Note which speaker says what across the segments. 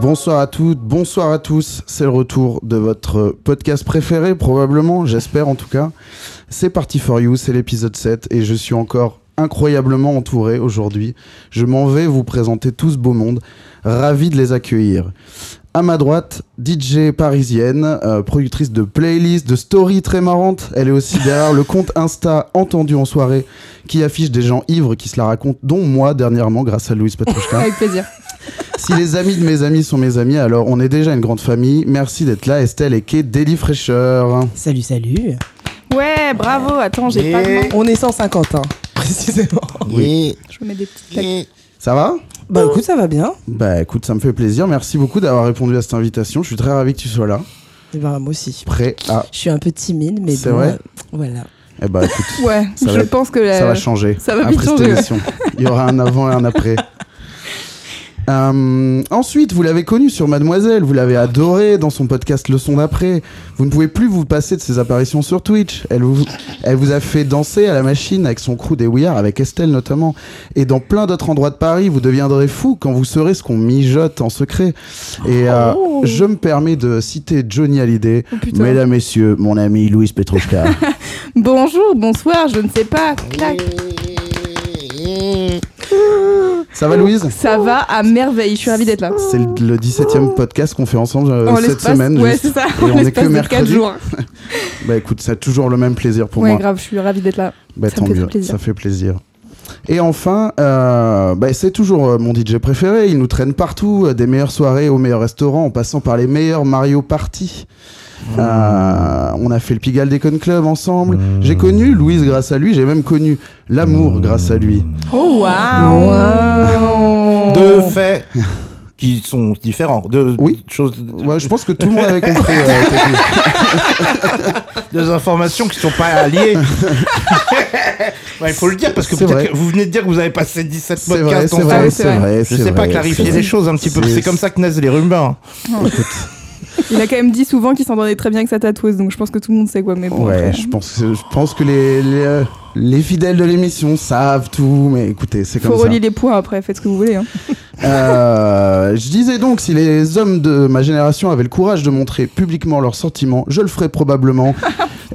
Speaker 1: Bonsoir à toutes, bonsoir à tous. C'est le retour de votre podcast préféré, probablement, j'espère en tout cas. C'est Parti for You, c'est l'épisode 7 et je suis encore incroyablement entouré aujourd'hui. Je m'en vais vous présenter tout ce beau monde, ravi de les accueillir. À ma droite, DJ parisienne, euh, productrice de playlists, de stories très marrantes. Elle est aussi derrière le compte Insta Entendu en soirée qui affiche des gens ivres qui se la racontent, dont moi dernièrement grâce à Louise Petrouchka.
Speaker 2: Avec plaisir.
Speaker 1: Si les amis de mes amis sont mes amis, alors on est déjà une grande famille. Merci d'être là, Estelle et Kay, Daily Fraîcheur.
Speaker 3: Salut, salut.
Speaker 2: Ouais, bravo. Attends, j'ai pas de main.
Speaker 3: On est 150, hein, précisément.
Speaker 1: Oui.
Speaker 2: Je me mets des petites claques.
Speaker 1: Ça va
Speaker 3: Bah écoute, ça va bien.
Speaker 1: Bah écoute, ça me fait plaisir. Merci beaucoup d'avoir répondu à cette invitation. Je suis très ravi que tu sois là.
Speaker 3: Et ben, moi aussi.
Speaker 1: Prêt à.
Speaker 3: Je suis un peu timide, mais
Speaker 1: C'est
Speaker 3: bon,
Speaker 1: vrai
Speaker 3: euh, voilà.
Speaker 1: Eh bah écoute,
Speaker 2: Ouais,
Speaker 1: Ça
Speaker 2: je
Speaker 1: va-
Speaker 2: pense que la-
Speaker 1: ça va changer.
Speaker 2: Euh, ça va vite
Speaker 1: Après cette
Speaker 2: changer, ouais.
Speaker 1: émission, il y aura un avant et un après. Euh, ensuite, vous l'avez connu sur Mademoiselle, vous l'avez adoré dans son podcast Leçon d'après. Vous ne pouvez plus vous passer de ses apparitions sur Twitch. Elle vous, elle vous a fait danser à la machine avec son crew des We Are, avec Estelle notamment, et dans plein d'autres endroits de Paris. Vous deviendrez fou quand vous saurez ce qu'on mijote en secret. Et euh,
Speaker 2: Oh.
Speaker 1: je me permets de citer Johnny Hallyday.
Speaker 2: Oh, putain.
Speaker 1: Mesdames, messieurs, mon ami Louis Petrouchka.
Speaker 2: Bonjour, bonsoir, je ne sais pas. Clac.
Speaker 1: Ça va, Louise
Speaker 2: Ça va à merveille. Je suis ravie d'être là.
Speaker 1: C'est le le 17e podcast qu'on fait ensemble euh,
Speaker 2: En
Speaker 1: cette
Speaker 2: l'espace-
Speaker 1: semaine.
Speaker 2: ouais,
Speaker 1: juste.
Speaker 2: c'est ça.
Speaker 1: Et on
Speaker 2: en
Speaker 1: est
Speaker 2: l'espace
Speaker 1: que
Speaker 2: de
Speaker 1: mercredi.
Speaker 2: 4 jours.
Speaker 1: Bah écoute, c'est toujours le même plaisir pour
Speaker 2: ouais,
Speaker 1: moi.
Speaker 2: grave, je suis ravie d'être là.
Speaker 1: Bah,
Speaker 2: ça
Speaker 1: tant
Speaker 2: me fait
Speaker 1: mieux,
Speaker 2: plaisir.
Speaker 1: ça fait plaisir. Et enfin, euh, bah, c'est toujours euh, mon DJ préféré. Il nous traîne partout, euh, des meilleures soirées aux meilleurs restaurants, en passant par les meilleurs Mario Party.
Speaker 4: Mmh.
Speaker 1: Euh, on a fait le Pigalle Déconne Club ensemble. J'ai connu Louise grâce à lui. J'ai même connu
Speaker 4: Mmh.
Speaker 1: l'amour grâce à lui.
Speaker 2: Oh, waouh.
Speaker 4: Deux faits qui sont différents. Deux
Speaker 1: Oh. Oui.
Speaker 4: choses,
Speaker 1: Ouais, je pense que tout le monde avait compris. euh, technique.
Speaker 4: deux informations qui sont pas liées. Ouais, il faut le dire parce que,
Speaker 1: C'est
Speaker 4: peut-être
Speaker 1: vrai.
Speaker 4: que vous venez de dire que vous avez passé 17
Speaker 1: C'est vrai,
Speaker 4: podcasts
Speaker 1: c'est
Speaker 4: ensemble.
Speaker 2: Ah
Speaker 1: vrai,
Speaker 2: oui,
Speaker 1: c'est
Speaker 2: c'est vrai.
Speaker 1: vrai.
Speaker 4: Je
Speaker 1: c'est
Speaker 4: sais pas
Speaker 1: vrai,
Speaker 4: clarifier
Speaker 1: c'est
Speaker 4: les
Speaker 1: vrai.
Speaker 4: choses un petit peu.
Speaker 1: C'est-
Speaker 4: C'est comme ça que naissent les rumeurs.
Speaker 2: Il a quand même dit souvent qu'il s'entendait très bien avec sa tatoueuse, donc je pense que tout le monde sait quoi. Mais bon,
Speaker 1: Ouais,
Speaker 2: après.
Speaker 1: je pense, je pense que les, les, euh, les fidèles de l'émission savent tout, mais écoutez, c'est
Speaker 2: faut
Speaker 1: comme ça.
Speaker 2: relier les points après, faites ce que vous voulez. hein.
Speaker 1: Euh, je disais donc, si les hommes de ma génération avaient le courage de montrer publiquement leurs sentiments, je le ferais probablement.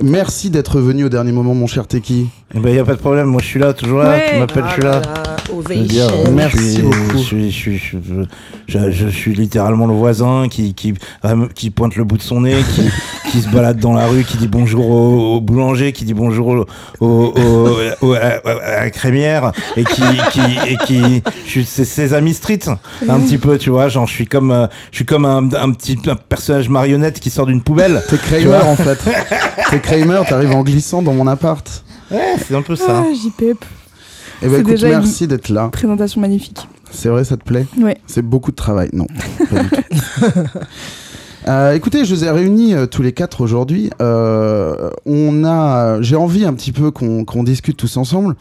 Speaker 1: Merci d'être venu au dernier moment, mon cher Teki.
Speaker 4: Eh Ben, y a pas de problème. Moi, je suis là, toujours là. Tu
Speaker 2: Ouais.
Speaker 4: m'appelles, je suis
Speaker 3: Ah,
Speaker 4: là. Je veux dire,
Speaker 3: Ovation.
Speaker 4: je
Speaker 1: Merci
Speaker 4: suis-
Speaker 1: beaucoup.
Speaker 4: Je suis, je, suis- je- je- je suis littéralement le voisin qui, qui, euh, qui pointe le bout de son nez, qui, qui se balade dans la rue, qui dit bonjour au, au boulanger, qui dit bonjour au, au- au- au- à, à la crémière, et qui, qui- et qui, je suis c'est Sesame Street, un petit peu, tu vois, genre, je suis comme, euh, je suis comme un, un petit un personnage marionnette qui sort d'une poubelle.
Speaker 1: T'es Kramer en fait. T'es Kramer, t'arrives en glissant dans mon appart.
Speaker 4: Ouais, c'est un peu ça.
Speaker 2: Ah, JPEP,
Speaker 1: Eh ben
Speaker 2: C'est
Speaker 1: écoute,
Speaker 2: déjà une-
Speaker 1: merci d'être là.
Speaker 2: présentation magnifique.
Speaker 1: C'est vrai, ça te plaît
Speaker 2: Ouais.
Speaker 1: C'est beaucoup de travail. Non, pas du tout. Euh, écoutez, je vous ai réunis euh, tous les quatre aujourd'hui. Euh, on a, j'ai envie un petit peu qu'on qu'on discute tous ensemble,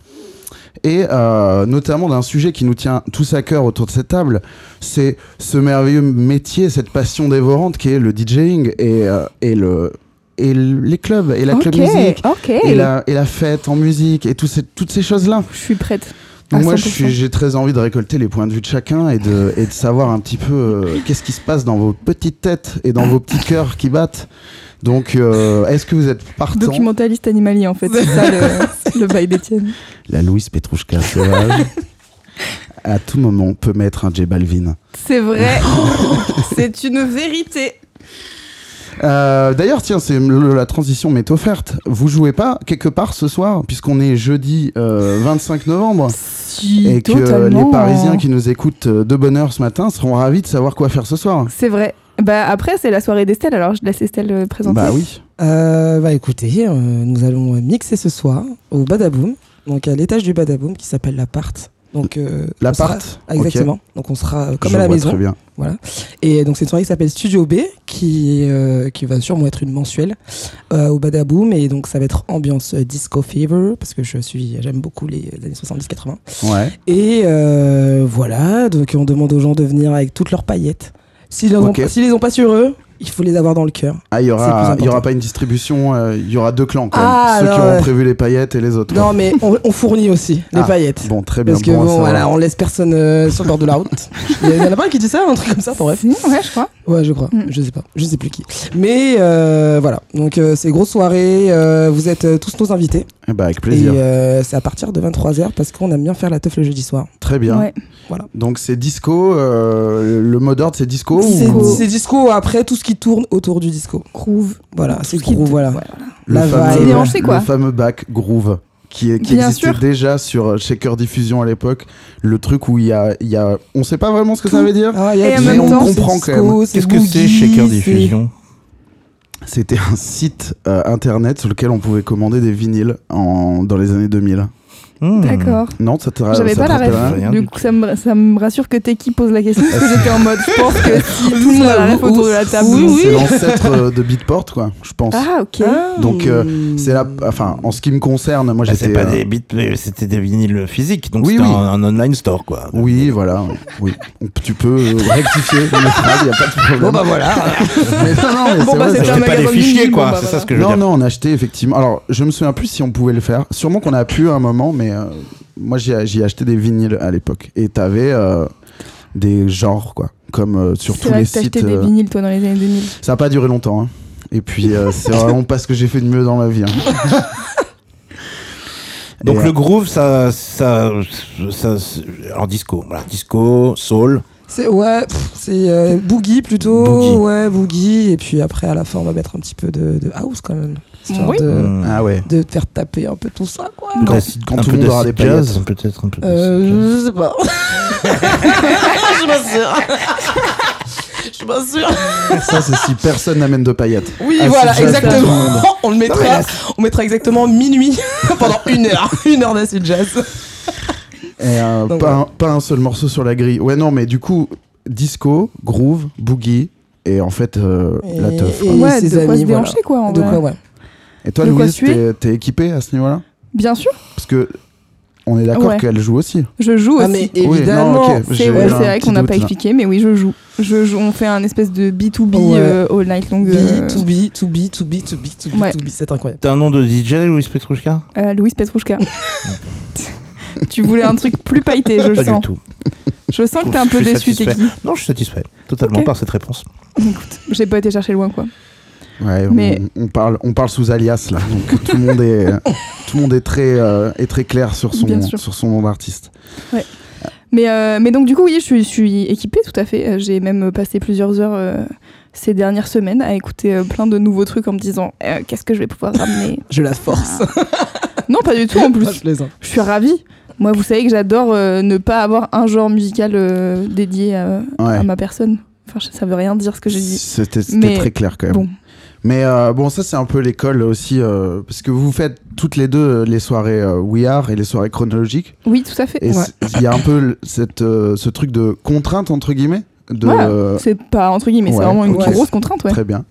Speaker 1: et euh, notamment d'un sujet qui nous tient tous à cœur autour de cette table. C'est ce merveilleux métier, cette passion dévorante qui est le DJing et, euh, et le et le- les clubs et la club musique
Speaker 2: ok.
Speaker 1: et la, et la fête en musique et tout ces- toutes ces choses là.
Speaker 2: Je suis prête.
Speaker 1: Donc
Speaker 2: À
Speaker 1: moi, je
Speaker 2: 100%.
Speaker 1: suis- j'ai très envie de récolter les points de vue de chacun et de, et de savoir un petit peu euh, qu'est-ce qui se passe dans vos petites têtes et dans vos petits cœurs qui battent. Donc, euh, est-ce que vous êtes partant
Speaker 2: Documentaliste animalier, en fait. C'est ça le, le bail d'Étienne.
Speaker 1: La Louise Petrouchka sauvage, à tout moment, peut mettre un J Balvin.
Speaker 2: C'est vrai. C'est une vérité.
Speaker 1: Euh, D'ailleurs, tiens, c'est le- la transition m'est offerte. Vous jouez pas quelque part ce soir, puisqu'on est jeudi euh, 25 novembre
Speaker 2: Si,
Speaker 1: et que euh, les Parisiens qui nous écoutent euh, de bonne heure ce matin seront ravis de savoir quoi faire ce soir.
Speaker 2: C'est vrai. Bah après, c'est la soirée d'Estelle, alors je laisse Estelle euh, présenter.
Speaker 1: Bah oui.
Speaker 3: Euh, bah écoutez, euh, nous allons mixer ce soir au Badaboom, donc à l'étage du Badaboom qui s'appelle l'appart. Donc euh, on sera-
Speaker 1: L'appart
Speaker 3: Ah, Exactement. Donc on sera euh, comme
Speaker 1: Je
Speaker 3: à la
Speaker 1: vois Très
Speaker 3: maison.
Speaker 1: bien.
Speaker 3: Et donc c'est une soirée qui s'appelle Studio B, qui, euh, qui va sûrement être une mensuelle euh, au Badaboom. Et donc ça va être ambiance euh, disco fever, parce que je suis, j'aime beaucoup les années 70-80.
Speaker 1: Ouais.
Speaker 3: Et euh, voilà, donc on demande aux gens de venir avec toutes leurs paillettes. S'ils les,
Speaker 1: Ok.
Speaker 3: ont, s'ils les ont pas sur eux, il faut les avoir dans le cœur.
Speaker 1: Ah, il y
Speaker 3: C'est plus
Speaker 1: aura,
Speaker 3: important.
Speaker 1: il y aura pas une distribution, euh, il y aura deux clans quand même.
Speaker 3: Ah,
Speaker 1: Ceux qui
Speaker 3: alors,
Speaker 1: auront
Speaker 3: ouais.
Speaker 1: prévu les paillettes et les autres. quoi.
Speaker 3: Non, mais on, on fournit aussi les
Speaker 1: Ah,
Speaker 3: paillettes.
Speaker 1: Bon, très bien.
Speaker 3: Parce que
Speaker 1: bon à
Speaker 3: bon,
Speaker 1: savoir.
Speaker 3: voilà, on laisse personne euh, sur le bord de la route. Il y en a pas un qui dit ça, un truc comme ça, pour bref.
Speaker 2: Si, ouais, je crois.
Speaker 3: Ouais, je crois.
Speaker 2: Mm.
Speaker 3: Je sais pas. Je sais plus qui. Mais euh, voilà. Donc, euh, c'est grosse soirée. euh, vous êtes euh, tous nos invités.
Speaker 1: Eh ben, avec plaisir.
Speaker 3: Et euh, c'est à partir de 23h parce qu'on aime bien faire la teuf le jeudi soir.
Speaker 1: Très bien.
Speaker 2: Ouais.
Speaker 1: Donc c'est disco, euh, le mot d'ordre c'est disco
Speaker 3: C'est
Speaker 1: ou
Speaker 3: c'est disco après tout ce qui tourne autour du disco. Groove. Voilà, c'est
Speaker 2: Ce qui-
Speaker 3: groove, voilà.
Speaker 1: le
Speaker 3: la vibe.
Speaker 1: fameux,
Speaker 3: C'est
Speaker 2: déhanché, quoi.
Speaker 1: le fameux bac groove qui, est- qui
Speaker 2: Bien
Speaker 1: existait
Speaker 2: sûr.
Speaker 1: déjà sur euh, Shaker Diffusion à l'époque, le truc où il y a, il y a, on sait pas vraiment ce que ça veut dire.
Speaker 3: Ah, il y
Speaker 2: Et en
Speaker 3: du
Speaker 2: même
Speaker 3: groove,
Speaker 2: temps-
Speaker 3: c'est
Speaker 1: comprend
Speaker 3: disco,
Speaker 1: quand même.
Speaker 4: Qu'est-ce que c'est
Speaker 3: boogie,
Speaker 4: Shaker
Speaker 3: c'est-
Speaker 4: Diffusion
Speaker 1: C'était un site euh, internet sur lequel on pouvait commander des vinyles en, dans les années 2000.
Speaker 4: Hmm.
Speaker 2: D'accord.
Speaker 1: Non, ça te ra-
Speaker 2: J'avais
Speaker 1: Ah, ça
Speaker 2: pas
Speaker 1: te
Speaker 2: la
Speaker 1: rappelle
Speaker 2: ref.
Speaker 1: rien
Speaker 2: Du coup, ça me, ça me rassure que Teki pose la question parce que j'étais en mode, je pense que si tout le monde a la ref autour de la table.
Speaker 3: Oui, oui.
Speaker 1: Ah, C'est l'ancêtre euh, de Beatport quoi, je pense.
Speaker 2: Ah, ok.
Speaker 1: Donc,
Speaker 3: euh,
Speaker 1: C'est là, enfin, en ce qui me concerne, moi
Speaker 4: Bah,
Speaker 1: j'étais.
Speaker 4: c'est pas
Speaker 1: euh,
Speaker 4: des beats, mais c'était des vinyles physiques, donc
Speaker 1: Oui,
Speaker 4: c'était
Speaker 1: oui.
Speaker 4: Un, un online store quoi.
Speaker 1: Oui, voilà. Oui. On- Tu peux euh, rectifier mes phrases, il a pas de problème.
Speaker 3: Bon, bah voilà.
Speaker 1: Mais non, non, mais
Speaker 2: Bon,
Speaker 1: c'est
Speaker 2: bah,
Speaker 1: vrai,
Speaker 2: c'était
Speaker 1: ça-
Speaker 2: un
Speaker 4: C'était pas
Speaker 2: magasin
Speaker 4: des
Speaker 2: de
Speaker 4: fichiers
Speaker 2: vinyles,
Speaker 4: quoi,
Speaker 2: bon, bah,
Speaker 4: c'est ça
Speaker 2: voilà.
Speaker 4: ce que je veux
Speaker 1: Non,
Speaker 4: dire.
Speaker 1: non, on a acheté effectivement. Alors, je me souviens plus si on pouvait le faire. Sûrement qu'on a pu à un moment, mais euh, moi j'ai j'ai acheté des vinyles à l'époque. Et t'avais euh, des genres, quoi. Comme euh, sur
Speaker 2: C'est
Speaker 1: tous
Speaker 2: vrai
Speaker 1: les
Speaker 2: que t'as
Speaker 1: sites.
Speaker 2: acheté des
Speaker 1: euh,
Speaker 2: vinyles, toi, dans les années 2000.
Speaker 1: ça n'a pas duré longtemps. hein. Et puis, euh, c'est vraiment pas ce que j'ai fait de mieux dans ma vie. hein.
Speaker 4: Donc
Speaker 1: Et,
Speaker 4: le groove, ça, ça, ça, c'est- alors disco, voilà, disco, soul.
Speaker 3: C'est ouais, pff, c'est euh, boogie plutôt,
Speaker 4: Boogie.
Speaker 3: ouais boogie et puis après à la fin on va mettre un petit peu de, de house quand même, histoire
Speaker 2: Oui.
Speaker 3: de,
Speaker 4: Hmm.
Speaker 1: Ah ouais.
Speaker 3: de te faire taper un peu tout ça quoi.
Speaker 4: Un peu
Speaker 1: Quand-
Speaker 4: d'acide-
Speaker 1: quand
Speaker 4: un
Speaker 1: tout
Speaker 4: peu
Speaker 1: le monde aura
Speaker 4: d'acide
Speaker 1: des
Speaker 4: jazz,
Speaker 1: paillettes.
Speaker 4: peut-être un peu. d'acide jazz.
Speaker 3: Euh, je sais pas. je suis pas sûre. Je suis pas sûre.
Speaker 1: Ça, c'est si personne n'amène de paillettes.
Speaker 3: Oui,
Speaker 1: Ah,
Speaker 3: voilà,
Speaker 1: c'est déjà ça, tout le
Speaker 3: exactement.
Speaker 1: monde.
Speaker 3: On le
Speaker 1: Non, mais
Speaker 3: mettra,
Speaker 1: là,
Speaker 3: on mettra exactement minuit pendant une heure, une heure d'acide jazz.
Speaker 1: Et, euh,
Speaker 3: Donc,
Speaker 1: pas,
Speaker 3: voilà.
Speaker 1: un, pas un seul morceau sur la grille. Ouais, non, mais du coup, disco, groove, boogie, et en fait, euh, la teuf.
Speaker 3: Et
Speaker 1: quoi.
Speaker 2: ouais,
Speaker 3: ses
Speaker 2: de quoi
Speaker 3: amis,
Speaker 2: se
Speaker 3: voilà.
Speaker 2: déhancher, quoi, en
Speaker 3: Donc
Speaker 2: vrai.
Speaker 3: ouais, ouais.
Speaker 1: Et toi,
Speaker 2: de quoi
Speaker 1: Louise,
Speaker 2: suer
Speaker 1: t'es- t'es équipée à ce niveau-là
Speaker 2: Bien sûr,
Speaker 1: Parce que on est d'accord
Speaker 2: Ouais.
Speaker 1: qu'elle joue aussi.
Speaker 2: je joue
Speaker 3: Ah,
Speaker 2: aussi.
Speaker 3: mais
Speaker 1: non,
Speaker 3: évidemment,
Speaker 1: ok.
Speaker 2: C'est
Speaker 1: J'ai
Speaker 2: ouais,
Speaker 1: un
Speaker 2: c'est vrai
Speaker 1: petit
Speaker 2: qu'on n'a
Speaker 1: doute,
Speaker 2: pas
Speaker 1: là.
Speaker 2: expliqué, mais oui, je joue. Je joue. On fait un espèce de B2B
Speaker 3: Ouais.
Speaker 2: euh, all night long. euh,
Speaker 3: B, to be, to be, to be, to be, to be,
Speaker 2: Ouais.
Speaker 3: to be, c'est incroyable.
Speaker 4: T'as un nom de DJ, Louis Petrouchka
Speaker 2: euh, Louise Petrouchka. tu voulais un truc plus pailleté, je le
Speaker 4: Pas du
Speaker 2: sens.
Speaker 4: tout.
Speaker 2: Je sens que t'es
Speaker 4: Je
Speaker 2: un peu
Speaker 4: suis
Speaker 2: déçu,
Speaker 4: satisfait.
Speaker 2: Teki.
Speaker 4: Non, je suis satisfait totalement
Speaker 2: Ok.
Speaker 4: par cette réponse.
Speaker 2: Écoute, j'ai pas été chercher loin, quoi.
Speaker 1: Ouais, on-
Speaker 2: Mais-
Speaker 1: on, parle, on parle sous alias là, donc tout le monde est, tout le monde est très, euh, est très clair sur son,
Speaker 2: Bien sûr.
Speaker 1: sur son nom d'artiste.
Speaker 2: Mais, euh, mais donc du coup, oui, je suis, je suis équipée tout à fait. Euh, J'ai même passé plusieurs heures euh, ces dernières semaines à écouter euh, plein de nouveaux trucs en me disant Euh, qu'est-ce que je vais pouvoir ramener.
Speaker 3: Je la force.
Speaker 2: non, pas du tout en
Speaker 3: Ah,
Speaker 2: plus.
Speaker 3: je plaisante.
Speaker 2: Je suis ravie. Moi, vous savez que j'adore euh, ne pas avoir un genre musical euh, dédié à, à
Speaker 1: Ouais.
Speaker 2: ma personne. Enfin, je- ça veut rien dire ce que j'ai dit.
Speaker 1: C'était c'était
Speaker 2: Mais-
Speaker 1: très clair quand même.
Speaker 2: Bon,
Speaker 1: Mais euh, bon, ça c'est un peu l'école aussi, euh, parce que vous faites toutes les deux euh, les soirées euh, We Are et les soirées chronologiques.
Speaker 2: oui, tout à fait.
Speaker 1: Et
Speaker 2: Ouais.
Speaker 1: c'est- il y a un peu le- cette, euh, ce truc de contrainte, entre guillemets. De,
Speaker 2: Ouais, C'est pas entre guillemets,
Speaker 1: ouais,
Speaker 2: c'est vraiment une
Speaker 1: ok.
Speaker 2: grosse contrainte, ouais.
Speaker 1: Très bien.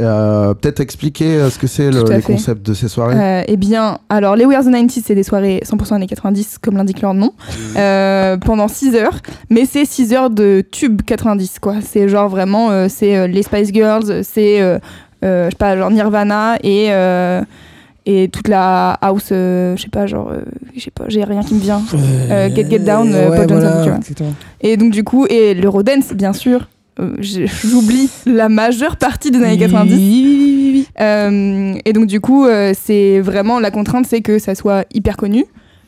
Speaker 1: Euh, Peut-être expliquer euh, ce que c'est le,
Speaker 2: Tout à
Speaker 1: les
Speaker 2: fait.
Speaker 1: concepts de ces soirées.
Speaker 2: Euh, eh bien, alors les We Are the 90s, c'est des soirées 100% années 90, comme l'indique leur nom,
Speaker 1: Mmh.
Speaker 2: euh, pendant 6 heures. Mais c'est 6 heures de tube 90, quoi. C'est genre vraiment, euh, c'est euh, les Spice Girls, c'est, euh, euh, je sais pas, genre Nirvana et, euh, et toute la house, euh, je sais pas, genre, euh, je sais pas, j'ai rien qui me vient. Euh, Get- Get Down, euh,
Speaker 3: ouais,
Speaker 2: Paul Johnson,
Speaker 3: voilà,
Speaker 2: tu vois.
Speaker 3: exactement.
Speaker 2: Et donc, du coup, et l'Eurodance, bien sûr. Euh, j'ai- J'oublie la majeure partie des années 90. Euh, et donc du coup, euh, c'est vraiment la contrainte, c'est que ça soit hyper connu.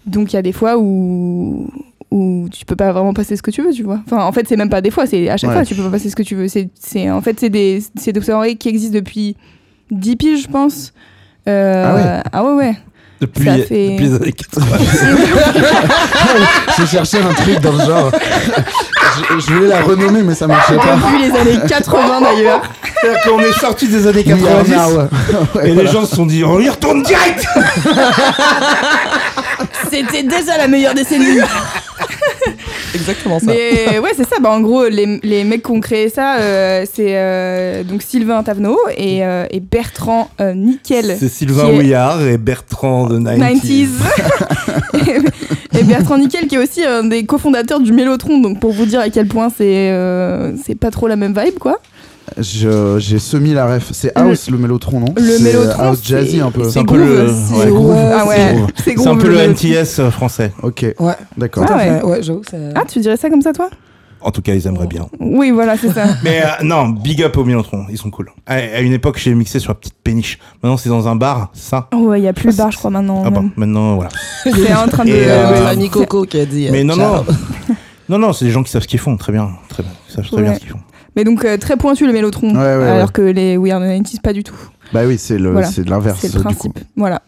Speaker 2: Donc il y a des fois où où tu peux pas vraiment passer ce que tu veux, tu vois. Enfin, en fait, c'est même pas des fois, c'est à chaque
Speaker 1: Ouais.
Speaker 2: fois tu peux pas passer ce que tu veux. C'est c'est en fait c'est des c'est des soirées qui existent depuis 10 piges, je pense. Euh, ah ouais ouais.
Speaker 4: Depuis,
Speaker 2: Ça fait-
Speaker 4: depuis les années 80.
Speaker 1: je cherchais un truc dans le genre. je, je voulais la renommer, mais ça marchait pas.
Speaker 2: Depuis les années 80 d'ailleurs.
Speaker 4: C'est-à-dire qu'on est sorti des années
Speaker 1: We are
Speaker 4: 90
Speaker 1: now. Ouais,
Speaker 4: et les
Speaker 1: voilà.
Speaker 4: gens se sont dit on y retourne direct
Speaker 2: C'était déjà la meilleure décennie.
Speaker 3: Exactement ça.
Speaker 2: Mais ouais, c'est ça. Bah, en gros, les, les mecs qui ont créé ça, euh, c'est euh, donc Sylvain Tavenot et, euh, et Bertrand euh, Nickel.
Speaker 4: C'est Sylvain
Speaker 2: qui est-
Speaker 4: Ouillard et Bertrand de 90s.
Speaker 2: 90s. et, et Bertrand Nickel, qui est aussi un des cofondateurs du Mélotron. Donc, pour vous dire à quel point c'est euh, c'est pas trop la même vibe, quoi.
Speaker 1: Je- J'ai semi la ref. C'est
Speaker 2: Le-
Speaker 1: House, le, mélotron, non
Speaker 2: le
Speaker 1: C'est euh,
Speaker 2: mélotron,
Speaker 1: House
Speaker 2: c'est-
Speaker 1: jazzy un peu.
Speaker 2: c'est
Speaker 4: C'est un peu
Speaker 2: groove,
Speaker 4: le-
Speaker 2: c'est-
Speaker 4: ouais, groove,
Speaker 2: Ah ouais,
Speaker 4: groove.
Speaker 2: c'est
Speaker 4: C'est un
Speaker 2: groove,
Speaker 4: peu le
Speaker 2: le-
Speaker 4: NTS euh, français.
Speaker 1: Ok,
Speaker 3: Ouais.
Speaker 1: d'accord.
Speaker 2: Ah ouais.
Speaker 3: Enfin, ouais, j'avoue, ça.
Speaker 2: Ah, tu dirais ça comme ça, toi
Speaker 4: En tout cas, ils aimeraient bien.
Speaker 2: Oui, voilà, c'est ça.
Speaker 4: Mais euh, non, big up au Milotron, ils sont cool. À, à une époque, j'ai mixé sur la petite péniche. Maintenant, c'est dans un bar, c'est ça
Speaker 2: Oh, ouais, il n'y a plus de bar, je crois, maintenant.
Speaker 4: Ah bah,
Speaker 2: même.
Speaker 4: maintenant, voilà.
Speaker 2: C'est en train de.
Speaker 4: Et, euh,
Speaker 2: ouais,
Speaker 4: bah,
Speaker 2: ouais.
Speaker 3: Annie Coco qui a dit. euh,
Speaker 4: Mais non,
Speaker 3: ciao.
Speaker 4: non. Non, non, c'est des gens qui savent ce qu'ils font, très bien. Très bien. Ils savent très
Speaker 2: Ouais.
Speaker 4: bien ce qu'ils font.
Speaker 2: Mais donc, euh, très pointu le mélotron.
Speaker 1: Ouais, ouais,
Speaker 2: alors
Speaker 1: ouais.
Speaker 2: que les We Are the 90 pas du tout.
Speaker 1: Bah oui, c'est le-
Speaker 2: Voilà.
Speaker 1: c'est de l'inverse.
Speaker 2: C'est le
Speaker 1: du coup.
Speaker 2: principe. Voilà.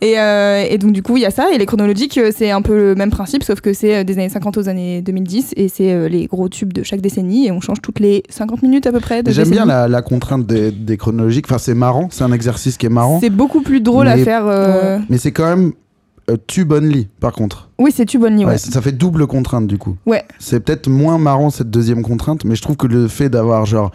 Speaker 2: Et, euh, et donc, du coup, il y a ça. Et les chronologiques, euh, c'est un peu le même principe, sauf que c'est euh, des années 50 aux années 2010. Et c'est euh, les gros tubes de chaque décennie. Et on change toutes les 50 minutes à peu près. de
Speaker 1: J'aime bien
Speaker 2: décennie.
Speaker 1: la, la contrainte des, des chronologiques. Enfin, c'est marrant, c'est un exercice qui est marrant.
Speaker 2: C'est beaucoup plus drôle à
Speaker 1: Mais-
Speaker 2: faire. euh,
Speaker 1: Mais c'est quand même euh, tube only, par contre.
Speaker 2: Oui, c'est Tube Only. Ouais.
Speaker 1: Ouais, ça ça fait double contrainte, du coup.
Speaker 2: Ouais.
Speaker 1: C'est peut-être moins marrant, cette deuxième contrainte, mais je trouve que le fait d'avoir, genre,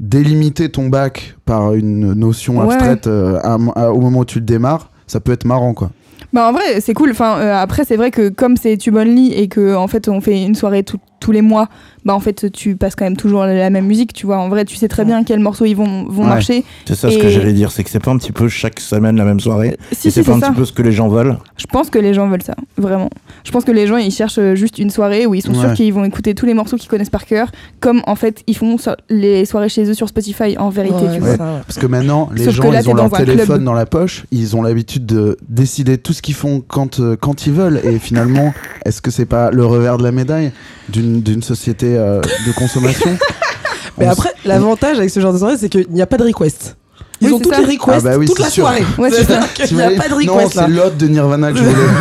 Speaker 1: délimité ton bac par une notion
Speaker 2: Ouais.
Speaker 1: abstraite euh, à- à- au moment où tu le démarres, ça peut être marrant, quoi.
Speaker 2: Bah en vrai c'est cool. Enfin euh, après c'est vrai que comme c'est Tube Only et que en fait on fait une soirée tout- tous les mois, bah en fait tu passes quand même toujours la, la même musique. Tu vois en vrai tu sais très bien quels morceaux ils vont vont
Speaker 1: Ouais.
Speaker 2: marcher.
Speaker 4: C'est ça ce
Speaker 2: Et-
Speaker 4: que j'allais dire, c'est que c'est pas un petit peu chaque semaine la même soirée.
Speaker 2: Si si
Speaker 4: Et c'est
Speaker 2: c'est
Speaker 4: pas un
Speaker 2: ça.
Speaker 4: petit peu ce que les gens veulent.
Speaker 2: Je pense que les gens veulent ça vraiment. Je pense que les gens ils cherchent euh, juste une soirée où ils sont sûrs
Speaker 1: Ouais.
Speaker 2: qu'ils vont écouter tous les morceaux qu'ils connaissent par cœur, comme en fait ils font sur- les soirées chez eux sur Spotify en vérité.
Speaker 3: Ouais,
Speaker 2: tu vois.
Speaker 1: Ouais.
Speaker 3: c'est ça, ouais.
Speaker 1: Parce que maintenant, les
Speaker 2: Sauf que
Speaker 1: gens,
Speaker 2: là,
Speaker 1: ils
Speaker 2: t'es
Speaker 1: ont leur
Speaker 2: dans un
Speaker 1: téléphone
Speaker 2: club.
Speaker 1: dans la poche, ils ont l'habitude de décider tout ce qu'ils font quand, euh, quand ils veulent. Et finalement, est-ce que c'est pas le revers de la médaille d'une d'une société euh, de consommation
Speaker 3: Mais
Speaker 1: On s-
Speaker 3: après, l'avantage avec ce genre de soirée, c'est qu'il n'y a pas de request. Ils
Speaker 2: Oui,
Speaker 3: ont
Speaker 2: c'est
Speaker 3: toutes
Speaker 2: ça.
Speaker 3: les requests
Speaker 1: Ah bah oui,
Speaker 3: toute
Speaker 1: c'est
Speaker 3: la
Speaker 1: sûr.
Speaker 3: soirée.
Speaker 2: Ouais, c'est ça.
Speaker 3: Il n'y a pas de
Speaker 1: Non,
Speaker 3: request là.
Speaker 1: c'est l'ode de Nirvana que je voulais.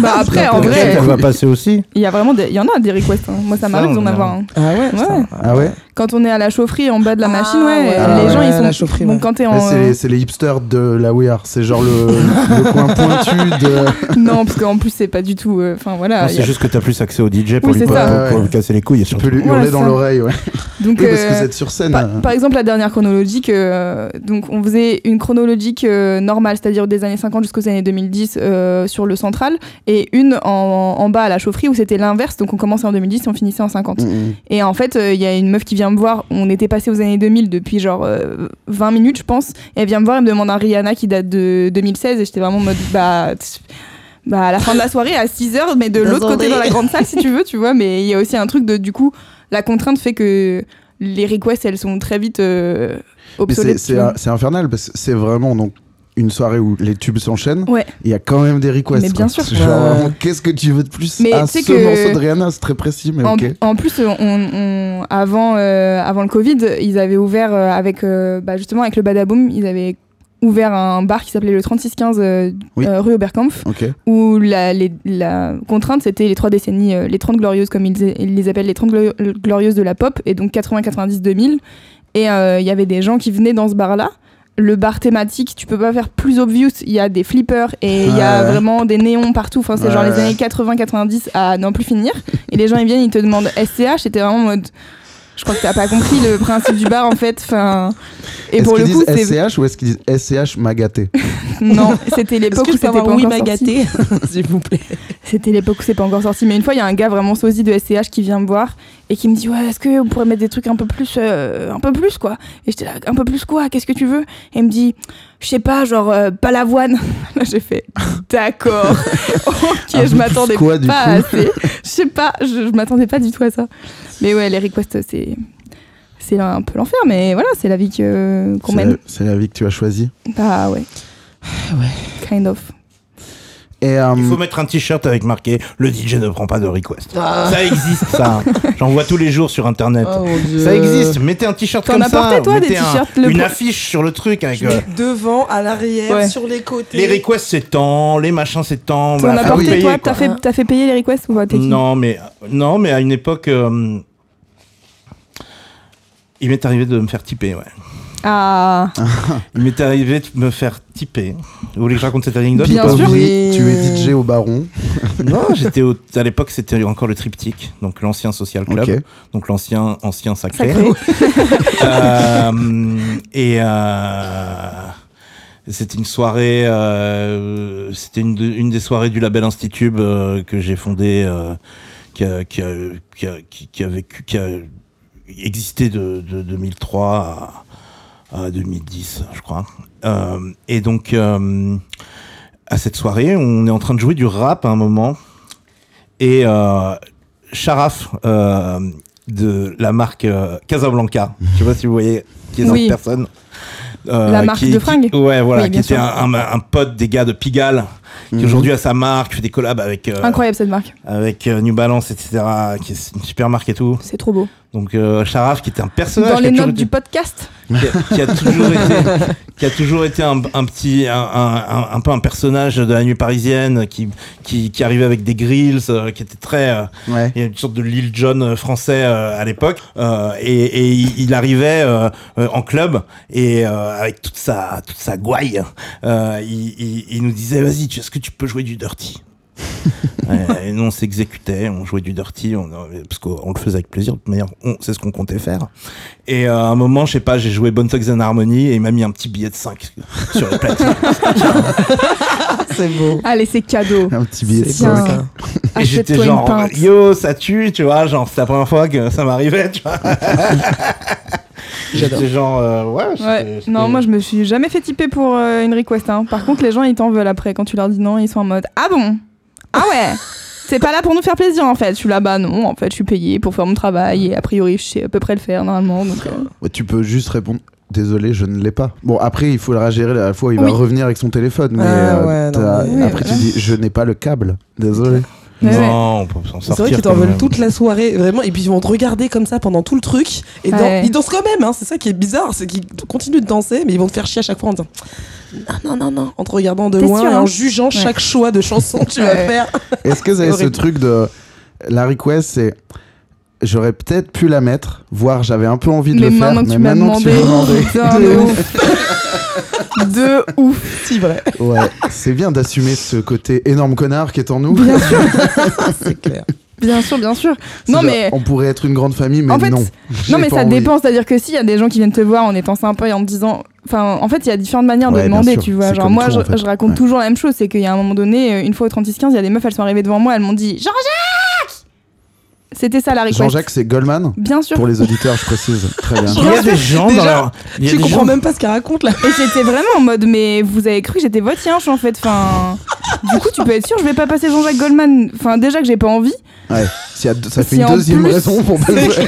Speaker 2: bah après en vrai
Speaker 4: on va passer aussi.
Speaker 2: il y a vraiment des- il y en a des requests. hein. Moi ça
Speaker 4: Ça,
Speaker 2: m'arrive d'en
Speaker 4: on a-
Speaker 2: avoir. un.
Speaker 3: Ah ouais,
Speaker 2: Ouais.
Speaker 3: ça.
Speaker 1: Ah ouais
Speaker 2: Quand on est à la chaufferie en bas de la
Speaker 3: Ah
Speaker 2: machine, ouais,
Speaker 3: ouais.
Speaker 1: Ah
Speaker 2: les
Speaker 1: ouais,
Speaker 2: gens ils
Speaker 3: à
Speaker 2: sont.
Speaker 3: la chaufferie,
Speaker 2: bon,
Speaker 3: ouais.
Speaker 2: quand t'es en.
Speaker 1: Ouais, c'est- C'est les hipsters de la We Are. C'est genre le, le coin pointu de.
Speaker 2: Non, parce qu'en plus c'est pas du tout. euh, Enfin
Speaker 4: Non,
Speaker 1: Ah,
Speaker 2: voilà. y
Speaker 4: C'est
Speaker 2: a-
Speaker 4: juste que t'as plus accès au DJ pour,
Speaker 2: Oui,
Speaker 4: lui,
Speaker 2: c'est
Speaker 4: pour-
Speaker 2: ça.
Speaker 4: pour- pour
Speaker 1: Ouais.
Speaker 4: lui casser les couilles.
Speaker 1: Tu
Speaker 4: surtout.
Speaker 1: peux lui
Speaker 2: Voilà,
Speaker 1: hurler dans
Speaker 2: ça.
Speaker 1: l'oreille, ouais.
Speaker 2: Donc,
Speaker 1: Oui, parce que
Speaker 2: euh,
Speaker 1: vous êtes sur scène.
Speaker 2: par,
Speaker 1: euh.
Speaker 2: par exemple, la dernière chronologique, euh, donc on faisait une chronologique euh, normale, c'est-à-dire des années 50 jusqu'aux années 2010 euh, sur le central, et une en, en bas à la chaufferie où c'était l'inverse, donc on commençait en 2010 et on finissait en 50.
Speaker 1: Mm, mm.
Speaker 2: Et en fait, il y a une meuf qui vient me voir. On était passé aux années 2000 depuis genre euh, 20 minutes, je pense. Et elle vient me voir et me demande un Rihanna qui date de 2016. Et j'étais vraiment en mode, bah. tch, Bah, à la fin de la soirée, à 6h, mais de l'autre côté
Speaker 3: Désolée.
Speaker 2: dans la grande salle, si tu veux, tu vois. Mais il y a aussi un truc de, du coup, la contrainte fait que les requests, elles sont très vite euh,
Speaker 1: Mais c'est-
Speaker 2: obsolètes. tu
Speaker 1: C'est
Speaker 2: vois.
Speaker 1: un- c'est infernal parce que c'est vraiment donc une soirée où les tubes s'enchaînent.
Speaker 2: Ouais.
Speaker 1: Il y a quand même des requests.
Speaker 2: Mais bien
Speaker 1: quoi.
Speaker 2: sûr.
Speaker 1: Genre,
Speaker 3: Ouais.
Speaker 1: vraiment, qu'est-ce que tu veux de plus
Speaker 2: Mais
Speaker 1: à
Speaker 2: tu
Speaker 1: ce
Speaker 2: sais que-
Speaker 1: morceau de Rihanna C'est très précis, mais
Speaker 2: En,
Speaker 1: ok.
Speaker 2: en plus, on, on- avant, euh, avant le Covid, ils avaient ouvert euh, avec, euh, bah, justement avec le Badaboom, ils avaient ouvert un bar qui s'appelait le 3615 euh,
Speaker 1: Oui.
Speaker 2: euh, rue Oberkampf,
Speaker 1: Ok.
Speaker 2: où la, les- la contrainte c'était les trois décennies, euh, les 30 glorieuses comme ils, ils les appellent, les 30 glo- glorieuses de la pop, et donc 80, 90, 2000. Et euh, il y avait des gens qui venaient dans ce bar-là. Le bar thématique, tu peux pas faire plus obvious. Il y a des flippers et il y a
Speaker 1: Ouais.
Speaker 2: vraiment des néons partout. Enfin, c'est genre
Speaker 1: Ouais.
Speaker 2: les années 80-90 à n'en plus finir. Et les gens, ils viennent, ils te demandent SCH. C'était vraiment en mode. Je crois que t'as pas compris le principe du bar en fait. Enfin, et
Speaker 1: Est-ce
Speaker 2: pour le
Speaker 1: qu'ils
Speaker 2: coup,
Speaker 1: disent
Speaker 2: c'est.
Speaker 1: SCH ou est-ce qu'ils disent SCH m'a gâté
Speaker 2: Non, c'était
Speaker 3: Est-ce
Speaker 2: l'époque
Speaker 3: que
Speaker 2: où
Speaker 3: je peux
Speaker 2: c'était pas
Speaker 3: avoir
Speaker 2: encore
Speaker 3: oui m'a
Speaker 2: sorti.
Speaker 3: gâté, s'il vous plaît
Speaker 2: C'était l'époque où c'est pas encore sorti, mais une fois il y a un gars vraiment sosie de SCH qui vient me voir et qui me dit ouais est-ce que on pourrait mettre des trucs un peu plus euh, un peu plus quoi et j'étais là un peu plus quoi qu'est-ce que tu veux et il me dit je sais pas genre euh, Balavoine là j'ai fait d'accord
Speaker 1: Un
Speaker 2: ok je
Speaker 1: peu
Speaker 2: m'attendais
Speaker 1: plus quoi, du
Speaker 2: pas
Speaker 1: coup
Speaker 2: à ces- je sais pas je, je m'attendais pas du tout à ça mais ouais les requests c'est c'est un peu l'enfer mais voilà c'est la vie que qu'on
Speaker 1: C'est la-
Speaker 2: mène
Speaker 1: C'est la vie que tu as choisie.
Speaker 2: bah ouais
Speaker 3: Ouais.
Speaker 2: kind of
Speaker 1: Et euh,
Speaker 4: Il faut mettre un t-shirt avec marqué Le DJ ne prend pas de request.
Speaker 3: Ah,
Speaker 4: Ça existe, ça. J'en vois tous les jours sur internet.
Speaker 3: oh mon Dieu.
Speaker 4: Ça existe, mettez un t-shirt
Speaker 2: Euh, T'en
Speaker 4: comme ça.
Speaker 2: apportais, toi, des
Speaker 4: mettez un-
Speaker 2: t-shirts, le
Speaker 4: une
Speaker 2: pro-
Speaker 4: affiche sur le truc avec.
Speaker 3: Je
Speaker 4: euh,
Speaker 3: mets devant, à l'arrière,
Speaker 2: Ouais.
Speaker 3: sur les côtés.
Speaker 4: les requests c'est tant, les machins c'est tant.
Speaker 2: t'en as
Speaker 4: faut
Speaker 2: porté
Speaker 4: payer,
Speaker 2: toi
Speaker 4: quoi.
Speaker 2: t'as fait t'as fait payer les requests ou pas T'es qui
Speaker 4: Non, mais non, mais à une époque, euh, il m'est arrivé de me faire typer. Ouais.
Speaker 2: ah
Speaker 4: Il m'est arrivé de me faire typer. Vous voulez que je raconte cette anecdote
Speaker 2: Bien
Speaker 4: ou pas
Speaker 2: sûr.
Speaker 1: oui, tu es DJ au Baron.
Speaker 4: Non, j'étais au- à l'époque c'était encore le triptyque, donc l'ancien social club,
Speaker 1: Ok.
Speaker 4: donc l'ancien ancien sacré.
Speaker 2: Sacré.
Speaker 4: Euh, et euh, c'était une soirée, euh, c'était une, de- une des soirées du label Institube euh, que j'ai fondé, euh, qui, a, qui, a, qui, a, qui- qui a vécu, qui a existé de, de 2003 à, à 2010, je crois. Euh, et donc, euh, à cette soirée, on est en train de jouer du rap à un moment. Et euh, Sharaf, euh, de la marque euh, Casablanca, je sais pas si vous voyez qui est cette
Speaker 2: Oui.
Speaker 4: personne. Euh,
Speaker 2: La marque
Speaker 4: qui-
Speaker 2: de
Speaker 4: qui-
Speaker 2: fringues.
Speaker 4: ouais, voilà,
Speaker 2: Oui,
Speaker 4: qui
Speaker 2: bien
Speaker 4: était
Speaker 2: sûr.
Speaker 4: un, un- un pote des gars de Pigalle, qui
Speaker 1: Mhm.
Speaker 4: aujourd'hui a sa marque, fait des collabs avec, euh,
Speaker 2: Incroyable cette marque,
Speaker 4: avec euh, New Balance, etc., qui est une super marque et tout.
Speaker 2: c'est trop beau.
Speaker 4: Donc euh, Sharaf, qui était un personnage
Speaker 2: Dans
Speaker 4: qui a
Speaker 2: les
Speaker 4: toujours
Speaker 2: notes
Speaker 4: été-
Speaker 2: du podcast,
Speaker 4: qui a- qui a toujours été, qui a toujours été un, un petit, un, un- un- un peu un personnage de la nuit parisienne, qui, qui, qui arrivait avec des grills, euh, qui était très, euh,
Speaker 1: Ouais.
Speaker 4: il y a une sorte de Lil John euh, français euh, à l'époque. Euh, et, et il il arrivait euh, euh, en club et euh, avec toute sa, toute sa gouaille, euh, il, il- il nous disait Vas-y, tu- est-ce que tu peux jouer du dirty Ouais, et nous on s'exécutait, on jouait du dirty, on, euh, parce qu'on le faisait avec plaisir, de toute manière, on- c'est ce qu'on comptait faire. Et euh, à un moment, je sais pas, j'ai joué Bon Thugs and Harmony et il m'a mis un petit billet de 5 sur le platine.
Speaker 3: C'est beau.
Speaker 2: allez c'est cadeau.
Speaker 1: Un petit billet.
Speaker 3: C'est
Speaker 1: de
Speaker 3: beau,
Speaker 2: bien.
Speaker 1: coke.
Speaker 3: ça.
Speaker 4: Et j'étais
Speaker 2: Achète-toi une
Speaker 4: genre,
Speaker 2: pinte.
Speaker 4: yo, ça tue, tu vois, genre, c'est la première fois que ça m'arrivait, tu vois.
Speaker 3: J'adore.
Speaker 4: J'étais genre, euh, ouais, c'était-
Speaker 2: Ouais.
Speaker 4: c'était-
Speaker 2: Non, moi je me suis jamais fait typer pour euh, une request. hein. Par contre, les gens ils t'en veulent après quand tu leur dis non, ils sont en mode Ah bon Ah ouais C'est pas là pour nous faire plaisir en fait. Je suis là, bah non, en fait je suis payé pour faire mon travail et a priori je sais à peu près le faire normalement. Donc, euh,
Speaker 1: Ouais, tu peux juste répondre. Désolé, je ne l'ai pas. Bon, après, il faut le régérer la fois où il va
Speaker 2: Oui.
Speaker 1: revenir avec son téléphone. Mais
Speaker 3: Ah,
Speaker 1: euh,
Speaker 3: ouais, non,
Speaker 1: t'as-
Speaker 2: mais-
Speaker 1: après, tu
Speaker 2: Ouais.
Speaker 1: dis Je n'ai pas le câble. Désolé.
Speaker 2: ouais, ouais.
Speaker 4: Non, on peut s'en
Speaker 3: C'est
Speaker 4: sortir.
Speaker 3: vrai qu'ils t'en
Speaker 4: quand
Speaker 3: veulent
Speaker 4: même.
Speaker 3: toute la soirée, vraiment, et puis ils vont te regarder comme ça pendant tout le truc, et dan-
Speaker 2: Ouais.
Speaker 3: ils dansent quand même, hein, c'est ça qui est bizarre, c'est qu'ils continuent de danser, mais ils vont te faire chier à chaque fois en disant non, non, non, non, en te regardant de
Speaker 2: T'es
Speaker 3: loin,
Speaker 2: sûr,
Speaker 3: et
Speaker 2: hein
Speaker 3: en jugeant chaque choix de chanson que tu vas
Speaker 2: Ouais.
Speaker 3: faire. Ah,
Speaker 1: Est-ce que vous avez ce
Speaker 3: horrible.
Speaker 1: truc de. La request, c'est. J'aurais peut-être pu la mettre, voire j'avais un peu envie de le
Speaker 2: Mais
Speaker 1: faire.
Speaker 2: maintenant que tu m'as
Speaker 1: maintenant que tu
Speaker 2: demandé,
Speaker 1: m'as
Speaker 2: putain,
Speaker 1: demandé.
Speaker 2: de ouf. De ouf.
Speaker 3: C'est vrai,
Speaker 1: Ouais, c'est bien d'assumer ce côté énorme connard qui est en nous.
Speaker 2: Bien sûr,
Speaker 3: c'est clair.
Speaker 2: bien sûr, bien sûr.
Speaker 1: C'est
Speaker 2: Non
Speaker 1: genre,
Speaker 2: mais.
Speaker 1: On pourrait être une grande famille, mais
Speaker 2: En fait,
Speaker 1: non. J'ai
Speaker 2: Non mais
Speaker 1: pas
Speaker 2: ça
Speaker 1: envie.
Speaker 2: dépend, c'est-à-dire que s'il y a des gens qui viennent te voir en étant sympa et en te disant, enfin, en fait, il y a différentes manières
Speaker 1: Ouais,
Speaker 2: de
Speaker 1: bien
Speaker 2: demander,
Speaker 1: sûr.
Speaker 2: tu vois.
Speaker 1: C'est
Speaker 2: Genre
Speaker 1: comme
Speaker 2: moi,
Speaker 1: tout,
Speaker 2: je,
Speaker 1: en fait.
Speaker 2: je raconte
Speaker 1: Ouais.
Speaker 2: toujours la même chose, c'est qu'il y a un moment donné, euh, une fois au 36-15, il y a des meufs, elles sont arrivées devant moi, elles m'ont dit Jean-Jacques. C'était ça la request.
Speaker 1: Jean-Jacques, c'est Goldman
Speaker 2: Bien sûr.
Speaker 1: Pour les auditeurs, je précise. Très bien.
Speaker 4: Il y a des gens
Speaker 3: Déjà,
Speaker 4: dans leur. il y a
Speaker 3: Tu
Speaker 4: des
Speaker 3: comprends
Speaker 4: gens-
Speaker 3: même pas ce qu'elle raconte là.
Speaker 2: Et j'étais vraiment en mode, mais vous avez cru que j'étais votre yinche en fait. Enfin, du coup, tu peux être sûr, je vais pas passer Jean-Jacques Goldman. Enfin, déjà que j'ai pas envie.
Speaker 1: Ouais, s'il y a deux- ça fait
Speaker 2: Si
Speaker 1: une
Speaker 2: en
Speaker 1: deuxième
Speaker 2: plus-
Speaker 1: raison pour pas le jouer.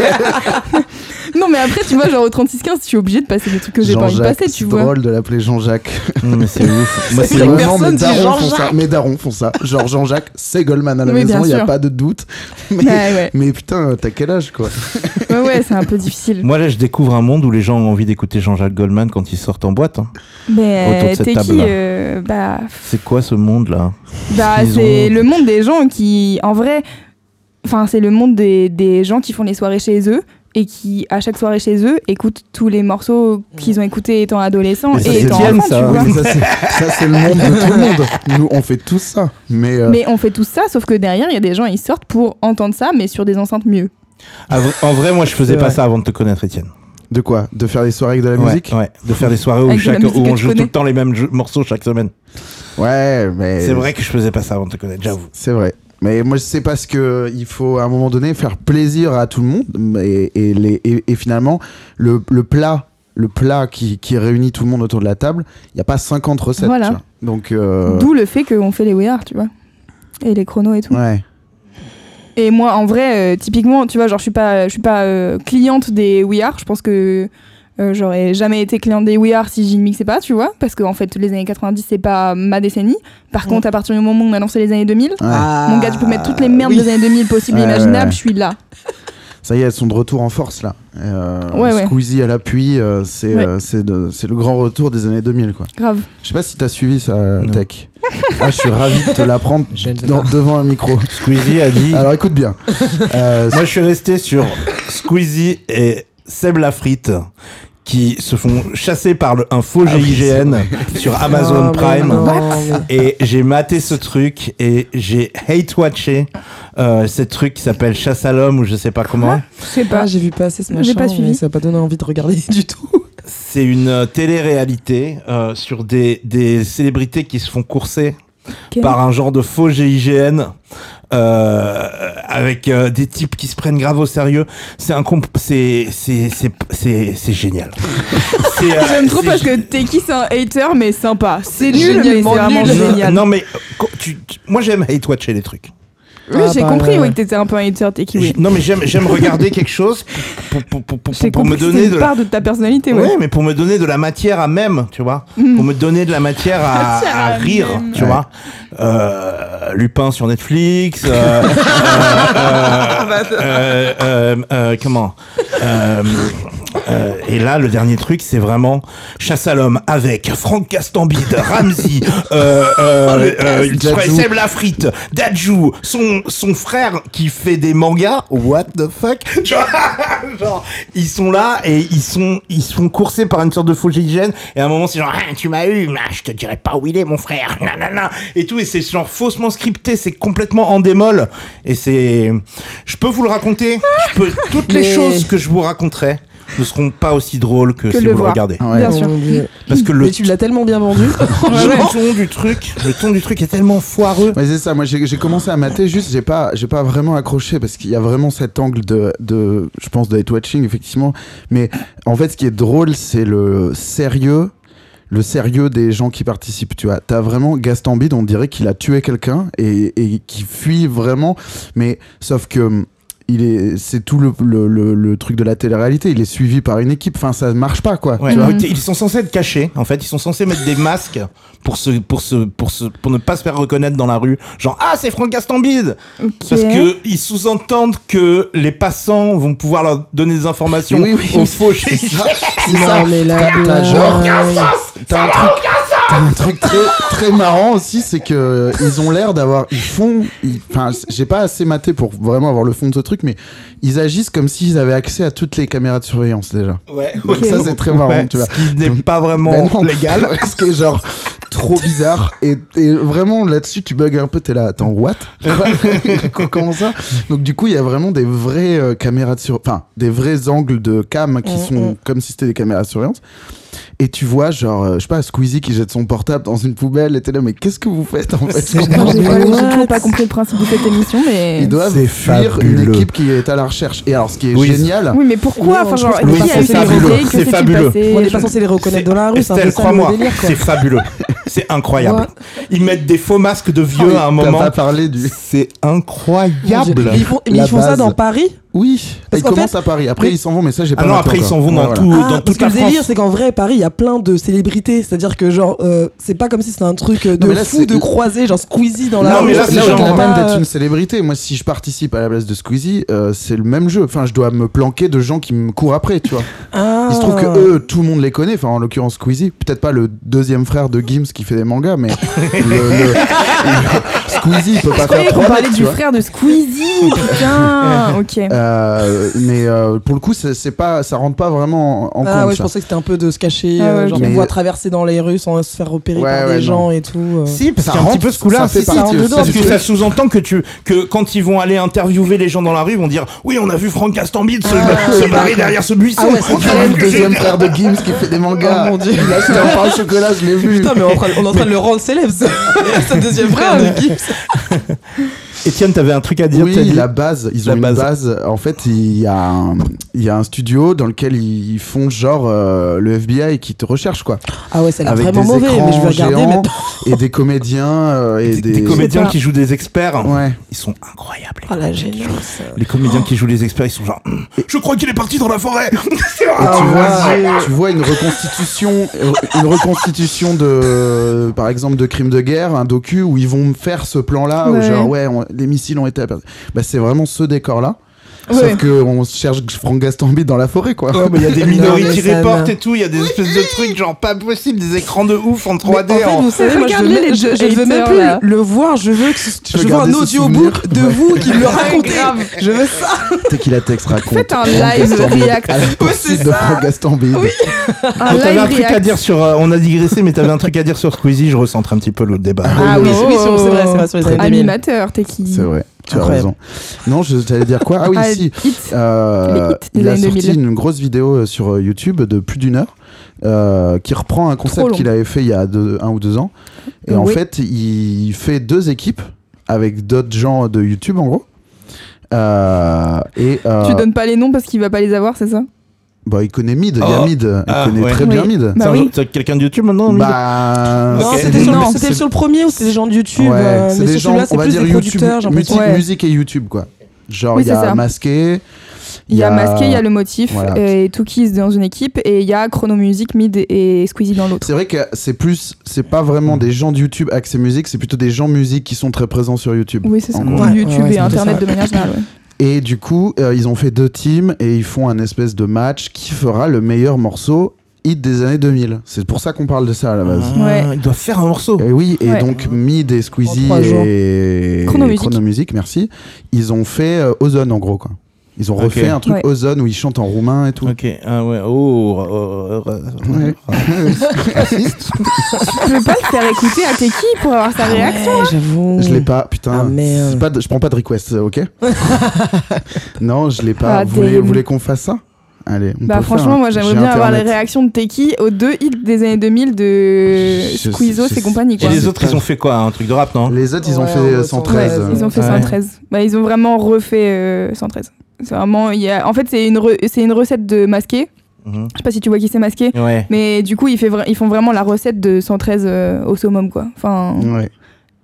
Speaker 2: Non, mais après, tu vois, genre au 36-15, je suis obligée de passer des trucs que j'ai pas envie de
Speaker 1: Jean-Jacques,
Speaker 2: passer, tu
Speaker 1: c'est
Speaker 2: vois.
Speaker 1: drôle de l'appeler Jean-Jacques.
Speaker 4: Non, mais c'est ouf. Moi,
Speaker 3: C'est
Speaker 4: c'est
Speaker 3: vrai.
Speaker 4: ouf.
Speaker 1: Vraiment, mes
Speaker 3: personne dit
Speaker 1: darons font ça.
Speaker 3: Jean-Jacques.
Speaker 1: Mes darons font ça. Genre Jean-Jacques, c'est Goldman à la
Speaker 2: Oui, bien
Speaker 1: maison, il y a
Speaker 2: sûr.
Speaker 1: pas de doute. Mais,
Speaker 2: Ouais, ouais.
Speaker 1: mais putain, t'as quel âge quoi
Speaker 2: Ouais, ouais, c'est un peu difficile.
Speaker 4: Moi, là, je découvre un monde où les gens ont envie d'écouter Jean-Jacques Goldman quand ils sortent en boîte. hein. Autour de
Speaker 2: Mais
Speaker 4: cette
Speaker 2: t'es qui
Speaker 4: table-là.
Speaker 2: euh, Bah,
Speaker 4: C'est quoi ce monde-là
Speaker 2: bah
Speaker 4: Ils
Speaker 2: c'est
Speaker 4: ont-
Speaker 2: le monde des gens qui, en vrai, enfin, c'est le monde des, des gens qui font les soirées chez eux et qui, à chaque soirée chez eux, écoutent tous les morceaux qu'ils ont écoutés étant adolescents
Speaker 1: Mais ça,
Speaker 2: et
Speaker 1: c'est
Speaker 2: étant
Speaker 1: bien,
Speaker 2: enfants,
Speaker 4: ça.
Speaker 2: tu
Speaker 1: Oui, mais Ça,
Speaker 2: vois.
Speaker 1: c'est- ça, c'est le monde de tout le monde. Nous, on fait tous ça. Mais, euh,
Speaker 2: Mais on fait tout ça, sauf que derrière, il y a des gens, ils sortent pour entendre ça, mais sur des enceintes mieux.
Speaker 4: Ah, v- En vrai, moi, je faisais
Speaker 3: C'est
Speaker 4: pas
Speaker 3: vrai.
Speaker 4: ça avant de te connaître, Étienne.
Speaker 1: de quoi De faire des soirées avec de la
Speaker 4: Ouais,
Speaker 1: musique
Speaker 4: ouais. De faire des soirées où,
Speaker 2: Avec de la
Speaker 4: chaque,
Speaker 2: musique
Speaker 4: où
Speaker 2: que
Speaker 4: on
Speaker 2: tu
Speaker 4: joue tout
Speaker 2: connais.
Speaker 4: le temps les mêmes jeux- morceaux chaque semaine.
Speaker 1: Ouais, mais.
Speaker 4: C'est vrai que je faisais pas ça avant de te connaître, j'avoue.
Speaker 1: C'est vrai. Mais moi, c'est parce que il faut à un moment donné faire plaisir à tout le monde. Et, et les, et, et finalement, le, le plat, le plat qui, qui réunit tout le monde autour de la table, il n'y a pas 50 recettes.
Speaker 2: Voilà.
Speaker 1: tu vois. Donc. euh,
Speaker 2: D'où le fait qu'on fait les We Are, tu vois. Et les chronos et tout.
Speaker 1: Ouais.
Speaker 2: Et moi, en vrai, euh, typiquement, tu vois, genre, je suis pas, je suis pas euh, cliente des We Are. Je pense que euh, j'aurais jamais été cliente des We Are si j'y ne mixais pas, tu vois. Parce que, en fait, les années 90, c'est pas ma décennie. Par
Speaker 3: Mm.
Speaker 2: contre, à partir du moment où on a lancé les années 2000,
Speaker 1: Ouais.
Speaker 2: mon gars, tu peux mettre toutes les merdes
Speaker 3: Ah, oui.
Speaker 2: des années 2000 possibles et
Speaker 1: Ouais, ouais,
Speaker 2: imaginables,
Speaker 1: ouais.
Speaker 2: je suis là.
Speaker 1: Ça y est, elles sont de retour en force là. Euh,
Speaker 2: Ouais, ouais.
Speaker 1: Squeezie à l'appui, euh, c'est
Speaker 2: Ouais.
Speaker 1: euh, c'est de- c'est le grand retour des années 2000 quoi.
Speaker 2: Grave.
Speaker 1: Je sais pas si t'as suivi ça, euh, Tech. Ah, je suis ravi de te l'apprendre
Speaker 3: Je ne sais
Speaker 1: dans-
Speaker 3: pas.
Speaker 1: devant un micro.
Speaker 4: Squeezie a dit
Speaker 1: Alors écoute bien. Euh,
Speaker 4: Moi, je suis resté sur Squeezie et Seb Lafrite qui se font chasser par le- un
Speaker 3: Ah
Speaker 4: faux GIGN sur Amazon
Speaker 3: Non, mais non,
Speaker 4: Prime.
Speaker 3: mais-
Speaker 4: Et j'ai maté ce truc et j'ai hate-watché euh, ce truc qui s'appelle Chasse à l'homme ou je sais pas comment.
Speaker 2: Je sais pas.
Speaker 3: Ah, j'ai vu passer ce
Speaker 2: J'ai
Speaker 3: machin.
Speaker 2: pas suivi.
Speaker 3: mais Ça n'a pas donné envie de regarder du tout.
Speaker 4: C'est une euh, télé-réalité euh, sur des, des célébrités qui se font courser
Speaker 2: Ok.
Speaker 4: par un genre de faux GIGN euh, avec euh, des types qui se prennent grave au sérieux. C'est un comp- c'est c'est c'est c'est c'est génial. C'est, euh,
Speaker 2: J'aime trop
Speaker 4: c'est
Speaker 2: parce
Speaker 4: gé-
Speaker 2: que Teki c'est un hater mais sympa. C'est nul mais c'est
Speaker 3: Génialement
Speaker 2: vraiment
Speaker 3: nul.
Speaker 2: génial.
Speaker 4: Non mais euh, co- tu- tu- moi j'aime hate watcher les trucs.
Speaker 2: Oui,
Speaker 3: Ah,
Speaker 2: j'ai
Speaker 3: bah,
Speaker 2: compris
Speaker 3: ouais,
Speaker 2: oui
Speaker 3: ouais.
Speaker 2: que t'étais un peu un hater Teki. Oui.
Speaker 4: J- Non mais j'aime j'aime regarder quelque chose pour pour pour pour,
Speaker 2: J'ai
Speaker 4: pour- pour
Speaker 2: compris
Speaker 4: me
Speaker 2: que
Speaker 4: donner
Speaker 2: c'était
Speaker 4: de
Speaker 2: une
Speaker 4: la-
Speaker 2: part de ta personnalité.
Speaker 4: Ouais,
Speaker 2: Ouais.
Speaker 4: mais pour me donner de la matière à même, tu vois.
Speaker 2: Mm.
Speaker 4: Pour me donner de la matière à,
Speaker 2: Matière
Speaker 4: à
Speaker 2: à
Speaker 4: rire,
Speaker 2: même.
Speaker 4: tu vois. Euh, Lupin sur Netflix. euh, euh, euh, euh, euh, euh, comment Euh, euh, Et là, le dernier truc, c'est vraiment Chasse à l'homme avec Franck Castambide, Ramsey, euh, euh, euh,
Speaker 1: Dadju.
Speaker 4: Seb Lafrite, Dadju, son, son frère qui fait des mangas. What the fuck Tu vois Genre, ils sont là et ils sont, ils sont coursés par une sorte de faux hygiène. Et à un moment, c'est genre, Ah, tu m'as eu, ah, je te dirai pas où il est, mon frère, nanana, et tout. Et c'est genre faussement scripté, c'est complètement en démol. Et c'est, je peux vous le raconter. Je peux, toutes les
Speaker 3: Mais-
Speaker 4: choses que je vous raconterai ne seront pas aussi drôles que,
Speaker 2: Que
Speaker 4: si
Speaker 2: le
Speaker 4: vous le
Speaker 2: voir.
Speaker 4: regardez.
Speaker 1: Ouais.
Speaker 2: Bien sûr.
Speaker 3: Mon Dieu.
Speaker 4: Parce que le,
Speaker 3: Ah. Mais tu l'as tellement bien vendu.
Speaker 4: le ton du truc, le ton du truc est tellement foireux.
Speaker 1: Ouais, c'est ça. Moi, j'ai j'ai commencé à mater. Juste, j'ai pas, j'ai pas vraiment accroché parce qu'il y a vraiment cet angle de, de je pense, de hate watching effectivement. Mais en fait, ce qui est drôle, c'est le sérieux, le sérieux des gens qui participent. Tu vois, t'as vraiment Gaston Bide, on dirait qu'il a tué quelqu'un et, et qui fuit vraiment. Mais sauf que hum, il est, c'est tout le, le, le, le truc de la télé-réalité. Il est suivi par une équipe. Enfin, ça marche pas, quoi.
Speaker 4: Ouais,
Speaker 1: tu vois.
Speaker 3: Mhm.
Speaker 4: donc, Ils sont censés être cachés, en fait. Ils sont censés mettre des masques pour se, pour se, pour se, pour ne pas se faire reconnaître dans la rue. Genre, ah, c'est Franck Gastambide!
Speaker 2: Ok.
Speaker 4: Parce que ils sous-entendent que les passants vont pouvoir leur donner des informations
Speaker 1: Oui, oui.
Speaker 4: aux faux chez
Speaker 1: C'est
Speaker 3: Non,
Speaker 1: ça.
Speaker 3: mais là,
Speaker 1: T'as- t'as
Speaker 3: là,
Speaker 1: genre-
Speaker 3: ouais.
Speaker 1: T'as un truc, t'as un truc très, très marrant aussi, c'est que euh, ils ont l'air d'avoir, ils font, ils- enfin, j'ai pas assez maté pour vraiment avoir le fond de ce truc, mais ils agissent comme s'ils avaient accès à toutes les caméras de surveillance déjà.
Speaker 4: Ouais,
Speaker 1: Donc ça, c'est très marrant, tu vois.
Speaker 4: Ce qui n'est pas vraiment
Speaker 1: Ben non.
Speaker 4: légal.
Speaker 1: Ce qui est genre trop bizarre. Et, et vraiment, là-dessus, tu bugs un peu, t'es là, attends, what Qu- Comment ça Donc, du coup, il y a vraiment des vraies euh, caméras de surveillance, enfin, des vrais angles de cam qui
Speaker 3: Mm,
Speaker 1: sont
Speaker 3: mm.
Speaker 1: comme si c'était des caméras de surveillance. Et tu vois, genre, euh, je sais pas, Squeezie qui jette son portable dans une poubelle, et t'es là, mais qu'est-ce que vous faites en fait
Speaker 3: C'est
Speaker 1: Je comprends
Speaker 2: Non, J'ai
Speaker 1: pas.
Speaker 2: pas- j'ai
Speaker 3: What
Speaker 2: toujours pas compris le principe de cette émission mais.
Speaker 1: Ils doivent
Speaker 4: C'est
Speaker 1: fuir une
Speaker 4: fabuleux.
Speaker 1: équipe qui est à la recherche. Et alors, ce qui est
Speaker 4: Oui.
Speaker 1: génial,
Speaker 2: Oui mais pourquoi
Speaker 3: Non,
Speaker 2: Enfin
Speaker 3: je
Speaker 2: genre
Speaker 3: pense
Speaker 4: que
Speaker 2: qui
Speaker 4: c'est
Speaker 2: a eu cette
Speaker 4: fabuleux.
Speaker 2: idée
Speaker 4: C'est
Speaker 2: Que s'est-il
Speaker 4: fabuleux.
Speaker 2: passé
Speaker 3: On n'est pas censé les reconnaître dans la rue, c'est un peu
Speaker 4: Estelle,
Speaker 3: ça le
Speaker 4: crois-moi,
Speaker 3: délire. quoi.
Speaker 4: c'est fabuleux. C'est incroyable.
Speaker 3: Ouais.
Speaker 4: Ils mettent des faux masques de vieux à un
Speaker 1: Ah t'as
Speaker 4: moment.
Speaker 1: pas parlé du.
Speaker 4: C'est
Speaker 3: Mon Dieu.
Speaker 4: incroyable.
Speaker 3: Mais Ils font, mais
Speaker 1: La
Speaker 3: ils font ça
Speaker 1: base.
Speaker 3: dans Paris
Speaker 1: Oui,
Speaker 3: Parce
Speaker 1: ils
Speaker 3: qu'en
Speaker 1: commencent à Paris. Après,
Speaker 3: oui.
Speaker 1: ils s'en vont, mais ça, j'ai pas
Speaker 4: Ah non,
Speaker 1: maté
Speaker 4: après ils
Speaker 1: encore.
Speaker 4: s'en vont
Speaker 1: Ouais,
Speaker 4: dans
Speaker 1: voilà.
Speaker 4: tout,
Speaker 3: Ah,
Speaker 4: dans
Speaker 3: parce
Speaker 4: toute
Speaker 3: que
Speaker 4: la
Speaker 3: le
Speaker 4: France.
Speaker 3: délire, c'est qu'en vrai, à Paris, il y a plein de célébrités. C'est-à-dire que, genre, euh, c'est pas comme si c'était un truc euh, de
Speaker 1: Non, mais là,
Speaker 3: fou
Speaker 1: c'est-
Speaker 3: de croiser, genre Squeezie dans la
Speaker 4: Non,
Speaker 3: rue.
Speaker 4: mais là, c'est
Speaker 1: là,
Speaker 4: genre-
Speaker 1: au-delà
Speaker 3: on
Speaker 1: même
Speaker 3: va pas,
Speaker 1: d'être
Speaker 3: euh,
Speaker 1: une célébrité. Moi, si je participe à la place de Squeezie, euh, c'est le même jeu. Enfin, je dois me planquer de gens qui me courent après, tu vois.
Speaker 3: ah.
Speaker 1: Il se trouve que eux, tout le monde les connaît. Enfin, en l'occurrence, Squeezie. Peut-être pas le deuxième frère de Gims qui fait des mangas, mais le, le- le- Squeezie, il peut pas
Speaker 2: Je croyais
Speaker 1: faire
Speaker 2: qu'on
Speaker 1: trois
Speaker 2: parlait
Speaker 1: mecs,
Speaker 2: du
Speaker 1: tu vois.
Speaker 2: frère de Squeezie Putain Ok.
Speaker 1: Euh, mais euh, pour le coup, c'est c'est pas, ça rentre pas vraiment en, en
Speaker 3: Ah
Speaker 1: compte.
Speaker 3: ouais, je
Speaker 1: ça.
Speaker 3: pensais que c'était un peu de se cacher,
Speaker 2: Ah ouais,
Speaker 3: euh, genre
Speaker 1: ok.
Speaker 3: on
Speaker 1: Mais-
Speaker 3: voit traverser dans les rues sans se faire repérer
Speaker 1: Ouais,
Speaker 3: par
Speaker 1: ouais,
Speaker 3: des gens et tout. euh.
Speaker 4: Si, parce
Speaker 1: Ça
Speaker 4: qu'il y a un
Speaker 1: rentre,
Speaker 4: petit peu ce coup-là.
Speaker 1: ça fait
Speaker 4: si, si.
Speaker 1: partie
Speaker 3: du-
Speaker 4: Parce
Speaker 3: du
Speaker 4: que
Speaker 3: truc.
Speaker 4: ça sous-entend que tu que quand ils vont aller interviewer les gens dans la rue, ils vont dire oui, on a vu Franck Castambide se, se barrer derrière ce buisson.
Speaker 3: Ah ouais,
Speaker 1: On dirait le deuxième frère de Gims qui fait des mangas.
Speaker 3: Oh mon Dieu.
Speaker 1: Il a acheté un pain au chocolat, je l'ai vu.
Speaker 3: Putain, mais on est en train, on est en train de le rendre célèbre, ce ce deuxième frère de Gibbs.
Speaker 4: Étienne, t'avais un truc à dire. t'as
Speaker 1: Oui,
Speaker 4: dit
Speaker 1: la base. Ils
Speaker 4: La
Speaker 1: ont
Speaker 4: base.
Speaker 1: une base. En fait, il y, a un, il y a un studio dans lequel ils ils font genre euh, le FBI qui te recherche, quoi.
Speaker 3: Ah ouais, ça a l'air
Speaker 1: Avec
Speaker 3: vraiment
Speaker 1: des
Speaker 3: mauvais,
Speaker 1: écrans
Speaker 3: mais je vais regarder
Speaker 1: géants
Speaker 3: maintenant.
Speaker 1: et des comédiens euh, et
Speaker 4: des,
Speaker 1: des,
Speaker 4: des comédiens
Speaker 2: C'est pas-
Speaker 4: qui jouent des experts.
Speaker 1: Ouais.
Speaker 4: Ils sont incroyables.
Speaker 3: Ah la gênance.
Speaker 4: Les comédiens qui jouent les experts, ils sont genre. Hum, Je crois qu'il est parti dans la forêt.
Speaker 1: Et
Speaker 4: Ah
Speaker 1: tu,
Speaker 3: ouais.
Speaker 1: vois, tu vois une reconstitution, euh, une reconstitution de, par exemple, de crimes de guerre, un docu où ils vont faire ce plan-là, où
Speaker 2: Ouais.
Speaker 1: genre ouais, on- les missiles ont été aperçus. Bah c'est vraiment ce décor-là.
Speaker 2: Ouais.
Speaker 1: Sauf que on cherche Franck Gastambide dans la forêt, quoi.
Speaker 4: Ouais, mais il y a des
Speaker 3: Non,
Speaker 4: minorités
Speaker 3: mais ça
Speaker 4: reports
Speaker 3: va.
Speaker 4: et tout, il y a des espèces de trucs genre pas possible, des écrans de ouf en
Speaker 3: Mais
Speaker 4: 3D.
Speaker 3: en fait,
Speaker 1: hein.
Speaker 4: en-
Speaker 3: vous savez, moi, je veux,
Speaker 2: Regardez
Speaker 3: même-
Speaker 2: les
Speaker 3: je, je veux
Speaker 2: haters,
Speaker 3: même plus
Speaker 2: là.
Speaker 3: le voir. Je veux que ce-
Speaker 1: Tu veux
Speaker 3: je veux
Speaker 1: garder
Speaker 3: un
Speaker 1: ce
Speaker 3: audiobook
Speaker 1: souvenir
Speaker 3: de vous qui me le racontez.
Speaker 2: grave.
Speaker 3: Je veux ça.
Speaker 1: T'es qu'il a texte raconte.
Speaker 2: Faites un
Speaker 1: Franck
Speaker 2: live
Speaker 1: Gastambide
Speaker 2: react.
Speaker 1: à la poursuite de Franck Gastambide.
Speaker 2: Un
Speaker 4: Donc, Ah, t'avais un
Speaker 2: Ah, live
Speaker 4: truc à
Speaker 2: react.
Speaker 4: dire sur. euh, on a digressé, mais t'avais un truc à dire sur Squeezie. Je recentre un petit peu le débat.
Speaker 2: Ah oui,
Speaker 3: oui, sur- c'est vrai, c'est vrai, sur les
Speaker 2: Très
Speaker 3: années 2000.
Speaker 2: Animateur, t'es qui
Speaker 1: C'est vrai. Tu as
Speaker 3: Incroyable.
Speaker 1: raison. Non, je t'allais dire quoi Ah oui, si.
Speaker 2: Hit.
Speaker 1: Euh,
Speaker 2: Les hits des
Speaker 1: il a
Speaker 2: années
Speaker 1: sorti
Speaker 2: 2000.
Speaker 1: une grosse vidéo euh, sur euh, YouTube de plus d'une heure euh, qui reprend un concept
Speaker 2: long.
Speaker 1: qu'il avait fait il y a deux- un ou deux ans. Et en
Speaker 2: Oui.
Speaker 1: fait, il fait deux équipes avec d'autres gens de YouTube en gros. Euh, et, euh,
Speaker 2: Tu donnes pas les noms parce qu'il va pas les avoir, c'est ça
Speaker 1: bah, il connaît Mid, il y
Speaker 4: Oh.
Speaker 1: a Mid, il
Speaker 4: Ah,
Speaker 1: connaît
Speaker 4: ouais.
Speaker 1: très bien
Speaker 2: Oui.
Speaker 1: Mid.
Speaker 2: Bah
Speaker 4: C'est un-
Speaker 2: oui.
Speaker 4: c'est quelqu'un de YouTube maintenant Mid
Speaker 1: Bah,
Speaker 4: Non,
Speaker 3: Non,
Speaker 4: Ok.
Speaker 3: c'était sur,
Speaker 2: Non,
Speaker 3: c'était
Speaker 1: c'est-
Speaker 3: sur le premier ou c'était des gens de YouTube
Speaker 1: Ouais,
Speaker 3: euh, mais
Speaker 1: c'est
Speaker 3: sur
Speaker 1: des gens,
Speaker 3: celui-là, c'est
Speaker 1: on va
Speaker 3: plus
Speaker 1: dire
Speaker 3: des
Speaker 1: YouTube,
Speaker 3: producteurs, j'ai
Speaker 1: musique,
Speaker 3: l'impression.
Speaker 2: Ouais.
Speaker 1: musique et YouTube quoi. Genre
Speaker 2: Oui,
Speaker 1: il y
Speaker 2: c'est
Speaker 1: a
Speaker 2: ça.
Speaker 1: Masqué,
Speaker 2: Il y a Masqué, il y a le motif,
Speaker 1: Voilà.
Speaker 2: et Two Keys dans une équipe, et il y a Chrono Music, Mid et Squeezie dans l'autre.
Speaker 1: C'est vrai que c'est plus, c'est pas vraiment des gens de YouTube axés musique, c'est plutôt des gens musique qui sont très présents sur YouTube.
Speaker 2: Oui, c'est ça.
Speaker 1: En gros.
Speaker 3: Ouais,
Speaker 2: YouTube
Speaker 3: ouais, ouais,
Speaker 2: et
Speaker 3: c'est
Speaker 2: Internet
Speaker 3: ça.
Speaker 2: de manière générale. ouais.
Speaker 1: Et du coup, euh, ils ont fait deux teams et ils font un espèce de match qui fera le meilleur morceau hit des années 2000. C'est pour ça qu'on parle de ça à la base.
Speaker 4: Ah,
Speaker 2: Ouais.
Speaker 4: Il doit faire un morceau.
Speaker 1: Et Eh oui, et
Speaker 2: Oh. Ouais.
Speaker 1: donc Mid et Squeezie
Speaker 3: trois jours.
Speaker 1: et
Speaker 2: Chrono Music.
Speaker 1: Music, merci. Ils ont fait euh, Ozone en gros quoi. Ils ont
Speaker 4: Ok.
Speaker 1: refait un truc
Speaker 2: Ouais.
Speaker 1: Ozone où ils chantent en roumain et tout.
Speaker 4: Ok, ah ouais, oh, oh, oh, oh.
Speaker 1: Ouais. Raciste.
Speaker 2: Tu peux pas le faire écouter à Teki pour avoir sa réaction
Speaker 3: Ah Ouais, j'avoue.
Speaker 1: Je l'ai pas, putain.
Speaker 3: Ah, merde.
Speaker 1: C'est pas de- je prends pas de request, euh, ok Non, je l'ai pas.
Speaker 2: Ah,
Speaker 1: vous, voulez,
Speaker 2: terrible.
Speaker 1: vous voulez qu'on fasse ça Allez, on
Speaker 2: Bah
Speaker 1: peut
Speaker 2: franchement,
Speaker 1: faire,
Speaker 2: moi
Speaker 1: hein.
Speaker 2: j'aimerais
Speaker 1: J'ai
Speaker 2: bien avoir les
Speaker 1: Internet.
Speaker 2: réactions de Teki aux deux hits des années 2000 de
Speaker 1: Je-
Speaker 2: Squeezos
Speaker 1: je-
Speaker 2: et compagnie.
Speaker 4: Et
Speaker 2: Quoi.
Speaker 4: les autres, ils ont fait quoi Un truc de rap, non
Speaker 1: Les autres, ils ont
Speaker 3: Ouais,
Speaker 1: fait
Speaker 3: on
Speaker 1: euh,
Speaker 3: ressent-
Speaker 1: 113.
Speaker 3: ouais,
Speaker 2: Ils ont fait
Speaker 1: euh,
Speaker 4: Ouais.
Speaker 2: 113. Bah, ils ont vraiment refait euh, 113. C'est vraiment, il y a... En fait, c'est une, re- c'est une recette de masqué.
Speaker 4: Mhm.
Speaker 2: Je sais pas si tu vois qui c'est masqué.
Speaker 1: Euh,
Speaker 4: Ouais.
Speaker 2: Mais du coup, ils, fait vra- ils font vraiment la recette de 113 euh, au summum, quoi. Enfin,
Speaker 1: Ouais.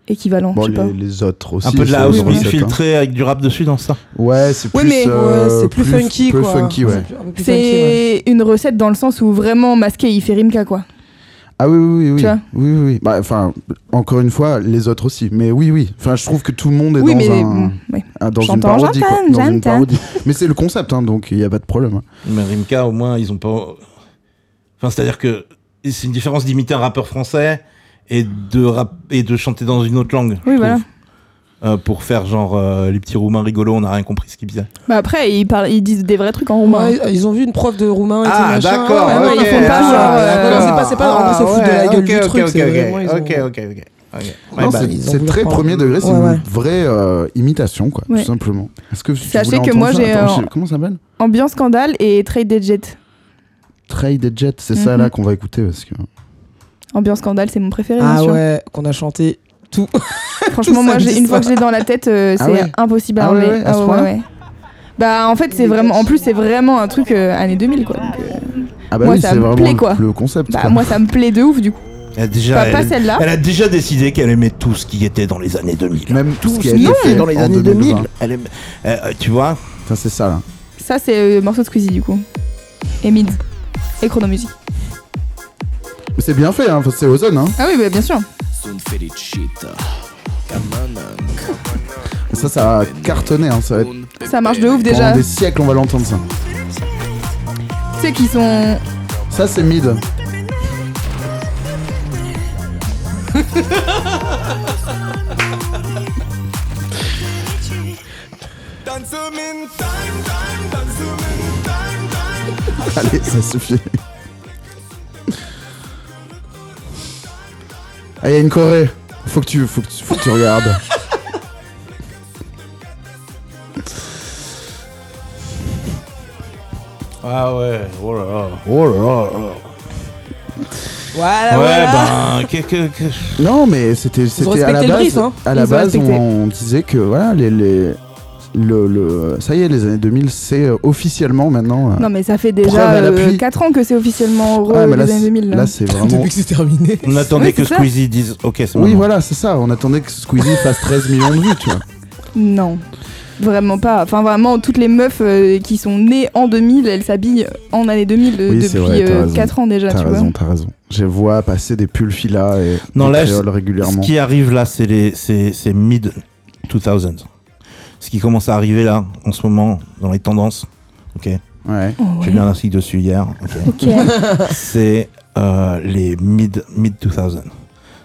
Speaker 2: équivalent,
Speaker 1: Mhm. Bon,
Speaker 2: je sais pas.
Speaker 1: les, les autres aussi.
Speaker 4: Un peu de la
Speaker 1: c'est-
Speaker 4: house
Speaker 1: c'est
Speaker 4: beat
Speaker 1: recette, hein.
Speaker 4: filtrée avec du rap dessus dans ça.
Speaker 1: Ouais, c'est
Speaker 2: Ouais,
Speaker 1: plus.
Speaker 2: mais-
Speaker 1: euh,
Speaker 3: Ouais, c'est plus, funky
Speaker 1: peu
Speaker 3: quoi.
Speaker 1: funky, ouais.
Speaker 3: C'est un peu plus
Speaker 2: C'est
Speaker 3: funky, ouais.
Speaker 2: une recette dans le sens où vraiment masqué, il fait Rimka, quoi.
Speaker 1: Ah oui, oui, oui.
Speaker 2: Tu
Speaker 1: Oui,
Speaker 2: vois
Speaker 1: oui. oui, oui. Bah, Enfin, encore une fois, les autres aussi. Mais oui, oui. Enfin, je trouve que tout le monde est
Speaker 2: oui,
Speaker 1: dans
Speaker 2: mais
Speaker 1: un.
Speaker 2: bon, ouais.
Speaker 1: ah, Dans une
Speaker 2: J'entends,
Speaker 1: parodie, quoi.
Speaker 2: j'entends,
Speaker 1: Dans une
Speaker 2: j'entends.
Speaker 1: parodie. Mais c'est le concept, hein, donc il n'y a pas de problème. hein.
Speaker 4: Mais Rimka, au moins, ils ont pas. Enfin, c'est-à-dire que c'est une différence d'imiter un rappeur français et de, rap... et de chanter dans une autre langue. je
Speaker 2: Oui, voilà.
Speaker 4: trouve. Euh, pour faire genre euh, les petits roumains rigolos, on n'a rien compris ce qu'ils disaient.
Speaker 2: Bah après, ils, parlent, ils disent des vrais trucs en roumain.
Speaker 3: Ouais, ils ont vu une prof de roumain et tout
Speaker 4: Ah,
Speaker 3: machin.
Speaker 4: d'accord,
Speaker 3: Ah, ouais,
Speaker 2: ok.
Speaker 3: ils font pas
Speaker 2: Ah,
Speaker 3: genre, euh,
Speaker 2: d'accord.
Speaker 3: non, c'est pas, c'est pas, en gros, se foutent de la gueule du truc. c'est vraiment, ils ont-
Speaker 4: ok, ok, ok. Ok. My
Speaker 1: Non,
Speaker 4: bad.
Speaker 1: c'est
Speaker 3: ils ont
Speaker 1: c'est
Speaker 3: voulu
Speaker 1: très
Speaker 3: reprendre.
Speaker 1: premier degré, c'est
Speaker 3: Ouais,
Speaker 1: une
Speaker 3: ouais.
Speaker 1: vraie euh, imitation, quoi,
Speaker 2: Ouais.
Speaker 1: tout simplement. Est-ce que tu
Speaker 2: Sachez
Speaker 1: voulais
Speaker 2: que
Speaker 1: entendre
Speaker 2: moi,
Speaker 1: ça
Speaker 2: j'ai,
Speaker 1: Attends,
Speaker 2: euh,
Speaker 1: je- Comment ça s'appelle
Speaker 2: Ambiance scandale et trade des jets.
Speaker 1: Trade et Jet, c'est ça
Speaker 2: Mhm.
Speaker 1: là qu'on va écouter parce que.
Speaker 2: Ambiance scandale, c'est mon préféré. bien
Speaker 3: Ah
Speaker 2: sûr.
Speaker 3: ouais, qu'on a chanté tout.
Speaker 2: Franchement,
Speaker 3: Tout
Speaker 2: moi,
Speaker 3: samedi
Speaker 2: j'ai- une fois
Speaker 3: soir.
Speaker 2: que je l'ai dans la tête, euh,
Speaker 1: Ah
Speaker 2: c'est
Speaker 1: ouais.
Speaker 2: impossible à
Speaker 1: Ah ouais,
Speaker 2: enlever.
Speaker 1: ouais, à ce
Speaker 2: Ah
Speaker 1: point-là
Speaker 2: Bah en fait, c'est vraiment. En plus, c'est vraiment un truc euh, années 2000 quoi. donc, euh,
Speaker 1: Ah bah
Speaker 2: Moi,
Speaker 1: oui,
Speaker 2: ça
Speaker 1: c'est
Speaker 2: me
Speaker 1: vraiment
Speaker 2: plaît,
Speaker 1: le-
Speaker 2: quoi.
Speaker 1: le concept.
Speaker 2: bah
Speaker 1: quoi.
Speaker 2: moi, ça me plaît de ouf du coup.
Speaker 4: Elle a bah, déjà,
Speaker 2: Pas, pas
Speaker 4: elle-
Speaker 2: celle-là.
Speaker 4: elle a déjà décidé qu'elle aimait tout ce qui était dans les années 2000.
Speaker 1: Même tout ce qui a
Speaker 4: Non,
Speaker 1: été fait
Speaker 4: dans les
Speaker 1: en
Speaker 4: années 2000.
Speaker 1: 2020.
Speaker 4: Elle aime- euh, euh, tu vois
Speaker 1: Putain, c'est ça là.
Speaker 2: Ça, c'est le morceau de Squeezie du coup. Et Mid. Et Chronomusique.
Speaker 1: Mais c'est bien fait, hein, c'est Ozone. Hein.
Speaker 2: Ah oui, bah, bien sûr.
Speaker 5: Sunt fericită Ca mănânc
Speaker 1: Et ça, ça a cartonné. Hein, ça va être...
Speaker 5: un pepene.
Speaker 2: Ça marche de ouf déjà.
Speaker 1: Pendant des siècles, on va l'entendre ça.
Speaker 2: Tu sais qu'ils sont.
Speaker 1: Ah. Ça, c'est mid.
Speaker 5: Dansăm în time, time, dansăm în time, time
Speaker 1: Allez, ça suffit. Ah, il y a une Corée. Faut que tu, faut que tu, faut que tu regardes.
Speaker 4: Ah ouais, oh là là, oh là là.
Speaker 3: Voilà,
Speaker 4: ouais,
Speaker 3: Ah, voilà.
Speaker 4: ben, que, que, que-
Speaker 1: Non, mais c'était c'était à la
Speaker 3: respecté le
Speaker 1: base.
Speaker 3: brief, hein.
Speaker 1: À la
Speaker 2: Ils ont
Speaker 1: base, on,
Speaker 2: respecté.
Speaker 1: on disait que voilà, les, les- le, le- ça y est, les années 2000, c'est euh, officiellement maintenant. euh,
Speaker 2: Non, mais ça fait
Speaker 1: Preuve
Speaker 2: déjà
Speaker 1: à l'appui.
Speaker 2: 4 ans que c'est officiellement re
Speaker 1: ah, mais là,
Speaker 2: des
Speaker 1: c'est-
Speaker 2: années hein. 2000. là.
Speaker 1: là, c'est vraiment.
Speaker 3: Depuis que c'est terminé.
Speaker 4: On attendait
Speaker 2: Ouais,
Speaker 4: que
Speaker 2: c'est ça.
Speaker 4: Squeezie dise OK, c'est
Speaker 1: Oui,
Speaker 4: maintenant.
Speaker 1: voilà, c'est ça. On attendait que Squeezie fasse 13 millions de vues, tu vois.
Speaker 2: Non, vraiment pas. Enfin, vraiment, toutes les meufs euh, qui sont nées en 2000, elles s'habillent en année 2000 euh,
Speaker 1: Oui, c'est
Speaker 2: depuis
Speaker 1: vrai, t'as raison.
Speaker 2: 4 ans déjà,
Speaker 1: T'as
Speaker 2: tu
Speaker 1: raison,
Speaker 2: vois.
Speaker 1: t'as raison. Je vois passer des pulls fila et
Speaker 4: Non,
Speaker 1: des
Speaker 4: là,
Speaker 1: créoles
Speaker 4: Ce
Speaker 1: régulièrement.
Speaker 4: qui arrive là, c'est les, c'est, c'est mid 2000s. Ce qui commence à arriver là, en ce moment, dans les tendances. Ok,
Speaker 1: Ouais.
Speaker 2: Oh,
Speaker 4: j'ai
Speaker 2: ouais.
Speaker 4: lu un article dessus hier. ok.
Speaker 2: Ok.
Speaker 4: c'est euh, les mid mid 2000.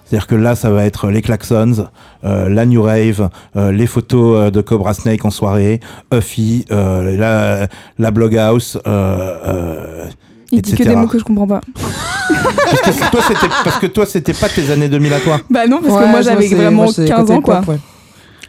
Speaker 4: C'est-à-dire que là, ça va être les klaxons, euh, la new rave, euh, les photos euh, de Cobra Snake en soirée, Huffy, euh, la la bloghouse. Euh, euh,
Speaker 2: Il dit que
Speaker 4: etc..
Speaker 2: des mots que je comprends pas.
Speaker 4: parce, que toi, c'était, parce que toi, c'était pas tes années 2000 à toi.
Speaker 2: Bah non, parce que moi j'avais vraiment 15 ans quoi.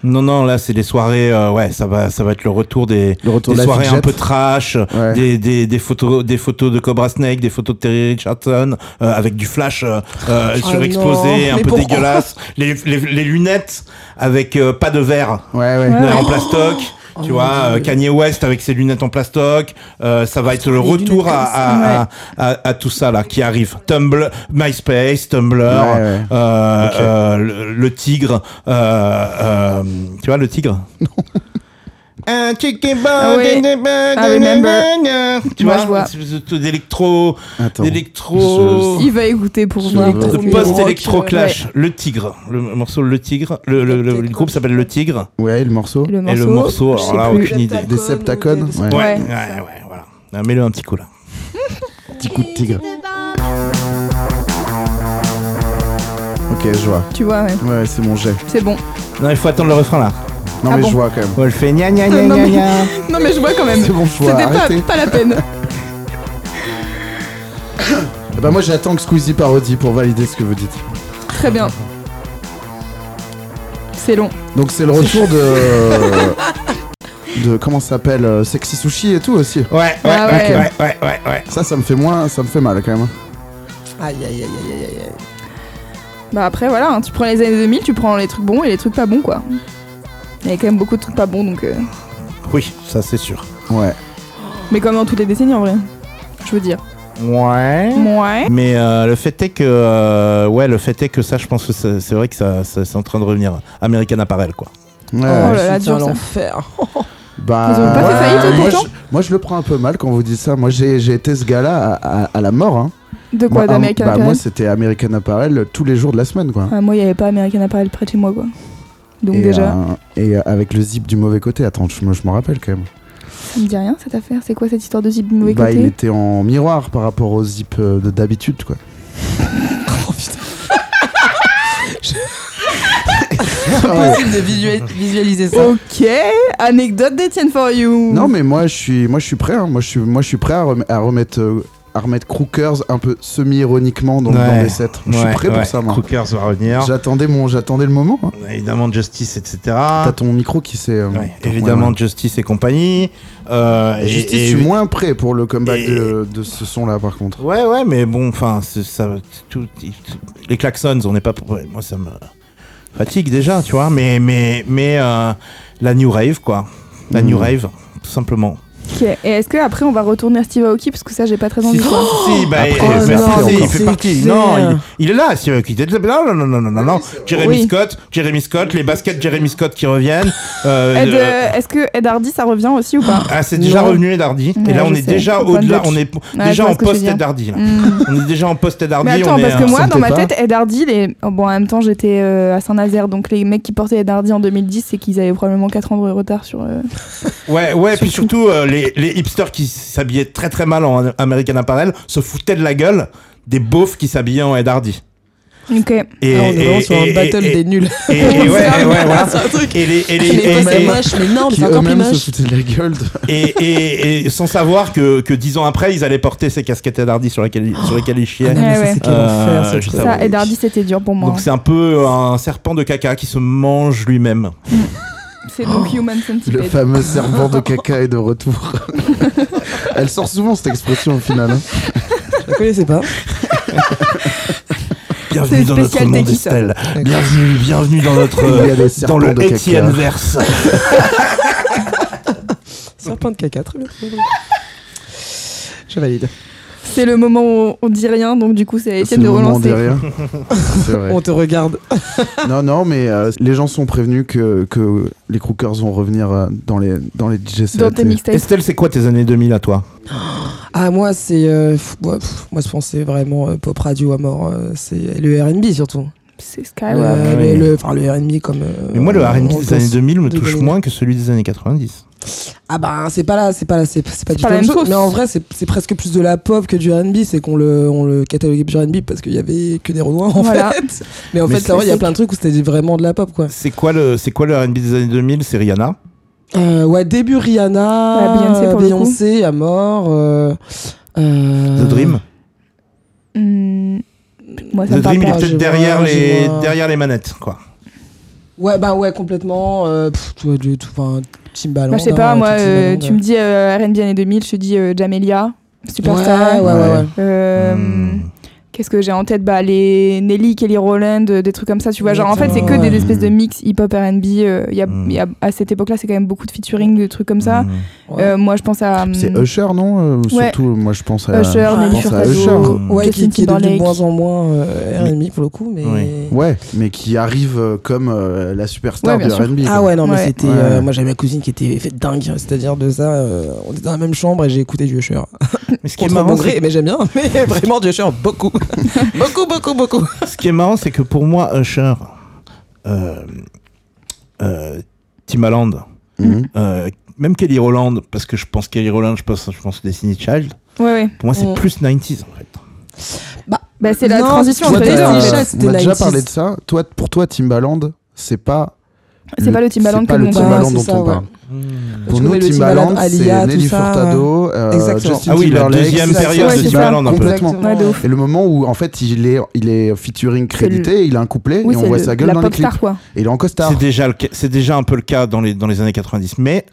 Speaker 4: Non, non, là, c'est des soirées. euh, ouais, ça va, ça va être le retour des,
Speaker 1: Le retour de
Speaker 4: des
Speaker 1: la
Speaker 4: soirées
Speaker 1: fidget.
Speaker 4: un peu trash,
Speaker 1: Ouais.
Speaker 4: des, des, des photos des photos de Cobra Snake, des photos de Terry Richardson euh, avec du flash euh, euh,
Speaker 3: Oh
Speaker 4: surexplosé,
Speaker 3: non,
Speaker 4: un
Speaker 3: mais
Speaker 4: peu
Speaker 3: pourquoi
Speaker 4: dégueulasse, les, les, les lunettes avec euh, pas de verre,
Speaker 1: Ouais, ouais.
Speaker 2: Ouais.
Speaker 4: en plastoc. tu vois, euh, Kanye West avec ses lunettes en plastoc, euh, ça va être le
Speaker 3: les
Speaker 4: retour
Speaker 3: lunettes
Speaker 4: à,
Speaker 3: comme
Speaker 4: à, à- à- à tout ça là qui arrive. Tumblr, MySpace, Tumblr,
Speaker 1: ouais.
Speaker 4: euh,
Speaker 1: Ok.
Speaker 4: euh, le, le tigre, euh, euh, tu vois le tigre. Un chicken bone,
Speaker 2: Ah oui.
Speaker 4: da, da, da,
Speaker 2: I remember.
Speaker 4: da, da, da. Tu
Speaker 2: Moi,
Speaker 4: vois,
Speaker 2: je vois.
Speaker 4: c'est- c'est- c'est d'électro,
Speaker 1: Attends.
Speaker 4: d'électro.
Speaker 2: Il va écouter pour
Speaker 1: Je
Speaker 2: voir.
Speaker 1: veux-
Speaker 4: De
Speaker 2: Trop
Speaker 4: post
Speaker 2: rock,
Speaker 4: électro
Speaker 2: ouais.
Speaker 4: clash le tigre le morceau le tigre le, le- le- le groupe s'appelle le tigre
Speaker 1: Ouais, le morceau.
Speaker 2: Le
Speaker 4: et
Speaker 2: morceau,
Speaker 4: le
Speaker 2: je
Speaker 4: morceau alors
Speaker 2: sais
Speaker 4: là
Speaker 2: plus.
Speaker 4: aucune idée
Speaker 1: Des septacones. Ouais.
Speaker 4: ouais ouais
Speaker 2: Ouais.
Speaker 4: ouais voilà Ah, mets-le un petit coup là
Speaker 1: Petit coup de tigre. Ok, je vois.
Speaker 2: Tu vois, ouais.
Speaker 1: Ouais, c'est mon jet.
Speaker 2: C'est bon.
Speaker 4: non il faut attendre le refrain là
Speaker 1: Non,
Speaker 2: Ah
Speaker 1: mais
Speaker 2: bon.
Speaker 1: je vois quand même.
Speaker 4: on le fait gna gna gna
Speaker 2: Non,
Speaker 4: gna
Speaker 2: mais-
Speaker 4: gna
Speaker 2: Non, mais je vois quand même.
Speaker 1: C'est bon, je vois.
Speaker 2: C'était
Speaker 1: Arrêtez.
Speaker 2: pas, pas la peine.
Speaker 1: Eh ben, moi, j'attends que Squeezie parodie pour valider ce que vous dites.
Speaker 2: Très bien. C'est long.
Speaker 1: Donc, c'est le retour de. de comment ça s'appelle euh, Sexy Sushi et tout aussi.
Speaker 4: ouais ouais
Speaker 2: Ah ouais.
Speaker 4: ouais ouais ouais ouais, ouais.
Speaker 1: Ça, ça me fait moins. Ça me fait mal quand même.
Speaker 3: Aïe, aïe, aïe, aïe, aïe, aïe, aïe.
Speaker 2: Bah après voilà, hein, tu prends les années 2000, tu prends les trucs bons et les trucs pas bons quoi. Il y avait quand même beaucoup de trucs pas bons donc. euh,
Speaker 4: oui ça c'est sûr
Speaker 1: Ouais.
Speaker 2: Mais comme dans toutes les décennies en vrai. Je veux dire.
Speaker 4: ouais
Speaker 2: Ouais.
Speaker 4: mais euh, le fait est que euh, ouais le fait est que ça je pense que c'est c'est vrai que ça, ça- c'est en train de revenir American Apparel quoi
Speaker 1: Ouais.
Speaker 3: Oh
Speaker 2: là là,
Speaker 3: putain,
Speaker 2: dur, ça.
Speaker 3: l'enfer.
Speaker 1: Bah,
Speaker 2: Ils ont pas fait faillite, eux,
Speaker 1: moi,
Speaker 2: pourtant
Speaker 1: je, moi, je le prends un peu mal quand vous dites ça. Moi, j'ai j'ai été ce gars-là à, à- à la mort. Hein.
Speaker 2: De
Speaker 1: Moi,
Speaker 2: quoi
Speaker 1: un-
Speaker 2: d'American
Speaker 1: bah,
Speaker 2: Apparel
Speaker 1: Moi, c'était American Apparel euh, tous les jours de la semaine, quoi.
Speaker 2: Ah, Moi il y avait pas American Apparel près de chez moi quoi. Donc
Speaker 1: et,
Speaker 2: déjà,
Speaker 1: euh, et euh, avec le zip du mauvais côté. Attends, je, me- je m'en rappelle quand même.
Speaker 2: ça me dit rien cette affaire. C'est quoi cette histoire de zip du mauvais
Speaker 1: bah, il
Speaker 2: côté
Speaker 1: était en miroir par rapport au zip euh, de d'habitude, quoi.
Speaker 3: Oh putain. Impossible de visuel- visualiser ça.
Speaker 2: Ok, anecdote d'Etienne for you.
Speaker 1: Non, mais moi, je suis, moi, je suis prêt. hein. Moi, je suis, moi, je suis prêt à, rem- à remettre. euh, à remettre Crookers un peu semi-ironiquement dans, dans
Speaker 4: Ouais.
Speaker 1: les sets. Je suis
Speaker 4: Ouais,
Speaker 1: prêt
Speaker 4: ouais.
Speaker 1: pour ça, moi.
Speaker 4: Crookers va revenir
Speaker 1: J'attendais mon, j'attendais le moment. hein.
Speaker 4: évidemment Justice etc
Speaker 1: T'as ton micro qui s'est. euh,
Speaker 4: Ah. Ouais,
Speaker 1: donc,
Speaker 4: évidemment
Speaker 1: ouais,
Speaker 4: Justice et compagnie. Euh, et-
Speaker 1: ouais. Justice,
Speaker 4: et-
Speaker 1: je suis moins prêt pour le comeback
Speaker 4: et-
Speaker 1: de, de ce son-là, par contre.
Speaker 4: Ouais, ouais, mais bon, enfin, c'est- ça, c'est tout, il- tout- les klaxons, on n'est pas. pour- ouais, moi, ça me fatigue déjà, tu vois. Mais, mais, mais euh, la new rave, quoi. La new
Speaker 1: Mm.
Speaker 4: rave, tout simplement.
Speaker 2: Ok, et est-ce que après on va retourner à Steve Aoki parce que ça j'ai pas très envie.
Speaker 4: Si,
Speaker 2: quoi.
Speaker 4: si, bah,
Speaker 1: Après,
Speaker 4: eh,
Speaker 1: oh
Speaker 4: merci,
Speaker 1: non,
Speaker 4: il
Speaker 1: encore.
Speaker 4: fait
Speaker 3: C'est
Speaker 4: partie.
Speaker 3: clair.
Speaker 4: Non, il, il est là, si, euh, qui- non, non, non, non, non, non, non. Jeremy
Speaker 2: Oui.
Speaker 4: Scott, Jeremy Scott, les baskets Jeremy Scott qui reviennent. euh,
Speaker 2: Ed,
Speaker 4: euh,
Speaker 2: euh, Est-ce que Ed Hardy ça revient aussi ou pas
Speaker 4: Ah, c'est déjà
Speaker 3: Non.
Speaker 4: revenu les Dardy. et
Speaker 2: Ouais,
Speaker 4: là, on
Speaker 2: je
Speaker 4: est
Speaker 2: sais.
Speaker 4: déjà
Speaker 2: Point de
Speaker 4: au-delà.
Speaker 2: doute.
Speaker 4: On est
Speaker 2: Ouais, je
Speaker 4: déjà
Speaker 2: vois
Speaker 4: en
Speaker 2: ce que tu veux
Speaker 4: post
Speaker 2: dire.
Speaker 4: Dardy.
Speaker 1: Ah.
Speaker 4: là.
Speaker 2: Hmm.
Speaker 4: On est déjà en post Ed Hardy.
Speaker 2: Mais attends,
Speaker 4: on est,
Speaker 2: parce que
Speaker 4: euh,
Speaker 2: moi,
Speaker 1: hein, ça
Speaker 2: dans
Speaker 1: me
Speaker 2: ma
Speaker 1: plaît
Speaker 2: tête, Ed Hardy, les... oh, bon, en même temps, j'étais euh, à Saint-Nazaire, donc les mecs qui portaient Ed Hardy en 2010, c'est qu'ils avaient probablement 4 ans de retard sur. euh,
Speaker 4: Ouais, ouais. Puis surtout, euh, les, les hipsters qui s'habillaient très très mal en American Apparel se foutaient de la gueule des beaufs qui s'habillaient en Ed Hardy.
Speaker 2: Ok.
Speaker 4: Et,
Speaker 3: Là, Ah, on est vraiment
Speaker 4: et-
Speaker 3: sur un
Speaker 4: et-
Speaker 3: battle
Speaker 4: et-
Speaker 3: des nuls.
Speaker 4: et- et- ouais, ouais, voilà.
Speaker 3: C'est un truc.
Speaker 4: Et les, et les-
Speaker 3: Mais
Speaker 4: et-
Speaker 3: pas, c'est
Speaker 4: et-
Speaker 3: moche, mais non, mais
Speaker 1: qui
Speaker 3: c'est encore plus
Speaker 1: eux-mêmes se
Speaker 3: moche.
Speaker 1: foutaient de la gueule. de-
Speaker 4: et- et- et sans savoir que, que dix ans après, ils allaient porter ces casquettes Ed Hardy sur lesquelles, ils- sur lesquelles ils
Speaker 3: Ah
Speaker 4: chiaient.
Speaker 3: non, mais ça,
Speaker 2: Ouais,
Speaker 3: c'est
Speaker 2: ouais.
Speaker 3: quel enfer, ce
Speaker 4: Euh,
Speaker 3: truc.
Speaker 4: Ça,
Speaker 2: Ça,
Speaker 4: oui.
Speaker 2: Ed Hardy, c'était dur pour moi.
Speaker 4: Donc c'est un peu un serpent de caca qui se mange lui-même.
Speaker 2: C'est donc Human
Speaker 1: Oh, Le
Speaker 2: Centipede.
Speaker 1: fameux servant de caca est de retour. Elle sort souvent cette expression au final. hein.
Speaker 3: Je la connaissais pas.
Speaker 4: Bienvenue
Speaker 2: C'est
Speaker 4: dans notre
Speaker 2: spécial
Speaker 4: monde,
Speaker 2: Tegui, ça.
Speaker 4: Estelle. Bienvenue, bienvenue dans notre
Speaker 1: Il y a des
Speaker 4: dans
Speaker 1: serpents
Speaker 4: le
Speaker 1: de caca.
Speaker 4: Etienne verse.
Speaker 3: Serpent de caca, très bien. très bien. Je valide.
Speaker 2: C'est le moment où on dit rien, donc du coup, c'est à
Speaker 1: C'est
Speaker 2: Étienne
Speaker 1: le
Speaker 2: de
Speaker 1: moment
Speaker 2: relancer.
Speaker 1: derrière. C'est vrai.
Speaker 3: On te regarde.
Speaker 1: Non, non, mais euh, les gens sont prévenus que, que les crookers vont revenir euh, dans les, dans les DJ sets.
Speaker 2: Dans tes
Speaker 1: et-
Speaker 2: mixtapes.
Speaker 4: Estelle, c'est quoi tes années 2000 à toi
Speaker 3: Ah, moi, c'est. euh, pff, ouais, pff, moi, je pensais vraiment euh, pop radio à mort. euh, c'est le RB surtout.
Speaker 2: C'est
Speaker 3: Le-
Speaker 2: Skywalker.
Speaker 4: oui.
Speaker 3: le- le- Enfin, le, RB comme. euh,
Speaker 4: Mais moi, le
Speaker 3: on-
Speaker 4: R&B
Speaker 3: on
Speaker 4: des années
Speaker 3: pense-
Speaker 4: 2000 me
Speaker 3: de
Speaker 4: touche
Speaker 3: 2000.
Speaker 4: moins que celui des années 90.
Speaker 3: Ah, bah, c'est pas là, c'est pas là, c'est c'est pas du
Speaker 2: pas
Speaker 3: tout
Speaker 2: la
Speaker 3: la même
Speaker 2: même
Speaker 3: chose.
Speaker 2: chose.
Speaker 3: Mais en vrai, c'est c'est presque plus de la pop que du RB. C'est qu'on le, on le cataloguait du RB parce qu'il y avait que des Renois, en
Speaker 2: Voilà.
Speaker 3: fait. Mais en
Speaker 4: Mais
Speaker 3: fait, là, il y a
Speaker 4: c'est-
Speaker 3: plein de trucs où c'était vraiment de la pop, quoi.
Speaker 4: C'est quoi le c'est quoi le R&B des années 2000 C'est Rihanna.
Speaker 3: Euh, ouais, début Rihanna,
Speaker 2: Ouais, Beyoncé pour le coup.
Speaker 3: Beyoncé à mort. euh, euh,
Speaker 4: The Dream.
Speaker 2: Hmm, Moi, ça
Speaker 4: The
Speaker 2: me parle
Speaker 4: Dream, il est
Speaker 2: pas.
Speaker 3: je
Speaker 4: peut-être
Speaker 3: vois,
Speaker 4: derrière
Speaker 3: je
Speaker 4: les
Speaker 3: vois.
Speaker 4: derrière les manettes, quoi.
Speaker 3: Ouais, bah ouais, complètement. Euh, pff, tu vois, du tout, enfin, Timbaland.
Speaker 2: Bah, je sais pas,
Speaker 3: hein,
Speaker 2: moi,
Speaker 3: tout
Speaker 2: euh,
Speaker 3: Timbaland.
Speaker 2: tu me dis euh, RB années 2000, je te dis euh, Jamelia,
Speaker 3: Ouais,
Speaker 2: Superstar.
Speaker 3: ouais, ouais, ouais.
Speaker 2: euh,
Speaker 4: Hmm.
Speaker 2: Qu'est-ce que j'ai en tête Bah, les Nelly, Kelly Rowland, euh, des trucs comme ça, tu vois. Genre, en fait, c'est que
Speaker 3: Ouais.
Speaker 2: des espèces de mix hip-hop RB. euh, Il y a,
Speaker 4: Mm.
Speaker 2: il y a- à cette époque-là, c'est quand même beaucoup de featuring, de trucs comme ça.
Speaker 4: Mm.
Speaker 2: Euh, moi, je pense à. hum,
Speaker 1: C'est Usher, non Euh,
Speaker 2: Ouais.
Speaker 1: Surtout, moi je pense à.
Speaker 2: Usher,
Speaker 3: je
Speaker 2: Nelly
Speaker 3: pense à
Speaker 2: Furtado.
Speaker 1: Usher.
Speaker 3: Ouais, qui,
Speaker 2: Justin
Speaker 3: qui est devenu de
Speaker 2: Timberlake.
Speaker 3: moins en moins euh, RMI pour le coup, mais.
Speaker 4: Oui.
Speaker 1: Ouais, mais qui arrive euh, comme euh, la superstar
Speaker 2: Ouais, bien
Speaker 1: du
Speaker 2: sûr.
Speaker 1: RB.
Speaker 3: Ah
Speaker 1: quoi.
Speaker 3: ouais, non, mais
Speaker 2: Ouais.
Speaker 3: c'était.
Speaker 1: Ouais.
Speaker 3: euh, moi j'avais ma cousine qui était faite dingue, c'est-à-dire de ça. euh, on était dans la même chambre et j'ai écouté du Usher.
Speaker 4: Mais ce qui est
Speaker 3: Contre mon
Speaker 4: marrant,
Speaker 3: gré, mais j'aime bien, mais vraiment du Usher, beaucoup. beaucoup, beaucoup, beaucoup.
Speaker 4: Ce qui est marrant, c'est que pour moi, Usher, euh, euh, Timbaland,
Speaker 1: Mhm.
Speaker 4: euh, même Kelly Rowland, parce que je pense Kelly Rowland, je pense, je pense Destiny Child,
Speaker 2: Ouais, ouais.
Speaker 4: pour moi c'est
Speaker 3: Mm.
Speaker 4: plus 90s en fait.
Speaker 2: Bah, c'est la
Speaker 3: Non,
Speaker 2: transition
Speaker 3: tu
Speaker 2: entre
Speaker 3: vois,
Speaker 2: les deux.
Speaker 3: t'as-
Speaker 2: en
Speaker 1: Euh,
Speaker 2: fait.
Speaker 3: Child, c'était
Speaker 1: on a déjà
Speaker 3: 90s.
Speaker 1: parlé de ça. Toi, pour toi, Timbaland, c'est pas.
Speaker 2: C'est pas le Timbaland
Speaker 1: c'est pas
Speaker 2: que
Speaker 1: le
Speaker 2: nous-
Speaker 1: Timbaland
Speaker 3: Ah,
Speaker 1: dont
Speaker 3: c'est ça,
Speaker 1: on
Speaker 3: ouais.
Speaker 1: parle. Pour
Speaker 4: Hmm.
Speaker 3: Je
Speaker 1: nous,
Speaker 3: trouvais le
Speaker 1: Timbaland,
Speaker 3: Timbaland,
Speaker 1: c'est
Speaker 3: Alia,
Speaker 1: Nelly
Speaker 3: tout ça,
Speaker 1: Furtado, euh,
Speaker 3: Exactement.
Speaker 1: Justin
Speaker 4: Ah oui, la
Speaker 1: Timberlake.
Speaker 4: deuxième
Speaker 3: c'est ça,
Speaker 4: période
Speaker 2: ouais,
Speaker 4: de
Speaker 2: c'est
Speaker 4: Timbaland
Speaker 1: ça.
Speaker 4: un peu.
Speaker 1: Complètement.
Speaker 2: Ouais, de ouf.
Speaker 1: Et le moment où en fait il est, il est featuring crédité, il a un couplet
Speaker 2: Oui,
Speaker 1: et on
Speaker 2: c'est
Speaker 1: voit
Speaker 2: le-
Speaker 1: sa gueule
Speaker 2: la
Speaker 1: dans les
Speaker 2: pop
Speaker 1: clips.
Speaker 2: star, quoi.
Speaker 1: Et il est en costard.
Speaker 4: C'est déjà, le ca- c'est déjà un peu le cas dans les, dans les années 90, mais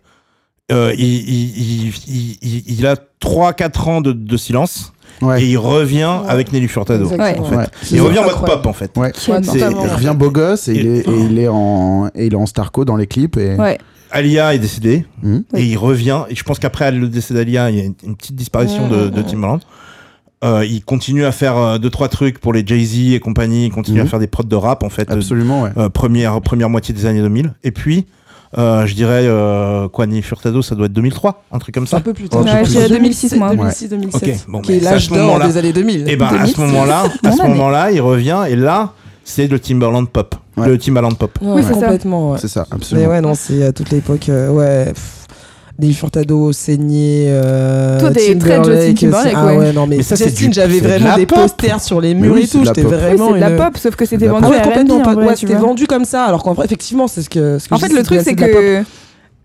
Speaker 4: euh, il, il, il, il- il a 3-4 ans de, de silence
Speaker 1: Ouais.
Speaker 4: et il revient
Speaker 3: Ouais.
Speaker 4: avec Nelly Furtado.
Speaker 3: Exactement.
Speaker 4: En fait.
Speaker 1: Ouais.
Speaker 4: Il revient en mode
Speaker 3: incroyable.
Speaker 4: pop en fait.
Speaker 1: Ouais.
Speaker 2: Qui adore.
Speaker 4: C'est-
Speaker 1: Et il revient beau gosse et,
Speaker 4: Et-
Speaker 1: il, est, et il est en et il est en starco dans les clips et
Speaker 2: Ouais.
Speaker 4: Alia est décédée
Speaker 3: Hum.
Speaker 1: Mhm.
Speaker 4: et il revient. Et je pense qu'après le décès d'Alia, il y a une, une petite disparition de, de Timbaland. Euh, il continue à faire euh, deux trois trucs pour les Jay-Z et compagnie. Il continue
Speaker 3: Hum.
Speaker 1: Mhm.
Speaker 4: à faire des prods de rap en fait. euh,
Speaker 1: absolument ouais.
Speaker 4: euh, première première moitié des années 2000. Et puis euh, je dirais euh, quoi, Nelly Furtado, ça doit être 2003, un truc comme ça.
Speaker 3: Un peu plus tard.
Speaker 1: Ouais, je dirais
Speaker 2: 2006, moi.
Speaker 3: 2006, 2007.
Speaker 4: Ok, bon,
Speaker 3: qui
Speaker 4: mais
Speaker 3: est
Speaker 4: ça, à
Speaker 3: l'âge
Speaker 4: ce
Speaker 3: d'or
Speaker 4: moment-là-
Speaker 3: des années 2000.
Speaker 4: Et ben à ce
Speaker 2: 2006.
Speaker 4: moment-là, à
Speaker 2: Mon
Speaker 4: ce
Speaker 2: année.
Speaker 4: moment-là, il revient et là, c'est le Timberland pop,
Speaker 1: Ouais.
Speaker 4: le Timbaland pop.
Speaker 2: Oui, c'est ça.
Speaker 3: complètement. ouais.
Speaker 1: C'est ça
Speaker 3: Mais
Speaker 1: absolument.
Speaker 3: ouais, non, c'est à toute l'époque. euh, ouais. pff, Des Furtado, Saigné, euh,
Speaker 2: Toi, t'es très Justin
Speaker 3: Timberlake,
Speaker 2: Timberlake,
Speaker 3: c'est- Ah
Speaker 2: ouais.
Speaker 3: ouais, non, mais,
Speaker 4: Mais ça, c'est
Speaker 3: Justin,
Speaker 4: du-
Speaker 3: j'avais
Speaker 4: c'est de
Speaker 3: vraiment
Speaker 4: la
Speaker 3: des
Speaker 4: pop.
Speaker 3: posters sur les
Speaker 1: Mais
Speaker 3: murs
Speaker 1: oui,
Speaker 3: et
Speaker 1: c'est
Speaker 3: tout.
Speaker 1: de la
Speaker 3: J'étais
Speaker 1: pop.
Speaker 2: Oui,
Speaker 3: vraiment.
Speaker 2: c'est de la
Speaker 3: une-
Speaker 2: pop, sauf que c'était
Speaker 1: la
Speaker 2: vendu
Speaker 3: Ah
Speaker 2: à
Speaker 3: ouais,
Speaker 2: R&B,
Speaker 3: complètement.
Speaker 2: en
Speaker 3: pas-
Speaker 2: vrai,
Speaker 3: ouais,
Speaker 2: tu
Speaker 3: c'était
Speaker 2: vois.
Speaker 3: vendu comme ça, alors qu'en vrai, effectivement, c'est ce que. ce que
Speaker 2: En
Speaker 3: je
Speaker 2: fait,
Speaker 3: dis,
Speaker 2: le truc,
Speaker 3: de la-
Speaker 2: c'est
Speaker 3: de la pop.
Speaker 2: que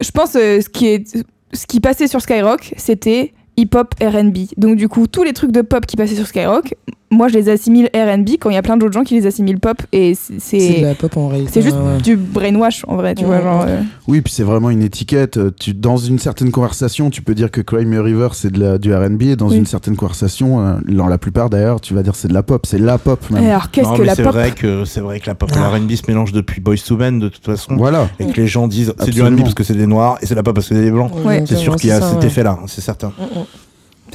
Speaker 2: je pense euh, ce qui est ce qui passait sur Skyrock, c'était hip-hop R&B. Donc du coup, tous les trucs de pop qui passaient sur Skyrock, moi, je les assimile R&B quand il y a plein d'autres gens qui les assimilent pop et c'est-
Speaker 3: C'est de
Speaker 2: c'est
Speaker 3: la pop en réalité.
Speaker 2: c'est juste
Speaker 3: ouais, ouais.
Speaker 2: du brainwash en vrai, tu
Speaker 3: Ouais,
Speaker 2: vois genre.
Speaker 3: ouais.
Speaker 2: euh,
Speaker 1: Oui puis c'est vraiment une étiquette. Euh, Tu dans une certaine conversation tu peux dire que Cry Me a River c'est de la- du R&B et dans
Speaker 2: Oui.
Speaker 1: une certaine conversation euh, dans la plupart d'ailleurs tu vas dire c'est de la pop c'est la pop
Speaker 2: et
Speaker 1: même.
Speaker 2: Eh,
Speaker 3: euh,
Speaker 2: Alors qu'est-ce
Speaker 4: Non,
Speaker 2: que
Speaker 4: mais
Speaker 2: la
Speaker 4: c'est
Speaker 2: pop
Speaker 4: vrai que c'est vrai que la pop et
Speaker 3: Ah.
Speaker 4: la R&B se mélangent depuis Boys to Men de toute façon.
Speaker 1: Voilà.
Speaker 4: Et que les gens disent c'est du
Speaker 1: Absolument.
Speaker 4: R&B parce que c'est des noirs et c'est de la pop parce que c'est des blancs.
Speaker 2: Ouais.
Speaker 4: C'est sûr qu'il y a
Speaker 3: ça,
Speaker 4: cet
Speaker 3: ouais.
Speaker 4: effet-là, hein, c'est certain.
Speaker 3: Mm, mm.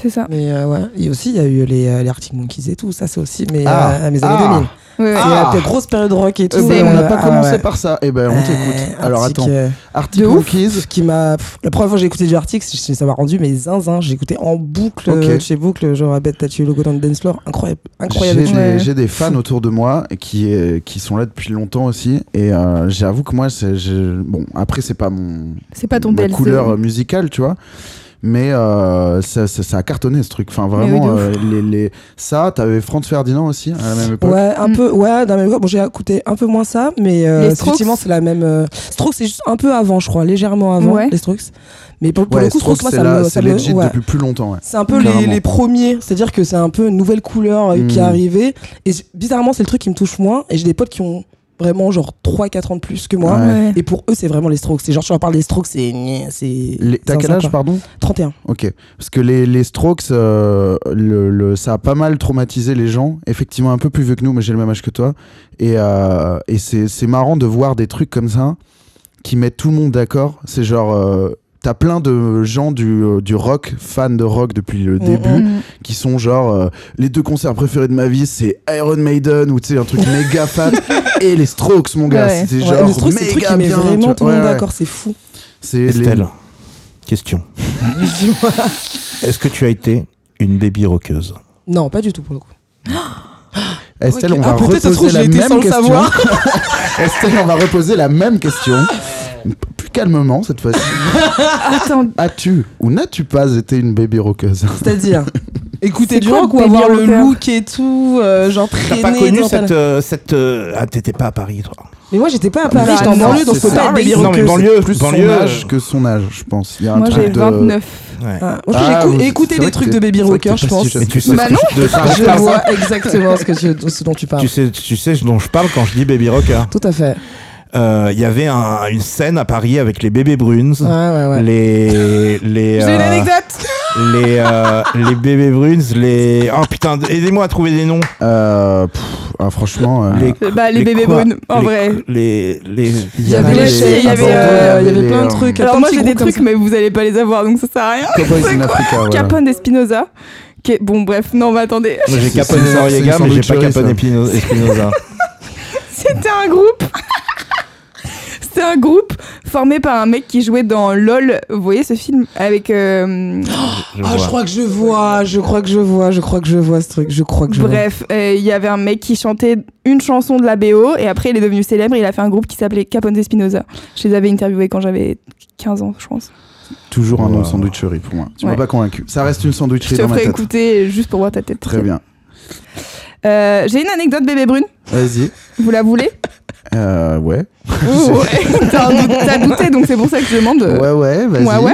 Speaker 2: C'est ça.
Speaker 3: Mais euh, ouais, et aussi il y a eu les, euh, les Arctic Monkeys et tout, ça c'est aussi mais
Speaker 1: Ah.
Speaker 3: euh, à mes années
Speaker 1: Ah.
Speaker 3: 2000.
Speaker 2: Ouais, ouais.
Speaker 3: C'est la grosse période rock et tout.
Speaker 1: Eh ben, on n'a
Speaker 3: euh,
Speaker 1: pas
Speaker 3: ah
Speaker 1: commencé
Speaker 3: ouais.
Speaker 1: par ça. Eh ben on t'écoute.
Speaker 3: Euh,
Speaker 1: Alors
Speaker 3: Arctic,
Speaker 1: attends.
Speaker 3: euh,
Speaker 1: Arctic
Speaker 3: de ouf.
Speaker 1: Monkeys.
Speaker 3: ce qui m'a pff, la première fois que j'ai écouté du Arctic, c'est- c'est- ça m'a rendu mais zinzin, j'ai écouté en boucle
Speaker 1: Ok.
Speaker 3: euh, chez boucle genre I bet that you logo dans le dance floor, incroyable, incroyable.
Speaker 1: J'ai
Speaker 3: Tu-
Speaker 1: des,
Speaker 2: Ouais.
Speaker 1: j'ai des fans autour de moi qui, euh, qui sont là depuis longtemps aussi. Et euh, j'avoue que moi, c'est, je- bon, après, c'est pas mon,
Speaker 2: C'est pas ton
Speaker 1: ma
Speaker 2: DLC.
Speaker 1: couleur euh, musicale, tu vois. Mais euh, ça, ça- ça a cartonné ce truc. Enfin, vraiment,
Speaker 2: oui, de ouf.
Speaker 1: euh, les, les... ça, t'avais Franz Ferdinand aussi hein, à la même époque.
Speaker 3: Ouais, un
Speaker 2: Mm.
Speaker 3: peu, ouais, dans la même époque. Bon, j'ai écouté un peu moins ça, mais euh,
Speaker 2: Les Strokes
Speaker 3: effectivement, c'est la même. euh, Strokes, c'est juste un peu avant, je crois, légèrement avant
Speaker 2: Ouais.
Speaker 3: les Strokes. Mais pour, pour
Speaker 1: Ouais,
Speaker 3: le coup,
Speaker 1: Strokes,
Speaker 3: Strokes, moi,
Speaker 1: c'est,
Speaker 3: ça
Speaker 1: là-
Speaker 3: me.
Speaker 1: c'est
Speaker 3: ça me-
Speaker 1: legit
Speaker 3: ouais.
Speaker 1: depuis plus longtemps. ouais.
Speaker 3: C'est un peu les,
Speaker 1: Clairement.
Speaker 3: les premiers, c'est-à-dire que c'est un peu une nouvelle couleur euh, qui est
Speaker 1: Mm.
Speaker 3: arrivée. Et j- bizarrement, c'est le truc qui me touche moins. Et j'ai des potes qui ont vraiment genre 3-4 ans de plus que moi.
Speaker 1: Ouais.
Speaker 2: Ouais.
Speaker 3: Et pour eux, c'est vraiment les strokes. C'est genre, tu leur parles des strokes, c'est. gna, c'est
Speaker 1: Les- T'as
Speaker 3: c'est
Speaker 1: quel
Speaker 3: un
Speaker 1: âge,
Speaker 3: sympa.
Speaker 1: pardon
Speaker 3: 31.
Speaker 1: Ok. Parce que les, les Strokes, euh, le, le- ça a pas mal traumatisé les gens. Effectivement, un peu plus vieux que nous, mais j'ai le même âge que toi. Et, euh, et c'est c'est marrant de voir des trucs comme ça qui mettent tout le monde d'accord. C'est genre. euh, T'as plein de gens du, euh, du rock, fans de rock depuis le
Speaker 3: Mm,
Speaker 1: début,
Speaker 2: Mm.
Speaker 1: qui sont genre euh, les deux concerts préférés de ma vie, c'est Iron Maiden ou tu sais un truc méga fat et les Strokes mon gars,
Speaker 2: Ouais.
Speaker 1: c'était
Speaker 3: Ouais,
Speaker 1: genre
Speaker 3: les strokes, c'est le truc
Speaker 1: méga
Speaker 3: qui met
Speaker 1: bien. tu
Speaker 3: vraiment
Speaker 1: vois.
Speaker 3: tout le monde
Speaker 1: Ouais, ouais.
Speaker 3: d'accord. C'est fou.
Speaker 1: C'est les...
Speaker 4: Estelle, question. Est-ce que tu as été une baby rockeuse
Speaker 3: Non, pas du tout pour le coup.
Speaker 1: Estelle,
Speaker 3: Ok.
Speaker 1: on
Speaker 3: Ah,
Speaker 1: va
Speaker 3: peut-être, ça se trouve,
Speaker 1: reposer la
Speaker 3: j'ai été sans
Speaker 1: même
Speaker 3: le
Speaker 1: question.
Speaker 3: savoir.
Speaker 1: Estelle, on va reposer la même question. P- Plus calmement cette fois-ci.
Speaker 2: Attends,
Speaker 1: As-tu ou n'as-tu pas été une baby rockeuse
Speaker 3: C'est-à-dire, écouter
Speaker 2: C'est
Speaker 3: du
Speaker 2: quoi,
Speaker 3: rock ou
Speaker 2: Baby
Speaker 3: avoir le
Speaker 2: Rocker
Speaker 3: look et tout, euh, genre
Speaker 4: T'as
Speaker 3: traîner.
Speaker 4: pas connu
Speaker 3: dans ta-
Speaker 4: cette euh, cette euh, ah t'étais pas à Paris toi.
Speaker 3: Mais moi, j'étais pas à
Speaker 2: Ah,
Speaker 3: Paris, j'étais en
Speaker 2: non,
Speaker 3: banlieue, donc
Speaker 1: c'est
Speaker 3: faut pas
Speaker 1: ça.
Speaker 3: être baby
Speaker 4: Non, mais
Speaker 3: rocker.
Speaker 4: banlieue,
Speaker 1: plus
Speaker 4: banlieue,
Speaker 1: son
Speaker 4: euh,
Speaker 1: âge que son âge, je pense. Il y a un
Speaker 2: moi
Speaker 1: truc
Speaker 2: j'ai
Speaker 1: de-
Speaker 2: 29.
Speaker 4: Ouais.
Speaker 3: Ah, moi,
Speaker 1: Ah,
Speaker 3: j'ai écou-
Speaker 1: oui, c'est
Speaker 3: écouté des
Speaker 1: vrai que
Speaker 3: trucs
Speaker 1: t'es-
Speaker 3: de baby
Speaker 1: c'est vrai que
Speaker 3: rocker,
Speaker 1: t'es
Speaker 3: je
Speaker 1: pas si
Speaker 3: pense.
Speaker 1: jeune.
Speaker 4: Et tu sais
Speaker 2: Bah
Speaker 4: ce que
Speaker 2: non.
Speaker 4: je- de
Speaker 1: Ah,
Speaker 4: quoi je
Speaker 3: Je
Speaker 4: parle.
Speaker 3: vois exactement ce, que tu- ce dont tu parles.
Speaker 4: Tu sais tu sais dont je parle quand je dis baby rocker.
Speaker 3: Tout à fait.
Speaker 4: Euh, Il y avait un- une scène à Paris avec les bébés brunes,
Speaker 3: Ah, Ouais, ouais, ouais.
Speaker 4: les les
Speaker 2: J'ai
Speaker 4: euh,
Speaker 2: une anecdote.
Speaker 4: les, euh, les bébés brunes, les. Oh putain, aidez-moi à trouver des noms.
Speaker 1: Euh, pff, ah, franchement, euh,
Speaker 4: Les,
Speaker 2: Euh, Bah, les,
Speaker 4: les
Speaker 2: bébés
Speaker 4: quoi
Speaker 2: brunes, en
Speaker 4: les-
Speaker 2: vrai.
Speaker 4: Les. les...
Speaker 1: il
Speaker 3: Il y avait
Speaker 2: les-
Speaker 3: les
Speaker 2: il y avait, euh,
Speaker 3: il y avait
Speaker 1: les,
Speaker 3: plein
Speaker 1: euh,
Speaker 3: de trucs.
Speaker 2: Alors, moi,
Speaker 3: plein
Speaker 2: j'ai
Speaker 3: de petits
Speaker 2: des
Speaker 3: groupes
Speaker 2: trucs, mais vous allez pas les avoir, donc ça sert à rien.
Speaker 1: Cowboys in
Speaker 2: C'est quoi
Speaker 1: Africa, voilà.
Speaker 2: Capone et Spinoza. Qui est- Bon, bref, non, mais attendez.
Speaker 4: Moi, J'ai
Speaker 1: C'est-
Speaker 4: Capone
Speaker 1: c'est-
Speaker 4: Noriega,
Speaker 1: c'est
Speaker 4: mais j'ai
Speaker 1: une
Speaker 4: pas Capone
Speaker 1: sandwicherie,
Speaker 3: Ah,
Speaker 4: Espino- Espinoza.
Speaker 2: C'était un groupe. C'était un groupe formé par un mec qui jouait dans LOL. Vous voyez ce film Avec. euh,
Speaker 4: Je
Speaker 3: Ah, je
Speaker 4: vois.
Speaker 3: crois que je vois, je crois que je vois, je crois que je vois ce truc, je crois que je vois.
Speaker 2: Bref, euh, il y avait un mec qui chantait une chanson de la BO et après il est devenu célèbre. Il a fait un groupe qui s'appelait Capone et Spinoza. Je les avais interviewés quand j'avais 15 ans, je pense.
Speaker 1: Toujours un nom de
Speaker 4: Wow.
Speaker 1: sandwicherie pour moi. Tu m'as
Speaker 2: Ouais.
Speaker 1: pas convaincu. Ça reste une
Speaker 2: Je
Speaker 1: sandwicherie
Speaker 2: te
Speaker 1: dans ma
Speaker 2: ferai
Speaker 1: tête.
Speaker 2: écouter juste pour voir ta tête.
Speaker 1: Très bien.
Speaker 2: Euh, J'ai une anecdote, bébé brune.
Speaker 1: Vas-y.
Speaker 2: Vous la voulez
Speaker 1: Euh, ouais.
Speaker 2: Oh, Ouais. T'as un doute- t'as douté, donc c'est pour ça que je demande. euh,
Speaker 1: Ouais, ouais, vas-y.
Speaker 2: Ouais, ouais.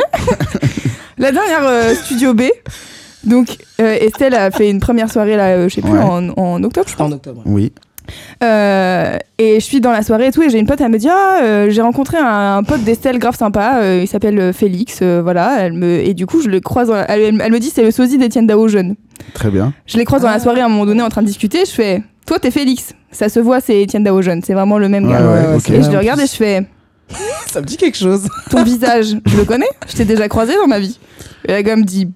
Speaker 2: la dernière euh, Studio B. Donc, euh, Estelle a fait une première soirée, là, euh, je sais plus,
Speaker 1: Ouais.
Speaker 2: en, en octobre, je
Speaker 3: C'était
Speaker 2: pense.
Speaker 3: en octobre.
Speaker 1: Oui.
Speaker 2: Euh, et je suis dans la soirée et tout, et j'ai une pote, elle me dit Ah, euh, j'ai rencontré un, un pote d'Estelle grave sympa, euh, il s'appelle euh, Félix, euh, voilà. Elle me, et du coup, je le croise, dans la- elle, elle- elle me dit C'est le sosie d'Étienne Dao jeune.
Speaker 1: Très bien.
Speaker 2: Je les croise
Speaker 1: Ah.
Speaker 2: dans la soirée à un moment donné en train de discuter, je fais Toi, t'es Félix, ça se voit, c'est Étienne Dao jeune, c'est vraiment le même
Speaker 1: Ouais,
Speaker 2: gars.
Speaker 1: ouais,
Speaker 3: ouais,
Speaker 1: ok.
Speaker 3: c'est
Speaker 2: Et je
Speaker 3: vrai,
Speaker 2: le
Speaker 3: en
Speaker 2: regarde
Speaker 3: plus.
Speaker 2: et je fais
Speaker 3: Ça me dit quelque chose.
Speaker 2: ton visage, je le connais, je t'ai déjà croisé dans ma vie. Et la gomme dit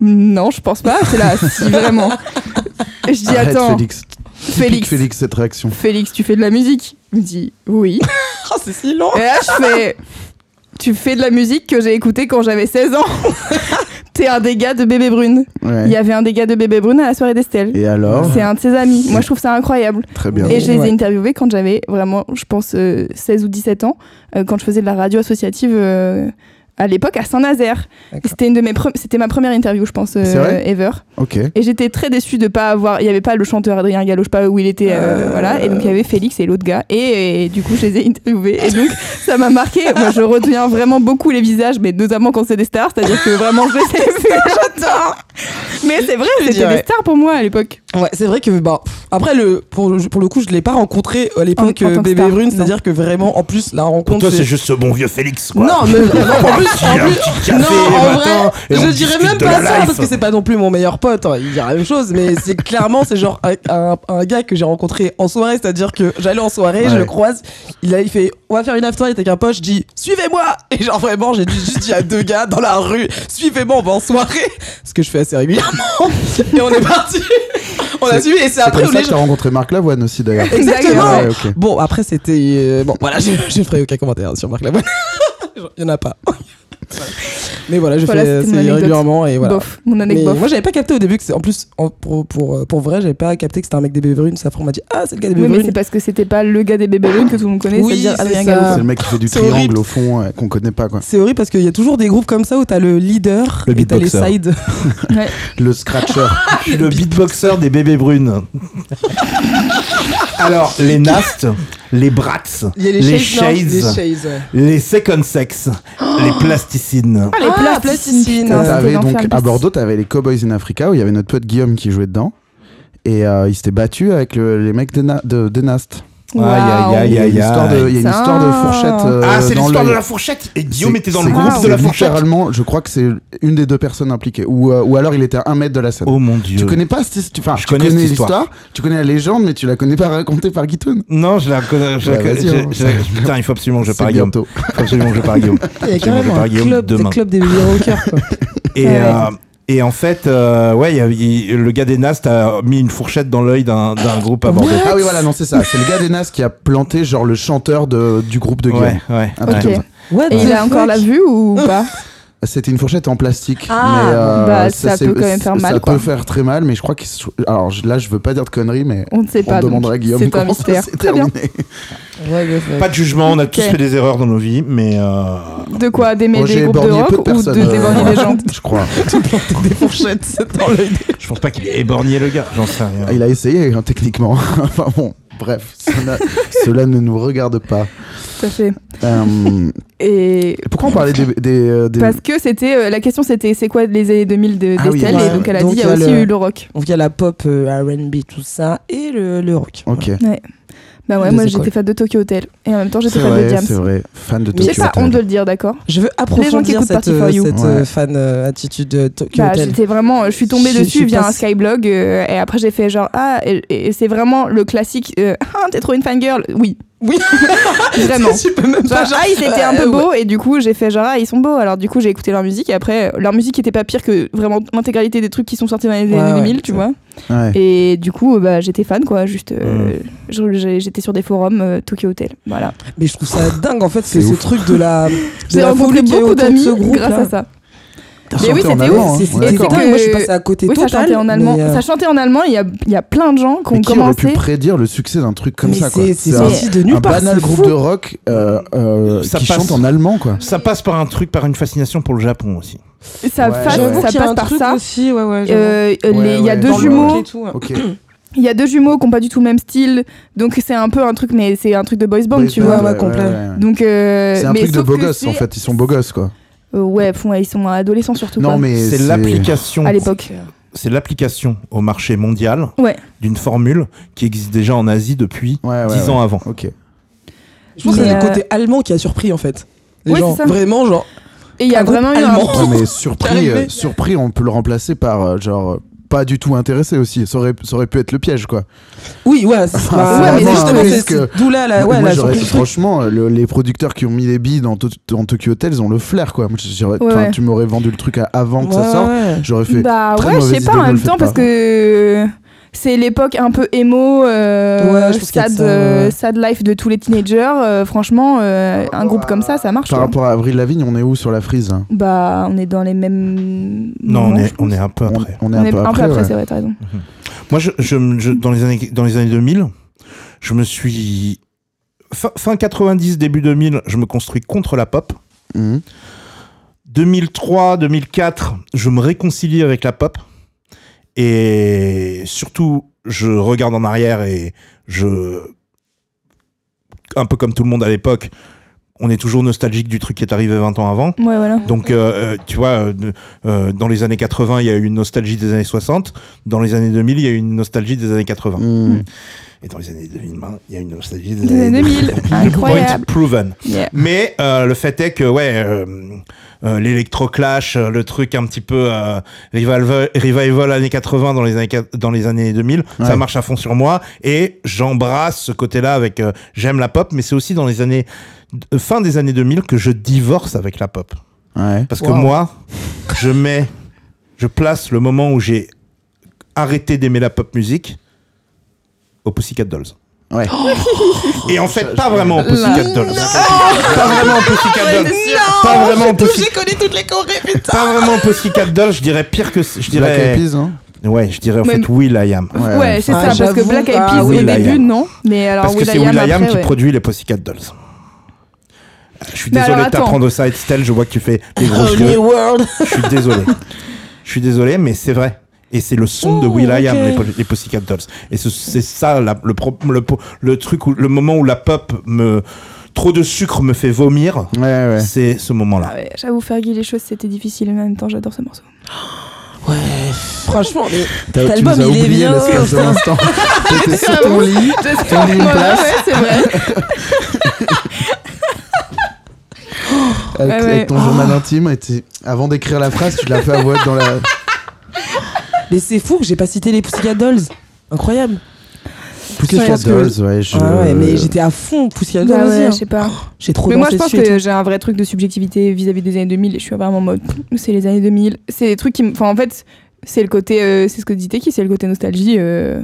Speaker 2: non, je pense pas, c'est là, si vraiment. Et je dis
Speaker 1: Arrête,
Speaker 2: attends, Félix.
Speaker 1: Félix. Félix.
Speaker 2: Félix.
Speaker 1: Félix, cette réaction.
Speaker 2: tu fais de la musique Il me dit oui.
Speaker 3: Oh, c'est si long.
Speaker 2: Et là je fais tu fais de la musique que j'ai écoutée quand j'avais 16 ans. T'es un des gars de Bébé Brune. Il
Speaker 1: Ouais.
Speaker 2: y avait un des gars de Bébé Brune à la soirée d'Estelle.
Speaker 1: Et oh. alors
Speaker 2: C'est un de ses amis. Moi je trouve ça incroyable.
Speaker 1: Très bien.
Speaker 2: Et je les
Speaker 3: Ouais.
Speaker 2: ai interviewés quand j'avais vraiment, je pense, euh, 16 ou 17 ans, euh, quand je faisais de la radio associative euh, à l'époque à Saint-Nazaire.
Speaker 3: D'accord.
Speaker 2: C'était une de mes pre- c'était ma première interview, je pense, euh,
Speaker 1: C'est vrai
Speaker 2: ever.
Speaker 1: Ok.
Speaker 2: Et j'étais très déçue de pas avoir, il y avait pas le chanteur Adrien Gallo, je sais pas où il était, euh,
Speaker 3: Euh.
Speaker 2: voilà. Et donc il y avait Félix et l'autre gars. Et, et du coup, je les ai interviewés. Et donc ça m'a marqué. Moi, je retiens vraiment beaucoup les visages, mais notamment quand c'est des stars, c'est-à-dire que vraiment je les ai vus. J'adore. Mais c'est vrai, c'était des
Speaker 3: dirais.
Speaker 2: stars pour moi à l'époque.
Speaker 3: Ouais, c'est vrai que bah pff, après le pour le, pour le coup, je l'ai pas rencontré à
Speaker 2: En- en
Speaker 3: l'époque
Speaker 2: tant que
Speaker 3: euh, bébé
Speaker 2: star,
Speaker 3: brune,
Speaker 2: non.
Speaker 3: c'est-à-dire que vraiment en plus la
Speaker 4: Pour
Speaker 3: rencontre
Speaker 4: toi, c'est juste ce bon vieux Félix, quoi.
Speaker 3: Non, mais en plus,
Speaker 4: Il y a
Speaker 3: en
Speaker 4: un
Speaker 3: plus-
Speaker 4: petit café
Speaker 3: non,
Speaker 4: le
Speaker 3: en
Speaker 4: matin,
Speaker 3: vrai,
Speaker 4: et on
Speaker 3: je dirais
Speaker 4: discute
Speaker 3: même
Speaker 4: de
Speaker 3: pas
Speaker 4: la
Speaker 3: ça
Speaker 4: life.
Speaker 3: parce que c'est pas non plus mon meilleur pote. hein, Il dirait la même chose, mais c'est clairement c'est genre un, un- un gars que j'ai rencontré en soirée, c'est-à-dire que j'allais en soirée, je
Speaker 1: Ouais.
Speaker 3: le croise, il a, il fait, on va faire une after, il était avec un pote, je dis, suivez-moi, et genre vraiment, j'ai dû juste dit à deux gars dans la rue, suivez-moi, on va en soirée, ce que je fais assez régulièrement, et on est parti, on a
Speaker 1: C'est-
Speaker 3: suivi, et c'est
Speaker 1: C'est
Speaker 3: après
Speaker 1: comme
Speaker 3: où
Speaker 1: ça
Speaker 3: les
Speaker 1: que t'as
Speaker 3: gens.
Speaker 1: rencontré Marc Lavoine aussi, d'ailleurs.
Speaker 3: Exactement.
Speaker 1: Ouais, ok.
Speaker 3: Bon, après c'était, euh, bon, voilà, je, je ferai aucun commentaire sur Marc Lavoine. Il y en a pas. Voilà. Mais voilà, je
Speaker 2: Voilà,
Speaker 3: fais
Speaker 2: c'était mon
Speaker 3: assez
Speaker 2: anecdote.
Speaker 3: régulièrement et voilà.
Speaker 2: Bof, mon
Speaker 3: Mais
Speaker 2: anecdote. bof.
Speaker 3: moi j'avais pas capté au début que c'est en plus en- pour, pour, euh, pour vrai j'avais pas capté que c'était un mec des bébés brunes ça après, on m'a dit ah c'est le gars des
Speaker 2: Oui,
Speaker 3: bébés
Speaker 2: mais c'est
Speaker 3: brunes
Speaker 2: parce que c'était pas le gars des bébés brunes que tout le monde connaît,
Speaker 3: Oui,
Speaker 2: c'est-à-dire
Speaker 3: c'est
Speaker 2: Adrien
Speaker 3: ça.
Speaker 2: Gallo.
Speaker 1: C'est le mec qui fait du
Speaker 3: C'est
Speaker 1: triangle
Speaker 3: horrible.
Speaker 1: au fond euh, qu'on connaît pas quoi.
Speaker 3: c'est horrible parce qu'il y a toujours des groupes comme ça où t'as le leader
Speaker 4: Le
Speaker 3: et t'as les
Speaker 4: beatboxer.
Speaker 3: sides
Speaker 2: Ouais.
Speaker 1: Le scratcher.
Speaker 4: Je suis le beatboxer des bébés brunes. Alors, les Nast, les Brats,
Speaker 3: il y a les,
Speaker 4: les
Speaker 3: shades, non,
Speaker 4: Shades,
Speaker 3: les shades, ouais.
Speaker 4: les Second Sex, les Plasticines.
Speaker 2: Ah, les plasticines.
Speaker 3: Ah, plasticines.
Speaker 2: putain,
Speaker 3: Non,
Speaker 2: c'était
Speaker 1: T'avais
Speaker 2: l'enfer,
Speaker 1: donc
Speaker 2: les
Speaker 1: à
Speaker 2: plasticines.
Speaker 1: Bordeaux, t'avais les Cowboys in Africa où il y avait notre pote Guillaume qui jouait dedans. Et euh, il s'était battu avec le- les mecs des Na- de, des Nast.
Speaker 4: Aïe, aïe,
Speaker 1: Il y a une
Speaker 4: aïe,
Speaker 1: histoire de, il y a une
Speaker 2: Ça.
Speaker 1: histoire de fourchette. euh,
Speaker 4: Ah, c'est
Speaker 1: dans
Speaker 4: l'histoire de
Speaker 1: l'œil.
Speaker 4: la fourchette. Et Guillaume
Speaker 1: C'est-
Speaker 4: était dans le
Speaker 1: c'est-
Speaker 4: groupe
Speaker 2: Wow.
Speaker 4: de la
Speaker 1: c'est
Speaker 4: fourchette.
Speaker 1: Littéralement, je crois que c'est une des deux personnes impliquées. Ou, euh, ou alors il était à un mètre de la scène.
Speaker 4: Oh mon dieu.
Speaker 1: Tu connais pas cette histoire enfin,
Speaker 4: Je
Speaker 1: tu
Speaker 4: connais cette
Speaker 1: l'histoire, tu connais la légende, mais tu la connais pas racontée par Guitoun.
Speaker 4: Non, je la connais. je la
Speaker 1: Bah,
Speaker 4: connais-
Speaker 1: vas-y, hein.
Speaker 4: je- je- Putain, il faut absolument que je
Speaker 1: C'est
Speaker 4: parle à Guillaume.
Speaker 1: bientôt.
Speaker 4: Il faut absolument que je parle à Guillaume.
Speaker 3: il y a
Speaker 4: Absolument, je
Speaker 3: carrément
Speaker 4: parle à
Speaker 3: un
Speaker 4: Guillaume
Speaker 3: club des
Speaker 4: demain.
Speaker 3: clubs des bébés rockers quoi.
Speaker 4: Et,
Speaker 2: Ouais.
Speaker 4: euh, et en fait, euh, ouais, il y a- il- le gars des Nast a mis une fourchette dans l'œil d'un d'un groupe à Bordeaux.
Speaker 1: Ah oui, voilà, non, c'est ça. C'est le gars des Nas qui a planté genre le chanteur de- du groupe de Guillaume.
Speaker 4: Ouais, ouais.
Speaker 1: Un
Speaker 4: ouais.
Speaker 1: truc comme ça.
Speaker 3: What
Speaker 2: Et
Speaker 3: the
Speaker 2: il a encore
Speaker 3: fuck
Speaker 2: la vue ou pas
Speaker 1: C'était une fourchette en plastique.
Speaker 2: Ah,
Speaker 1: mais,
Speaker 2: bah, ça
Speaker 1: c'est-
Speaker 2: peut quand même faire
Speaker 1: ça
Speaker 2: mal, quoi.
Speaker 1: peut faire très mal, mais je crois que. Alors je- là, je veux pas dire de conneries, mais
Speaker 2: On ne sait
Speaker 1: on
Speaker 2: pas. donc
Speaker 1: demandera à Guillaume
Speaker 2: C'est un
Speaker 1: comment ça
Speaker 2: mystère.
Speaker 1: s'est
Speaker 2: Très bien.
Speaker 1: terminé.
Speaker 3: What the fuck.
Speaker 4: Pas de jugement, on a tous
Speaker 2: Ok.
Speaker 4: fait des erreurs dans nos vies, mais. euh,
Speaker 2: De quoi D'aimer
Speaker 1: Roger
Speaker 2: les groupes de
Speaker 1: Bornier, peu
Speaker 2: rock
Speaker 1: de
Speaker 2: ou de
Speaker 1: personnes.
Speaker 2: déborgner
Speaker 1: euh,
Speaker 2: des gens
Speaker 1: Je crois.
Speaker 3: des fourchettes c'est dans l'œil des-
Speaker 4: Je pense pas qu'il ait éborgné le gars, j'en sais rien.
Speaker 1: Il a essayé, hein, techniquement. enfin bon, bref, cela, cela ne nous regarde pas.
Speaker 2: Tout à fait.
Speaker 1: Euh,
Speaker 2: Et
Speaker 1: pourquoi on parlait des. des, euh, des-
Speaker 2: parce que c'était euh, la question c'était c'est quoi les années 2000 de-
Speaker 1: Ah oui,
Speaker 2: d'Estelle
Speaker 1: ouais,
Speaker 2: et donc elle a
Speaker 3: donc
Speaker 2: dit il y
Speaker 3: il y
Speaker 2: a
Speaker 3: a
Speaker 2: aussi
Speaker 3: le-
Speaker 2: eu le rock.
Speaker 3: donc il y a la pop euh, R&B tout ça et le, le rock
Speaker 1: Ok.
Speaker 2: Ouais. Bah ouais,
Speaker 3: Des
Speaker 2: moi
Speaker 3: écoles.
Speaker 2: j'étais fan de Tokyo Hotel et en même temps j'étais
Speaker 1: C'est
Speaker 2: fan de
Speaker 1: vrai, c'est
Speaker 2: Diams.
Speaker 1: vrai. Fan de Tokyo
Speaker 2: J'ai pas
Speaker 1: Hotel.
Speaker 2: honte de le dire, d'accord
Speaker 3: Je veux approfondir
Speaker 2: écoutent
Speaker 3: cette,
Speaker 2: Party for
Speaker 3: euh,
Speaker 2: You.
Speaker 3: cette euh,
Speaker 1: Ouais.
Speaker 3: fan euh, attitude de Tokyo
Speaker 2: Bah,
Speaker 3: Hotel.
Speaker 2: j'étais vraiment, je suis tombée
Speaker 3: Je- je
Speaker 2: dessus
Speaker 3: suis
Speaker 2: via
Speaker 3: pas-
Speaker 2: un skyblog euh, et après j'ai fait genre ah et, et c'est vraiment le classique euh, ah t'es trop une fangirl oui
Speaker 3: Oui,
Speaker 2: vraiment
Speaker 3: tu peux même
Speaker 2: Genre,
Speaker 3: pas. genre-
Speaker 2: ah, ils étaient un
Speaker 3: Euh,
Speaker 2: peu beaux, et du coup, j'ai fait genre, ah, ils sont beaux. Alors, du coup, j'ai écouté leur musique, et après, leur musique était pas pire que vraiment l'intégralité des trucs qui sont sortis dans les années
Speaker 3: Ouais, ouais,
Speaker 2: 2000, tu
Speaker 3: c'est-
Speaker 2: vois.
Speaker 1: Ouais.
Speaker 2: Et du coup, bah, j'étais fan, quoi. Juste,
Speaker 3: Mm.
Speaker 2: euh, je- j'ai- j'étais sur des forums euh, Tokyo Hotel. Voilà.
Speaker 3: Mais je trouve ça dingue en fait,
Speaker 1: C'est
Speaker 3: c'est ce
Speaker 1: ouf.
Speaker 3: truc de la. de
Speaker 2: J'ai
Speaker 3: la folie
Speaker 2: rencontré
Speaker 3: qu'il y a
Speaker 2: beaucoup
Speaker 3: autour de
Speaker 2: d'amis
Speaker 3: ce groupe,
Speaker 2: grâce
Speaker 3: là.
Speaker 2: à ça.
Speaker 1: T'as
Speaker 2: Mais oui,
Speaker 1: chanté en
Speaker 2: c'était
Speaker 1: allemand,
Speaker 2: ouf,
Speaker 1: hein,
Speaker 3: C'est
Speaker 1: on est
Speaker 3: c'est
Speaker 2: c'était
Speaker 1: d'accord.
Speaker 3: dingue, moi je suis
Speaker 2: que-
Speaker 3: passée à côté
Speaker 2: Oui, ça
Speaker 3: total.
Speaker 2: chantait en allemand.
Speaker 3: mais, euh,
Speaker 2: Ça chantait en allemand. Il y a, il y a plein de gens qui
Speaker 1: Mais
Speaker 2: ont
Speaker 1: qui aurait pu
Speaker 2: commencé.
Speaker 1: prédire le succès d'un truc comme
Speaker 3: mais
Speaker 1: ça quoi
Speaker 3: c'est- C'est
Speaker 1: un-
Speaker 3: sorti de nulle
Speaker 1: un
Speaker 3: part.
Speaker 1: banal
Speaker 3: c'est
Speaker 1: groupe
Speaker 3: fou.
Speaker 1: de rock euh, euh,
Speaker 4: Ça
Speaker 1: qui
Speaker 4: passe.
Speaker 1: chante en allemand quoi.
Speaker 4: Ça passe par un truc, par une fascination pour le Japon aussi.
Speaker 2: Ça,
Speaker 1: Ouais,
Speaker 2: passe-
Speaker 1: j'avoue
Speaker 2: ça
Speaker 1: qu'il
Speaker 2: passe par ça.
Speaker 6: aussi, ouais, ouais. j'avoue.
Speaker 2: Euh, les- Il
Speaker 1: Ouais,
Speaker 2: y a
Speaker 1: ouais.
Speaker 2: deux
Speaker 1: Dans le
Speaker 2: jumeaux.
Speaker 1: Ok.
Speaker 2: Il y a deux jumeaux qui n'ont pas du tout le même style. Donc, c'est un peu un truc, mais c'est un truc de boys band, tu vois.
Speaker 6: ouais, complet.
Speaker 2: Donc, euh,
Speaker 1: C'est un
Speaker 2: mais
Speaker 1: truc de
Speaker 2: sauf
Speaker 1: beaux
Speaker 2: que
Speaker 1: gosses
Speaker 2: c'est-
Speaker 1: en fait, ils sont beaux gosses quoi.
Speaker 2: Euh, ouais, font- ouais, ils sont adolescents surtout.
Speaker 1: Non
Speaker 2: quoi,
Speaker 1: mais
Speaker 4: C'est l'application.
Speaker 2: À l'époque.
Speaker 4: C'est l'application au marché mondial
Speaker 2: Ouais.
Speaker 4: d'une formule qui existe déjà en Asie depuis
Speaker 1: Ouais, Ah ouais,
Speaker 4: 10 ans avant.
Speaker 1: Ok.
Speaker 3: Je pense que
Speaker 2: Mais,
Speaker 3: c'est le
Speaker 2: euh,
Speaker 3: côté allemand qui a surpris en fait. Les
Speaker 2: Oui,
Speaker 3: gens,
Speaker 2: c'est ça.
Speaker 3: vraiment, genre.
Speaker 2: Et il y a
Speaker 1: Ah,
Speaker 3: Un groupe
Speaker 2: vraiment eu un.
Speaker 3: allemand.
Speaker 1: Ouais, mais surpris,
Speaker 3: T'es arrivé.
Speaker 1: euh, surpris, on peut le remplacer par euh, genre euh, pas du tout intéressé aussi. Ça aurait, ça aurait pu être le piège quoi.
Speaker 3: Oui, ouais, c'est
Speaker 1: c'est
Speaker 3: ouais, mais
Speaker 1: vraiment
Speaker 3: justement,
Speaker 1: un
Speaker 3: c'est-
Speaker 1: risque.
Speaker 3: c'est- d'où
Speaker 4: Bah
Speaker 3: là, la,
Speaker 1: Moi,
Speaker 3: ouais, la
Speaker 1: j'aurais-
Speaker 3: surprise.
Speaker 1: franchement, euh, le- les producteurs qui ont mis les billes dans, To- dans Tokyo Hotel, ils ont le flair quoi. Moi, j'aurais-
Speaker 2: Ouais,
Speaker 1: enfin,
Speaker 2: ouais.
Speaker 1: Tu m'aurais vendu le truc à- avant que ça
Speaker 3: Ouais,
Speaker 1: sorte.
Speaker 3: ouais.
Speaker 1: J'aurais fait.
Speaker 2: Bah
Speaker 1: Très
Speaker 2: ouais, je
Speaker 1: mauvaise
Speaker 2: sais
Speaker 1: idée
Speaker 2: pas
Speaker 1: de
Speaker 2: en
Speaker 1: le
Speaker 2: même
Speaker 1: faire
Speaker 2: temps
Speaker 1: pas.
Speaker 2: parce que c'est l'époque un peu emo, euh,
Speaker 3: Ouais, je pense qu'il y a de
Speaker 2: sad,
Speaker 3: ça, ouais.
Speaker 2: euh, sad life de tous les teenagers. euh, franchement, euh, un groupe comme ça, ça marche.
Speaker 1: Par
Speaker 2: quoi.
Speaker 1: rapport à Avril Lavigne, on est où sur la frise hein là
Speaker 2: Bah on est dans les mêmes.
Speaker 4: Non, on
Speaker 2: moments,
Speaker 4: est,
Speaker 2: je
Speaker 4: on
Speaker 2: pense.
Speaker 4: est un peu
Speaker 1: on,
Speaker 4: après.
Speaker 1: on est
Speaker 2: On
Speaker 1: un
Speaker 2: est
Speaker 1: peu après. ouais.
Speaker 2: c'est vrai, t'as raison.
Speaker 4: Moi, je, je me- je- dans, les années, dans les années 2000, je me suis. Fin, fin 90, début 2000, je me construis contre la pop.
Speaker 1: Mhm.
Speaker 4: 2003, 2004, je me réconcilie avec la pop. Et surtout, je regarde en arrière et je. Un peu comme tout le monde à l'époque, on est toujours nostalgique du truc qui est arrivé 20 ans avant.
Speaker 2: Ouais, voilà.
Speaker 4: Donc, euh, euh, tu vois, euh, de- euh, dans les années 80, il y a eu une nostalgie des années 60. Dans les années 2000, il y a eu une nostalgie des années 80.
Speaker 1: Mhm.
Speaker 4: Et dans les années 2020, il y a une nostalgie des,
Speaker 2: Des années 2000,
Speaker 4: Point
Speaker 2: incroyable.
Speaker 4: proven.
Speaker 2: Yeah.
Speaker 4: Mais euh, le fait est que, ouais, euh, euh, l'électroclash, euh, le truc un petit peu euh, revival, revival années 80 dans les années, quat- dans les années 2000,
Speaker 1: Ouais.
Speaker 4: ça marche à fond sur moi. Et j'embrasse ce côté-là avec. euh, J'aime la pop, mais c'est aussi dans les années. fin des années 2000 que je divorce avec la pop.
Speaker 1: Ouais.
Speaker 4: Parce que
Speaker 3: Wow.
Speaker 4: moi, je mets, je place le moment où j'ai arrêté d'aimer la pop musique aux Pussycat Dolls.
Speaker 1: Ouais.
Speaker 4: Et en fait, pas vraiment aux Pussycat
Speaker 2: Non.
Speaker 4: Dolls. Pas vraiment aux Pussycat Dolls. Pas vraiment aux Pussycat
Speaker 3: connais toutes les chorés, putain.
Speaker 4: pas vraiment aux Pussycat Dolls, je dirais pire que je
Speaker 1: Black Eyed
Speaker 4: dirais
Speaker 1: Peas, hein
Speaker 4: ouais, je dirais en
Speaker 2: Mais-
Speaker 4: fait Will I Am.
Speaker 2: Ouais, c'est
Speaker 3: Ah,
Speaker 2: ça, parce que
Speaker 3: j'avoue.
Speaker 2: Black Eyed
Speaker 3: Ah,
Speaker 2: Peas
Speaker 4: oui,
Speaker 2: au
Speaker 4: Will.i.am.
Speaker 2: début, non. Mais alors
Speaker 4: Parce que c'est
Speaker 2: Will.i.am
Speaker 4: Will I Am
Speaker 2: après,
Speaker 4: qui
Speaker 2: ouais.
Speaker 4: produit les Pussycat Dolls. Je suis
Speaker 2: Mais
Speaker 4: désolé
Speaker 2: alors,
Speaker 4: de
Speaker 2: attends. Oh,
Speaker 4: t'apprendre ça, Estelle, je vois que tu fais les gros yeux.
Speaker 3: New World.
Speaker 4: Je suis désolé. Je suis désolé, mais c'est vrai. Et c'est le son de Will I Am,
Speaker 2: Oh,
Speaker 3: ok.
Speaker 4: les, po- les Pussycat Dolls. Et ce- c'est ça la- le, pro- le, po- le truc, où, le moment où la pop me. Trop de sucre me fait vomir.
Speaker 1: Ouais, ouais.
Speaker 4: C'est ce moment-là.
Speaker 2: Ah ouais, J'avoue, Fergie, les choses c'était difficile, mais en même temps, j'adore ce morceau.
Speaker 3: Ouais, franchement, mais
Speaker 1: T'as-
Speaker 3: Cet
Speaker 1: tu nous
Speaker 3: album,
Speaker 1: as
Speaker 3: il est
Speaker 1: oublié
Speaker 3: bien. hein.
Speaker 1: l'espace d'un instant. T'étais sur ton lit.
Speaker 2: J'espère
Speaker 1: une
Speaker 2: Ouais,
Speaker 1: place.
Speaker 2: ouais, c'est vrai.
Speaker 1: avec,
Speaker 2: Ouais, ouais.
Speaker 1: avec ton journal intime. Et t'es- avant d'écrire la phrase, tu l'as fait à voix haute dans la.
Speaker 3: mais c'est fou que j'ai pas cité les Pussycat Dolls. Incroyable.
Speaker 1: Pussycat
Speaker 3: parce que-
Speaker 1: Dolls, ouais. Je... euh, Bah
Speaker 3: Ouais, Ah ouais, mais j'étais à fond Pussycat Dolls
Speaker 2: Bah
Speaker 3: aussi.
Speaker 2: ouais,
Speaker 3: hein.
Speaker 2: je sais pas.
Speaker 3: J'ai trop
Speaker 2: Mais moi, je
Speaker 3: dansé
Speaker 2: pense
Speaker 3: dessus et
Speaker 2: que j'ai un vrai truc de subjectivité vis-à-vis des années 2000 et je suis vraiment en mode, pff, c'est les années 2000. C'est des trucs qui me. Enfin, en fait, c'est le côté. euh, c'est ce que dit Teki, c'est le côté nostalgie. euh.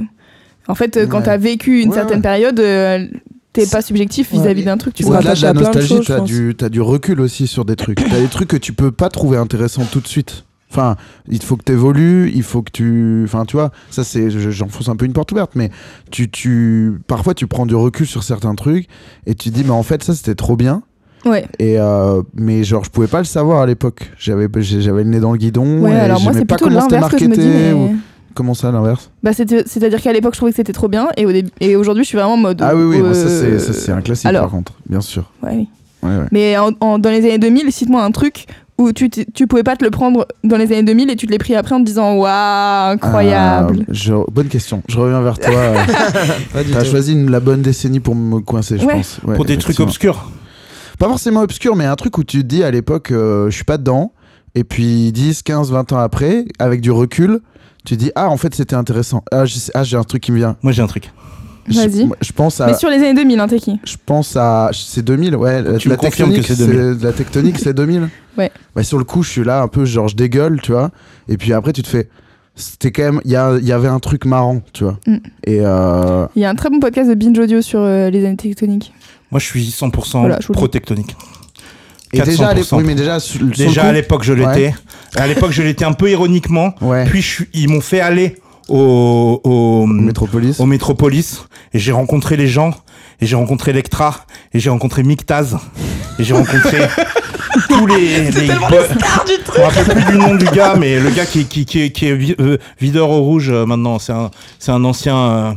Speaker 2: En fait, euh, quand
Speaker 1: Ouais.
Speaker 2: t'as vécu une
Speaker 1: Ouais,
Speaker 2: certaine
Speaker 1: ouais.
Speaker 2: période, euh, t'es pas subjectif
Speaker 3: Ouais.
Speaker 2: vis-à-vis d'un truc, tu
Speaker 3: Ou
Speaker 2: vois.
Speaker 3: à
Speaker 1: Au-delà de la
Speaker 3: rattaches à plein de
Speaker 1: nostalgie,
Speaker 3: choses,
Speaker 1: t'as
Speaker 3: je pense.
Speaker 1: du, t'as du recul aussi sur des trucs. T'as des trucs que tu peux pas trouver intéressants tout de suite. Enfin, il faut que t'évolues, il faut que tu. Enfin, tu vois, ça c'est. je- J'enfonce un peu une porte ouverte, mais tu, tu. Parfois, tu prends du recul sur certains trucs et tu te dis, mais en fait, ça c'était trop bien.
Speaker 2: Ouais.
Speaker 1: Et euh, mais genre, je pouvais pas le savoir à l'époque. J'avais j'ai- j'avais le nez dans le guidon.
Speaker 2: Ouais,
Speaker 1: et
Speaker 2: alors moi,
Speaker 1: j'aimais
Speaker 2: c'est
Speaker 1: pas
Speaker 2: plutôt
Speaker 1: comment c'était
Speaker 2: l'inverse que je me dis.
Speaker 1: marketé,
Speaker 2: mais-
Speaker 1: ou- Comment ça, l'inverse
Speaker 2: Bah, c'était- c'est-à-dire qu'à l'époque, je trouvais que c'était trop bien et, au début- et aujourd'hui, je suis vraiment en mode.
Speaker 1: Ah oui, oui,
Speaker 2: euh,
Speaker 1: bon, ça c'est- ça, c'est un classique
Speaker 2: alors.
Speaker 1: par contre, bien sûr.
Speaker 2: Ouais, oui.
Speaker 1: Ouais, ouais.
Speaker 2: Mais en- en- dans les années 2000, cite-moi un truc où tu, t- tu pouvais pas te le prendre dans les années 2000 et tu te l'es pris après en te disant waouh, incroyable.
Speaker 1: Ah, je- Bonne question. Je reviens vers toi. euh,
Speaker 3: Pas du
Speaker 1: T'as
Speaker 3: tout.
Speaker 1: choisi une- la bonne décennie pour me coincer, je
Speaker 2: Ouais.
Speaker 1: pense. Ouais,
Speaker 4: Pour des trucs
Speaker 1: effectivement.
Speaker 4: obscurs.
Speaker 1: Pas forcément obscurs, mais un truc où tu te dis à l'époque, euh, je suis pas dedans. Et puis 10, 15, 20 ans après, avec du recul, tu dis Ah, en fait, c'était intéressant. Ah, j'ai ah, j'ai un truc qui me vient.
Speaker 4: Moi, j'ai un truc.
Speaker 1: Ah, Je-
Speaker 2: Vas-y.
Speaker 1: moi, Je pense
Speaker 2: Mais
Speaker 1: à.
Speaker 2: sur les années 2000, hein, t'es qui
Speaker 1: Je pense à. C'est 2000, ouais. La,
Speaker 4: Tu
Speaker 1: la
Speaker 4: me confirmes
Speaker 1: tectonique,
Speaker 4: que c'est 2000.
Speaker 1: La tectonique, c'est 2000.
Speaker 2: Ouais.
Speaker 1: Bah, sur le coup, je suis là, un peu, genre, je dégueule, tu vois. Et puis après, tu te fais. C'était quand même. Il y, a- il y avait un truc marrant, tu vois.
Speaker 2: Mm.
Speaker 1: Et. euh,
Speaker 2: Il y a un très bon podcast de Binge Audio sur euh, les années tectoniques.
Speaker 4: Moi, je suis 100%
Speaker 2: Voilà, je vous le dis.
Speaker 4: protectonique.
Speaker 1: Et déjà, à l'époque-
Speaker 4: 400%.
Speaker 1: oui, mais déjà, sur- sur le
Speaker 4: Déjà,
Speaker 1: coup-
Speaker 4: à l'époque, je l'étais. À l'époque, je l'étais un peu ironiquement.
Speaker 1: Ouais.
Speaker 4: Puis, je suis- ils m'ont fait aller au, au,
Speaker 1: Métropolis.
Speaker 4: au Métropolis. Et j'ai rencontré les gens. Et j'ai rencontré Electra. Et j'ai rencontré Mictaz. Et j'ai rencontré tous les. les bo- Je me rappelle plus du nom du gars, mais le gars qui, qui, qui, qui est vi- euh, videur au rouge euh, maintenant, c'est un, c'est un ancien. euh,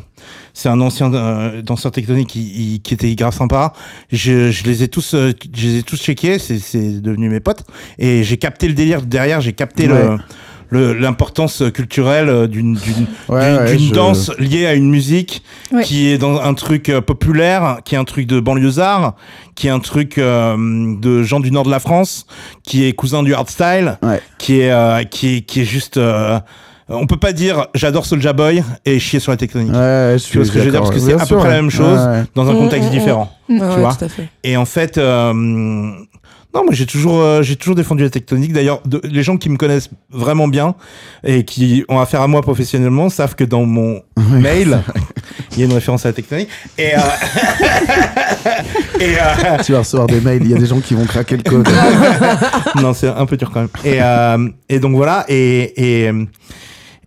Speaker 4: c'est un ancien euh, danseur tectonique qui, il- qui était grave sympa. Je, je les ai tous, euh, je les ai tous checkés. C'est, c'est devenu mes potes. Et j'ai capté le délire derrière. J'ai capté
Speaker 1: Ouais.
Speaker 4: le, le- l'importance culturelle euh, d'une, d'une,
Speaker 1: Ouais,
Speaker 4: d'une-
Speaker 1: ouais,
Speaker 4: d'une
Speaker 1: je-
Speaker 4: danse liée à une musique
Speaker 2: Ouais.
Speaker 4: qui est dans un truc euh, populaire, qui est un truc de banlieusard, qui est un truc euh, de gens du nord de la France, qui est cousin du hardstyle,
Speaker 1: Ouais.
Speaker 4: qui est euh, qui est, qui est juste. euh, on peut pas dire j'adore Soulja Boy et chier sur la tectonique.
Speaker 1: Ouais, je suis
Speaker 4: vois ce que je veux dire,
Speaker 1: d'accord,
Speaker 4: parce que
Speaker 1: ouais. Bien
Speaker 4: c'est à peu
Speaker 1: sûr,
Speaker 4: près la
Speaker 1: ouais.
Speaker 4: même chose.
Speaker 1: Ouais, ouais.
Speaker 4: Dans un
Speaker 3: Mm,
Speaker 4: contexte
Speaker 3: mm,
Speaker 4: différent.
Speaker 2: Mm.
Speaker 3: Ah
Speaker 4: tu
Speaker 3: ouais,
Speaker 4: vois.
Speaker 3: tout à fait.
Speaker 4: Et en fait, euh, non, moi j'ai toujours, euh, j'ai toujours défendu la tectonique. D'ailleurs, de- les gens qui me connaissent vraiment bien et qui ont affaire à moi professionnellement savent que dans mon mail, il y a une référence à la tectonique. Et, euh, et, euh,
Speaker 1: Tu vas recevoir des mails, il y a des gens qui vont craquer le code.
Speaker 4: non, c'est un peu dur quand même. Et, euh, et donc voilà. Et et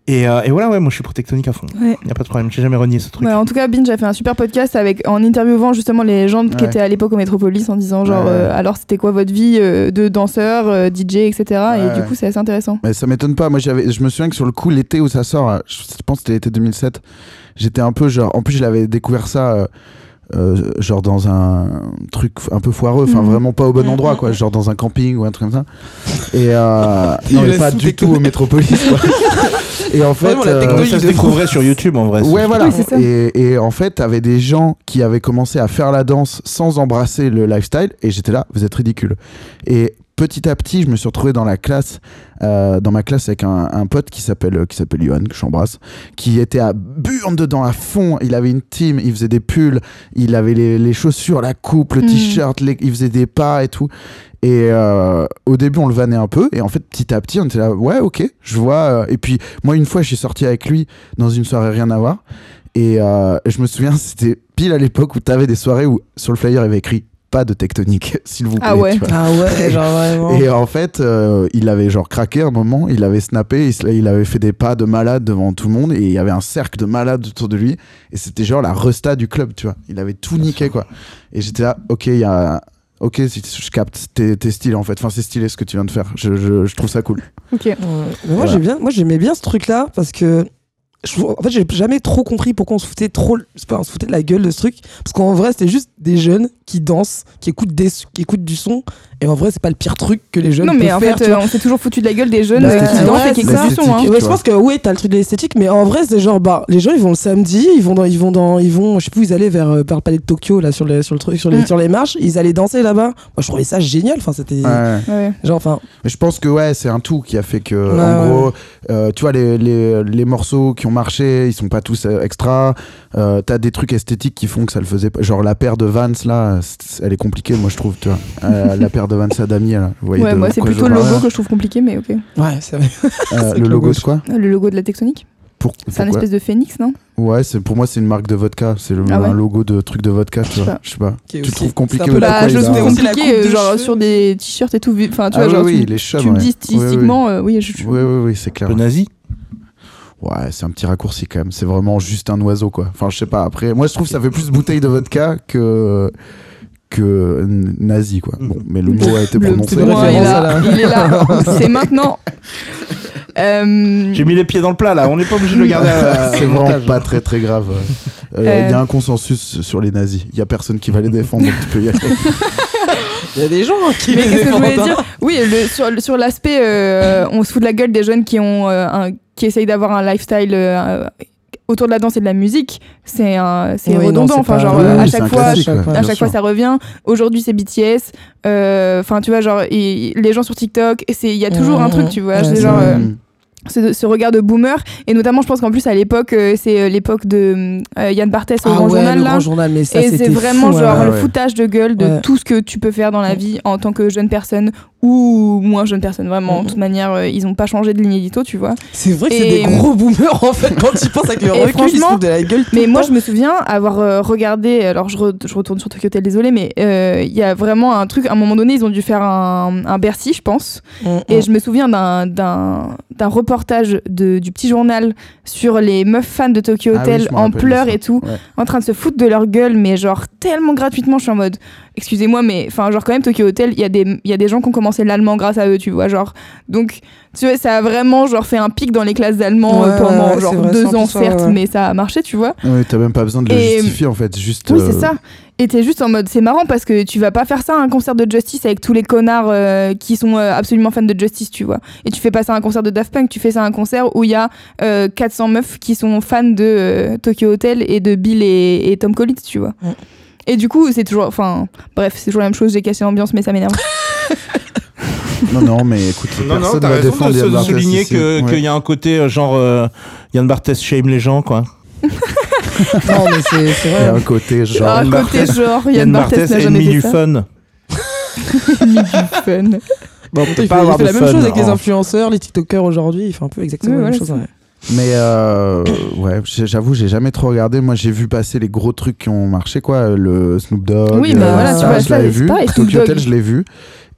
Speaker 4: et, euh, et voilà, ouais, moi je suis pro tectonique à fond. Il
Speaker 2: Ouais.
Speaker 4: y a pas de problème. J'ai jamais renié ce truc.
Speaker 3: Bah,
Speaker 2: Voilà, en tout cas, Binge a fait un super podcast avec, en interviewant justement les gens qui
Speaker 1: Ouais.
Speaker 2: étaient à l'époque au Métropolis en disant genre
Speaker 1: Ouais.
Speaker 2: euh, alors c'était quoi votre vie euh, de danseur, euh, DJ, etc.
Speaker 1: Ouais.
Speaker 2: Et du coup, c'est assez intéressant.
Speaker 1: Mais ça m'étonne pas. Moi, j'avais, je me souviens que sur le coup, l'été où ça sort, euh, je pense que c'était l'été 2007, j'étais un peu genre. En plus, je l'avais découvert ça, euh, euh, genre dans un truc un peu foireux, enfin
Speaker 2: Mhm.
Speaker 1: vraiment pas au bon
Speaker 2: Mhm.
Speaker 1: endroit, quoi. Genre dans un camping ou un truc comme ça. Et euh, non, mais
Speaker 3: laisse
Speaker 1: pas
Speaker 3: tout
Speaker 1: du tout
Speaker 3: découvrir.
Speaker 1: au métropolis, quoi. Et en fait.
Speaker 3: Vraiment, la
Speaker 1: euh,
Speaker 4: Euh,
Speaker 3: technologie
Speaker 4: ça se
Speaker 3: de
Speaker 4: découvrait sur YouTube en vrai.
Speaker 1: Ouais, voilà.
Speaker 2: Oui, c'est ça.
Speaker 1: et, et en fait, t'avais des gens qui avaient commencé à faire la danse sans embrasser le lifestyle. Et j'étais là, vous êtes ridicule. Et petit à petit, je me suis retrouvé dans la classe, euh, dans ma classe avec un, un pote qui s'appelle euh, qui s'appelle Johan, que j'embrasse, qui était à burne dedans à fond. Il avait une team, il faisait des pulls, il avait les, les chaussures, la coupe, le
Speaker 2: Mhm.
Speaker 1: t-shirt, les- il faisait des pas et tout. Et euh, au début, on le vannait un peu. Et en fait, petit à petit, on était là, ouais, ok, je vois. euh, Et puis, moi, une fois, je suis sorti avec lui dans une soirée rien à voir. Et euh, je me souviens, c'était pile à l'époque où t'avais des soirées où sur le flyer il y avait écrit pas de tectonique, s'il vous plaît.
Speaker 2: Ah ouais.
Speaker 1: tu vois.
Speaker 3: Ah ouais, genre vraiment.
Speaker 1: Et en fait, euh, il avait genre craqué un moment, il avait snappé, il, se- il avait fait des pas de malade devant tout le monde et il y avait un cercle de malades autour de lui et c'était genre la resta du club, tu vois. Il avait tout niqué quoi. Et j'étais là, ok, il y a. Ok, si- je capte, t'es t'es stylé en fait. Enfin, c'est stylé ce que tu viens de faire. Je, je- je trouve ça cool.
Speaker 2: Ok.
Speaker 3: Ouais. Mais moi,
Speaker 1: Voilà.
Speaker 3: j'ai bien, moi j'aimais bien ce truc-là parce que. je trouve- en fait, j'ai jamais trop compris pourquoi on se foutait trop, c'est pas, on se foutait de la gueule de ce truc. Parce qu'en vrai, c'était juste des jeunes qui dansent, qui écoutent, des, qui écoutent du son. Et en vrai, c'est pas le pire truc que les jeunes
Speaker 2: Non, mais
Speaker 3: peuvent
Speaker 2: en
Speaker 3: faire.
Speaker 2: fait,
Speaker 3: tu
Speaker 2: euh, on s'est toujours foutu de la gueule des jeunes
Speaker 3: Bah,
Speaker 2: euh, qui
Speaker 3: ouais,
Speaker 2: dansent et
Speaker 3: c'est
Speaker 2: qui
Speaker 1: ça.
Speaker 2: écoutent du son. hein.
Speaker 1: L'esthétique.
Speaker 3: Ouais,
Speaker 1: tu
Speaker 3: je
Speaker 1: vois.
Speaker 3: pense que oui, t'as le truc de l'esthétique, mais en vrai, c'est genre, bah, les gens, ils vont le samedi, ils vont dans, ils vont dans, ils vont, je sais plus, où ils allaient vers, euh, par le palais de Tokyo, là, sur le, sur le truc, sur les,
Speaker 2: Mm.
Speaker 3: sur les marches, ils allaient danser là-bas. Moi, je trouvais ça génial, enfin, c'était,
Speaker 1: Ouais.
Speaker 2: Ouais.
Speaker 3: genre, enfin,
Speaker 1: Mais je pense que ouais, c'est un tout qui a fait que,
Speaker 3: Ouais,
Speaker 1: en
Speaker 3: ouais.
Speaker 1: gros, euh, tu vois, les, les, les morceaux qui ont marché, ils sont pas tous euh, extra. Euh, T'as des trucs esthétiques qui font que ça le faisait pas. Genre la paire de Vans, là, c'est- elle est compliquée, moi, je trouve, tu vois. Euh, la paire de Vans à Damier, là. Vous voyez
Speaker 2: Ouais,
Speaker 1: de
Speaker 2: moi, c'est
Speaker 1: quoi je
Speaker 2: plutôt le
Speaker 1: parle,
Speaker 2: logo que je trouve compliqué, mais ok. Ah,
Speaker 3: ouais, c'est vrai.
Speaker 1: là Euh,
Speaker 3: c'est
Speaker 1: le
Speaker 3: que
Speaker 1: logo,
Speaker 3: le
Speaker 1: c'est quoi
Speaker 2: Le logo de la tectonique
Speaker 1: pour,
Speaker 2: C'est un
Speaker 1: pourquoi
Speaker 2: espèce de phénix, non
Speaker 1: Ouais, c'est- pour moi, c'est une marque de vodka. C'est le-
Speaker 2: Ah ouais
Speaker 1: un logo de truc de vodka, tu vois.
Speaker 2: pas. Ah,
Speaker 1: Je sais pas.
Speaker 3: Qui est
Speaker 1: Tu
Speaker 3: aussi-
Speaker 1: trouves
Speaker 3: c'est
Speaker 1: compliqué
Speaker 3: un peu
Speaker 1: ou
Speaker 3: la
Speaker 1: pas,
Speaker 2: Bah, je
Speaker 1: ils
Speaker 2: le
Speaker 3: coupe
Speaker 1: ont-
Speaker 2: trouve
Speaker 3: des- c'est la
Speaker 2: compliqué,
Speaker 3: coupe
Speaker 2: euh,
Speaker 3: des
Speaker 2: genre
Speaker 3: cheveux.
Speaker 2: sur des t-shirts et tout. vu- Enfin, tu
Speaker 1: Ah
Speaker 2: vois,
Speaker 1: oui,
Speaker 2: genre,
Speaker 1: oui,
Speaker 2: tu,
Speaker 1: les
Speaker 2: me-
Speaker 1: chums,
Speaker 2: tu me
Speaker 1: ouais.
Speaker 2: dis stylistiquement, euh, oui, je,
Speaker 1: Oui,
Speaker 2: je-
Speaker 1: oui, oui, oui, c'est
Speaker 4: Un
Speaker 1: clair.
Speaker 4: peu nazi.
Speaker 1: Ouais, c'est un petit raccourci quand même. C'est vraiment juste un oiseau, quoi. Enfin, je sais pas. Après, moi, je trouve que ça fait plus bouteille de vodka que que n- nazi, quoi. Bon, mais le mot a été
Speaker 2: le
Speaker 1: prononcé.
Speaker 2: petit doigt est là,
Speaker 3: là.
Speaker 2: il est là, c'est maintenant. Euh,
Speaker 4: J'ai mis les pieds dans le plat là. On n'est pas obligé de le garder. euh, à-
Speaker 1: C'est
Speaker 4: au
Speaker 1: vraiment
Speaker 4: montage.
Speaker 1: pas très très grave.
Speaker 2: Euh.
Speaker 1: Euh, Il y a un consensus sur les nazis. Il y a personne qui va les défendre, donc tu peux y aller.
Speaker 3: Il y a des gens qui
Speaker 2: Mais
Speaker 3: les
Speaker 2: qu'est-ce que je voulais
Speaker 3: défendent, hein.
Speaker 2: dire Oui, le- sur, le- sur l'aspect, euh, on se fout de la gueule des jeunes qui, ont, euh, un- qui essayent d'avoir un lifestyle euh, autour de la danse et de la musique. C'est un- c'est
Speaker 3: Oui, non,
Speaker 2: redondant.
Speaker 3: c'est hein,
Speaker 2: enfin,
Speaker 3: pas-
Speaker 2: genre,
Speaker 3: Oui,
Speaker 2: euh, à
Speaker 3: oui,
Speaker 1: c'est un
Speaker 2: chaque fois,
Speaker 1: classique,
Speaker 3: à chaque
Speaker 1: ouais,
Speaker 3: fois.
Speaker 1: bien
Speaker 2: à chaque
Speaker 1: sûr.
Speaker 2: fois ça revient. Aujourd'hui c'est BTS. Euh, Enfin tu vois genre et- les gens sur TikTok, et c'est il y a toujours
Speaker 3: Ouais,
Speaker 2: un truc
Speaker 3: ouais.
Speaker 2: tu vois,
Speaker 3: Ouais,
Speaker 2: c'est
Speaker 3: c'est
Speaker 2: genre
Speaker 3: vrai.
Speaker 2: euh,
Speaker 1: Mm.
Speaker 2: ce, ce regard de boomer et notamment je pense qu'en plus à l'époque euh, c'est euh, l'époque de euh, Yann Barthès au
Speaker 3: Ah
Speaker 2: Grand
Speaker 3: ouais,
Speaker 2: Journal
Speaker 3: le
Speaker 2: là.
Speaker 3: grand journal, mais ça
Speaker 2: et
Speaker 3: c'était
Speaker 2: c'est vraiment
Speaker 3: fou, hein.
Speaker 2: genre
Speaker 3: ouais.
Speaker 1: ouais.
Speaker 2: le foutage de gueule de
Speaker 3: Ouais.
Speaker 2: tout ce que tu peux faire dans la vie en tant que jeune personne ou moins jeune personne vraiment.
Speaker 3: Mm.
Speaker 2: De toute manière euh, ils ont pas changé de ligne édito tu vois.
Speaker 3: C'est vrai que c'est
Speaker 2: Et-
Speaker 3: des gros boomers en fait quand ils pensent avec le
Speaker 2: Et
Speaker 3: recul, ils se
Speaker 2: franchement,
Speaker 3: foutent de la gueule. tout
Speaker 2: Mais
Speaker 3: le
Speaker 2: moi,
Speaker 3: temps.
Speaker 2: je me souviens avoir euh, regardé. Alors, je, re- je retourne sur Tokyo Hotel, désolé, mais euh, il y a vraiment un truc. À un moment donné, ils ont dû faire un, un Bercy, je pense.
Speaker 3: Mm,
Speaker 2: Et
Speaker 3: mm.
Speaker 2: je me souviens d'un- d'un d'un reportage de, du petit journal sur les meufs fans de Tokyo
Speaker 1: Ah oui,
Speaker 2: Hotel
Speaker 1: je me
Speaker 2: en
Speaker 1: rappelle de
Speaker 2: pleurs
Speaker 1: ça.
Speaker 2: et tout,
Speaker 1: Ouais.
Speaker 2: en train de se foutre de leur gueule, mais genre tellement gratuitement. Je suis en mode, excusez-moi, mais enfin, genre quand même, Tokyo Hotel, il y, a des- il y a des gens qui ont commencé l'allemand grâce à eux, tu vois. Genre, donc, tu vois, ça a vraiment genre fait un pic dans les classes d'allemand euh,
Speaker 3: Ouais, ouais,
Speaker 2: pendant
Speaker 3: ouais,
Speaker 2: genre
Speaker 3: c'est vrai,
Speaker 2: deux
Speaker 3: 100%,
Speaker 2: ans, certes,
Speaker 3: ouais, ouais.
Speaker 2: mais ça a marché, tu vois.
Speaker 1: Ouais, T'as même pas besoin de le
Speaker 2: Et-
Speaker 1: justifier en fait. Juste,
Speaker 2: Oui,
Speaker 1: euh,
Speaker 2: c'est ça. Et t'es juste en mode, c'est marrant parce que tu vas pas faire ça à un concert de Justice avec tous les connards euh, qui sont euh, absolument fans de Justice, tu vois. Et tu fais pas ça à un concert de Daft Punk, tu fais ça à un concert où il y a euh, 400 meufs qui sont fans de euh, Tokyo Hotel et de Bill et, et Tom Collins, tu vois.
Speaker 3: Ouais.
Speaker 2: Et du coup, c'est toujours. Enfin, bref, c'est toujours la même chose, j'ai cassé l'ambiance, mais ça m'énerve.
Speaker 1: Non, non, mais écoute,
Speaker 4: Non, non,
Speaker 1: personne
Speaker 4: t'as
Speaker 1: va
Speaker 4: raison
Speaker 1: défendre
Speaker 4: de
Speaker 1: Yann
Speaker 4: se-
Speaker 1: Barthès
Speaker 4: souligner
Speaker 1: ici.
Speaker 4: que- qu'il
Speaker 1: Ouais.
Speaker 4: y a un côté euh, genre euh, Yann Barthès shame les gens, quoi.
Speaker 3: Non, mais c'est- c'est
Speaker 1: Il y a
Speaker 3: vrai.
Speaker 1: un côté genre.
Speaker 2: Ah,
Speaker 4: Yann
Speaker 2: côté
Speaker 4: Barthès-
Speaker 2: genre, Yann
Speaker 4: Yann
Speaker 2: Barthès
Speaker 4: Barthès
Speaker 2: n'a
Speaker 4: est
Speaker 2: jamais
Speaker 4: ennemi
Speaker 2: fait
Speaker 4: du
Speaker 2: ça.
Speaker 4: fun.
Speaker 2: Ennemi du fun.
Speaker 3: Bon, en même temps,
Speaker 4: peut
Speaker 3: il
Speaker 4: pas
Speaker 3: fait,
Speaker 4: avoir
Speaker 3: il fait la même
Speaker 4: de fun, hein.
Speaker 3: chose avec les
Speaker 4: en-
Speaker 3: influenceurs, les TikTokers aujourd'hui. Il fait un peu exactement
Speaker 2: Oui,
Speaker 3: la même
Speaker 2: voilà,
Speaker 3: chose. hein.
Speaker 2: c'est
Speaker 3: ouais.
Speaker 1: Mais euh, ouais, j'ai- j'avoue, j'ai jamais trop regardé. Moi, j'ai vu passer les gros trucs qui ont marché, quoi. Le Snoop Dogg.
Speaker 2: Oui,
Speaker 1: euh,
Speaker 2: bah
Speaker 3: voilà, tu
Speaker 1: ça,
Speaker 3: vois,
Speaker 1: je
Speaker 2: ça,
Speaker 1: l'avais
Speaker 2: c'est
Speaker 1: vu.
Speaker 2: pas- et Snoop
Speaker 1: Tokyo
Speaker 2: Dogg.
Speaker 1: Hotel, je l'ai vu.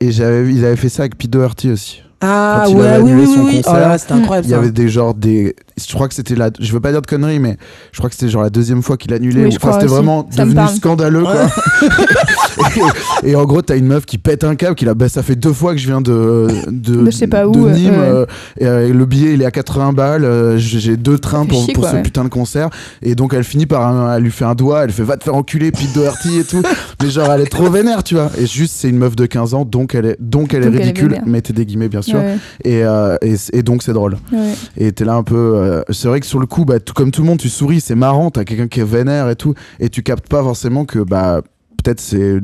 Speaker 1: Et j'avais, ils avaient fait ça avec P. Doherty aussi.
Speaker 3: Ah
Speaker 1: Quand il
Speaker 3: ouais,
Speaker 1: avait
Speaker 3: oui,
Speaker 1: annulé
Speaker 3: oui,
Speaker 1: son
Speaker 3: oui.
Speaker 1: concert,
Speaker 3: Oh là là, c'était
Speaker 2: il y
Speaker 3: incroyable.
Speaker 1: Il y
Speaker 3: ça.
Speaker 1: avait des genres des. Je crois que c'était la. Je veux pas dire de conneries, mais je crois que c'était genre la deuxième fois qu'il annulait.
Speaker 2: Oui,
Speaker 1: ou-
Speaker 2: je
Speaker 1: Enfin,
Speaker 2: crois
Speaker 1: c'était
Speaker 2: aussi.
Speaker 1: vraiment
Speaker 2: Ça me
Speaker 1: devenu
Speaker 2: parle.
Speaker 1: scandaleux, quoi. et, et en gros, t'as une meuf qui pète un câble, qui la bah, ça fait deux fois que je viens de. De,
Speaker 2: De je sais pas où,
Speaker 1: de
Speaker 2: euh,
Speaker 1: Nîmes.
Speaker 2: ouais.
Speaker 1: euh, et, euh, le billet, il est à 80 balles. euh, j'ai j'ai deux trains
Speaker 2: fait
Speaker 1: pour,
Speaker 2: chier,
Speaker 1: pour
Speaker 2: quoi,
Speaker 1: ce
Speaker 2: ouais.
Speaker 1: putain de concert. Et donc, elle finit par. un- elle lui fait un doigt, elle fait va te faire enculer, Pete Doherty et tout. Mais genre, elle est trop vénère, tu vois. Et juste, c'est une meuf de 15 ans, donc elle est, donc elle est
Speaker 2: Donc elle est
Speaker 1: ridicule.
Speaker 2: vénère.
Speaker 1: mettez des guillemets, bien sûr.
Speaker 2: Ouais,
Speaker 1: Et, euh, et, et donc, c'est drôle.
Speaker 2: ouais.
Speaker 1: Et t'es là un peu. euh, c'est vrai que sur le coup, bah, tout, comme tout le monde, tu souris, c'est marrant, t'as quelqu'un qui est vénère et tout, et tu captes pas forcément que bah, peut-être c'est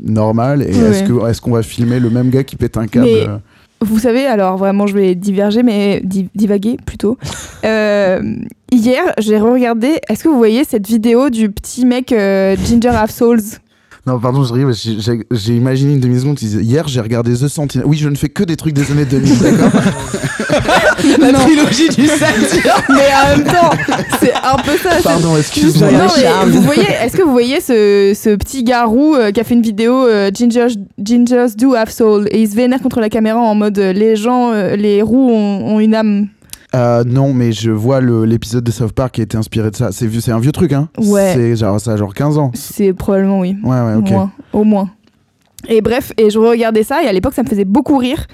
Speaker 1: normal. Et
Speaker 2: Ouais.
Speaker 1: est-ce que est-ce qu'on va filmer le même gars qui pète un câble
Speaker 2: Mais-
Speaker 1: euh,
Speaker 2: Vous savez, alors vraiment, je vais diverger, mais di- divaguer plutôt. Euh, hier, j'ai regardé. Est-ce que vous voyez cette vidéo du petit mec euh, Ginger Half Souls
Speaker 1: Non, pardon, je ris, parce que j'ai- j'ai imaginé une demi-seconde. qui disait, Hier, j'ai regardé The Sentinel. Oui, je ne fais que des trucs des années 2000, d'accord
Speaker 3: La
Speaker 2: Non.
Speaker 3: trilogie du samedi.
Speaker 2: Mais en même temps, c'est un peu ça. c'est-
Speaker 1: Pardon,
Speaker 2: Non,
Speaker 1: excuse-moi.
Speaker 3: J'ai regardé
Speaker 2: mais
Speaker 3: Charme.
Speaker 2: vous voyez, est-ce que vous voyez ce, ce petit garou euh, qui a fait une vidéo euh, Gingers, Gingers do have soul et il se vénère contre la caméra en mode euh, les gens, euh, les roues ont, ont une âme.
Speaker 1: Euh, non, mais je vois le- l'épisode de South Park qui a été inspiré de ça. C'est vieux- c'est un vieux truc, hein
Speaker 2: Ouais.
Speaker 1: C'est genre, ça a genre 15 ans.
Speaker 2: C'est probablement oui.
Speaker 1: Ouais, ouais, ok.
Speaker 2: Moins, au moins. Et bref, et je regardais ça, et à l'époque, ça me faisait beaucoup rire.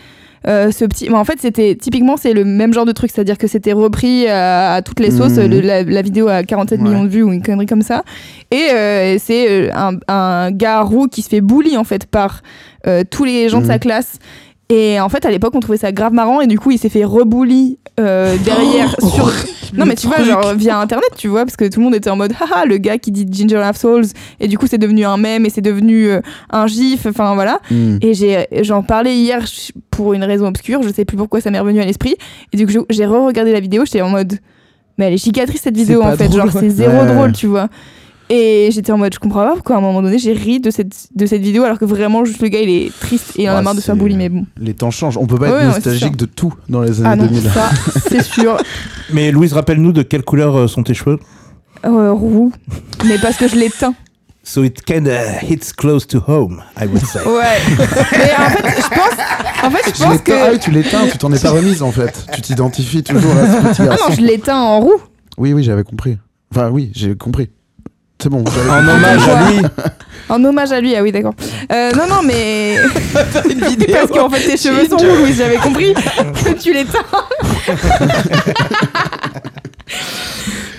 Speaker 2: Euh, ce petit, mais en fait, c'était typiquement c'est le même genre de truc, c'est-à-dire que c'était repris euh, à, à toutes les sauces,
Speaker 1: Mhm.
Speaker 2: le- la, la vidéo à 47
Speaker 1: Ouais.
Speaker 2: millions de vues ou une connerie comme ça. Et euh, c'est euh, un, un gars roux qui se fait bully en fait par euh, tous les gens de sa
Speaker 1: Mhm.
Speaker 2: classe. Et en fait, à l'époque, on trouvait ça grave marrant, et du coup, il s'est fait rebully euh, derrière
Speaker 1: Oh,
Speaker 2: sur non, mais tu vois, genre via internet, tu vois, parce que tout le monde était en mode haha, le gars qui dit Ginger Half Souls, et du coup, c'est devenu un mème et c'est devenu euh, un gif, enfin voilà.
Speaker 1: Hmm.
Speaker 2: Et j'ai- j'en parlais hier je- pour une raison obscure, je sais plus pourquoi ça m'est revenu à l'esprit. Et du coup, je- j'ai re-regardé la vidéo, j'étais en mode, mais elle est cicatrice cette vidéo
Speaker 3: pas
Speaker 2: en fait,
Speaker 3: drôle,
Speaker 2: genre
Speaker 3: ouais.
Speaker 2: c'est zéro
Speaker 1: Ouais.
Speaker 2: drôle, tu vois. Et j'étais en mode, je comprends pas pourquoi à un moment donné j'ai ri de cette, de cette vidéo alors que vraiment juste le gars il est triste et il en a
Speaker 1: Ouais,
Speaker 2: marre de se faire
Speaker 1: c'est-
Speaker 2: bully, mais bon.
Speaker 1: Les temps changent. On peut pas
Speaker 2: Ah Ouais,
Speaker 1: être
Speaker 2: ouais,
Speaker 1: nostalgique de tout dans les années
Speaker 2: Ah non,
Speaker 1: 2000.
Speaker 2: ça c'est sûr,
Speaker 4: Mais Louise, rappelle-nous de quelle couleur euh, sont tes cheveux
Speaker 2: Euh, roux, mais parce que je l'ai teint.
Speaker 4: So it kinda hits close to home, I would say.
Speaker 2: Ouais. Mais en fait, je pense, en fait, je
Speaker 1: Tu
Speaker 2: pense
Speaker 1: l'éteins- Ah oui,
Speaker 2: que.
Speaker 1: tu l'éteins, tu t'en es pas remise en fait. Tu t'identifies toujours à ce petit
Speaker 2: Ah
Speaker 1: garçon.
Speaker 2: non, je l'éteins en roue.
Speaker 1: Oui, oui, j'avais compris. Enfin, oui, j'ai compris. C'est bon. j'avais
Speaker 4: En
Speaker 1: compris.
Speaker 4: hommage à lui.
Speaker 2: En hommage à lui, ah oui, d'accord. Euh, non, non, mais.
Speaker 3: une vidéo.
Speaker 2: Parce qu'en fait, tes cheveux sont roux, Louise, j'avais compris que tu l'éteins.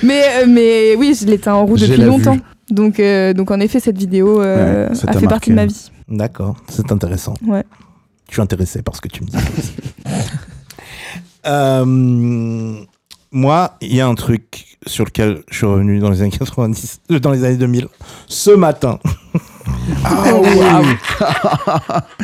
Speaker 2: mais, euh, mais oui, je l'éteins en roue
Speaker 1: J'ai
Speaker 2: depuis
Speaker 1: la vue.
Speaker 2: longtemps. Donc, euh, donc en effet, cette vidéo euh,
Speaker 1: Ouais, ça
Speaker 2: a
Speaker 1: t'a
Speaker 2: fait
Speaker 1: marqué.
Speaker 2: partie de ma vie.
Speaker 4: D'accord, c'est intéressant.
Speaker 2: Ouais.
Speaker 4: Je suis intéressé par ce que tu me dis. Euh, moi, il y a un truc sur lequel je suis revenu dans les années 90, euh, dans les années 2000, ce matin.
Speaker 1: Ah oui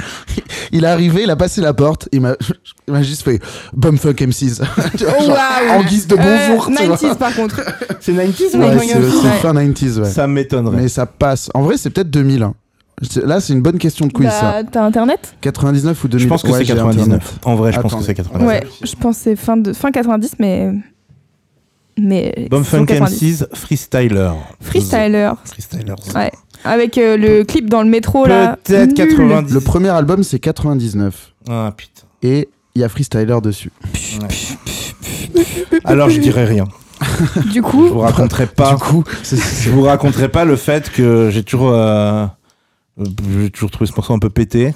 Speaker 1: Il est arrivé, il a passé la porte, il m'a il m'a juste fait Bumfuck M6.
Speaker 2: Oh,
Speaker 1: Tu vois, genre, En guise de bonjour. tu vois.
Speaker 2: 90 Euh, par contre.
Speaker 4: C'est 90
Speaker 2: Ouais,
Speaker 1: Ouais,
Speaker 2: Bumfuck
Speaker 1: c'est
Speaker 2: M6,
Speaker 1: c'est
Speaker 2: ouais.
Speaker 1: fin 90s, ouais.
Speaker 4: Ça m'étonnerait.
Speaker 1: Mais ça passe. En vrai, c'est peut-être 2000. hein. C'est- Là, c'est une bonne question de quiz, ça.
Speaker 2: Bah, T'as internet
Speaker 1: 99 ou 2000
Speaker 4: Je pense que
Speaker 1: Ouais,
Speaker 4: c'est
Speaker 1: j'ai
Speaker 4: 99.
Speaker 1: Internet.
Speaker 4: En vrai, je pense que
Speaker 1: Attendez.
Speaker 4: c'est
Speaker 2: Ouais,
Speaker 4: 99.
Speaker 2: je pense que c'est fin, de... fin 90, mais. Mais.
Speaker 4: Bumfunk
Speaker 2: 90.
Speaker 4: M6, Freestyler.
Speaker 2: Freestyler.
Speaker 4: Freestyler.
Speaker 2: Ouais. Avec euh, le clip dans le métro là.
Speaker 4: Peut-être
Speaker 2: Nul.
Speaker 4: 90.
Speaker 1: Le premier album, c'est 99.
Speaker 4: Ah putain.
Speaker 1: Et il y a Freestyler dessus.
Speaker 4: Alors je dirais rien.
Speaker 2: Du
Speaker 4: Je
Speaker 2: coup,
Speaker 4: vous raconterai
Speaker 1: Du
Speaker 4: pas.
Speaker 1: coup, c'est-
Speaker 4: Ah, Je vous raconterai pas le fait que j'ai toujours. euh, J'ai toujours trouvé ce morceau un peu pété.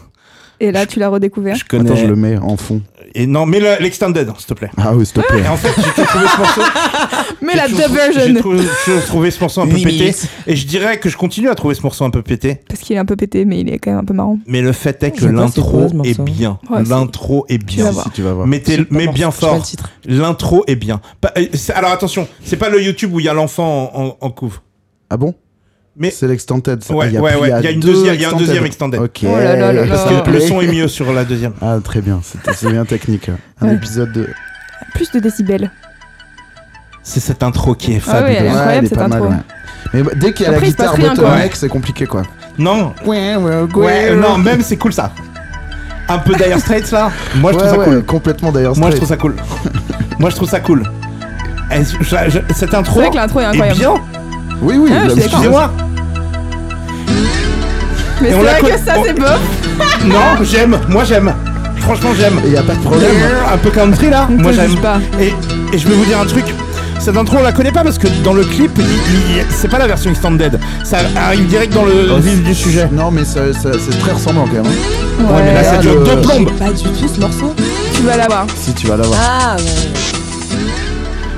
Speaker 2: et là tu l'as redécouvert.
Speaker 4: Je connais.
Speaker 1: Attends, je le mets en fond.
Speaker 4: Et non, mais le- l'extended, s'il te plaît.
Speaker 1: Ah oui, s'il te plaît.
Speaker 4: Et en fait, j'ai toujours trouvé ce morceau.
Speaker 2: Mais la
Speaker 4: j'ai
Speaker 2: dub
Speaker 4: toujours- J'ai
Speaker 2: version
Speaker 4: trou- toujours trouvé ce morceau un peu pété.
Speaker 3: Limite.
Speaker 4: Et je dirais que je continue à trouver ce morceau un peu pété.
Speaker 2: Parce qu'il est un peu pété, mais il est quand même un peu marrant.
Speaker 4: Mais le fait est
Speaker 3: Je
Speaker 4: que
Speaker 3: sais pas c'est quoi,
Speaker 4: l'intro
Speaker 3: ce morceau.
Speaker 4: est bien.
Speaker 2: Ouais, c'est-
Speaker 4: L'intro est
Speaker 2: Tu vas
Speaker 4: bien.
Speaker 2: voir.
Speaker 1: Si tu vas voir.
Speaker 4: Mettez, mais bien
Speaker 3: Je sais pas le
Speaker 4: fort.
Speaker 3: titre.
Speaker 4: L'intro est bien. Pas- euh, c'est- alors attention, c'est pas le YouTube où il y a l'enfant en, en- en couvre.
Speaker 1: Ah bon
Speaker 4: Mais-
Speaker 1: C'est l'extended. ça.
Speaker 4: Ouais,
Speaker 1: Il y a-
Speaker 4: ouais, ouais.
Speaker 1: il y a
Speaker 4: une
Speaker 1: deux
Speaker 4: deuxième- il y a un
Speaker 1: extended.
Speaker 4: deuxième extended.
Speaker 1: Ok.
Speaker 2: Oh là là là là.
Speaker 4: Parce
Speaker 2: Ah.
Speaker 4: que le son est mieux sur la deuxième.
Speaker 1: Ah, très bien. C'était- C'est bien technique. Un
Speaker 2: Ouais.
Speaker 1: épisode de.
Speaker 2: Plus de décibels.
Speaker 4: C'est cette intro qui est
Speaker 2: Ah oui,
Speaker 4: fabuleuse.
Speaker 2: elle est incroyable
Speaker 1: elle est
Speaker 2: cette
Speaker 1: pas mal,
Speaker 2: intro. hein.
Speaker 1: ouais. Mais bah, dès qu'il y a
Speaker 2: Après,
Speaker 1: la
Speaker 2: il se passe
Speaker 1: guitare
Speaker 2: rien, quoi.
Speaker 1: bottleneck, c'est compliqué quoi.
Speaker 4: Non,
Speaker 1: Ouais, ouais,
Speaker 4: ouais, euh, non, même c'est cool ça. Un peu Dire Straits là. Moi je trouve ça
Speaker 1: ouais,
Speaker 4: cool.
Speaker 1: Complètement d'ailleurs.
Speaker 4: Moi je trouve ça cool. Moi je trouve ça cool. Eh, je- je- je- Cette intro
Speaker 2: C'est vrai que l'intro est
Speaker 4: est
Speaker 2: incroyable.
Speaker 4: Eh bien.
Speaker 1: Oui, oui.
Speaker 2: Ah,
Speaker 1: bah,
Speaker 2: je suis d'accord.
Speaker 4: Excusez-moi.
Speaker 2: Mais
Speaker 4: Et on
Speaker 2: c'est
Speaker 4: la
Speaker 2: vrai
Speaker 4: co-
Speaker 2: que ça
Speaker 4: on-
Speaker 2: c'est bof.
Speaker 4: Non, j'aime. Moi j'aime. Franchement j'aime.
Speaker 1: Il y a pas de problème.
Speaker 4: Un peu country là.
Speaker 2: On
Speaker 4: Moi
Speaker 2: te
Speaker 4: j'aime.
Speaker 2: juge pas.
Speaker 4: Et, et je vais vous dire un truc. Cette intro, on la connaît pas parce que dans le clip, il- il- c'est pas la version extended. Ça arrive direct dans le vif du sujet.
Speaker 1: Non, mais ça- ça- c'est très ressemblant quand même. hein.
Speaker 4: Ouais, mais là,
Speaker 1: là,
Speaker 4: c'est
Speaker 1: le-
Speaker 4: de deux plombes.
Speaker 3: Pas du tout ce morceau.
Speaker 2: tu vas l'avoir.
Speaker 1: Si tu vas l'avoir.
Speaker 3: Ah, ouais.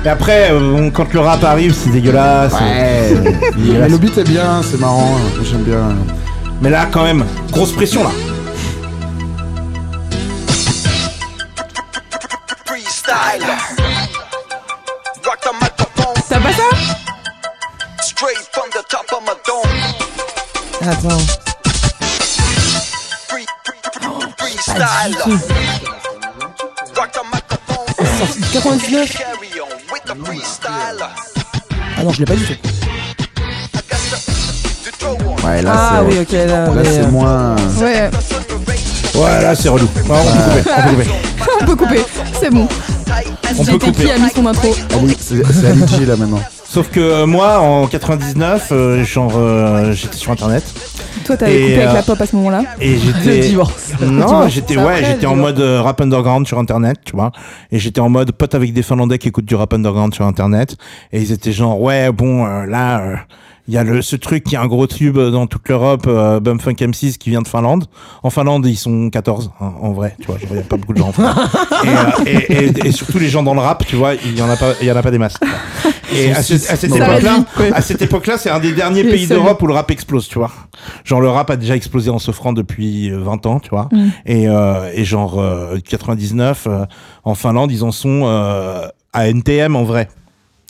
Speaker 4: Et après, euh, on- quand le rap arrive, c'est
Speaker 2: Ah.
Speaker 4: dégueulasse.
Speaker 1: Ouais. Mais le beat est bien, c'est marrant. hein. J'aime bien.
Speaker 4: Mais là, quand même, grosse pression là.
Speaker 5: Freestyle. Rock the microphone
Speaker 2: T'as pas ça
Speaker 5: straight from the top of my dome.
Speaker 3: Attends.
Speaker 5: Free, free, free, freestyle. Rock the microphone.
Speaker 3: Sorti de 99.
Speaker 5: Carry on with the freestyle.
Speaker 3: Ah non, je l'ai pas du tout.
Speaker 5: I got the, the throw on.
Speaker 1: Ouais, là
Speaker 3: Ah
Speaker 1: c'est.
Speaker 3: oui, ok, là, on
Speaker 1: Là,
Speaker 3: est, euh,
Speaker 1: c'est moins.
Speaker 2: Ouais,
Speaker 4: Ouais, là, c'est relou. Non, on peut couper, on peut couper.
Speaker 2: on peut couper. C'est bon.
Speaker 4: On peut
Speaker 2: JT qui
Speaker 4: couper.
Speaker 2: a mis son intro.
Speaker 1: Ali- Ah C'est c'est Ali G là maintenant.
Speaker 4: Sauf que euh, moi, en 99, euh, genre, euh, j'étais sur internet
Speaker 2: Toi t'avais
Speaker 4: Et,
Speaker 2: coupé avec
Speaker 4: euh,
Speaker 2: la pop à ce moment-là.
Speaker 1: Ah
Speaker 4: et
Speaker 3: le
Speaker 4: j'étais.
Speaker 3: divorce.
Speaker 4: Non, j'étais
Speaker 3: Après,
Speaker 4: ouais,
Speaker 3: le
Speaker 4: j'étais en
Speaker 3: divorce.
Speaker 4: mode euh, rap underground sur internet, tu vois. Et j'étais en mode pote avec des Finlandais qui écoutent du rap underground sur internet. Et ils étaient genre ouais, bon euh, là, euh, il y a le ce truc qui est un gros tube euh, dans toute l'Europe, euh, Bumfunk M6 qui vient de Finlande. En Finlande, ils sont 14 hein, en vrai, tu vois. genre, Il y a pas beaucoup de gens. En Finlande. et, euh, et, et- et surtout les gens dans le rap, tu vois, il y en a pas, il y en a pas des masses. tu vois. Et à, ce- à cette
Speaker 2: Ça la
Speaker 4: époque-là,
Speaker 2: dit, ouais.
Speaker 4: à cette époque-là, c'est un des derniers
Speaker 2: Les
Speaker 4: pays
Speaker 2: seuls.
Speaker 4: d'Europe où le rap explose, tu vois. Genre le rap a déjà explosé en s'offrant depuis euh, 20 ans, tu vois.
Speaker 2: Mm.
Speaker 4: Et, euh, et genre euh, 99, euh, en Finlande, ils en sont euh, à NTM en vrai.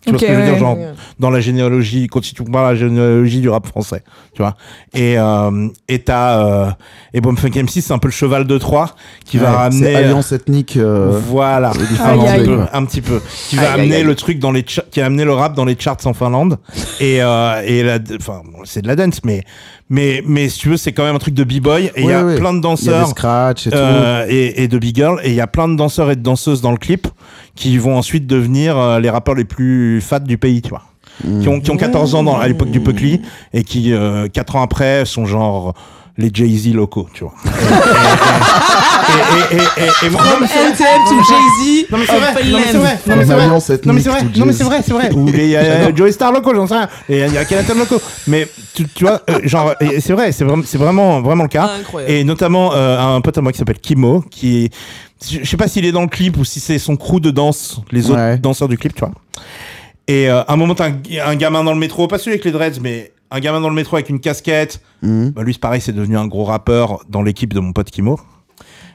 Speaker 4: Tu vois
Speaker 2: Ok,
Speaker 4: ce que je veux dire,
Speaker 2: ouais.
Speaker 4: genre dans la généalogie, quand tu compares la généalogie du rap français, tu vois. Et euh, et t'as euh, et Bumfunk M6, c'est un peu le cheval de Troie qui
Speaker 1: Ouais,
Speaker 4: va ramener
Speaker 1: C'est Alliance ethnique. euh,
Speaker 4: voilà, un
Speaker 1: différent
Speaker 4: petit,
Speaker 2: truc,
Speaker 4: peu,
Speaker 1: quoi.
Speaker 4: un petit peu. Qui va amener le truc dans les cha- qui a amené le rap dans les charts en Finlande et euh, et la enfin bon, c'est de la dance mais mais mais si tu veux c'est quand même un truc de b-boy et il y
Speaker 1: Ouais,
Speaker 4: a
Speaker 1: ouais.
Speaker 4: plein
Speaker 1: Il y
Speaker 4: de
Speaker 1: a des
Speaker 4: danseurs
Speaker 1: scratchs et tout.
Speaker 4: euh, et, et de Big Girl. Et il y a plein de danseurs et de danseuses dans le clip qui vont ensuite devenir euh, les rappeurs les plus fat du pays, tu vois. Qui, ont, qui ont 14 ans dans, à l'époque du Puckly et qui, euh, 4 ans après, sont genre les Jay-Z locaux, tu vois. Et- et- et- et- et- et- et- non, mais c'est-
Speaker 3: NTM to Jay-Z. Oh,
Speaker 4: non, mais c'est vrai, non, mais c'est
Speaker 1: Les
Speaker 4: vrai, non, mais c'est vrai.
Speaker 1: alliances
Speaker 4: Non mais c'est
Speaker 1: ethniques, tout
Speaker 4: vrai, non mais
Speaker 1: jazz.
Speaker 4: c'est vrai, c'est vrai. Ou les euh, Joey Star locaux, j'en sais rien. Et il y a Kenatan locaux. Mais tu, tu vois, euh, genre, et c'est vrai, c'est vraiment, c'est vraiment, vraiment le cas.
Speaker 3: Incroyable.
Speaker 4: Et notamment euh, un pote à moi qui s'appelle Kimo, qui est- je je sais pas s'il est dans le clip ou si c'est son crew de danse, les autres
Speaker 1: Ouais.
Speaker 4: danseurs du clip, tu vois. Et euh, à un moment, t'as un, un gamin dans le métro, pas celui avec les dreads, mais un gamin dans le métro avec une casquette.
Speaker 1: Mhm.
Speaker 4: Bah, lui, c'est pareil, c'est devenu un gros rappeur dans l'équipe de mon pote Kimo.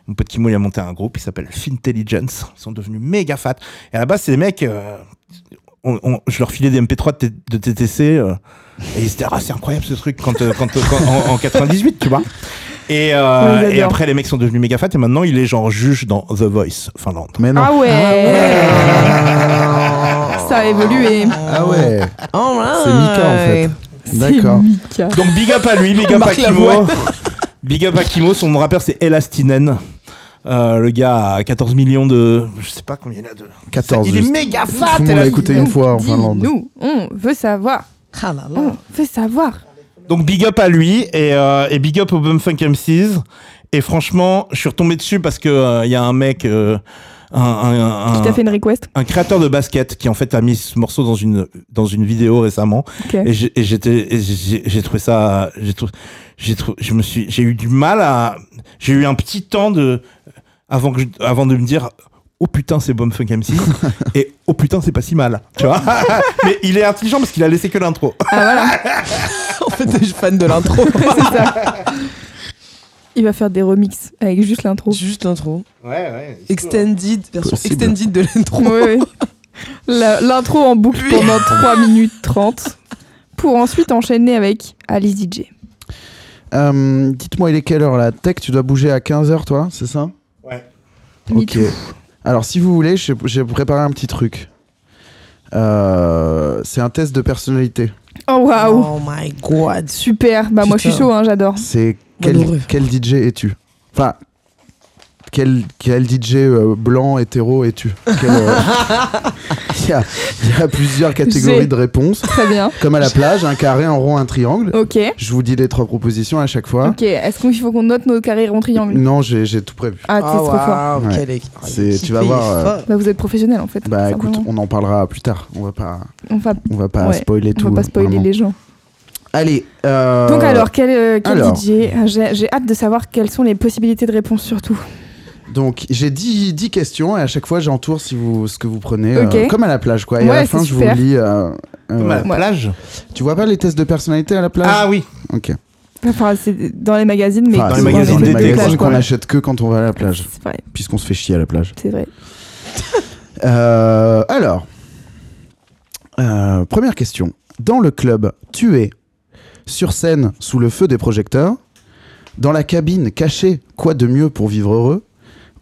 Speaker 4: Mon pote Kimo, il a monté un groupe qui s'appelle Fintelligence. Ils sont devenus méga fat. Et à la base, c'est des mecs. euh, on- on- je leur filais des MP3 de, T- de TTC. euh, et ils se disaient, ah, c'est incroyable ce truc quand, euh, quand, quand- en, en 98, tu vois. Et, euh,
Speaker 2: On les
Speaker 4: et
Speaker 2: adore.
Speaker 4: après, les mecs sont devenus méga fat. Et maintenant, il est genre juge dans The Voice Finlande.
Speaker 1: Mais non.
Speaker 2: Ah ouais
Speaker 1: Ah
Speaker 2: Ça a évolué.
Speaker 1: ouais.
Speaker 4: Ah,
Speaker 3: Alright.
Speaker 1: C'est Mika, en fait. D'accord.
Speaker 2: C'est Mika.
Speaker 4: Donc big up à lui, big up à
Speaker 3: Marc
Speaker 4: Kimo.
Speaker 3: Lavoie.
Speaker 4: big up à Kimo, son rappeur c'est Elastinen. Euh, le gars a 14 millions de. Je sais pas combien il a de.
Speaker 1: 14
Speaker 4: il est
Speaker 1: juste.
Speaker 4: méga fat
Speaker 1: Tout le monde l'a
Speaker 4: Elastinen.
Speaker 1: écouté une fois en Finlande.
Speaker 2: Nous, on veut savoir.
Speaker 3: Ah là là.
Speaker 2: On veut savoir.
Speaker 4: Donc big up à lui et, euh, et big up au Bumfunk MCs. Et franchement, je suis retombé dessus parce que euh, il y a un mec. euh, un, un- un-
Speaker 1: Ah.
Speaker 2: Tu t'as fait une request
Speaker 4: un créateur de basket qui en fait a mis ce morceau dans une dans une vidéo récemment
Speaker 2: Ok.
Speaker 4: et j'ai- et j'étais et j'ai j'ai trouvé ça j'ai trou- j'ai trou- je me suis j'ai eu du mal à j'ai eu un petit temps de avant que je- avant de me dire oh putain c'est Bomb Funk MC et oh putain c'est pas si mal tu vois mais il est intelligent parce qu'il a laissé que l'intro
Speaker 3: En fait, je suis fan de l'intro.
Speaker 2: C'est ça. Il va faire des remixes avec juste l'intro.
Speaker 3: Juste l'intro.
Speaker 4: ouais ouais
Speaker 3: Extended, version
Speaker 1: Possible.
Speaker 3: extended de l'intro.
Speaker 2: Ouais, ouais. La- L'intro en boucle pendant 3 minutes 30 pour ensuite enchaîner avec Alice DJ.
Speaker 1: Euh, Dites-moi, il est quelle heure là Tech, tu dois bouger à 15h toi, c'est ça
Speaker 2: Me
Speaker 1: Ok.
Speaker 2: too.
Speaker 1: Alors, si vous voulez, j'ai j'ai préparé un petit truc. Euh, c'est un test de personnalité.
Speaker 2: Oh waouh,
Speaker 3: Oh my god.
Speaker 2: super. Bah moi je suis
Speaker 3: Putain.
Speaker 2: chaud, hein, j'adore.
Speaker 1: C'est
Speaker 3: Malheureux.
Speaker 1: quel, quel DJ es-tu Enfin, quel, quel DJ euh, blanc, hétéro es-tu Quel, euh, Il y, a- il y a plusieurs catégories
Speaker 2: J'ai-
Speaker 1: de réponses,
Speaker 2: Très bien.
Speaker 1: comme à la plage, un carré, un rond, un triangle.
Speaker 2: Ok.
Speaker 1: Je vous dis les trois propositions à chaque fois.
Speaker 2: Ok. Est-ce qu'il faut qu'on note nos carrières en triangle
Speaker 1: Non, j'ai j'ai tout prévu.
Speaker 2: Ah, t'es
Speaker 3: Oh,
Speaker 2: trop fort.
Speaker 3: waouh,
Speaker 1: Ouais.
Speaker 3: quel é-
Speaker 1: C'est- tu vas
Speaker 3: il est
Speaker 1: voir, euh,
Speaker 3: fort.
Speaker 2: Bah vous êtes professionnel en fait.
Speaker 1: Bah
Speaker 2: simplement.
Speaker 1: écoute, on en parlera plus tard. On va pas,
Speaker 2: on va,
Speaker 1: on va pas
Speaker 2: Ouais,
Speaker 1: spoiler
Speaker 2: on
Speaker 1: tout.
Speaker 2: va pas spoiler
Speaker 1: vraiment.
Speaker 2: les gens.
Speaker 1: Allez. euh,
Speaker 2: Donc alors quel, euh, quel
Speaker 1: alors.
Speaker 2: DJ J'ai j'ai hâte de savoir quelles sont les possibilités de réponse surtout.
Speaker 1: Donc j'ai 10, questions et à chaque fois j'entoure si vous ce que vous prenez
Speaker 2: Ok.
Speaker 1: euh, comme à la plage quoi. Et à
Speaker 2: Ouais,
Speaker 1: la fin
Speaker 2: c'est
Speaker 1: je vous
Speaker 2: super.
Speaker 1: lis. euh, euh,
Speaker 4: Comme à la
Speaker 2: Ouais.
Speaker 4: plage
Speaker 1: Tu vois pas les tests de personnalité à la plage
Speaker 4: ah oui
Speaker 1: Ok.
Speaker 2: Enfin c'est dans les magazines mais
Speaker 1: Enfin,
Speaker 4: dans
Speaker 1: c'est
Speaker 4: les magazines
Speaker 1: dans les
Speaker 4: d'été,
Speaker 1: magazines
Speaker 4: quoi.
Speaker 1: qu'on achète que quand on va à la plage,
Speaker 2: C'est vrai,
Speaker 1: puisqu'on se fait chier à la plage.
Speaker 2: c'est vrai.
Speaker 1: Euh, alors, euh, première question. Dans le club, tu es sur scène sous le feu des projecteurs, dans la cabine cachée, quoi de mieux pour vivre heureux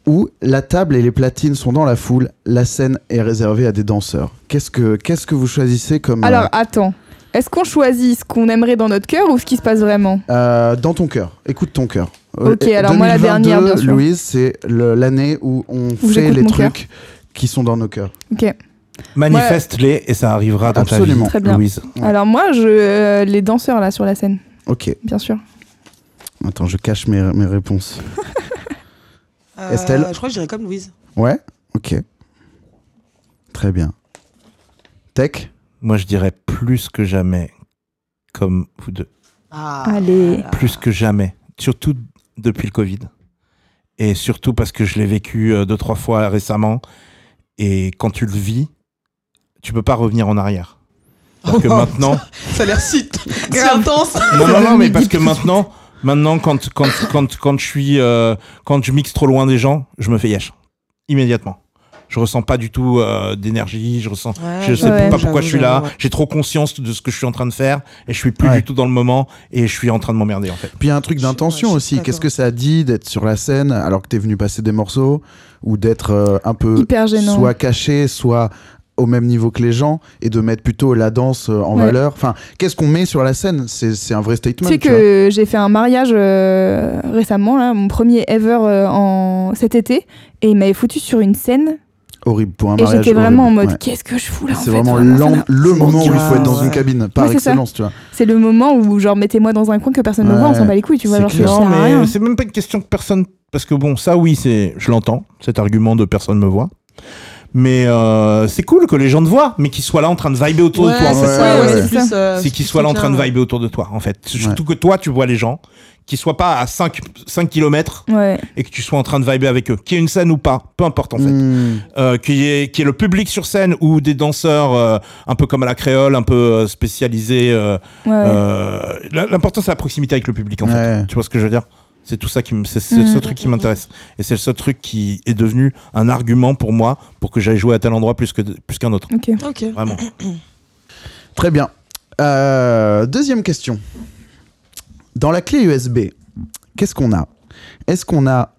Speaker 1: Ou la table et les platines sont dans la foule, la scène est réservée à des danseurs. Qu'est-ce que qu'est-ce que vous choisissez comme euh,
Speaker 2: Alors attends, est-ce qu'on choisit ce qu'on aimerait dans notre cœur ou ce qui se passe vraiment
Speaker 1: euh, dans ton cœur Écoute ton cœur. Euh,
Speaker 2: Ok,
Speaker 1: et-
Speaker 2: alors moi, la
Speaker 1: 2022,
Speaker 2: dernière, bien sûr.
Speaker 1: Louise, c'est le- l'année où on fait
Speaker 2: j'écoute
Speaker 1: les
Speaker 2: mon
Speaker 1: trucs qui sont dans nos cœurs.
Speaker 2: Ok.
Speaker 4: manifeste-les et ça arrivera dans
Speaker 1: Absolument.
Speaker 4: ta
Speaker 2: Très
Speaker 4: vie
Speaker 2: bien.
Speaker 4: Louise
Speaker 1: Ouais.
Speaker 2: Alors moi, je euh, les danseurs là sur la scène,
Speaker 1: Ok,
Speaker 2: bien sûr.
Speaker 1: attends, je cache mes, mes réponses.
Speaker 3: Euh,
Speaker 1: Estelle
Speaker 3: Je crois que j'irais comme Louise.
Speaker 1: Ouais, ok. Très bien. Tech
Speaker 4: moi je dirais plus que jamais comme vous deux
Speaker 3: Ah,
Speaker 1: Ah.
Speaker 2: Allez.
Speaker 1: Euh,
Speaker 4: plus que jamais, surtout depuis le Covid. Et surtout parce que je l'ai vécu euh, deux, trois fois récemment. Et quand tu le vis, tu peux pas revenir en arrière. Parce que
Speaker 3: Oh,
Speaker 4: maintenant.
Speaker 3: Ça a l'air si, si intense.
Speaker 4: Non, non, non, mais parce que maintenant, maintenant quand, quand, quand, quand, je suis, euh, quand je mixe trop loin des gens, je me fais yesh. Immédiatement. Je ressens pas du tout euh, d'énergie, je ressens. Je sais
Speaker 2: Ouais.
Speaker 4: pas pourquoi je suis là,
Speaker 3: j'avoue,
Speaker 4: j'ai trop conscience de ce que je suis en train de faire et je suis plus
Speaker 1: Ouais.
Speaker 4: du tout dans le moment et je suis en train de m'emmerder en fait.
Speaker 1: Puis il y a un truc
Speaker 3: Je- ouais,
Speaker 1: d'intention
Speaker 3: je suis
Speaker 1: aussi.
Speaker 3: d'accord.
Speaker 1: Qu'est-ce que ça dit d'être sur la scène alors que t'es venu passer des morceaux ou d'être euh, un peu
Speaker 2: Hyper gênant.
Speaker 1: soit caché, soit au même niveau que les gens et de mettre plutôt la danse euh, en
Speaker 2: Ouais.
Speaker 1: valeur. Enfin, qu'est-ce qu'on met sur la scène C'est c'est un vrai
Speaker 2: Tu
Speaker 1: statement.
Speaker 2: sais
Speaker 1: tu vois.
Speaker 2: que j'ai fait un mariage euh, récemment là, mon premier ever euh, en cet été, et il m'avait foutu sur une scène
Speaker 1: Horrible pour un
Speaker 2: et
Speaker 1: mariage.
Speaker 2: j'étais vraiment en
Speaker 1: horrible.
Speaker 2: mode
Speaker 1: Ouais.
Speaker 2: qu'est-ce que je fous là en
Speaker 1: C'est
Speaker 2: fait,
Speaker 1: vraiment
Speaker 2: vraiment, ça
Speaker 1: l'en-
Speaker 2: n'a-
Speaker 1: le moment où il
Speaker 3: aucun-
Speaker 1: faut être dans une
Speaker 3: ouais.
Speaker 1: cabine par
Speaker 2: Ouais, c'est ça.
Speaker 1: excellence, tu vois.
Speaker 2: C'est le moment où genre mettez-moi dans un coin que personne ne voit, on
Speaker 1: Ouais.
Speaker 2: s'en bat les couilles, tu vois,
Speaker 1: C'est
Speaker 2: genre Oh, ça
Speaker 1: clair.
Speaker 2: sert
Speaker 4: Non,
Speaker 2: à rien.
Speaker 4: mais c'est même pas une question que personne. Parce que bon, ça oui, c'est, je l'entends, cet argument de personne me voit. Mais euh, c'est cool que les gens te voient, mais qu'ils soient là en train de viber autour de toi.
Speaker 1: c'est
Speaker 4: en fait.
Speaker 1: ça, ouais, ouais.
Speaker 2: C'est
Speaker 3: euh,
Speaker 4: C'est qu'ils soient là en train de viber autour de toi, en fait. Surtout que toi, tu vois les gens, qu'ils soient pas à 5, 5 km
Speaker 2: Ouais.
Speaker 4: et que tu sois en train de viber avec eux. Qu'il y ait une scène ou pas, peu importe, en fait.
Speaker 2: Mm.
Speaker 1: Hmm.
Speaker 4: Euh, qu'il y, ait- qu'il y ait le public sur scène ou des danseurs euh, un peu comme à la créole, un peu euh, spécialisés. euh,
Speaker 2: Ouais.
Speaker 4: euh, la- L'important, c'est la proximité avec le public, en
Speaker 1: Ouais.
Speaker 4: fait. Tu vois ce que je veux dire c'est tout ça qui me, c'est c'est le
Speaker 2: Mm.
Speaker 4: seul truc qui m'intéresse. Et c'est le seul truc qui est devenu un argument pour moi pour que j'aille jouer à tel endroit plus que, plus qu'un
Speaker 1: Euh,
Speaker 4: autre.
Speaker 2: Ok.
Speaker 3: Ok.
Speaker 4: Vraiment.
Speaker 1: Très bien. Euh, deuxième question. Dans la clé USB, qu'est-ce qu'on a Est-ce qu'on a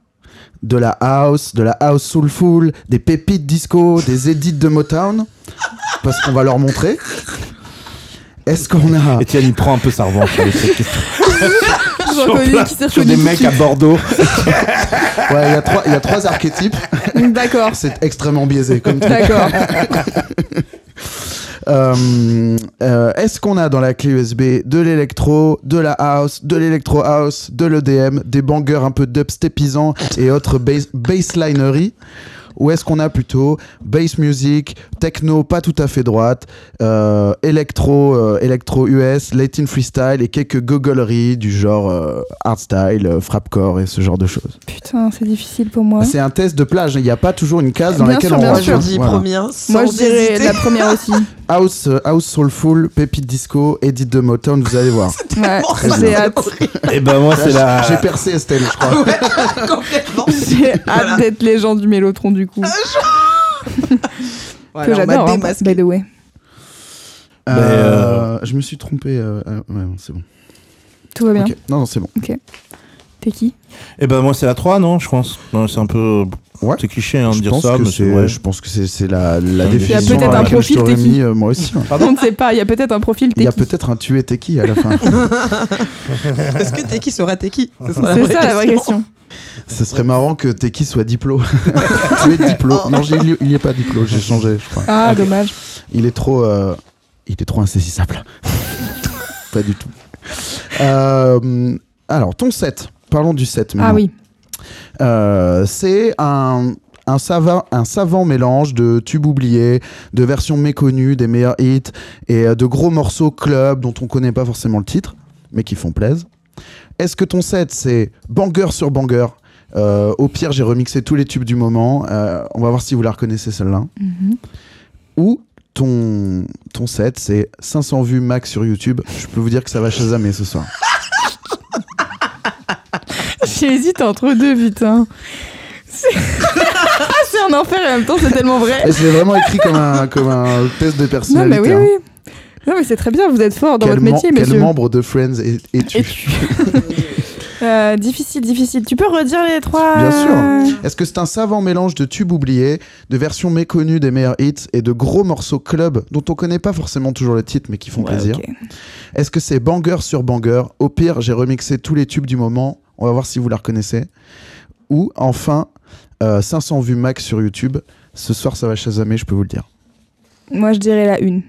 Speaker 1: de la house, de la house soulful, des pépites disco, des edits de Motown Parce qu'on va leur montrer. Est-ce qu'on a
Speaker 4: Etienne, il prend un peu sa revanche sur, les-
Speaker 2: J'en
Speaker 4: sur
Speaker 2: connais
Speaker 4: plein-
Speaker 2: qui s'est
Speaker 4: sur des
Speaker 2: reconnu
Speaker 4: mecs à Bordeaux.
Speaker 1: Ouais, il y a trois- il y, a trois archétypes.
Speaker 2: D'accord.
Speaker 1: C'est extrêmement biaisé comme truc.
Speaker 2: D'accord.
Speaker 1: Euh, euh, Est-ce qu'on a dans la clé USB de l'électro, de la house, de l'électro house, de l'EDM, des bangers un peu dubstepisants et autres bas- basslineries ou est-ce qu'on a plutôt bass music, techno pas tout à fait droite, euh, électro, euh, électro US, latin freestyle et quelques gogoleries du genre euh, hardstyle, euh, frappcore et ce genre de choses.
Speaker 2: Putain, c'est difficile pour moi.
Speaker 1: C'est un test de plage, hein. il n'y a pas toujours une case dans
Speaker 2: Bien
Speaker 1: laquelle
Speaker 2: sûr,
Speaker 1: on
Speaker 2: bien
Speaker 3: Moi,
Speaker 1: range.
Speaker 3: je
Speaker 2: sûr.
Speaker 3: dis
Speaker 1: Voilà.
Speaker 3: première.
Speaker 2: Moi,
Speaker 3: sans
Speaker 2: je dirais
Speaker 3: hésiter.
Speaker 2: la première aussi.
Speaker 1: House, euh, house Soulful, Pépite Disco, Edith de Motown, vous allez voir.
Speaker 2: Ouais,
Speaker 1: Très
Speaker 2: j'ai
Speaker 1: bien.
Speaker 2: hâte,
Speaker 4: et ben moi, c'est la. Ah
Speaker 1: J'ai percé Estelle, je crois.
Speaker 3: Complètement.
Speaker 2: j'ai hâte d'être les gens du Mélotron du coup, que
Speaker 3: Voilà, on Ah, m'a
Speaker 2: j'adore. hein,
Speaker 3: démasqué.
Speaker 2: by the way.
Speaker 1: Euh,
Speaker 4: Mais, euh,
Speaker 1: Je me suis trompé. euh, euh, ouais, bon, c'est bon.
Speaker 2: Tout va bien.
Speaker 1: Ok. Non, non, c'est bon.
Speaker 2: T'es qui
Speaker 4: Eh ben moi c'est la 3 non je pense. Non, c'est un peu
Speaker 1: Ouais.
Speaker 4: c'est cliché hein, de
Speaker 1: je,
Speaker 4: dire
Speaker 1: pense
Speaker 4: ça
Speaker 1: que
Speaker 4: mais c'est
Speaker 1: c'est,
Speaker 4: vrai.
Speaker 1: je pense que c'est, c'est la, la
Speaker 4: Il y a
Speaker 1: définition
Speaker 2: peut-être
Speaker 1: à
Speaker 2: un
Speaker 1: laquelle je
Speaker 2: profil
Speaker 1: t'aurais
Speaker 2: Teki.
Speaker 1: mis, euh, moi aussi. hein.
Speaker 2: On ne sait pas. Il y a peut-être un profil.
Speaker 1: Il y a
Speaker 2: T'es qui
Speaker 1: peut-être un tué Teki à la fin.
Speaker 3: Est-ce que t'es qui sera t'es qui C'est
Speaker 2: C'est ça la vraie question.
Speaker 1: Ce serait marrant que Teki soit Diplo. tué Diplo. Non, j'ai- il n'y est pas Diplo, j'ai changé, je crois.
Speaker 2: Ah dommage.
Speaker 1: Il est trop, euh, il est trop insaisissable. pas du tout. Euh, alors, ton set. Parlons du set maintenant.
Speaker 2: Ah oui.
Speaker 1: Euh, c'est un, un, savant, un savant mélange de tubes oubliés, de versions méconnues, des meilleurs hits et euh, de gros morceaux club dont on connaît pas forcément le titre, mais qui font plaisir. Est-ce que ton set c'est banger sur banger Euh, Au pire, j'ai remixé tous les tubes du moment. Euh, on va voir si vous la reconnaissez celle-là.
Speaker 2: Mhm.
Speaker 1: Ou ton, ton set c'est 500 vues max sur YouTube. Je peux vous dire que ça va chasamer ce soir.
Speaker 2: J'hésite entre deux putain. C'est Ah, c'est un enfer et en même temps c'est tellement vrai.
Speaker 1: Et c'est vraiment écrit comme un, comme un test de
Speaker 2: Non
Speaker 1: personnalité.
Speaker 2: mais oui
Speaker 1: hein.
Speaker 2: oui. Non mais c'est très bien. Vous êtes fort dans
Speaker 1: quel
Speaker 2: votre
Speaker 1: mem-
Speaker 2: métier
Speaker 1: quel
Speaker 2: monsieur.
Speaker 1: membre de Friends es- es-tu
Speaker 2: Et tu- Euh, difficile, difficile. Tu peux redire les trois
Speaker 1: Bien sûr.
Speaker 2: euh,
Speaker 1: Est-ce que c'est un savant mélange de tubes oubliés, de versions méconnues des meilleurs hits et de gros morceaux club dont on connaît pas forcément toujours les titres mais qui font
Speaker 2: ouais,
Speaker 1: plaisir
Speaker 2: ok.
Speaker 1: Est-ce que c'est banger sur banger Au pire, j'ai remixé tous les tubes du moment. On va voir si vous la reconnaissez. Ou enfin, euh, 500 vues max sur YouTube. Ce soir, ça va chasamer, je peux vous le dire.
Speaker 2: Moi je dirais la une.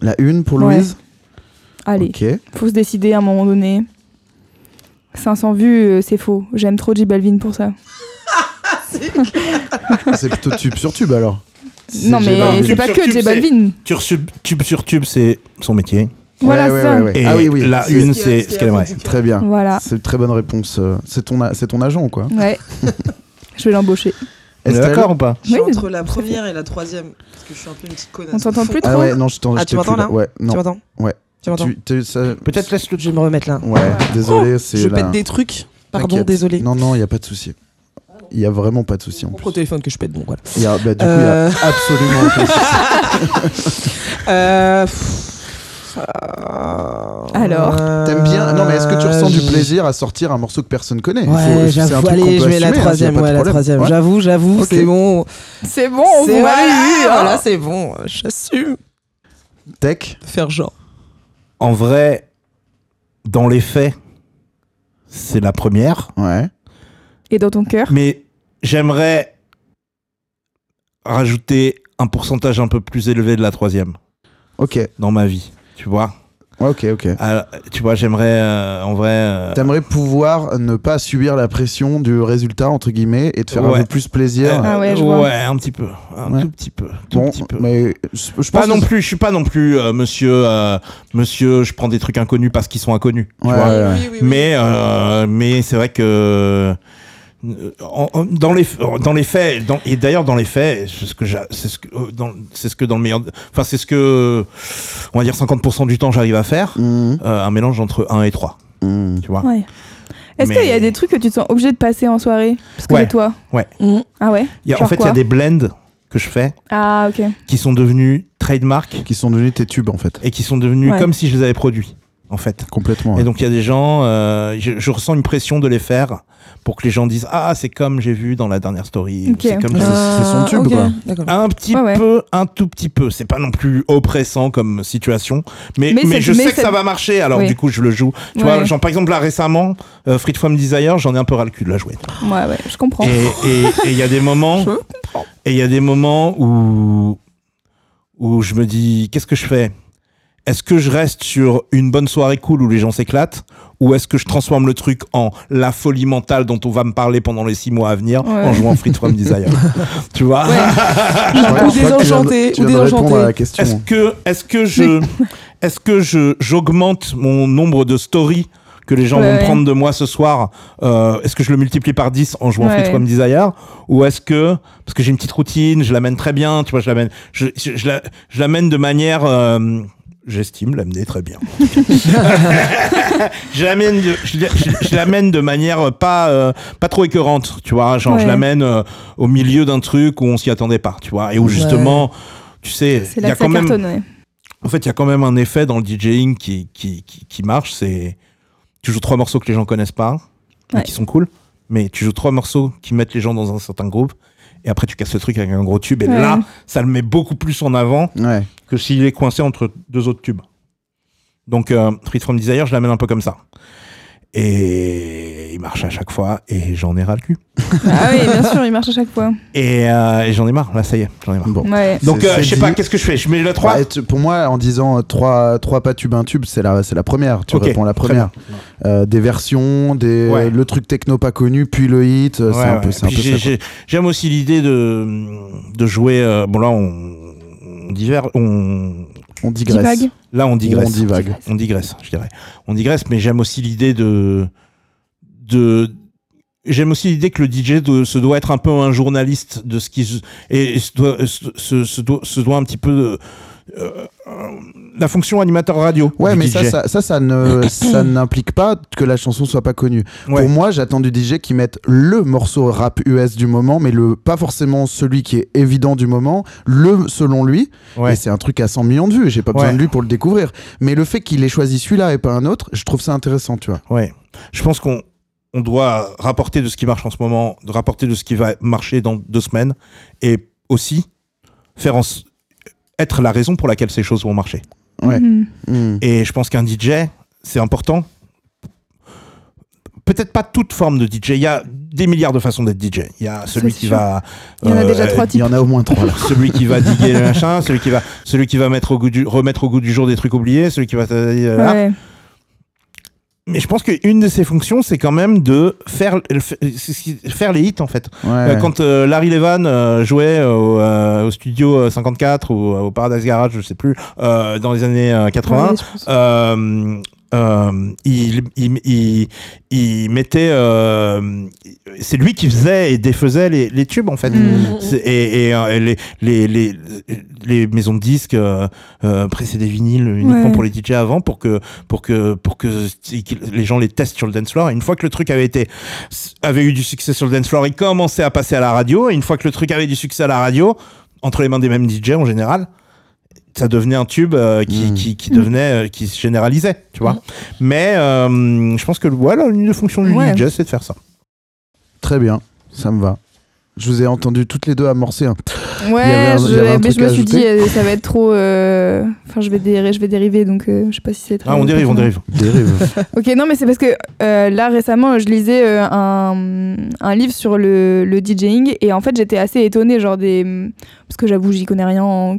Speaker 1: La une pour
Speaker 2: Ouais.
Speaker 1: Louise.
Speaker 2: Allez,
Speaker 1: Ok.
Speaker 2: faut se décider à un moment donné. 500 vues, euh, c'est faux. J'aime trop J Balvin pour ça.
Speaker 1: C'est plutôt tube sur tube alors. Si
Speaker 2: non
Speaker 1: j'ai
Speaker 2: mais
Speaker 1: Balvin.
Speaker 2: c'est pas
Speaker 4: Sur
Speaker 2: que
Speaker 4: Tube,
Speaker 2: J
Speaker 4: c'est-
Speaker 2: Balvin.
Speaker 4: Tube sur- tube sur tube c'est son métier.
Speaker 2: Voilà
Speaker 1: Ouais, ouais,
Speaker 2: ça.
Speaker 1: ouais, ouais.
Speaker 4: Et
Speaker 1: Ah oui, oui.
Speaker 4: la
Speaker 1: C'est-
Speaker 4: une c'est ce qu'elle aimerait.
Speaker 1: Très bien.
Speaker 2: Voilà.
Speaker 3: Ah.
Speaker 1: C'est une très bonne réponse. euh, C'est ton, a- c'est ton agent, quoi.
Speaker 2: Ouais. je vais l'embaucher.
Speaker 4: On est
Speaker 1: Estelle
Speaker 4: d'accord ou pas
Speaker 3: Je suis
Speaker 2: Oui,
Speaker 3: entre la première et la troisième. Parce que je suis un peu une petite connasse.
Speaker 2: On s'entend plus
Speaker 1: Ah
Speaker 2: trop
Speaker 1: ouais, non, je t'en
Speaker 3: Ah,
Speaker 1: je
Speaker 3: tu
Speaker 1: t'ai
Speaker 3: m'entends,
Speaker 1: plus,
Speaker 3: là
Speaker 1: Ouais,
Speaker 3: Tu
Speaker 1: non.
Speaker 3: m'entends
Speaker 1: Ouais.
Speaker 3: Tu m'entends
Speaker 1: Tu- t'es- ça-
Speaker 4: Peut-être laisse le
Speaker 3: Je vais me remettre là.
Speaker 1: Ouais, désolé, c'est
Speaker 3: Je
Speaker 1: la-
Speaker 3: pète des trucs. Pardon,
Speaker 1: T'inquiète.
Speaker 3: désolé.
Speaker 1: Non, non, il y a pas de souci. Il y a vraiment pas de souci en
Speaker 3: Mon
Speaker 1: plus.
Speaker 3: pro téléphone que je pète, donc voilà.
Speaker 1: Y a- bah, du coup, il y a
Speaker 3: Euh.
Speaker 1: absolument aucun souci.
Speaker 3: Euh, pff, euh,
Speaker 2: Alors
Speaker 1: T'aimes bien Non, mais est-ce que tu ressens du
Speaker 3: je-
Speaker 1: plaisir à sortir un morceau que personne connaît Il faut-
Speaker 3: Ouais,
Speaker 1: c'est un
Speaker 3: j'avoue.
Speaker 1: truc qu'on
Speaker 3: Allez,
Speaker 1: peut
Speaker 3: je mets la
Speaker 1: assumer, hein,
Speaker 3: troisième.
Speaker 1: y a pas de
Speaker 3: ouais, la
Speaker 1: problème.
Speaker 3: troisième.
Speaker 1: Ouais.
Speaker 3: J'avoue, j'avoue,
Speaker 1: Ok.
Speaker 3: c'est bon.
Speaker 2: C'est bon, on Ah,
Speaker 3: C'est
Speaker 2: vous
Speaker 1: Ah
Speaker 3: voilà,
Speaker 2: valide.
Speaker 1: hein.
Speaker 3: voilà, c'est bon. J'assume.
Speaker 1: Tech,
Speaker 3: Faire genre.
Speaker 4: En vrai, dans les faits, c'est la première.
Speaker 1: ouais.
Speaker 2: Et dans ton cœur
Speaker 4: Mais j'aimerais rajouter un pourcentage un peu plus élevé de la troisième
Speaker 1: Ok,
Speaker 4: dans ma vie. Tu vois
Speaker 1: Ouais, ok, ok.
Speaker 4: Alors, tu vois, j'aimerais euh, en vrai. euh,
Speaker 1: T'aimerais pouvoir ne pas subir la pression du résultat, entre guillemets, et te faire un
Speaker 4: Ouais.
Speaker 1: peu plus plaisir.
Speaker 2: Ah ouais, je
Speaker 4: euh, ouais,
Speaker 2: vois.
Speaker 4: un petit peu, un
Speaker 1: Ouais.
Speaker 4: tout petit peu, tout
Speaker 1: bon,
Speaker 4: petit peu.
Speaker 1: mais je je pense
Speaker 4: Pas non
Speaker 1: que-
Speaker 4: plus, je suis pas non plus euh, monsieur, euh, monsieur, je prends des trucs inconnus parce qu'ils sont inconnus. tu
Speaker 1: Ouais,
Speaker 4: vois.
Speaker 1: ouais, ouais.
Speaker 3: Oui, oui, oui.
Speaker 4: Mais, euh, mais c'est vrai que euh, en- en- dans les dans les faits dans- et d'ailleurs dans les faits c'est ce que j'a- c'est ce que euh, dans c'est ce que dans le meilleur enfin c'est ce que on va dire 50% du temps j'arrive à faire
Speaker 1: Mhm,
Speaker 4: euh, un mélange entre 1 et 3
Speaker 1: mhm.
Speaker 4: tu vois
Speaker 2: Ouais. Est-ce
Speaker 4: Ah. Mais-
Speaker 2: qu'il y a des trucs que tu te sens obligé de passer en soirée Parce que
Speaker 4: Ouais.
Speaker 2: c'est toi.
Speaker 3: Mhm.
Speaker 2: Ah ouais
Speaker 4: Il y a- en
Speaker 2: Genre
Speaker 4: fait il y
Speaker 2: quoi
Speaker 4: a des blends que je fais
Speaker 2: Ah ok.
Speaker 4: qui sont devenus trademark
Speaker 1: Qui sont devenus tes tubes, en fait.
Speaker 4: et qui sont devenus
Speaker 2: Ouais.
Speaker 4: comme si je les avais produits en fait
Speaker 1: Complètement.
Speaker 4: Et
Speaker 1: ouais.
Speaker 4: donc il y a des gens, euh, je, je ressens une pression de les faire pour que les gens disent ah c'est comme j'ai vu dans la dernière story, ou
Speaker 2: Ok.
Speaker 4: c'est comme
Speaker 1: Ah.
Speaker 4: ça.
Speaker 1: c'est son
Speaker 3: Ah,
Speaker 1: tube,
Speaker 3: ok,
Speaker 1: quoi.
Speaker 3: d'accord.
Speaker 4: Un petit
Speaker 2: Ouais, ouais.
Speaker 4: peu, un tout petit peu. C'est pas non plus oppressant comme situation, mais,
Speaker 2: Mais
Speaker 4: mais,
Speaker 2: c'est-
Speaker 4: je
Speaker 2: mais
Speaker 4: sais que
Speaker 2: c'est-
Speaker 4: ça va marcher. Alors
Speaker 2: Oui.
Speaker 4: du coup je le joue.
Speaker 2: Ouais.
Speaker 4: Tu vois, genre par exemple là récemment, euh, Free From Desire, j'en ai un peu ras le cul de la jouer.
Speaker 2: Ouais ouais, je comprends.
Speaker 4: Et et- et il y a des moments,
Speaker 3: Je
Speaker 4: et il y a des moments où où je me dis qu'est-ce que je fais Est-ce que je reste sur une bonne soirée cool où les gens s'éclatent ou est-ce que je transforme le truc en la folie mentale dont on va me parler pendant les six mois à venir
Speaker 2: Ouais.
Speaker 4: en jouant Free From Desire Tu vois
Speaker 2: Ouais.
Speaker 1: Je crois- je crois
Speaker 3: Ou
Speaker 1: que tu viens de-
Speaker 3: désenchanté,
Speaker 1: tu
Speaker 3: ou
Speaker 1: viens de répondre
Speaker 3: désenchanté.
Speaker 1: à la question.
Speaker 4: Est-ce que est-ce que je est-ce que je j'augmente mon nombre de stories que les gens
Speaker 2: Ouais,
Speaker 4: vont
Speaker 2: ouais.
Speaker 4: prendre de moi ce soir euh, Est-ce que je le multiplie par 10 en jouant
Speaker 2: Ouais,
Speaker 4: Free
Speaker 2: ouais.
Speaker 4: From Desire Ou est-ce que parce que j'ai une petite routine, je l'amène très bien, tu vois, je l'amène, je, je, je la- je l'amène de manière euh, J'estime l'amener très bien. je l'amène, de- je, l'ai- je- je l'amène de manière euh, pas euh, pas trop écœurante, tu vois. Genre, je
Speaker 2: Ouais.
Speaker 4: l'amène euh, au milieu d'un truc où on s'y attendait pas, tu vois, et où justement, tu sais,
Speaker 2: C'est
Speaker 4: il y
Speaker 2: là
Speaker 4: a
Speaker 2: que ça
Speaker 4: quand même,
Speaker 2: cartonne. ouais.
Speaker 4: en fait, il y a quand même un effet dans le DJing qui, qui, qui, qui marche. C'est tu joues trois morceaux que les gens connaissent pas, mais
Speaker 2: Ouais.
Speaker 4: qui sont cool, mais tu joues trois morceaux qui mettent les gens dans un certain groupe. Et après, tu casses le truc avec un gros tube. Et
Speaker 2: Ouais.
Speaker 4: là, ça le met beaucoup plus en avant
Speaker 1: hein. Ouais.
Speaker 4: que s'il est coincé entre deux autres tubes. Donc, euh, Free From Desire, je l'amène un peu comme ça. Et il marche à chaque fois. Et j'en ai ras le cul.
Speaker 2: Ah oui, bien sûr, il marche à chaque fois.
Speaker 4: Et, euh, et j'en ai marre. Là, ça y est, j'en ai marre.
Speaker 1: Bon.
Speaker 2: Ouais.
Speaker 4: Donc,
Speaker 1: C'est-
Speaker 4: euh,
Speaker 1: c'est
Speaker 4: je sais
Speaker 1: dit.
Speaker 4: pas, qu'est-ce que je fais Je mets le 3
Speaker 1: Bah, et tu- pour moi, en disant euh, trois, trois pas tube, un tube, c'est la, c'est la première. Tu
Speaker 4: Ok,
Speaker 1: réponds la
Speaker 4: très
Speaker 1: première. Euh, des versions, des,
Speaker 4: Ouais.
Speaker 1: le truc techno pas connu, puis le hit. euh, c'est
Speaker 4: Ouais,
Speaker 1: un
Speaker 4: ouais.
Speaker 1: peu, c'est un
Speaker 4: Puis
Speaker 1: peu
Speaker 4: j'ai-
Speaker 1: ça. quoi.
Speaker 4: j'ai- J'aime aussi l'idée de, de jouer. euh, bon, là, on, on divers. On,
Speaker 1: On digresse.
Speaker 2: Divague.
Speaker 4: là, on digresse.
Speaker 1: On divague.
Speaker 4: On digresse, je dirais. On digresse, mais j'aime aussi l'idée de. de J'aime aussi l'idée que le DJ do- se doit être un peu un journaliste de ce qui se- et et se doit, se, se- se doit, se doit un petit peu euh, euh, la fonction animateur radio.
Speaker 1: Ouais,
Speaker 4: du
Speaker 1: mais
Speaker 4: DJ.
Speaker 1: ça, ça, ça, ça ne, ça n'implique pas que la chanson soit pas connue.
Speaker 4: Ouais.
Speaker 1: Pour moi, j'attends du DJ qui mette le morceau rap US du moment, mais le, pas forcément celui qui est évident du moment, le selon lui.
Speaker 4: Ouais.
Speaker 1: Et c'est un truc à 100 millions de vues, j'ai pas besoin
Speaker 4: Ouais.
Speaker 1: de lui pour le découvrir. Mais le fait qu'il ait choisi celui-là et pas un autre, je trouve ça intéressant, tu vois.
Speaker 4: Ouais. Je pense qu'on on doit rapporter de ce qui marche en ce moment, de rapporter de ce qui va marcher dans deux semaines, et aussi faire en s- être la raison pour laquelle ces choses vont marcher.
Speaker 1: Ouais.
Speaker 2: Mhm.
Speaker 1: Hmm.
Speaker 4: Et je pense qu'un DJ, c'est important. Peut-être pas toute forme de DJ. Il y a des milliards de façons d'être DJ. Il y a celui
Speaker 2: c'est
Speaker 4: qui
Speaker 2: sûr.
Speaker 4: va.
Speaker 2: Il y en a
Speaker 4: euh,
Speaker 2: déjà trois
Speaker 1: Il y
Speaker 2: types.
Speaker 1: en a au moins trois. là.
Speaker 4: celui qui va diguer le machin, celui qui va, celui qui va mettre au goût du, remettre au goût du jour des trucs oubliés, celui qui va. euh, là.
Speaker 2: Ouais.
Speaker 4: Mais je pense qu'une de ses fonctions, c'est quand même de faire, euh, le- faire les hits, en fait.
Speaker 1: Ouais. Bah,
Speaker 4: Euh, Quand euh, Larry Levan euh, jouait au, euh, au studio euh, 54 ou euh, au Paradise Garage, je sais plus, euh, dans les années euh, 80,
Speaker 2: Ouais, je pense.
Speaker 4: euh, euh, il, il, il, il mettait. euh, c'est lui qui faisait et défaisait les, les tubes, en fait.
Speaker 2: Mhm.
Speaker 4: C'est- Et, et, euh, et les, les, les, les maisons de disques euh, euh, pressaient des vinyles uniquement
Speaker 2: Ouais.
Speaker 4: pour les DJ avant pour que, pour que, pour que les gens les testent sur le dance floor. Et une fois que le truc avait, été, avait eu du succès sur le dance floor, il commençait à passer à la radio. Et une fois que le truc avait du succès à la radio, entre les mains des mêmes DJ en général, ça devenait un tube euh, qui,
Speaker 1: Mm.
Speaker 4: qui, qui devenait euh, qui se généralisait tu
Speaker 2: Mm.
Speaker 4: vois mais euh, je pense que voilà l'une des fonctions du
Speaker 2: Ouais.
Speaker 4: DJ c'est de faire ça
Speaker 1: Très bien, ça me va. Je vous ai entendu toutes les deux amorcer. hein. Il y avait
Speaker 2: Ouais,
Speaker 1: un-
Speaker 2: je,
Speaker 1: il y avait un
Speaker 2: mais
Speaker 1: truc
Speaker 2: je me
Speaker 1: à
Speaker 2: suis
Speaker 1: ajouter.
Speaker 2: dit, euh, ça va être trop. euh, Enfin, je, vais déri- je vais dériver, donc euh, je sais pas si c'est très.
Speaker 4: ah on dérive on dérive
Speaker 1: Dérive.
Speaker 2: Ok, non, mais c'est parce que euh, là, récemment, je lisais euh, un, un livre sur le, le DJing et en fait, j'étais assez étonnée, genre des. Parce que j'avoue, j'y connais rien en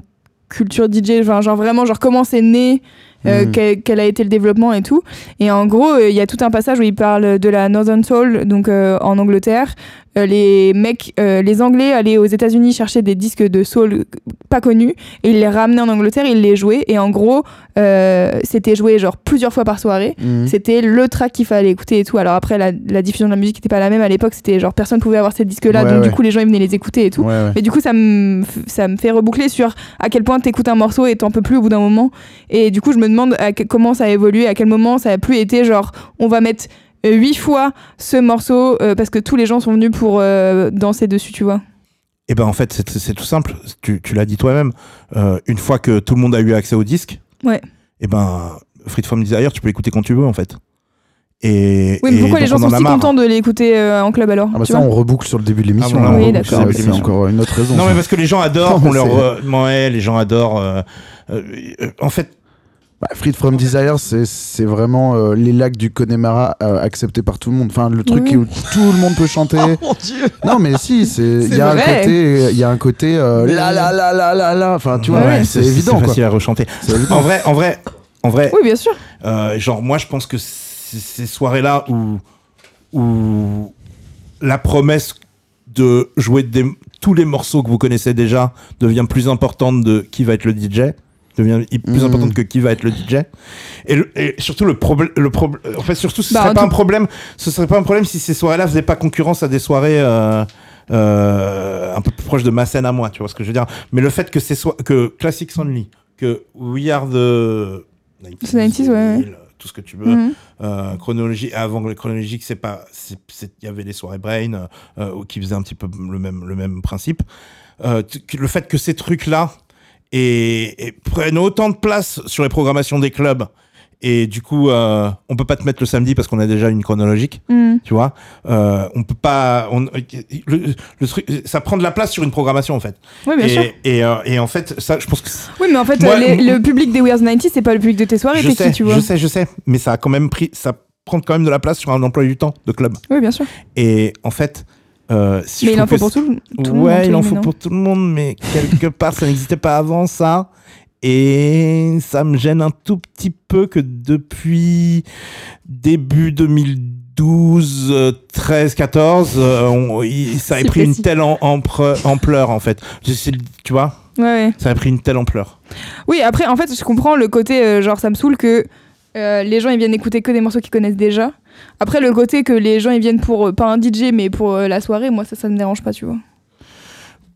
Speaker 2: culture DJ, enfin, genre vraiment, genre comment c'est né euh,
Speaker 1: Mm.
Speaker 2: quel, quel a été le développement et tout. Et en gros, euh, il y a tout un passage où il parle de la Northern Soul, donc euh, en Angleterre. Euh, les mecs, euh, les Anglais allaient aux États-Unis chercher des disques de soul pas connus et ils les ramenaient en Angleterre, ils les jouaient. Et en gros, euh, c'était joué genre plusieurs fois par soirée.
Speaker 1: Mhm.
Speaker 2: C'était le track qu'il fallait écouter et tout. Alors après, la, la diffusion de la musique n'était pas la même à l'époque. C'était genre personne pouvait avoir ces disques-là,
Speaker 1: Ouais,
Speaker 2: donc du
Speaker 1: ouais.
Speaker 2: coup les gens ils venaient les écouter et tout.
Speaker 1: Ouais, ouais.
Speaker 2: Mais du coup, ça me, f- ça me fait reboucler sur à quel point t'écoutes un morceau et t'en peux plus au bout d'un moment. Et du coup, je me demande à que- comment ça a évolué, à quel moment ça a plus été genre on va mettre euh, huit fois ce morceau euh, parce que tous les gens sont venus pour euh, danser dessus, tu vois.
Speaker 4: Et ben en fait, c'est- c'est c'est tout simple. Tu, tu l'as dit toi-même. Euh, une fois que tout le monde a eu accès au disque,
Speaker 2: Ouais.
Speaker 4: et ben Free From Desire, tu peux l'écouter quand tu veux en fait. Et,
Speaker 2: Oui, mais
Speaker 4: et
Speaker 2: pourquoi les
Speaker 4: donc,
Speaker 2: gens
Speaker 4: on
Speaker 2: sont
Speaker 4: en a
Speaker 2: si
Speaker 4: marre.
Speaker 2: contents de l'écouter euh, en club alors
Speaker 1: Ah bah
Speaker 2: tu
Speaker 1: ça,
Speaker 2: vois
Speaker 1: on reboucle sur le début de l'émission.
Speaker 4: Ah,
Speaker 1: là,
Speaker 4: voilà.
Speaker 1: on
Speaker 4: Oui,
Speaker 1: reboucle
Speaker 2: d'accord.
Speaker 1: sur le début de
Speaker 4: C'est
Speaker 1: l'émission. encore une autre raison.
Speaker 4: Non, mais parce que les gens adorent
Speaker 1: Non,
Speaker 4: qu'on
Speaker 1: mais
Speaker 4: leur.
Speaker 1: c'est-
Speaker 4: euh, ouais, les gens adorent. euh, euh, euh, en fait,
Speaker 1: Bah, Freed from Desire, c'est- c'est vraiment euh, les lacs du Connemara euh, acceptés par tout le monde. Enfin, le truc
Speaker 2: Oui.
Speaker 1: où tout le monde peut chanter.
Speaker 3: Oh mon dieu
Speaker 1: non, mais si, c'est- il y a un
Speaker 2: vrai.
Speaker 1: côté, il y a un côté euh, la la la la la la. Enfin, Ah, tu vois,
Speaker 2: Ouais,
Speaker 1: c'est évident
Speaker 4: C'est
Speaker 1: quoi.
Speaker 4: facile à rechanter.
Speaker 1: C'est évident.
Speaker 4: En vrai, en vrai, en vrai.
Speaker 2: Oui, bien sûr.
Speaker 4: Euh, genre, moi, je pense que c- ces soirées-là où, où la promesse de jouer des- tous les morceaux que vous connaissez déjà devient plus importante de qui va être le DJ devient i- plus
Speaker 2: Hmm.
Speaker 1: Mhm.
Speaker 4: importante que qui va être le DJ et, le- et surtout le problème le problème en fait surtout ce
Speaker 2: Bah,
Speaker 4: serait
Speaker 2: en
Speaker 4: pas
Speaker 2: tout-
Speaker 4: un problème ce serait pas un problème si ces soirées là faisaient pas concurrence à des soirées euh, euh, un peu plus proches de ma scène à moi tu vois ce que je veux dire mais le fait que ces soir que Classics Only que We Are the 90s,
Speaker 2: 90s, ouais,
Speaker 4: 2000, tout ce que tu veux
Speaker 2: Mhm.
Speaker 4: euh, chronologie avant le chronologique c'est pas c'est- c'est- il y avait les soirées brain euh, euh, qui faisaient un petit peu le même le même principe Euh, tu- que- le fait que ces trucs là et, et prennent autant de place sur les programmations des clubs et du coup euh, on peut pas te mettre le samedi parce qu'on a déjà une chronologique
Speaker 2: Mhm.
Speaker 4: tu vois euh, on peut pas on, le, le truc ça prend de la place sur une programmation en fait
Speaker 2: Oui, bien
Speaker 4: et
Speaker 2: sûr.
Speaker 4: et, euh, et en fait ça je pense que
Speaker 2: Oui, mais en fait,
Speaker 4: Moi,
Speaker 2: euh, les-
Speaker 4: m-
Speaker 2: le public des Wears 90, c'est pas le public de tes soirées,
Speaker 4: je
Speaker 2: t'es
Speaker 4: sais
Speaker 2: qui, tu vois
Speaker 4: je sais je sais mais ça a quand même pris ça prend quand même de la place sur un emploi du temps de club
Speaker 2: Oui, bien sûr.
Speaker 4: et en fait, euh, si
Speaker 2: mais
Speaker 4: je
Speaker 2: il en faut
Speaker 4: trouve
Speaker 2: pour
Speaker 4: que
Speaker 2: tout, le-
Speaker 4: c'est-
Speaker 2: tout le monde. hein.
Speaker 4: Ouais, il
Speaker 2: entre
Speaker 4: en faut
Speaker 2: guillemets,
Speaker 4: pour tout le monde, mais quelque part, ça n'existait pas avant ça. Et ça me gêne un tout petit peu que depuis début 2012, euh, 13, 14, euh, on- il- ça ait
Speaker 2: C'est
Speaker 4: pris une
Speaker 2: précis.
Speaker 4: telle en- empre- ampleur, en fait. Je sais- tu vois,
Speaker 2: non Ouais, ouais.
Speaker 4: ça a pris une telle ampleur.
Speaker 2: Oui, après, en fait, je comprends le côté, euh, genre, ça me saoule que euh, les gens, ils viennent écouter que des morceaux qu'ils connaissent déjà. Après, le côté que les gens, ils viennent pour, euh, pas un DJ, mais pour euh, la soirée, moi, ça, ça me dérange pas, tu vois.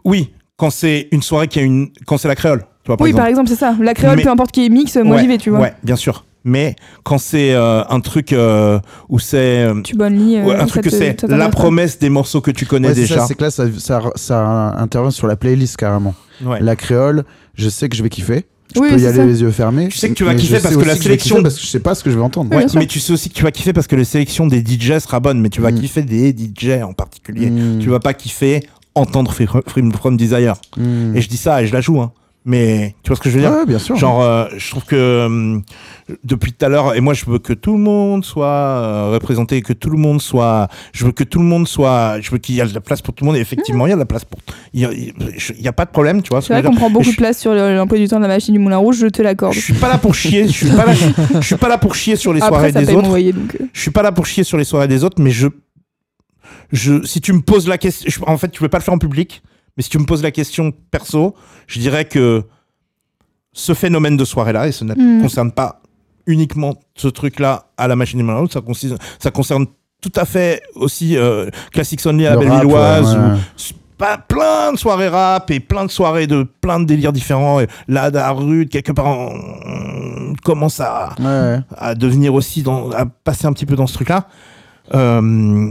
Speaker 4: Oui, quand c'est une soirée qui a une. Quand c'est la créole, tu vois, par
Speaker 2: oui,
Speaker 4: exemple.
Speaker 2: par exemple, c'est ça. La créole,
Speaker 4: Mais-
Speaker 2: peu importe qui est mix, Euh, moi,
Speaker 4: Ouais,
Speaker 2: j'y vais, tu vois.
Speaker 4: Ouais, bien sûr. Mais quand c'est euh, un truc euh, où c'est. euh,
Speaker 2: Tu bonnes lit.
Speaker 4: Ouais, un truc que c'est la promesse des morceaux que tu connais
Speaker 1: Ouais, c'est
Speaker 4: déjà.
Speaker 1: ça, c'est que là, ça, ça, ça intervient sur la playlist carrément.
Speaker 4: Ouais.
Speaker 1: La créole, je sais que je vais kiffer. Je
Speaker 2: Oui,
Speaker 1: peux y
Speaker 2: c'est
Speaker 1: aller
Speaker 2: ça.
Speaker 1: les yeux fermés.
Speaker 4: Tu sais que tu vas
Speaker 1: mais je
Speaker 4: kiffer
Speaker 1: sais
Speaker 4: parce que la
Speaker 1: aussi je vais
Speaker 4: sélection-
Speaker 1: kiffer Parce que je sais pas ce que je vais entendre.
Speaker 2: Oui, bien
Speaker 4: Ouais,
Speaker 2: sûr.
Speaker 4: mais tu sais aussi que tu vas kiffer parce que les sélections des DJ sera bonne, mais tu vas
Speaker 1: Mm.
Speaker 4: kiffer des DJ en particulier.
Speaker 1: Mm.
Speaker 4: Tu vas pas kiffer entendre Free Free From Desire.
Speaker 1: Mm.
Speaker 4: Et je dis ça et je la joue, hein. Mais tu vois ce que je veux dire
Speaker 1: Ouais, bien sûr.
Speaker 4: Genre, euh, je trouve que hum, depuis tout à l'heure, et moi je veux que tout le monde soit euh, représenté, que tout le monde soit, je veux que tout le monde soit, je veux qu'il y ait de la place pour tout le monde. Et effectivement, il y a de la place pour, il y a- il y a pas de problème, tu vois. ce
Speaker 2: C'est
Speaker 4: que je
Speaker 2: vrai
Speaker 4: veux dire
Speaker 2: qu'on prend beaucoup
Speaker 4: je-
Speaker 2: de place sur le- l'emploi du temps de la machine du Moulin Rouge, je te l'accorde.
Speaker 4: Je suis pas là pour chier. Je suis pas là. Je suis pas là pour chier sur les
Speaker 2: Après,
Speaker 4: soirées
Speaker 2: ça
Speaker 4: des
Speaker 2: paye mon
Speaker 4: autres.
Speaker 2: loyer, donc. euh,
Speaker 4: Je suis pas là pour chier sur les soirées des autres, mais je, je, si tu me poses la question, je- en fait, tu peux pas le faire en public. Mais si tu me poses la question perso, je dirais que ce phénomène de soirée-là, et ça ne
Speaker 2: Mm.
Speaker 4: concerne pas uniquement ce truc-là à la machine du Malheur, ça concerne, ça concerne tout à fait aussi euh, Classics Only à la
Speaker 1: Le rap,
Speaker 4: Bellevilloise,
Speaker 1: ouais,
Speaker 4: ou-
Speaker 1: ouais.
Speaker 4: pas plein de soirées rap et plein de soirées de plein de délires différents. Et là, dans la rue, quelque part, on on commence à,
Speaker 1: Ouais, ouais.
Speaker 4: à devenir aussi dans, à passer un petit peu dans ce truc-là. Euh,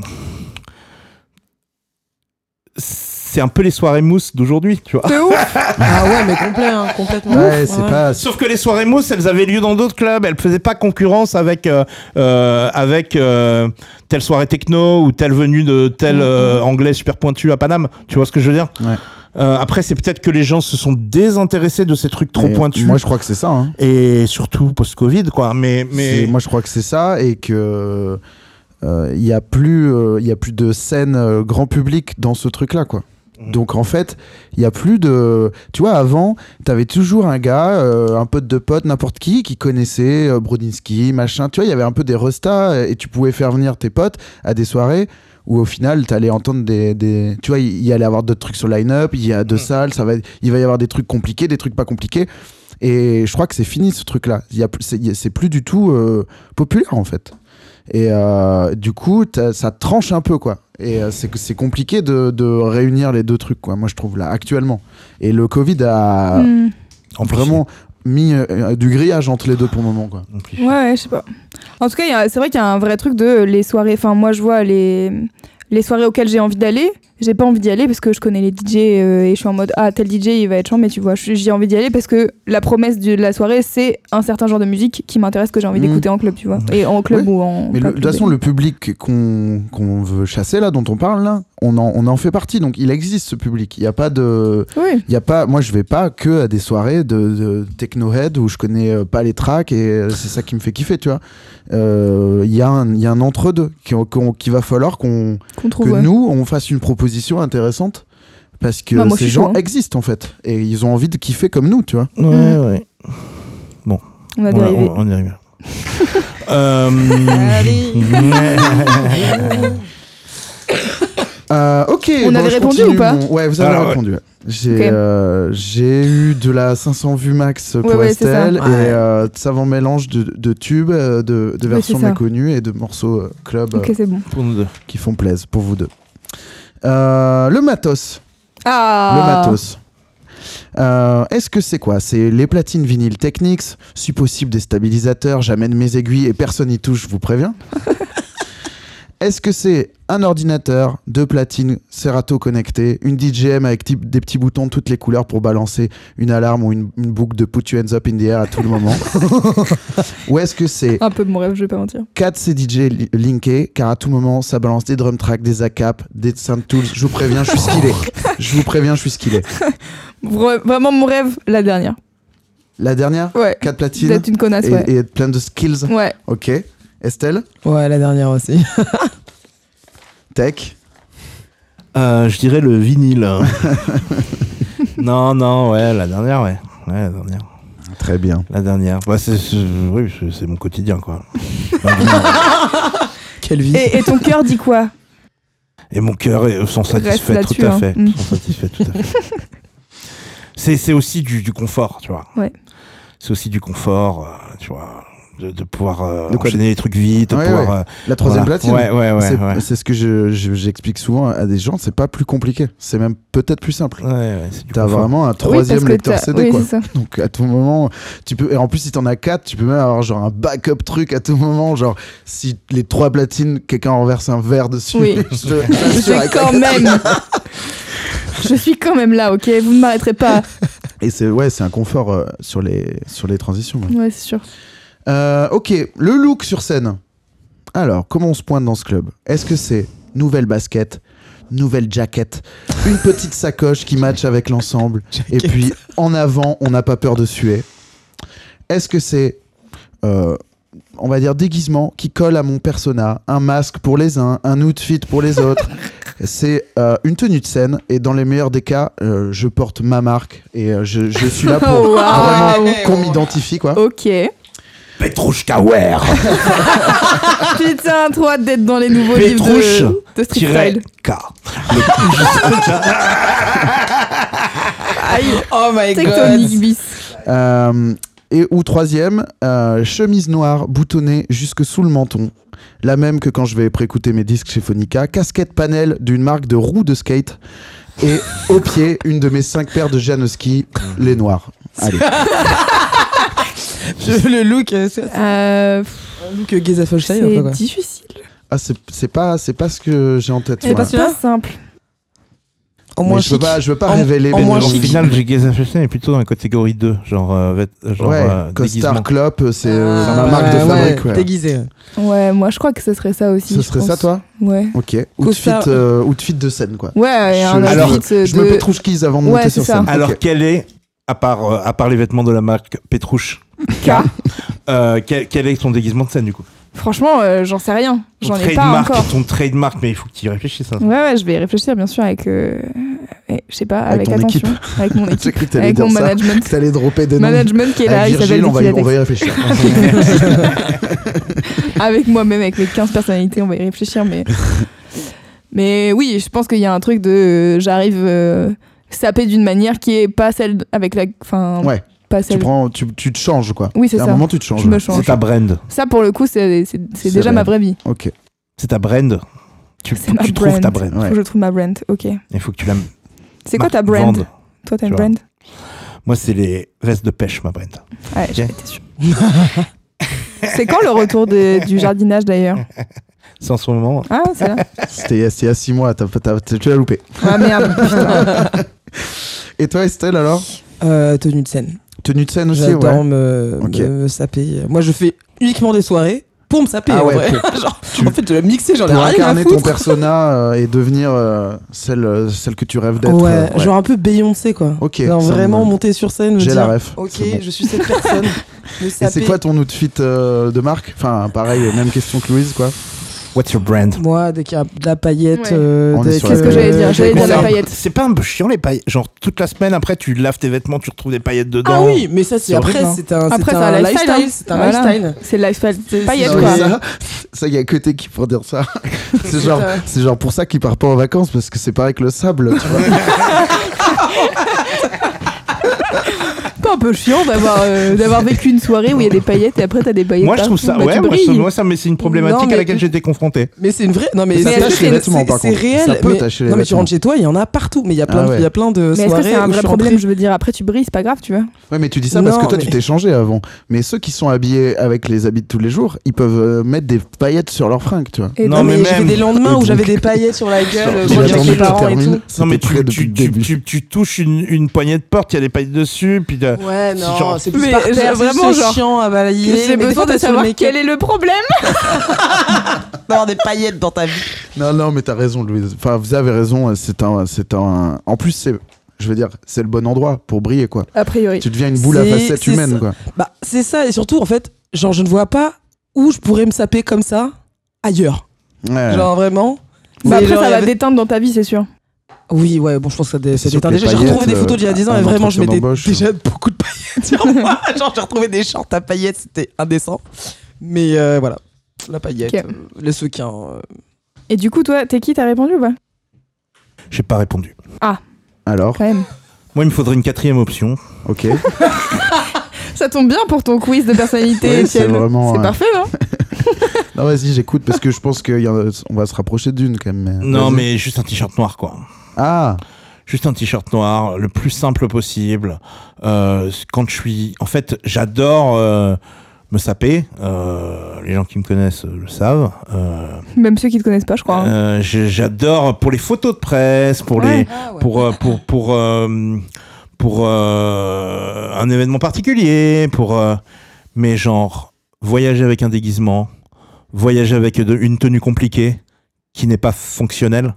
Speaker 4: c'est un peu les soirées mousse d'aujourd'hui, tu vois.
Speaker 2: De ouf
Speaker 3: Ah ouais, mais complet, hein, complètement.
Speaker 1: Ouais, c'est
Speaker 3: Ouais.
Speaker 1: pas.
Speaker 4: Sauf que les soirées mousses, elles avaient lieu dans d'autres clubs. Elles faisaient pas concurrence avec euh, euh, avec euh, telle soirée techno ou telle venue de tel euh, anglais super pointu à Paname. Tu vois ce que je veux dire
Speaker 1: Mm-hmm. Ouais.
Speaker 4: Euh, Après, c'est peut-être que les gens se sont désintéressés de ces trucs trop
Speaker 1: Mais
Speaker 4: pointus.
Speaker 1: Moi, je crois que c'est ça. hein.
Speaker 4: Et surtout post-Covid, quoi. Mais
Speaker 1: C'est-
Speaker 4: mais
Speaker 1: Moi, je crois que c'est ça et que. euh, Il y a plus, euh, il y a plus de scène euh, grand public dans ce truc-là, quoi.
Speaker 4: Mmh.
Speaker 1: Donc en fait, il y a plus de. Tu vois, avant, t'avais toujours un gars, euh, un pote de pote, n'importe qui, qui connaissait euh, Brodinski, machin. Tu vois, il y avait un peu des restas euh, et tu pouvais faire venir tes potes à des soirées où au final, t'allais entendre des, des- Tu vois, il il y allait avoir d'autres trucs sur le line-up, il y a
Speaker 4: Mm.
Speaker 1: deux salles, ça va, être- il va y avoir des trucs compliqués, des trucs pas compliqués. Et je crois que c'est fini ce truc-là. Il y a plus- C'est il y a- c'est plus du tout euh, populaire en fait. Et euh, du coup, t'as- ça tranche un peu, quoi. Et euh, c'est c'est compliqué de, de réunir les deux trucs, quoi. Moi, je trouve là actuellement. Et le Covid a
Speaker 4: Ah.
Speaker 2: Hmm.
Speaker 4: En plus,
Speaker 1: vraiment mis euh, du grillage entre les deux pour le moment, quoi.
Speaker 4: en plus.
Speaker 2: Ouais, ouais, je sais pas. En tout cas, il y a- c'est vrai qu'il y a un vrai truc de euh, les soirées. Enfin, moi, je vois les, les soirées auxquelles j'ai envie d'aller. J'ai pas envie d'y aller parce que je connais les DJ euh, et je suis en mode Ah, tel DJ, il va être chiant, mais tu vois, je- j'ai envie d'y aller parce que la promesse de la soirée, c'est un certain genre de musique qui m'intéresse, que j'ai envie
Speaker 1: Mm.
Speaker 2: d'écouter en club, tu vois. Et en club
Speaker 1: Ouais.
Speaker 2: ou en.
Speaker 1: Mais
Speaker 2: pas
Speaker 1: le- de toute
Speaker 2: club.
Speaker 1: façon, le public qu'on qu'on veut chasser là, dont on parle là, on en, on en fait partie. Donc, il existe ce public. Il n'y a pas de,
Speaker 2: Oui.
Speaker 1: il y a pas. Moi, je vais pas que à des soirées de, de techno head où je connais euh, pas les tracks et euh, c'est ça qui me fait kiffer, tu vois. Euh, Il y a un, il y a un entre deux qui, qu'on- qu'il va falloir qu'on
Speaker 2: Qu'on trouve.
Speaker 1: que
Speaker 2: ouais.
Speaker 1: nous on fasse une proposition intéressante parce que
Speaker 2: Bah, moi, je
Speaker 1: ces
Speaker 2: suis
Speaker 1: gens
Speaker 2: chaud, hein.
Speaker 1: existent en fait et ils ont envie de kiffer comme nous, tu vois.
Speaker 4: Ouais, ouais.
Speaker 2: On a
Speaker 4: On, a-
Speaker 2: dérivé.
Speaker 4: on- on y arrive. Euh,
Speaker 1: Euh, ok.
Speaker 2: On
Speaker 1: bon,
Speaker 2: avait
Speaker 1: je
Speaker 2: répondu
Speaker 1: continue
Speaker 2: ou pas
Speaker 1: mon- Ouais, vous avez
Speaker 4: Ah, ouais.
Speaker 1: répondu. J'ai
Speaker 2: Ok.
Speaker 1: euh, j'ai eu de la 500 vues max pour
Speaker 2: Ouais, ouais, c'est
Speaker 1: Estelle et
Speaker 3: ça. Ouais.
Speaker 1: euh, de savants mélange de, de tubes, euh, de, de
Speaker 2: Ouais,
Speaker 1: versions
Speaker 2: c'est ça.
Speaker 1: méconnues et de morceaux euh, club
Speaker 2: Ok,
Speaker 1: euh,
Speaker 2: c'est bon.
Speaker 4: pour nous deux.
Speaker 1: qui font plaisir pour vous deux. Euh, le matos. Le
Speaker 2: Ah
Speaker 1: matos. Euh, Est-ce que c'est quoi C'est les platines vinyles Technics, si possible des stabilisateurs, j'amène mes aiguilles et personne n'y touche, je vous préviens. Est-ce que c'est un ordinateur, deux platines Serato connectées, une DJM avec ti- des petits boutons de toutes les couleurs pour balancer une alarme ou une, une boucle de Put You Hands Up in the Air à tout le moment Ou est-ce que c'est
Speaker 2: Un peu de mon rêve, je vais pas mentir.
Speaker 1: 4 CDJ li- linkés, car à tout moment, ça balance des drum tracks, des ACAP, des sound tools. Je vous préviens, je suis skillé. Je vous préviens, je suis skillé.
Speaker 2: Vra- Vraiment mon rêve, la dernière.
Speaker 1: La dernière
Speaker 2: Ouais.
Speaker 1: 4 platines
Speaker 2: D'être une connasse,
Speaker 1: et,
Speaker 2: ouais.
Speaker 1: et plein de skills.
Speaker 2: Ouais.
Speaker 1: Ok. Estelle,
Speaker 3: Ouais, la dernière aussi.
Speaker 1: tech.
Speaker 4: Euh, je dirais le vinyle. non, non, ouais, la dernière, ouais. Ouais, la dernière.
Speaker 1: Très bien.
Speaker 4: La dernière. Bah, c'est, c'est- oui, c'est, c'est mon quotidien, quoi.
Speaker 3: Quelle vie.
Speaker 2: Et, et ton cœur dit quoi
Speaker 4: Et mon cœur est- sont satisfaits,
Speaker 2: là-dessus,
Speaker 4: tout à
Speaker 2: hein.
Speaker 4: fait.
Speaker 2: Mm.
Speaker 4: Sont satisfaits, tout à fait. C'est, c'est aussi du, du confort, tu vois.
Speaker 2: Ouais.
Speaker 4: C'est aussi du confort, euh, tu vois, de, de pouvoir euh,
Speaker 1: De quoi
Speaker 4: enchaîner les trucs vite, de
Speaker 1: Ouais,
Speaker 4: pouvoir...
Speaker 1: ouais.
Speaker 4: euh,
Speaker 1: La troisième
Speaker 4: voilà.
Speaker 1: platine.
Speaker 4: Ouais, ouais, ouais.
Speaker 1: c'est
Speaker 4: ouais.
Speaker 1: c'est ce que je- je- j'explique souvent à des gens. C'est pas plus compliqué. C'est même peut-être plus simple.
Speaker 4: Ouais, ouais, c'est du
Speaker 1: T'as
Speaker 4: confort.
Speaker 1: vraiment un
Speaker 2: Oui,
Speaker 1: troisième
Speaker 2: parce que
Speaker 1: lecteur
Speaker 2: t'as-
Speaker 1: CD,
Speaker 2: oui,
Speaker 1: quoi.
Speaker 2: c'est ça.
Speaker 1: Donc à tout moment, tu peux. Et en plus, si t'en as quatre, tu peux même avoir genre un backup truc à tout moment. Genre, si les trois platines, quelqu'un en verse un verre dessus.
Speaker 2: Oui.
Speaker 1: je- je-
Speaker 2: Je suis quand même. Je suis quand même là, ok Vous ne m'arrêterez pas.
Speaker 1: Et c'est ouais, c'est un confort euh, sur les sur les transitions. ouais.
Speaker 2: Ouais, c'est sûr.
Speaker 1: Euh, ok, le look sur scène. Alors, comment on se pointe dans ce club Est-ce que c'est nouvelle basket, nouvelle jaquette, une petite sacoche qui matche avec l'ensemble, et puis en avant, on n'a pas peur de suer Est-ce que c'est, euh, on va dire, déguisement qui colle à mon persona Un masque pour les uns, un outfit pour les autres C'est euh, une tenue de scène, et dans les meilleurs des cas, euh, je porte ma marque, et euh, je, je suis là pour
Speaker 2: Oh, waouh.
Speaker 1: vraiment qu'on m'identifie, quoi.
Speaker 2: Ok.
Speaker 4: Petrouchka Ware
Speaker 2: Putain, trop hâte d'être dans les nouveaux livres
Speaker 4: Petrouche
Speaker 2: de, de Street
Speaker 4: tiret
Speaker 2: Style.
Speaker 4: K.
Speaker 3: Aïe. Oh my
Speaker 2: Tectonic
Speaker 3: god.
Speaker 2: bis.
Speaker 1: Euh, et ou troisième, euh, chemise noire boutonnée jusque sous le menton. La même que quand je vais précouter mes disques chez Phonica. Casquette panel d'une marque de roues de skate. Et au pied, une de mes cinq paires de Janoski, les noirs. Allez.
Speaker 3: Je- le look, euh, c'est
Speaker 2: Euh, pff,
Speaker 3: un look euh, Geza Folstein, ou
Speaker 2: c'est
Speaker 3: pas, quoi.
Speaker 2: difficile.
Speaker 1: Ah, c'est c'est pas, c'est pas ce que j'ai en tête.
Speaker 3: C'est
Speaker 1: moi.
Speaker 3: pas
Speaker 2: C'est pas simple.
Speaker 3: En
Speaker 1: Mais
Speaker 3: moins
Speaker 1: je veux
Speaker 3: chic.
Speaker 1: pas, je veux pas
Speaker 3: En-
Speaker 1: révéler.
Speaker 3: en
Speaker 1: mes
Speaker 3: moins
Speaker 4: Au
Speaker 1: nuances.
Speaker 3: chic.
Speaker 4: final, Gaza Festin est plutôt dans la catégorie 2, genre, euh, vêt- genre
Speaker 1: Ouais,
Speaker 4: euh,
Speaker 1: costard
Speaker 4: déguisement.
Speaker 1: clop, c'est euh,
Speaker 3: Ah,
Speaker 1: ma marque de
Speaker 3: ouais,
Speaker 1: fabrique.
Speaker 3: ouais,
Speaker 1: ouais.
Speaker 3: Déguisé. ouais.
Speaker 2: Ouais, moi je crois que ce serait ça aussi.
Speaker 1: Ce
Speaker 2: je
Speaker 1: serait
Speaker 2: pense.
Speaker 1: ça, toi
Speaker 2: Ouais.
Speaker 1: Ok. Outfit,
Speaker 3: Costard-
Speaker 1: euh, outfit de scène, quoi.
Speaker 2: Ouais, et
Speaker 1: Je-
Speaker 2: un
Speaker 1: je-
Speaker 4: alors,
Speaker 2: outfit, euh,
Speaker 1: Je me
Speaker 2: de-
Speaker 1: pétrouche avant de
Speaker 2: Ouais,
Speaker 1: monter
Speaker 2: c'est
Speaker 1: sur
Speaker 2: ça.
Speaker 1: scène.
Speaker 4: Alors,
Speaker 1: Ok.
Speaker 4: quel est, à part, euh, à part les vêtements de la marque Petrouche K, euh, quel, quel est ton déguisement de scène du coup
Speaker 2: Franchement, euh, j'en sais rien.
Speaker 4: Ton
Speaker 2: J'en ai pas
Speaker 4: trademark,
Speaker 2: encore.
Speaker 4: ton trademark, mais il faut que tu y réfléchisses. hein.
Speaker 2: Ouais, ouais, je vais y réfléchir bien sûr avec, euh, Et, je sais pas,
Speaker 1: Avec
Speaker 2: avec,
Speaker 1: ton
Speaker 2: attention, avec mon
Speaker 1: J'ai
Speaker 2: équipe,
Speaker 1: cru que t'allais
Speaker 2: avec
Speaker 1: dire
Speaker 2: mon
Speaker 1: ça.
Speaker 2: management.
Speaker 1: T'allais dropper des noms.
Speaker 2: Management qui est là,
Speaker 1: Avec
Speaker 2: il s'appelle
Speaker 1: Virgile, on va, y,
Speaker 2: Vicky
Speaker 1: on va y
Speaker 2: Latex.
Speaker 1: réfléchir.
Speaker 2: Avec moi-même, avec mes 15 personnalités, on va y réfléchir, mais. mais oui, je pense qu'il y a un truc de. euh, J'arrive euh, sapée d'une manière qui est pas celle avec la. Enfin,
Speaker 1: Ouais,
Speaker 2: pas
Speaker 1: tu,
Speaker 2: celle.
Speaker 1: prends, tu, tu te changes, quoi.
Speaker 2: Oui, c'est
Speaker 1: À un
Speaker 2: ça.
Speaker 1: moment, tu te changes.
Speaker 2: Je me
Speaker 4: C'est
Speaker 2: change.
Speaker 4: ta brand.
Speaker 2: Ça, pour le coup, c'est c'est- c'est
Speaker 1: C'est
Speaker 2: déjà
Speaker 1: vrai.
Speaker 2: ma vraie vie.
Speaker 1: Ok.
Speaker 4: C'est ta brand. Tu,
Speaker 2: C'est ma
Speaker 4: tu trouves ta
Speaker 2: brand.
Speaker 4: brand.
Speaker 1: Ouais.
Speaker 2: Faut que je trouve ma brand, ok.
Speaker 4: Il faut que tu la.
Speaker 2: C'est quoi ta
Speaker 4: mar-
Speaker 2: brand
Speaker 4: vendes.
Speaker 2: Toi, t'as
Speaker 4: Tu
Speaker 2: une
Speaker 4: vois.
Speaker 2: brand
Speaker 4: Moi, c'est les vestes de pêche, ma brand.
Speaker 2: Ouais,
Speaker 4: Ok.
Speaker 2: j'étais sûre. c'est quand le retour de- du jardinage d'ailleurs
Speaker 4: C'est en ce moment.
Speaker 2: Ah, c'est là.
Speaker 1: C'était il y a- c'était il y a 6 mois, t'as- t'as- t'as- tu l'as loupé.
Speaker 2: Ah merde, putain.
Speaker 1: Et toi, Estelle, alors
Speaker 3: Euh, tenue de scène.
Speaker 1: Tenue de scène aussi
Speaker 3: J'adore
Speaker 1: ouais.
Speaker 3: me,
Speaker 1: Ok.
Speaker 3: me- me saper. Moi, je fais uniquement des soirées pour me saper.
Speaker 1: Ah
Speaker 3: en,
Speaker 1: ouais,
Speaker 3: vrai. Genre, en fait, je vais mixer, j'en ai
Speaker 1: Pour
Speaker 3: rien à
Speaker 1: incarner ton
Speaker 3: foutre.
Speaker 1: persona euh, et devenir euh, celle, euh, celle que tu rêves d'être.
Speaker 3: ouais,
Speaker 1: euh, ouais.
Speaker 3: genre un peu Beyoncé, quoi.
Speaker 1: Ok,
Speaker 3: Genre
Speaker 1: ça me-
Speaker 3: vraiment monter sur scène, me
Speaker 1: J'ai la
Speaker 3: dire,
Speaker 1: ref.
Speaker 3: ok,
Speaker 1: c'est bon.
Speaker 3: je suis cette personne. me
Speaker 1: Et c'est
Speaker 3: saper.
Speaker 1: quoi ton outfit euh, de marque Enfin, pareil, même question que Louise, quoi.
Speaker 4: What's your brand
Speaker 3: Moi, dès qu'il y a de la paillette,
Speaker 2: Ouais.
Speaker 3: euh,
Speaker 1: On est
Speaker 3: dès
Speaker 1: sur
Speaker 2: C'est ce que
Speaker 1: Euh,
Speaker 2: j'allais dire. J'allais dire
Speaker 4: c'est
Speaker 2: la
Speaker 4: un-
Speaker 2: paillette.
Speaker 4: C'est pas un peu chiant les paillettes Genre toute la semaine après tu laves tes vêtements, tu retrouves des paillettes dedans.
Speaker 3: Ah oui, mais ça, c'est
Speaker 4: C'est horrible,
Speaker 3: après,
Speaker 4: hein.
Speaker 3: c'est un,
Speaker 2: Après,
Speaker 3: c'est
Speaker 2: c'est un lifestyle, hein.
Speaker 3: C'est un
Speaker 2: Voilà.
Speaker 3: lifestyle.
Speaker 2: C'est le lifestyle.
Speaker 3: C'est-
Speaker 2: Paillette,
Speaker 3: c'est-
Speaker 2: quoi.
Speaker 3: c'est-
Speaker 1: Ça, ça, y a que t'es qui pour dire ça. C'est genre,
Speaker 3: ça.
Speaker 1: c'est genre pour ça qu'il part pas en vacances parce que c'est pareil que le sable. tu vois.
Speaker 2: Pas un peu chiant d'avoir euh, d'avoir vécu une soirée où il y a des paillettes et après t'as des paillettes.
Speaker 4: Moi je trouve
Speaker 2: partout.
Speaker 4: ça,
Speaker 2: Bah,
Speaker 4: ouais,
Speaker 2: tu
Speaker 4: moi, je-
Speaker 2: brilles.
Speaker 4: moi, ça me- c'est une problématique
Speaker 3: Non, mais-
Speaker 4: à laquelle j'étais confronté.
Speaker 3: Mais c'est une vraie. Non, mais
Speaker 1: Ça
Speaker 3: c'est-
Speaker 2: tache
Speaker 3: c'est-
Speaker 2: les
Speaker 1: vêtements,
Speaker 3: c'est-
Speaker 1: par
Speaker 3: C'est
Speaker 1: contre.
Speaker 3: réel.
Speaker 1: Ça peut
Speaker 3: mais-
Speaker 1: tacher les
Speaker 3: non, mais tu
Speaker 1: vêtements.
Speaker 3: rentres chez toi, il y en a partout. Mais il y a plein,
Speaker 1: Ah
Speaker 3: de-
Speaker 1: ouais.
Speaker 3: il y a plein de
Speaker 2: Mais est-ce que
Speaker 3: soirées.
Speaker 2: c'est un
Speaker 3: où je
Speaker 2: vrai
Speaker 3: suis
Speaker 2: problème
Speaker 3: rentrée-
Speaker 2: Je veux dire, après tu brilles, c'est pas grave, tu vois.
Speaker 1: Ouais, mais tu dis ça parce
Speaker 3: Non,
Speaker 1: que toi
Speaker 3: mais-
Speaker 1: tu t'es changé avant. Mais ceux qui sont habillés avec les habits de tous les jours, ils peuvent euh, mettre des paillettes sur leurs fringues, tu vois.
Speaker 2: Et
Speaker 3: Non,
Speaker 4: Non,
Speaker 2: donc-
Speaker 3: mais,
Speaker 4: mais
Speaker 3: j'ai fait
Speaker 4: même-
Speaker 3: des lendemains où
Speaker 1: donc-
Speaker 3: j'avais des paillettes sur la gueule, euh,
Speaker 1: J'ai
Speaker 3: quand
Speaker 1: attendu
Speaker 3: j'étais avec
Speaker 1: que
Speaker 3: mes
Speaker 1: tu
Speaker 3: parents et
Speaker 1: termines,
Speaker 3: tout.
Speaker 1: c'était
Speaker 4: Non mais
Speaker 1: prêt
Speaker 4: tu,
Speaker 1: depuis
Speaker 4: tu,
Speaker 1: le
Speaker 4: tu,
Speaker 1: début.
Speaker 4: tu- tu touches une, une poignée de porte, il y a des paillettes dessus, puis de-
Speaker 3: Ouais, non,
Speaker 4: genre-
Speaker 3: c'est plus
Speaker 2: Mais
Speaker 3: par
Speaker 2: j'ai
Speaker 3: terre, c'est
Speaker 2: vraiment,
Speaker 3: juste
Speaker 2: genre,
Speaker 3: chiant à balayer.
Speaker 2: J'ai besoin de savoir quel est le problème.
Speaker 3: d'avoir des paillettes dans ta vie.
Speaker 1: Non, non, mais t'as raison, Louise. Enfin, vous avez raison. euh, C'est un, c'est un. En plus, c'est, je veux dire, c'est le bon endroit pour briller, quoi.
Speaker 2: A priori.
Speaker 1: Tu deviens une boule à
Speaker 3: C'est-
Speaker 1: facettes
Speaker 3: c'est
Speaker 1: humaine,
Speaker 3: ça.
Speaker 1: quoi.
Speaker 3: Bah, c'est ça, et surtout, en fait, genre, je ne vois pas où je pourrais me saper comme ça ailleurs.
Speaker 1: Ouais.
Speaker 3: Genre, vraiment.
Speaker 2: Bah,
Speaker 3: Mais
Speaker 2: après
Speaker 3: genre, il
Speaker 2: ça
Speaker 3: y
Speaker 2: va
Speaker 3: avait-
Speaker 2: déteindre dans ta vie, c'est sûr.
Speaker 3: Oui, ouais, bon, je pense que ça dé-
Speaker 1: C'est
Speaker 3: ça
Speaker 1: sûr
Speaker 3: déteint
Speaker 1: que les
Speaker 3: déjà. J'ai retrouvé des
Speaker 1: paillettes,
Speaker 3: photos d'il y a 10 ans,
Speaker 1: euh,
Speaker 3: et
Speaker 1: un
Speaker 3: vraiment, je
Speaker 1: entretien
Speaker 3: mettais
Speaker 1: d'embauche.
Speaker 3: déjà beaucoup de paillettes sur moi. Genre, j'ai retrouvé des shorts à paillettes, c'était indécent. Mais euh, voilà, la paillette,
Speaker 2: Ok.
Speaker 3: euh, le sequin. euh,
Speaker 2: Et du coup, toi, t'es qui T'as répondu ou pas
Speaker 4: j'ai pas répondu.
Speaker 1: Alors,
Speaker 2: Quand même.
Speaker 4: Moi il me faudrait une quatrième option.
Speaker 1: ok.
Speaker 2: Ça tombe bien pour ton quiz de personnalité,
Speaker 1: Ouais, c'est
Speaker 2: Étienne.
Speaker 1: vraiment,
Speaker 2: C'est
Speaker 1: euh,
Speaker 2: parfait, non
Speaker 1: Non, vas-y, j'écoute parce que je pense qu'on va se rapprocher d'une quand même. mais-
Speaker 4: Non
Speaker 1: Vas-y.
Speaker 4: mais juste un t-shirt noir quoi.
Speaker 1: Ah,
Speaker 4: Juste un t-shirt noir, le plus simple possible. Euh, quand je suis, en fait, j'adore euh, me saper. Euh, les gens qui me connaissent euh, le savent. Euh,
Speaker 2: Même ceux qui te connaissent pas, je crois. hein.
Speaker 4: euh, j'ai- j'adore pour les photos de presse, pour
Speaker 2: Ouais.
Speaker 4: les,
Speaker 3: Ah,
Speaker 4: pour euh, pour pour euh, pour euh, un événement particulier, pour euh, mais genre voyager avec un déguisement, voyager avec de- une tenue compliquée qui n'est pas fonctionnelle,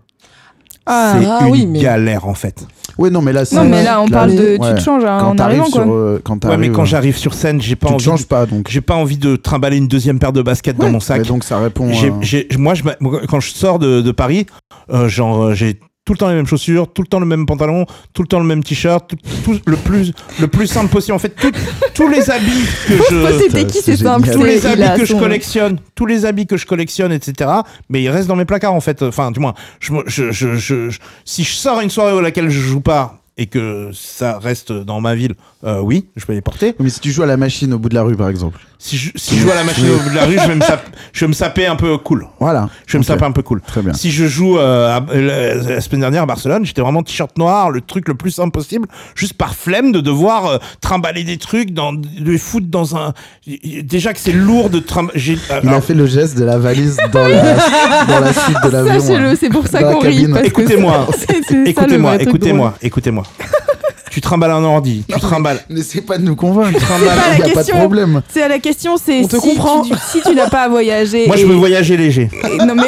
Speaker 3: Ah,
Speaker 4: c'est
Speaker 3: ah
Speaker 4: une
Speaker 3: oui, mais-
Speaker 4: galère en fait.
Speaker 1: ouais, non, mais là, c'est-
Speaker 2: Non, mais là, on
Speaker 1: là,
Speaker 2: parle de.
Speaker 1: ouais.
Speaker 2: Tu te changes hein,
Speaker 1: Quand
Speaker 2: en
Speaker 1: t'arrives
Speaker 2: arrivant,
Speaker 1: sur,
Speaker 2: quoi.
Speaker 1: euh, quand
Speaker 4: Ouais, mais
Speaker 1: t'arrives,
Speaker 4: quand j'arrive sur scène, j'ai pas
Speaker 1: tu te
Speaker 4: envie. de-
Speaker 1: changes pas, donc.
Speaker 4: J'ai pas envie de trimballer une deuxième paire de baskets dans mon sac.
Speaker 1: Ouais, donc ça répond.
Speaker 4: J'ai-
Speaker 1: euh,
Speaker 4: j'ai- moi, je, m'a- moi, quand je sors de, de Paris, euh, genre, euh, j'ai tout le temps les mêmes chaussures, tout le temps le même pantalon, tout le temps le même t-shirt, tout, tout le plus le plus simple possible. En fait, tout- tous les habits que
Speaker 2: Faut
Speaker 4: je
Speaker 2: C'était
Speaker 1: Putain,
Speaker 2: qui
Speaker 1: c'est
Speaker 2: C'est simple.
Speaker 1: génial.
Speaker 4: tous
Speaker 2: c'est-
Speaker 4: les
Speaker 2: il a
Speaker 4: habits que je
Speaker 2: son-
Speaker 4: collectionne, tous les habits que je collectionne, etc. Mais ils restent dans mes placards en fait. Enfin, du moins, je, me- je- je- je- je- si je sors à une soirée à laquelle je joue pas et que ça reste dans ma ville, euh, oui, je peux les porter.
Speaker 1: Mais si tu joues à la machine au bout de la rue, par exemple.
Speaker 4: Si je, si je joue à la machine au bout de la rue, je vais me, sap- je vais me saper un peu cool.
Speaker 1: Voilà.
Speaker 4: Je vais me
Speaker 1: Ok.
Speaker 4: saper un peu cool.
Speaker 1: Très bien.
Speaker 4: Si je joue euh, à- euh, la, la semaine dernière à Barcelone, j'étais vraiment t-shirt noir, le truc le plus simple possible, juste par flemme de devoir euh, trimballer des trucs, dans, de les foutre dans un. Déjà que c'est lourd de euh, trimballer.
Speaker 1: Il a fait le geste de la valise dans la, dans la suite de l'avion. hein.
Speaker 2: Sachez-le, c'est pour ça
Speaker 1: Dans la
Speaker 2: qu'on rit.
Speaker 1: cabine.
Speaker 2: parce que
Speaker 4: Écoutez-moi.
Speaker 2: c'est- c'est ça le
Speaker 4: Écoutez-moi,
Speaker 2: vrai truc
Speaker 4: écoutez-moi, écoutez-moi. tu trimballes un ordi, tu trimballes.
Speaker 1: N'essaie pas de nous convaincre.
Speaker 2: pas la
Speaker 1: Il y a pas de
Speaker 2: question.
Speaker 1: problème.
Speaker 2: drôle. C'est la question, c'est
Speaker 3: On te
Speaker 2: si,
Speaker 3: comprend.
Speaker 2: Tu, si tu n'as pas à voyager.
Speaker 4: Moi, je
Speaker 2: et-
Speaker 4: veux voyager léger.
Speaker 2: et- Non mais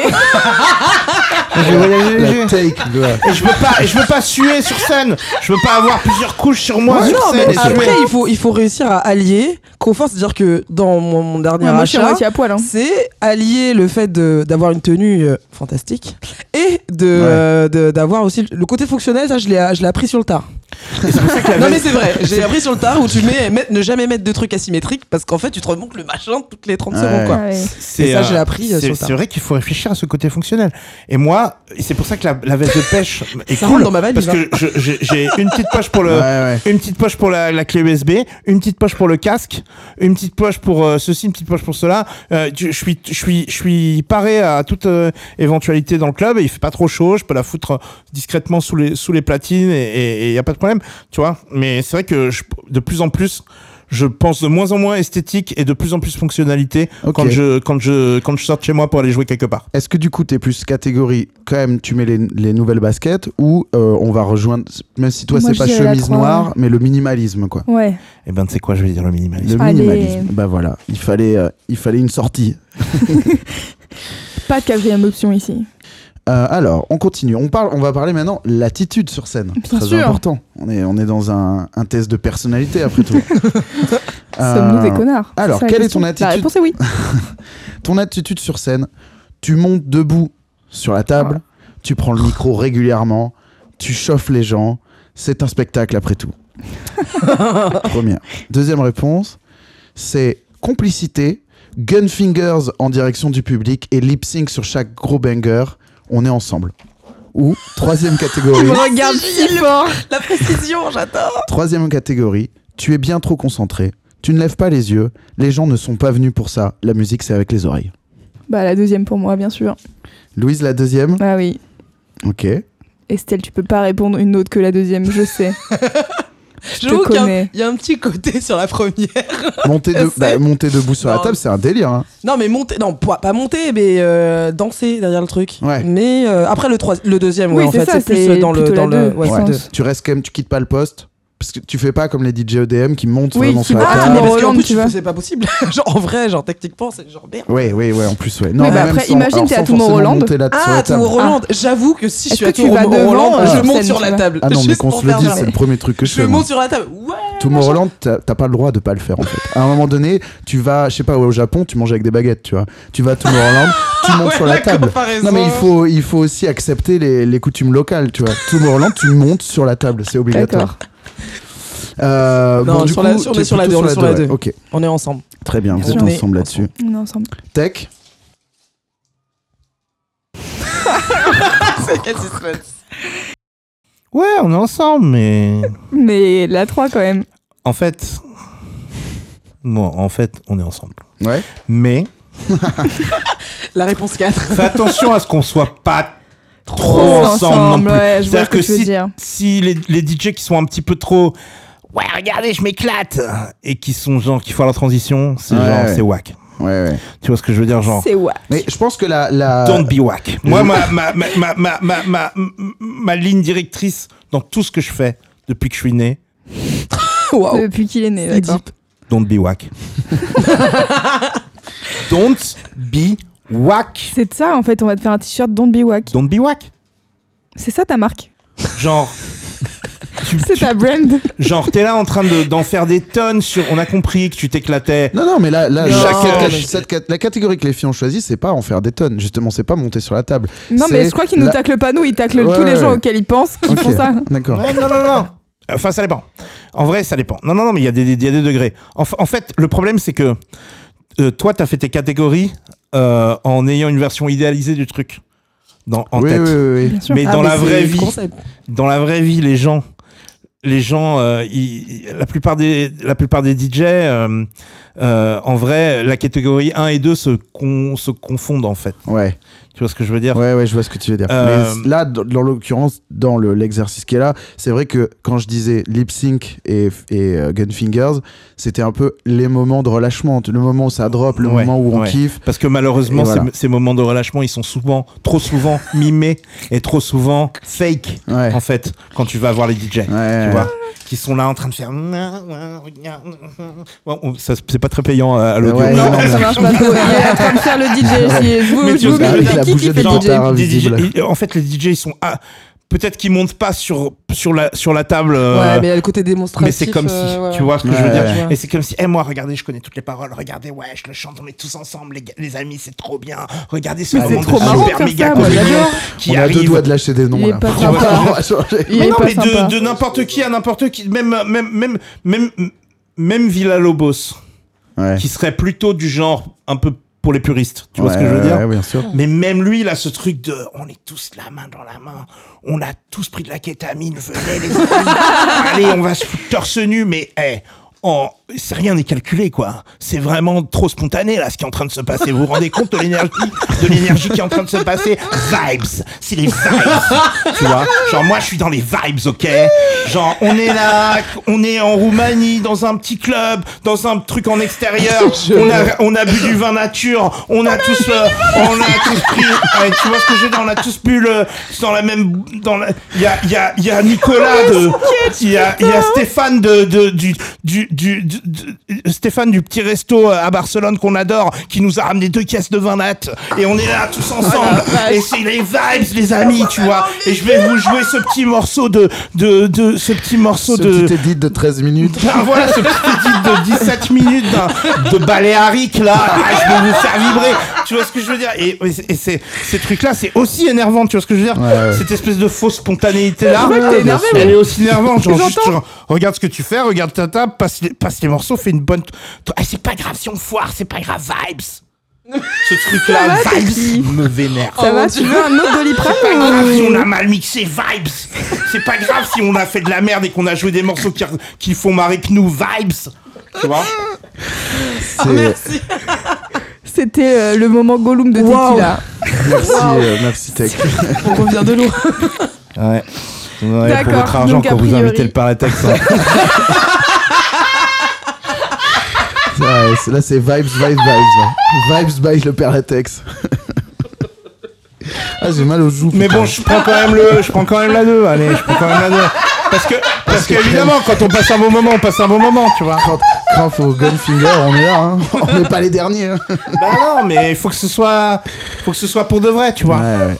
Speaker 4: Je veux voyager léger.
Speaker 1: La take, quoi.
Speaker 4: Et je veux pas, et je veux pas suer sur scène. Je veux pas avoir plusieurs couches sur moi sur
Speaker 3: non,
Speaker 4: scène
Speaker 3: mais
Speaker 4: et
Speaker 3: après,
Speaker 4: suer.
Speaker 3: il faut, il faut réussir à allier confort, c'est-à-dire que dans mon, mon dernier
Speaker 2: moi je suis à
Speaker 3: achat,
Speaker 2: moitié à poil. hein.
Speaker 3: c'est allier le fait de- d'avoir une tenue euh, fantastique et côté de euh, de- d'avoir aussi le- le côté fonctionnel, ça je l'ai je l'ai appris sur le tard. non mais c'est vrai, j'ai appris sur le tard où tu mets mettre- ne jamais mettre de trucs asymétriques parce qu'en fait tu te remontes le machin toutes les 30
Speaker 1: Ouais.
Speaker 3: secondes quoi.
Speaker 2: Ah ouais.
Speaker 3: Et ça, je l'ai appris, euh, sur
Speaker 4: C'est
Speaker 3: le tard.
Speaker 4: c'est vrai qu'il faut réfléchir à ce côté fonctionnel. Et moi, c'est pour ça que la, la veste de pêche est
Speaker 3: Ça
Speaker 4: cool.
Speaker 3: rentre dans ma valise, hein.
Speaker 4: parce que je- j'ai j'ai une petite poche pour le,
Speaker 1: Ouais, ouais.
Speaker 4: une petite poche pour la, la clé USB, une petite poche pour le casque, une petite poche pour euh, ceci, une petite poche pour cela. Euh, tu- je suis, je suis, je suis paré à toute euh, éventualité dans le club. Et il fait pas trop chaud, je peux la foutre euh, discrètement sous les sous les platines et il y a pas de problème, tu vois. Mais c'est vrai que je- de plus en plus. Je pense de moins en moins esthétique et de plus en plus fonctionnalité
Speaker 1: Ok.
Speaker 4: quand je quand je quand je sors de chez moi pour aller jouer quelque part.
Speaker 1: Est-ce que du coup, t'es plus catégorie quand même, tu mets les, les nouvelles baskets ou euh, on va rejoindre, même si toi
Speaker 2: Moi,
Speaker 1: c'est
Speaker 2: je
Speaker 1: pas
Speaker 2: dirais la
Speaker 1: chemise
Speaker 2: trois.
Speaker 1: noire, mais le minimalisme quoi.
Speaker 2: Ouais.
Speaker 4: Et ben tu sais quoi, je vais dire le minimalisme.
Speaker 1: Le
Speaker 2: Allez.
Speaker 1: minimalisme. Bah voilà, il fallait, euh, il fallait une sortie.
Speaker 2: Pas de quatrième option ici.
Speaker 1: Euh, alors, on continue. On, parle, on va parler maintenant l'attitude sur scène.
Speaker 2: Bien
Speaker 1: Très
Speaker 2: sûr.
Speaker 1: important. On est, on est dans un, un test de personnalité après tout. Euh,
Speaker 2: Sommes-nous des connards
Speaker 1: alors,
Speaker 2: C'est ça la
Speaker 1: quelle est
Speaker 2: question.
Speaker 1: ton
Speaker 2: Bah, La
Speaker 1: attitude
Speaker 2: réponse est oui.
Speaker 1: ton attitude sur scène, tu montes debout sur la table, tu prends le micro régulièrement, tu chauffes les gens, c'est un spectacle après tout. Première. Deuxième réponse, c'est complicité, gun fingers en direction du public et lip sync sur chaque gros banger, on est ensemble. Ou troisième
Speaker 2: Tu
Speaker 1: catégorie,
Speaker 2: me regardes si fort.
Speaker 3: La précision, j'adore.
Speaker 1: troisième catégorie, tu es bien trop concentré, tu ne lèves pas les yeux, les gens ne sont pas venus pour ça, la musique c'est avec les oreilles.
Speaker 2: Bah la deuxième pour moi, bien sûr.
Speaker 1: Louise la deuxième,
Speaker 2: Ah oui.
Speaker 1: ok.
Speaker 2: Estelle, tu peux pas répondre une autre que la deuxième, je sais.
Speaker 3: J'avoue qu'il y a un-
Speaker 2: connais.
Speaker 3: il y, a un petit côté sur la première.
Speaker 1: Monter, de-
Speaker 3: C'est-
Speaker 1: bah, monter debout sur la
Speaker 3: Non.
Speaker 1: table, c'est un délire. hein.
Speaker 3: Non mais monter, non pas pas monter, mais euh, danser derrière le truc.
Speaker 1: Ouais.
Speaker 3: Mais euh, après le trois- le deuxième, ouais,
Speaker 2: Oui,
Speaker 3: en
Speaker 2: c'est
Speaker 3: fait,
Speaker 2: ça,
Speaker 3: c'est plus
Speaker 2: c'est
Speaker 3: euh, dans le
Speaker 2: plutôt
Speaker 3: dans
Speaker 2: la
Speaker 3: le
Speaker 2: deux,
Speaker 3: ouais,
Speaker 2: je
Speaker 3: la
Speaker 2: pense.
Speaker 3: deux.
Speaker 1: Tu restes quand même, tu quittes pas le poste. Parce que tu fais pas comme les DJ EDM qui montent
Speaker 2: Oui,
Speaker 1: vraiment
Speaker 2: qui
Speaker 1: sur la
Speaker 2: montent.
Speaker 3: Ah,
Speaker 1: table.
Speaker 3: mais
Speaker 2: Roland,
Speaker 3: parce qu'en plus,
Speaker 2: tu vois.
Speaker 3: c'est pas possible. genre, en vrai, genre, techniquement, c'est genre merde.
Speaker 1: Ouais, ouais, ouais, en plus, ouais. Non,
Speaker 2: Oui, bah
Speaker 1: même
Speaker 2: après,
Speaker 1: sans-
Speaker 2: imagine,
Speaker 1: alors,
Speaker 2: t'es à
Speaker 1: sans
Speaker 2: Tomorrowland.
Speaker 1: forcément monter là- sur
Speaker 3: Ah,
Speaker 1: la
Speaker 3: Tour
Speaker 1: table.
Speaker 3: Roland, j'avoue que si je
Speaker 2: Est-ce
Speaker 3: suis à
Speaker 2: que tu
Speaker 3: Tour
Speaker 2: vas devant,
Speaker 3: Roland,
Speaker 2: euh,
Speaker 3: je
Speaker 2: sur
Speaker 3: monte
Speaker 2: scène,
Speaker 3: sur
Speaker 2: tu
Speaker 3: la
Speaker 2: vois
Speaker 3: table.
Speaker 1: Ah non, mais
Speaker 3: Juste
Speaker 1: qu'on
Speaker 3: pour
Speaker 1: se le
Speaker 3: faire
Speaker 1: dise,
Speaker 3: genre,
Speaker 1: c'est le premier truc que je
Speaker 3: Je
Speaker 1: fais. moi.
Speaker 3: monte sur la table. Ouais.
Speaker 1: Tomorrowland, t'as t'as pas le droit de pas le faire en fait. À un moment donné, tu vas, je sais pas, au Japon, tu manges avec des baguettes, tu vois. Tu vas à Tomorrowland, tu montes
Speaker 3: Ah ouais,
Speaker 1: sur la,
Speaker 3: la
Speaker 1: table.
Speaker 3: comparaison.
Speaker 1: Non mais il faut, il faut aussi accepter les, les coutumes locales, tu vois. Tomorrowland, tu montes sur la table, c'est obligatoire.
Speaker 2: D'accord.
Speaker 1: Euh,
Speaker 3: Non,
Speaker 1: bon, du
Speaker 3: sur
Speaker 1: coup,
Speaker 3: la- sur- on
Speaker 1: t'es
Speaker 3: est sur la
Speaker 1: plutôt
Speaker 3: deux, on est sur la
Speaker 1: ouais.
Speaker 3: deux.
Speaker 1: Ok,
Speaker 3: On est ensemble.
Speaker 1: très bien, vous
Speaker 3: On
Speaker 1: êtes
Speaker 3: est
Speaker 1: ensemble là-dessus.
Speaker 2: On est ensemble.
Speaker 1: Tech,
Speaker 4: Ouais, on est ensemble, mais
Speaker 2: Mais la 3 quand même.
Speaker 4: en fait, bon, en fait, on est ensemble.
Speaker 1: ouais.
Speaker 4: Mais
Speaker 3: La réponse 4.
Speaker 4: Fais attention à ce qu'on soit pas trop
Speaker 2: Trop
Speaker 4: ensemble,
Speaker 2: ensemble,
Speaker 4: non plus.
Speaker 2: ouais, je vois
Speaker 4: C'est-à-dire
Speaker 2: ce que tu veux
Speaker 4: si,
Speaker 2: dire.
Speaker 4: si les, les DJ qui sont un petit peu trop ouais regardez je m'éclate et qui sont genre qui font la transition, c'est
Speaker 1: Ouais,
Speaker 4: genre
Speaker 1: ouais.
Speaker 4: c'est whack.
Speaker 1: Ouais, ouais.
Speaker 4: Tu vois ce que je veux dire genre
Speaker 2: C'est ouais.
Speaker 1: Mais je pense que la. la...
Speaker 4: Don't be whack. Moi ma ma ma ma ma ma, ma- ma ligne directrice dans tout ce que je fais depuis que je suis né,
Speaker 1: Oh.
Speaker 3: Waouh.
Speaker 2: Depuis qu'il est né,
Speaker 3: C'est
Speaker 2: d'accord.
Speaker 4: don't be whack. don't be whack.
Speaker 2: C'est de ça en fait, on va te faire un t-shirt Don't Be Wack.
Speaker 4: Don't be whack.
Speaker 2: C'est ça ta marque.
Speaker 4: Genre tu-
Speaker 2: C'est
Speaker 4: tu-
Speaker 2: ta brand.
Speaker 4: Genre, t'es là en train de- d'en faire des tonnes sur. On a compris que tu t'éclatais.
Speaker 1: Non, non, mais là, là
Speaker 4: Non.
Speaker 1: chaque-
Speaker 4: Non,
Speaker 1: cette-
Speaker 4: mais-
Speaker 1: cette cat- la catégorie que les filles ont choisie, c'est pas en faire des tonnes. Justement, c'est pas monter sur la table.
Speaker 2: Non, mais
Speaker 1: C'est
Speaker 2: je crois qu'ils nous
Speaker 1: la-
Speaker 2: taclent pas nous, ils taclent
Speaker 1: Ouais,
Speaker 2: tous les
Speaker 1: ouais,
Speaker 2: gens
Speaker 1: ouais.
Speaker 2: auxquels ils pensent qu'ils
Speaker 1: Ok,
Speaker 2: font ça.
Speaker 1: D'accord.
Speaker 4: Non, non, non, non. Enfin, ça dépend. En vrai, ça dépend. Non, non, non, mais il y, a des- il y a des degrés. En, fa- en fait, le problème, c'est que euh, toi, t'as fait tes catégories euh, en ayant une version idéalisée du truc dans, en
Speaker 1: oui,
Speaker 4: tête.
Speaker 1: oui, oui, oui.
Speaker 2: Bien sûr.
Speaker 4: Mais
Speaker 3: Ah,
Speaker 4: dans la
Speaker 3: c'est
Speaker 4: vraie
Speaker 3: le
Speaker 4: vie,
Speaker 3: concept.
Speaker 4: dans la vraie vie, les gens, les gens, euh, ils- ils- la plupart des, la plupart des DJ, euh, euh, en vrai, la catégorie 1 et 2 se, con- se confondent en fait.
Speaker 1: Ouais,
Speaker 4: Tu vois ce que je veux dire
Speaker 1: ouais, ouais, je vois ce que tu veux dire.
Speaker 4: Euh,
Speaker 1: Mais là, dans dans l'occurrence, dans le- l'exercice qui est là, c'est vrai que quand je disais lip sync et, et euh, Gunfingers, c'était un peu les moments de relâchement. Le moment où ça drop, le
Speaker 4: Ouais,
Speaker 1: moment où on
Speaker 4: ouais.
Speaker 1: kiffe.
Speaker 4: Parce que malheureusement,
Speaker 1: Et voilà.
Speaker 4: ces, ces moments de relâchement, ils sont souvent, trop souvent mimés et trop souvent fake,
Speaker 1: Ouais.
Speaker 4: en fait, quand tu vas voir les DJ.
Speaker 1: Ouais.
Speaker 4: Tu vois qui sont là en train de faire Ouais, on- ça, c'est pas très payant euh, à à l'audio
Speaker 1: Ouais,
Speaker 2: Non,
Speaker 1: non, mais-
Speaker 2: ça marche pas trop. Il est en train de faire le DJ. si- Je vous,
Speaker 4: Mais
Speaker 2: je
Speaker 4: tu
Speaker 2: vous
Speaker 4: vois,
Speaker 2: mets
Speaker 4: avec
Speaker 2: le
Speaker 1: la
Speaker 2: qui qui
Speaker 1: bougeonne
Speaker 2: fait
Speaker 1: de
Speaker 2: le DJ
Speaker 1: guitare.
Speaker 4: Des DJ
Speaker 1: invisible.
Speaker 4: ils- en fait les DJ ils sont ah, peut-être qu'il monte pas sur, sur, la, sur la table. euh,
Speaker 3: Ouais, mais il y a le côté démonstratif.
Speaker 4: mais c'est comme si,
Speaker 3: euh, ouais,
Speaker 4: tu vois ce que je veux
Speaker 1: Ouais,
Speaker 4: dire.
Speaker 1: ouais.
Speaker 4: Et c'est comme si, eh moi, regardez, je connais toutes les paroles. Regardez, ouais, je le chante, on est tous ensemble, les, gars- les amis, c'est trop bien. Regardez ce
Speaker 2: Mais c'est
Speaker 4: moment
Speaker 2: trop
Speaker 4: de
Speaker 2: marrant de
Speaker 4: super
Speaker 2: faire
Speaker 4: méga
Speaker 2: ça, moi
Speaker 4: convenient
Speaker 2: j'adore.
Speaker 4: qui
Speaker 1: on a
Speaker 4: arrive.
Speaker 1: deux doigts de lâcher des noms
Speaker 2: Il est
Speaker 1: là.
Speaker 2: pas
Speaker 1: Tu vois,
Speaker 2: sympa.
Speaker 1: on va changer.
Speaker 2: Il
Speaker 4: Mais
Speaker 2: est
Speaker 4: non,
Speaker 2: pas
Speaker 4: mais
Speaker 2: sympa.
Speaker 4: de, de n'importe qui à n'importe qui, même même même même même Villa Lobos,
Speaker 1: Ouais.
Speaker 4: qui serait plutôt du genre un peu pour les puristes. Tu vois ce que je veux
Speaker 1: Ouais,
Speaker 4: dire
Speaker 1: ouais, bien sûr.
Speaker 4: Mais même lui, il a ce truc de on est tous la main dans la main, on a tous pris de la kétamine, venez les amis, allez, on va se foutre torse nu, mais eh, en- c'est rien n'est calculé quoi. C'est vraiment trop spontané là ce qui est en train de se passer. Vous vous rendez compte de l'énergie, de l'énergie qui est en train de se passer Vibes, c'est les vibes, tu vois. Genre moi je suis dans les vibes, ok. Genre on est là, on est en Roumanie dans un petit club, dans un truc en extérieur. on a on a bu du vin nature, on a tous euh, on a tous pris, ouais, tu vois ce que je veux dire On a tous bu le dans la même dans la il y a il y a il y a Nicolas de il y a il y a Stéphane de, de du du du, du- du- Stéphane du petit resto euh, à Barcelone qu'on adore qui nous a ramené deux caisses de vin nat et on est là tous ensemble et c'est les vibes les amis tu vois et je vais vous jouer ce petit morceau de de de ce petit morceau
Speaker 1: Ce
Speaker 4: de
Speaker 1: petit edit de 13 minutes.
Speaker 4: ah, voilà ce petit edit de 17 minutes d'un- de baléarique là, Ah, je vais vous faire vibrer. Tu vois ce que je veux dire Et, et c'est, ces trucs-là, c'est aussi énervant, tu vois ce que je veux dire
Speaker 1: ouais.
Speaker 4: Cette espèce de fausse spontanéité là,
Speaker 1: Ouais, t'es énervé,
Speaker 4: elle
Speaker 1: mais-
Speaker 4: est aussi énervante. Genre, juste, genre, regarde ce que tu fais, regarde ta table, passe les, passe les morceaux, fais une bonne. Ah, c'est pas grave si on foire, c'est pas grave, vibes. Ce truc-là,
Speaker 2: Ça va, t'es qui
Speaker 4: vibes, me vénère.
Speaker 2: Ça va, tu veux un autre
Speaker 4: C'est pas grave si
Speaker 2: doliprane
Speaker 4: on a mal mixé vibes. C'est pas grave si on a fait de la merde et qu'on a joué des morceaux qui, qui font marrer que nous vibes. Tu vois
Speaker 1: C'est- merci,
Speaker 2: C'était euh, le moment Gollum de
Speaker 3: Wow.
Speaker 2: Tequila.
Speaker 1: euh, merci Tech.
Speaker 3: On revient de l'eau.
Speaker 4: Ouais.
Speaker 2: D'accord, votre argent donc, a quand vous priori- invitez le
Speaker 4: Paratex.
Speaker 1: Ah, Ouais, c'est- là, c'est vibes, vibes, vibes. là. Vibes by le père latex. ah, j'ai mal aux joues.
Speaker 4: Mais
Speaker 1: putain.
Speaker 4: bon, je prends quand même le, je prends quand même la 2. Allez, je prends quand même la 2. Parce que, parce que évidemment, quand on passe un bon moment, on passe un bon moment, tu vois.
Speaker 1: quand, quand faut Gunfinger, on est là. hein. On n'est pas les derniers. hein.
Speaker 4: Bah non, mais faut que ce soit, faut que ce soit pour de vrai, tu vois.
Speaker 1: Ouais, ouais.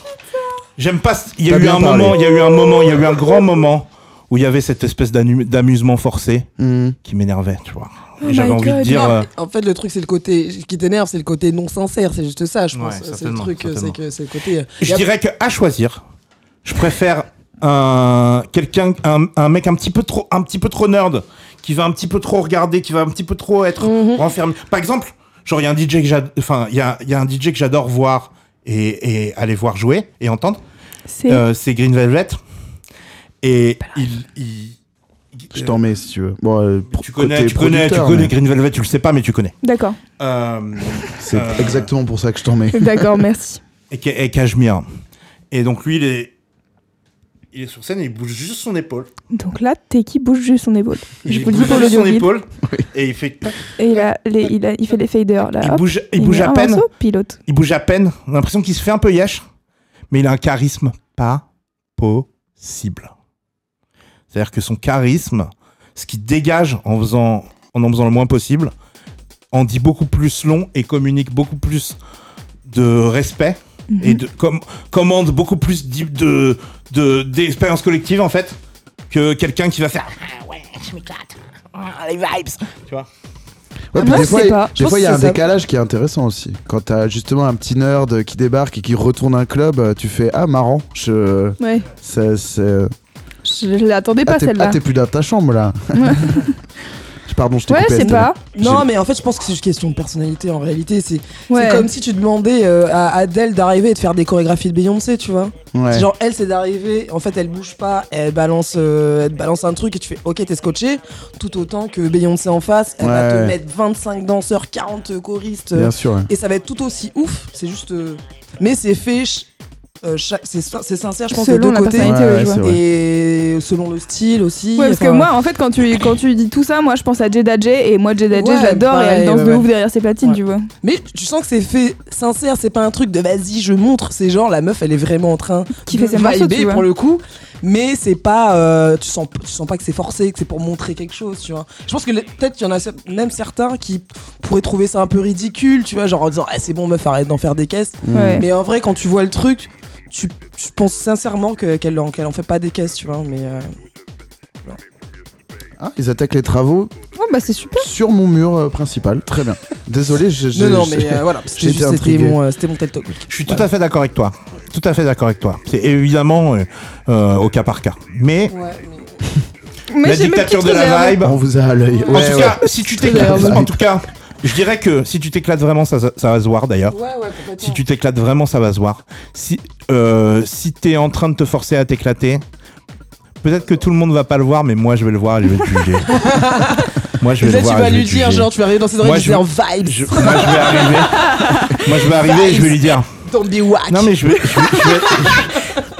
Speaker 4: J'aime pas. ce- Il y a
Speaker 1: T'as
Speaker 4: eu
Speaker 1: bien
Speaker 4: un
Speaker 1: parlé.
Speaker 4: moment, il y a eu un moment, il y a eu un grand moment où il y avait cette espèce d'anu- d'amusement forcé
Speaker 1: Hmm.
Speaker 4: qui m'énervait, tu vois. Et
Speaker 2: Oh my
Speaker 4: J'avais envie de
Speaker 2: God.
Speaker 4: dire.
Speaker 3: Non,
Speaker 4: euh,
Speaker 3: mais En fait, le truc, c'est le côté ce qui t'énerve, c'est le côté non sincère. C'est juste ça, je
Speaker 4: Ouais,
Speaker 3: pense. c'est le
Speaker 4: certainement,
Speaker 3: truc, euh, c'est
Speaker 4: certainement.
Speaker 3: que c'est le côté. euh, y
Speaker 4: Je
Speaker 3: a-
Speaker 4: dirais que à choisir, je préfère un quelqu'un un, un mec un petit peu trop un petit peu trop nerd qui va un petit peu trop regarder, qui va un petit peu trop être renfermé. Par exemple, genre il y a un DJ que j'ad- enfin il y a, il y a un DJ que j'adore voir et, et aller voir jouer et entendre,
Speaker 2: C'est
Speaker 4: Euh, c'est Green Velvet et il, il-
Speaker 1: Je t'en mets si tu veux. Bon, euh, pro-
Speaker 4: tu connais
Speaker 1: côté
Speaker 4: tu connais tu
Speaker 1: producteur,
Speaker 4: connais
Speaker 1: mais
Speaker 4: Green Velvet, tu le sais pas mais tu connais.
Speaker 2: d'accord.
Speaker 4: Euh,
Speaker 1: C'est
Speaker 4: Euh,
Speaker 1: exactement pour ça que je t'en mets.
Speaker 2: D'accord, merci.
Speaker 4: et, Ka- et Cashmere. Et donc lui il est il est sur scène, et il bouge juste son épaule.
Speaker 2: Donc là, Teki bouge juste son épaule.
Speaker 4: Il
Speaker 2: Je vous le dis
Speaker 4: bouge
Speaker 2: pour le
Speaker 4: son
Speaker 2: guide.
Speaker 4: épaule et il fait tac,
Speaker 2: Et là, les- il, a- il fait les faders. Là,
Speaker 4: il
Speaker 2: hop,
Speaker 4: bouge il
Speaker 2: met
Speaker 4: bouge à
Speaker 2: un
Speaker 4: peine
Speaker 2: morceau, pilote.
Speaker 4: il bouge à peine on a l'impression qu'il se fait un peu yesh mais il a un charisme pas possible c'est à dire que son charisme ce qu'il dégage en faisant en en faisant le moins possible en dit beaucoup plus long et communique beaucoup plus de respect et de com- commande beaucoup plus d'i- de de- d'expérience collective en fait que quelqu'un qui va faire
Speaker 5: Ah ouais, je m'éclate. Ah, les vibes.
Speaker 1: Ouais,
Speaker 2: Ah,
Speaker 1: puis
Speaker 2: moi,
Speaker 1: des
Speaker 2: je
Speaker 1: fois,
Speaker 2: sais
Speaker 1: il-
Speaker 2: pas. Je
Speaker 1: des
Speaker 2: pense
Speaker 1: fois, il y a
Speaker 2: que
Speaker 1: un
Speaker 2: c'est ça.
Speaker 1: décalage qui est intéressant aussi. Quand t'as justement un petit nerd qui débarque et qui retourne un club, euh, tu fais Ah, marrant. Je.
Speaker 2: Ouais,
Speaker 1: ça- c'est-
Speaker 2: je, je l'attendais pas
Speaker 1: Ah, t'es ah,
Speaker 2: celle-là.
Speaker 1: t'es plus dans ta chambre là. Pardon, je t'ai
Speaker 2: Ouais,
Speaker 1: coupé.
Speaker 2: je sais
Speaker 1: Estelle.
Speaker 2: pas.
Speaker 3: Non, mais en fait, je pense que c'est une question de personnalité. En réalité, c'est c'est
Speaker 2: Ouais.
Speaker 3: comme si tu demandais euh, à Adèle d'arriver et de faire des chorégraphies de Beyoncé, tu vois.
Speaker 1: Ouais.
Speaker 3: C'est Genre, elle, c'est d'arriver. En fait, elle bouge pas. Elle balance, euh, elle balance un truc et tu fais OK, t'es scotché. Tout autant que Beyoncé en face, elle va
Speaker 1: Ouais.
Speaker 3: te mettre 25 danseurs, 40 choristes. euh,
Speaker 1: Bien sûr. ouais.
Speaker 3: et ça va être tout aussi ouf. C'est juste. euh, Mais c'est fait. ch- euh, chaque- c'est c'est sincère, je pense,
Speaker 2: Selon
Speaker 3: des
Speaker 2: la
Speaker 3: deux côtés.
Speaker 2: personnalité,
Speaker 1: Ouais,
Speaker 2: ouais, je
Speaker 1: ouais,
Speaker 2: vois.
Speaker 1: c'est vrai.
Speaker 3: Et selon le style aussi.
Speaker 2: Ouais, parce que
Speaker 3: enfin,
Speaker 2: moi, en fait, quand tu, quand tu dis tout ça, moi, je pense à Jada J. Et moi, Jada J,
Speaker 3: Ouais,
Speaker 2: je l'adore et elle
Speaker 3: pareil,
Speaker 2: danse
Speaker 3: ouais,
Speaker 2: de
Speaker 3: ouais.
Speaker 2: ouf derrière ses platines,
Speaker 3: Ouais. Mm.
Speaker 2: tu vois.
Speaker 3: Mais tu sens que c'est fait sincère, c'est pas un truc de vas-y, je montre. C'est genre la meuf, elle est vraiment en train
Speaker 2: Qui
Speaker 3: de
Speaker 2: fait ses morceaux,
Speaker 3: vibrer
Speaker 2: tu vois.
Speaker 3: pour le coup. Mais c'est pas. euh, tu, sens, tu sens pas que c'est forcé, que c'est pour montrer quelque chose, tu vois. Je pense que les- peut-être il y en a cer- même certains qui pourraient trouver ça un peu ridicule, tu vois, genre en disant ah, c'est bon, meuf, arrête d'en faire des caisses.
Speaker 1: Mm.
Speaker 2: Ouais.
Speaker 3: Mais en vrai, quand tu vois le truc, tu, je pense sincèrement que- qu'elle en, qu'elle en fait pas des caisses, tu vois, mais euh,
Speaker 1: Ah, ils attaquent les travaux
Speaker 2: Oh, bah c'est super.
Speaker 1: sur mon mur euh, principal. Très bien. Désolé, je- je-
Speaker 3: non, non,
Speaker 1: je-
Speaker 3: mais euh, voilà, c'était
Speaker 1: j'ai été
Speaker 3: juste- c'était
Speaker 1: intrigué.
Speaker 3: mon, euh, c'était mon TED Talk.
Speaker 4: Je suis tout à fait d'accord avec toi. Tout à fait d'accord avec toi. C'est évidemment euh, euh, au cas par cas. Mais
Speaker 2: Mais
Speaker 4: la
Speaker 2: j'ai mes
Speaker 4: dictature
Speaker 2: petites
Speaker 4: de la
Speaker 2: réserves.
Speaker 4: vibe.
Speaker 1: on vous a à l'œil.
Speaker 4: en
Speaker 1: Ouais,
Speaker 4: tout
Speaker 1: ouais.
Speaker 4: cas, si tu t'éclates,
Speaker 1: Réserve.
Speaker 4: en tout cas, je dirais que si tu t'éclates vraiment, ça, ça va se voir d'ailleurs. Si tu t'éclates vraiment, ça va se voir. Si euh, si t'es en train de te forcer à t'éclater, peut-être que tout le monde va pas le voir, mais moi je vais le voir et je vais te juger. moi je
Speaker 3: Et
Speaker 4: vais
Speaker 3: là,
Speaker 4: le
Speaker 3: tu
Speaker 4: voir. et
Speaker 3: vas
Speaker 4: je
Speaker 3: lui
Speaker 4: vais te
Speaker 3: dire,
Speaker 4: juger.
Speaker 3: genre, tu vas arriver dans ses
Speaker 4: Moi,
Speaker 3: oreilles,
Speaker 4: je-
Speaker 3: tu vas en vibes,
Speaker 4: Je- moi je vais arriver. moi je vais arriver et je vais lui dire.
Speaker 3: don't be whack.
Speaker 4: Non mais je vais, je vais, je vais,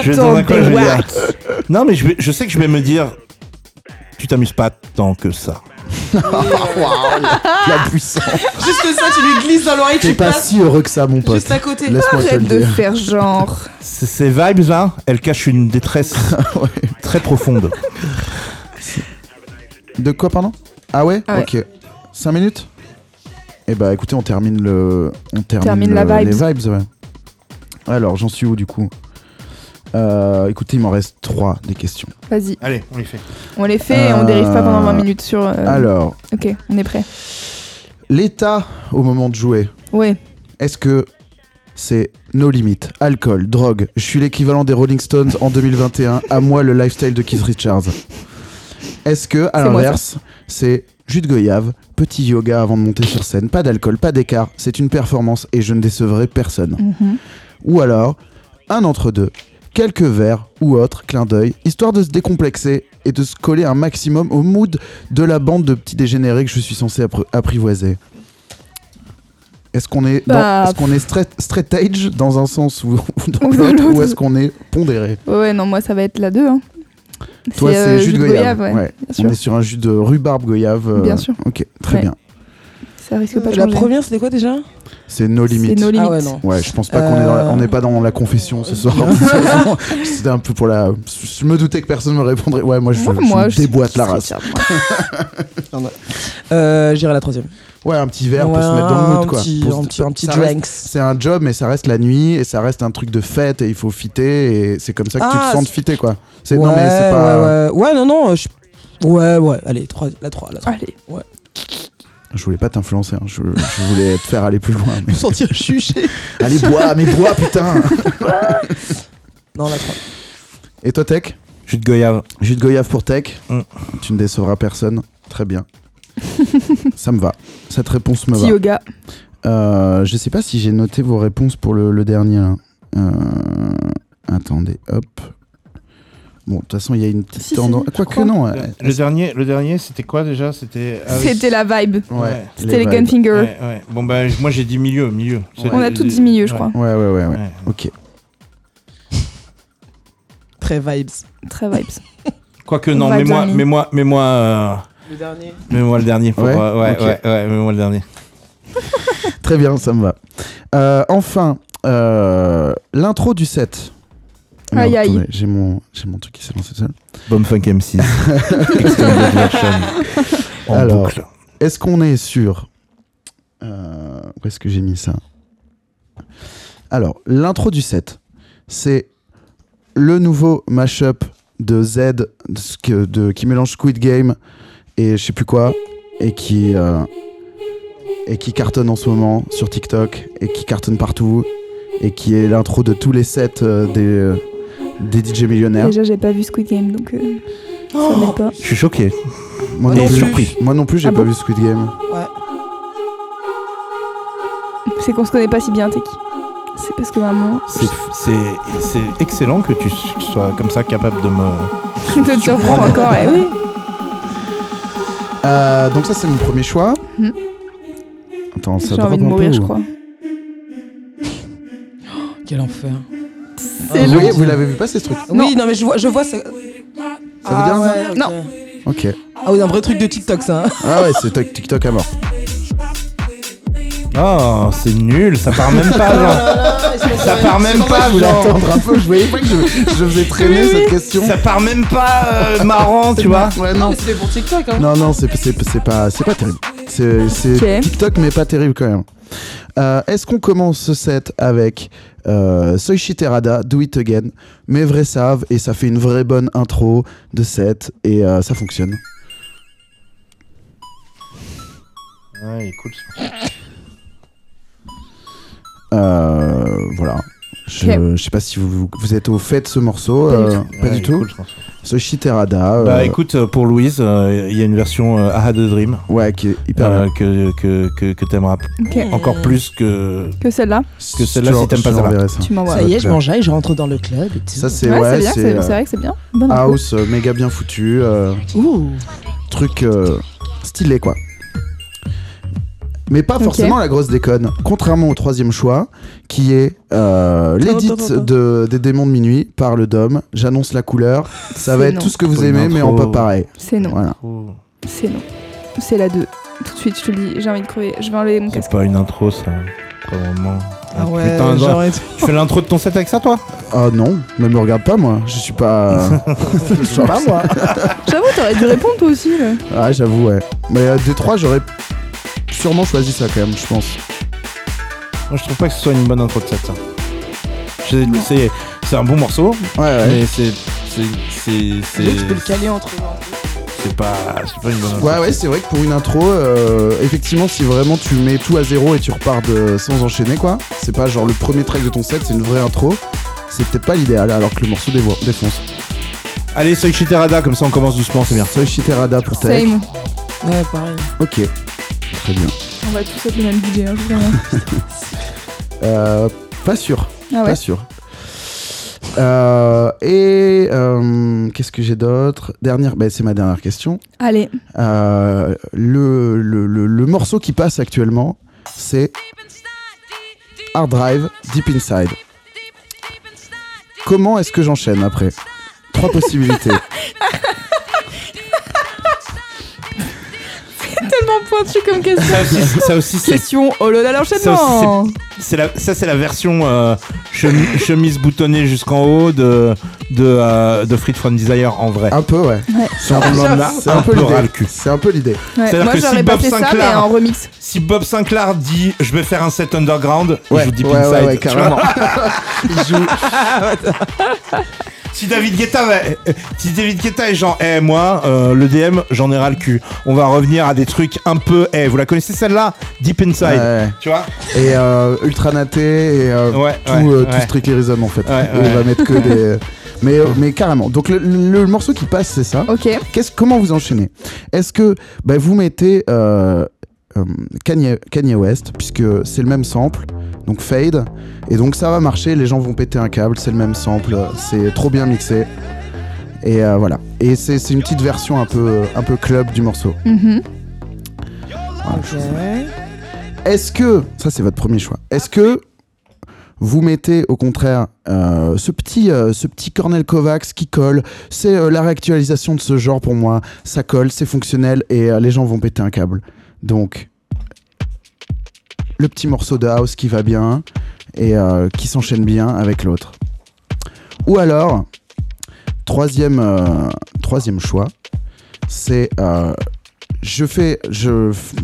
Speaker 4: je vais te dire un quoi, je vais dire. Non mais je vais, je sais que je vais me dire, tu t'amuses pas tant que ça.
Speaker 1: la puissance.
Speaker 3: Juste ça, tu lui glisses dans l'oreille,
Speaker 1: Ah, T'es
Speaker 3: tu
Speaker 1: pas
Speaker 3: passes
Speaker 1: si heureux que ça, mon pote.
Speaker 3: juste à côté.
Speaker 1: Laisse-moi te
Speaker 2: Arrête
Speaker 1: le
Speaker 2: de
Speaker 1: dire.
Speaker 2: faire genre.
Speaker 4: C- Ces vibes là, elles cachent une détresse très profonde.
Speaker 1: De quoi, pardon Ah ouais,
Speaker 2: Ah ouais.
Speaker 1: Ok. 5 minutes Eh bah écoutez, on termine le. On termine,
Speaker 2: Termine
Speaker 1: le-
Speaker 2: la vibes.
Speaker 1: les vibes, ouais. Alors, j'en suis où du coup Euh, Écoutez, il m'en reste 3 des questions.
Speaker 2: Vas-y,
Speaker 4: Allez, on les fait.
Speaker 2: on les fait et on dérive pas pendant 20 minutes sur. euh,
Speaker 1: Alors,
Speaker 2: Ok, on est prêt.
Speaker 1: l'état au moment de jouer,
Speaker 2: Ouais.
Speaker 1: est-ce que c'est nos limites Alcool, drogue, je suis l'équivalent des Rolling Stones en 2021, à moi le lifestyle de Keith Richards. Est-ce que, à
Speaker 2: C'est moi,
Speaker 1: l'inverse, c'est jus de goyave, petit yoga avant de monter sur scène, pas d'alcool, pas d'écart, c'est une performance et je ne décevrai personne
Speaker 2: Mhm.
Speaker 1: Ou alors, un entre-deux, quelques verres ou autres clin d'œil, histoire de se décomplexer et de se coller un maximum au mood de la bande de petits dégénérés que je suis censé appri- apprivoiser. Est-ce qu'on est, dans-
Speaker 2: Bah,
Speaker 1: est-ce qu'on est straight, straight age dans un sens ou, ou dans
Speaker 2: Ou dans
Speaker 1: l'autre,
Speaker 2: l'autre.
Speaker 1: ou est-ce qu'on est pondéré
Speaker 2: ouais. Ouais, non, moi ça va être la 2. Hein.
Speaker 1: Toi, c'est
Speaker 2: euh,
Speaker 1: jus de goyave.
Speaker 2: goyave, ouais.
Speaker 1: ouais.
Speaker 2: Bien
Speaker 1: On
Speaker 2: sûr.
Speaker 1: est sur un jus de rhubarbe goyave. euh,
Speaker 2: Bien sûr.
Speaker 1: Ok, très
Speaker 2: Ouais.
Speaker 1: bien.
Speaker 2: Ça risque pas de
Speaker 3: La
Speaker 2: changer.
Speaker 3: première, c'était quoi déjà
Speaker 1: C'est nos limites.
Speaker 2: C'est nos limites.
Speaker 3: Ah ouais, non.
Speaker 1: Ouais, je pense pas qu'on est dans la- on n'est pas dans la confession ce soir. C'était un peu pour la. Je me doutais que personne me répondrait. Ouais, moi je,
Speaker 2: Moi,
Speaker 1: je
Speaker 2: moi,
Speaker 1: me
Speaker 2: je-
Speaker 1: déboîte la race.
Speaker 2: Richard, moi.
Speaker 3: Euh, J'irai à la troisième.
Speaker 1: Ouais, un petit verre
Speaker 3: Ouais,
Speaker 1: pour se mettre dans le mood
Speaker 3: un
Speaker 1: quoi.
Speaker 3: petit-
Speaker 1: Pour
Speaker 3: un
Speaker 1: se-
Speaker 3: petit- un petit
Speaker 1: ça reste-
Speaker 3: drinks.
Speaker 1: C'est un job, mais ça reste la nuit et ça reste un truc de fête et il faut fitter et c'est comme ça que tu
Speaker 3: Ah,
Speaker 1: te sens de
Speaker 3: c'est-
Speaker 1: fitter quoi. C'est non mais c'est
Speaker 3: Ouais,
Speaker 1: pas.
Speaker 3: Ouais, ouais. Ouais, non, non. euh, je- Ouais, ouais. Allez, trois- la 3. La 3.
Speaker 2: Allez.
Speaker 1: Je voulais pas t'influencer. hein. Je, je voulais te faire aller plus loin. mais-
Speaker 3: Sentir chuché.
Speaker 1: Allez bois, mais bois putain.
Speaker 3: Non, la 3.
Speaker 1: Et toi Tech,
Speaker 4: Jus de goyave.
Speaker 1: jus de goyave pour Tech.
Speaker 4: Mm.
Speaker 1: Tu ne décevras personne. Très bien. ça me va. Cette réponse me va.
Speaker 2: Petit yoga.
Speaker 4: Ah
Speaker 1: Euh, je sais pas si j'ai noté vos réponses pour le, le dernier. là. Euh, attendez, hop. Bon, de toute façon, il y a une petite
Speaker 2: Si,
Speaker 1: tendance.
Speaker 2: si, je
Speaker 1: Quoique,
Speaker 2: crois.
Speaker 1: non.
Speaker 4: Le, le dernier, le dernier, c'était quoi déjà C'était. ah oui,
Speaker 2: C'était la vibe.
Speaker 1: Ouais, ouais,
Speaker 2: C'était les,
Speaker 1: vibes.
Speaker 2: Gunfinger.
Speaker 4: Ouais, ouais. Bon bah moi j'ai dit milieu, milieu. C'est-
Speaker 2: On a tous dit milieu, je
Speaker 4: Ouais,
Speaker 2: crois.
Speaker 1: Ouais, ouais, ouais, ouais.
Speaker 4: ouais.
Speaker 1: Ok.
Speaker 3: Très vibes.
Speaker 2: Très vibes.
Speaker 4: Quoique non,
Speaker 2: Vibes
Speaker 4: mets-moi,
Speaker 2: only.
Speaker 4: mets-moi, mets-moi, euh,
Speaker 3: Le dernier.
Speaker 4: mets-moi le dernier. pour-
Speaker 1: Ouais
Speaker 4: ouais, ouais,
Speaker 1: Ok.
Speaker 4: ouais, ouais, mets-moi le dernier.
Speaker 1: Très bien, ça me va. Euh, enfin, euh, l'intro du set. Merde,
Speaker 2: Aïe, aïe.
Speaker 1: attendez, J'ai mon, j'ai mon truc qui s'est lancé seul.
Speaker 4: Bumfunk M6. Extended version. En
Speaker 1: Alors.
Speaker 4: boucle.
Speaker 1: Est-ce qu'on est sur. euh, où est-ce que j'ai mis ça Alors, l'intro du set, c'est le nouveau mashup de Z de, ce que- de- qui mélange Squid Game et je sais plus quoi, et qui, euh, et qui cartonne en ce moment sur TikTok, et qui cartonne partout, et qui est l'intro de tous les sets euh, des, euh, des DJ millionnaires.
Speaker 2: Déjà, j'ai pas vu Squid Game, donc euh,
Speaker 3: Oh,
Speaker 2: ça m'aide pas.
Speaker 4: Je suis choqué.
Speaker 1: Moi
Speaker 4: Et
Speaker 1: non plus,
Speaker 4: surpris.
Speaker 1: Moi non plus, j'ai
Speaker 2: Ah
Speaker 1: pas
Speaker 2: bon
Speaker 1: vu Squid Game.
Speaker 2: C'est qu'on se connaît pas si bien, Teki. C'est parce que maman.
Speaker 4: C'est, c'est, c'est excellent que tu sois comme ça capable de me.
Speaker 2: Je te surprends encore, eh oui.
Speaker 1: Euh, donc ça c'est mon premier choix.
Speaker 2: Mhm.
Speaker 1: Attends, ça
Speaker 2: J'ai
Speaker 1: drop
Speaker 2: envie de
Speaker 1: un
Speaker 2: mourir,
Speaker 1: peu,
Speaker 2: je
Speaker 1: ou-
Speaker 2: crois.
Speaker 3: Quel enfer.
Speaker 2: C'est
Speaker 1: Vous,
Speaker 2: long.
Speaker 1: voyez- vous l'avez vu passer ce truc
Speaker 3: Oui, non, mais je vois. Je vois ça
Speaker 1: Ça veut dire
Speaker 3: ah,
Speaker 1: rien
Speaker 3: ouais,
Speaker 2: Non.
Speaker 3: ok.
Speaker 1: Ok.
Speaker 3: Ah oui, un vrai truc de TikTok, ça. hein.
Speaker 1: Ah ouais, c'est toc- TikTok à mort.
Speaker 4: Oh, c'est nul. Ça part
Speaker 3: Oh
Speaker 4: même pas. genre. ça part même pas.
Speaker 1: Je voulais
Speaker 4: genre.
Speaker 1: attendre un peu, je voyais pas que je, je faisais traîner cette question.
Speaker 4: Ça part même pas euh, marrant, tu vois.
Speaker 1: Ouais, non.
Speaker 2: Ah,
Speaker 3: C'est pour TikTok, hein.
Speaker 1: Non, non, c'est c'est- c'est pas, c'est pas terrible. C'est c'est
Speaker 2: Ok.
Speaker 1: TikTok, mais pas terrible quand même. Euh, Est-ce qu'on commence ce set avec euh, Soichi Terada, Do It Again, mes vrais savent, et ça fait une vraie bonne intro de set, et euh, ça fonctionne.
Speaker 4: Ouais, écoute.
Speaker 1: Euh, voilà. Je, je sais pas si vous, vous êtes au fait de ce morceau.
Speaker 2: Pas du
Speaker 1: euh, Pas du tout. Soichi Terada. euh,
Speaker 4: Bah écoute, euh, pour Louise, euh, il y a une version euh, Aha de Dream
Speaker 1: Ah ouais, qui est hyper
Speaker 4: euh,
Speaker 1: bien.
Speaker 4: que, que, que, que t'aimeras p-
Speaker 2: Ok.
Speaker 4: encore plus que.
Speaker 2: Que celle-là,
Speaker 1: Je
Speaker 4: celle-là,
Speaker 1: te-
Speaker 4: si t'aimes
Speaker 1: je
Speaker 4: pas
Speaker 1: te
Speaker 4: ça va.
Speaker 1: l'enverrai ça.
Speaker 2: tu m'envoies.
Speaker 3: Ça y est, je
Speaker 1: Ouais.
Speaker 3: m'enjaille, je rentre dans le club et tout.
Speaker 1: Ça, c'est
Speaker 2: ouais,
Speaker 1: ouais,
Speaker 2: c'est bien, c'est-
Speaker 1: euh,
Speaker 2: c'est vrai que c'est bien. Bonne info.
Speaker 1: house euh, méga bien foutu. euh,
Speaker 3: Ouh.
Speaker 1: truc euh, stylé quoi. Mais pas
Speaker 2: Ok.
Speaker 1: forcément la grosse déconne, contrairement au troisième choix, qui est euh, l'édit
Speaker 3: Attends, attends, attends.
Speaker 1: de, des démons de minuit par le Dom. J'annonce la couleur, ça va
Speaker 2: C'est
Speaker 1: être
Speaker 2: non.
Speaker 1: tout ce que vous
Speaker 4: Pas une
Speaker 1: aimez, mais en
Speaker 4: intro.
Speaker 1: pas pareil.
Speaker 2: C'est non,
Speaker 1: Voilà.
Speaker 2: c'est non. C'est la 2. Tout de suite, je te le dis, j'ai envie de crever. Je vais enlever mon
Speaker 4: C'est
Speaker 2: casque.
Speaker 4: pas une intro, ça. Pas vraiment.
Speaker 3: Ah ouais,
Speaker 4: Putain,
Speaker 3: genre,
Speaker 4: genre, tu fais l'intro de ton set avec ça, toi
Speaker 1: Ah non, ne me regarde pas moi, je suis pas. euh,
Speaker 3: je pas moi.
Speaker 2: J'avoue, t'aurais dû répondre toi aussi. Là.
Speaker 1: ah j'avoue ouais. Mais euh, des trois j'aurais sûrement choisi ça quand même, je pense.
Speaker 4: Moi, je trouve pas que ce soit une bonne intro de set, ça. C'est- C'est c'est un bon morceau,
Speaker 1: Ouais ouais.
Speaker 4: mais c'est. c'est- C'est.
Speaker 3: Dès que tu peux
Speaker 4: C'est
Speaker 3: le caler entre
Speaker 4: c'est pas, c'est pas une bonne intro.
Speaker 1: Ouais ouais c'est vrai que pour une intro, euh, effectivement si vraiment tu mets tout à zéro et tu repars de, sans enchaîner quoi, c'est pas genre le premier track de ton set, c'est une vraie intro, c'est peut-être pas l'idéal alors que le morceau dévo- défonce.
Speaker 4: Allez, Soichi Terada, comme ça on commence doucement, c'est bien.
Speaker 1: Soy Shiterada pour tech.
Speaker 2: Same.
Speaker 3: Ouais, pareil.
Speaker 1: Ok, très bien.
Speaker 2: On va tous être le même budget, hein, je vous promets.
Speaker 1: Euh, pas sûr,
Speaker 2: Ah ouais.
Speaker 1: pas sûr. Euh, et euh, qu'est-ce que j'ai d'autre Dernière, bah, c'est ma dernière question.
Speaker 2: Allez,
Speaker 1: Euh, le, le, le- le morceau qui passe actuellement, c'est Hard Drive Deep Inside. Comment est-ce que j'enchaîne après Trois possibilités.
Speaker 2: tellement pointu comme question.
Speaker 1: Ah,
Speaker 4: Ça aussi, ça aussi, c'est.
Speaker 2: question, oh là là, l'enchaînement
Speaker 4: c'est la- ça, c'est la version euh, chemi- chemise boutonnée jusqu'en haut de, de, euh, de Freed from Desire en vrai.
Speaker 1: Un peu, ouais.
Speaker 2: Ouais.
Speaker 1: C'est un, c'est un peu
Speaker 4: ras
Speaker 1: l'idée.
Speaker 4: le cul.
Speaker 1: C'est un peu l'idée.
Speaker 2: Ouais,
Speaker 4: C'est-à-dire
Speaker 2: Moi
Speaker 4: que si
Speaker 2: j'aurais
Speaker 4: Bob
Speaker 2: pas fait ça, mais
Speaker 4: Sinclair-
Speaker 2: en remix.
Speaker 4: Si Bob Sinclair dit je vais faire un set underground,
Speaker 1: Ouais,
Speaker 4: je vous dis
Speaker 1: ouais,
Speaker 4: inside.
Speaker 1: ouais, ouais,
Speaker 4: tu vois.
Speaker 1: carrément. Il joue-
Speaker 4: si David Guetta, va- euh, si David Guetta est genre, eh moi, euh, le DM, j'en ai ras le cul. On va revenir à des trucs un peu, eh vous la connaissez celle-là, Deep Inside,
Speaker 1: Ouais.
Speaker 4: tu vois
Speaker 1: Et euh, Ultra Naté et euh,
Speaker 4: Ouais,
Speaker 1: tout,
Speaker 4: ouais,
Speaker 1: euh, tout
Speaker 4: ouais.
Speaker 1: Strictly Rhythm en fait.
Speaker 4: Ouais,
Speaker 1: Et
Speaker 4: ouais.
Speaker 1: On va mettre que des. Mais, euh, mais carrément. Donc le, le- le morceau qui passe, c'est ça.
Speaker 2: Ok,
Speaker 1: Qu'est-ce- comment vous enchaînez Est-ce que bah, vous mettez euh, euh, Kanye, Kanye West, puisque c'est le même sample, donc fade, et donc ça va marcher, les gens vont péter un câble, c'est le même sample, euh, c'est trop bien mixé. Et euh, voilà. Et c'est c'est une petite version un peu, un peu club du morceau.
Speaker 2: mhm.
Speaker 1: Est-ce que, ça c'est votre premier choix, est-ce que vous mettez au contraire euh, ce, petit, euh, ce petit Cornel Kovacs qui colle C'est euh, la réactualisation de ce genre pour moi. Ça colle, c'est fonctionnel et euh, les gens vont péter un câble. Donc, le petit morceau de house qui va bien et euh, qui s'enchaîne bien avec l'autre. Ou alors, troisième, euh, troisième choix, c'est euh, je fais, je f-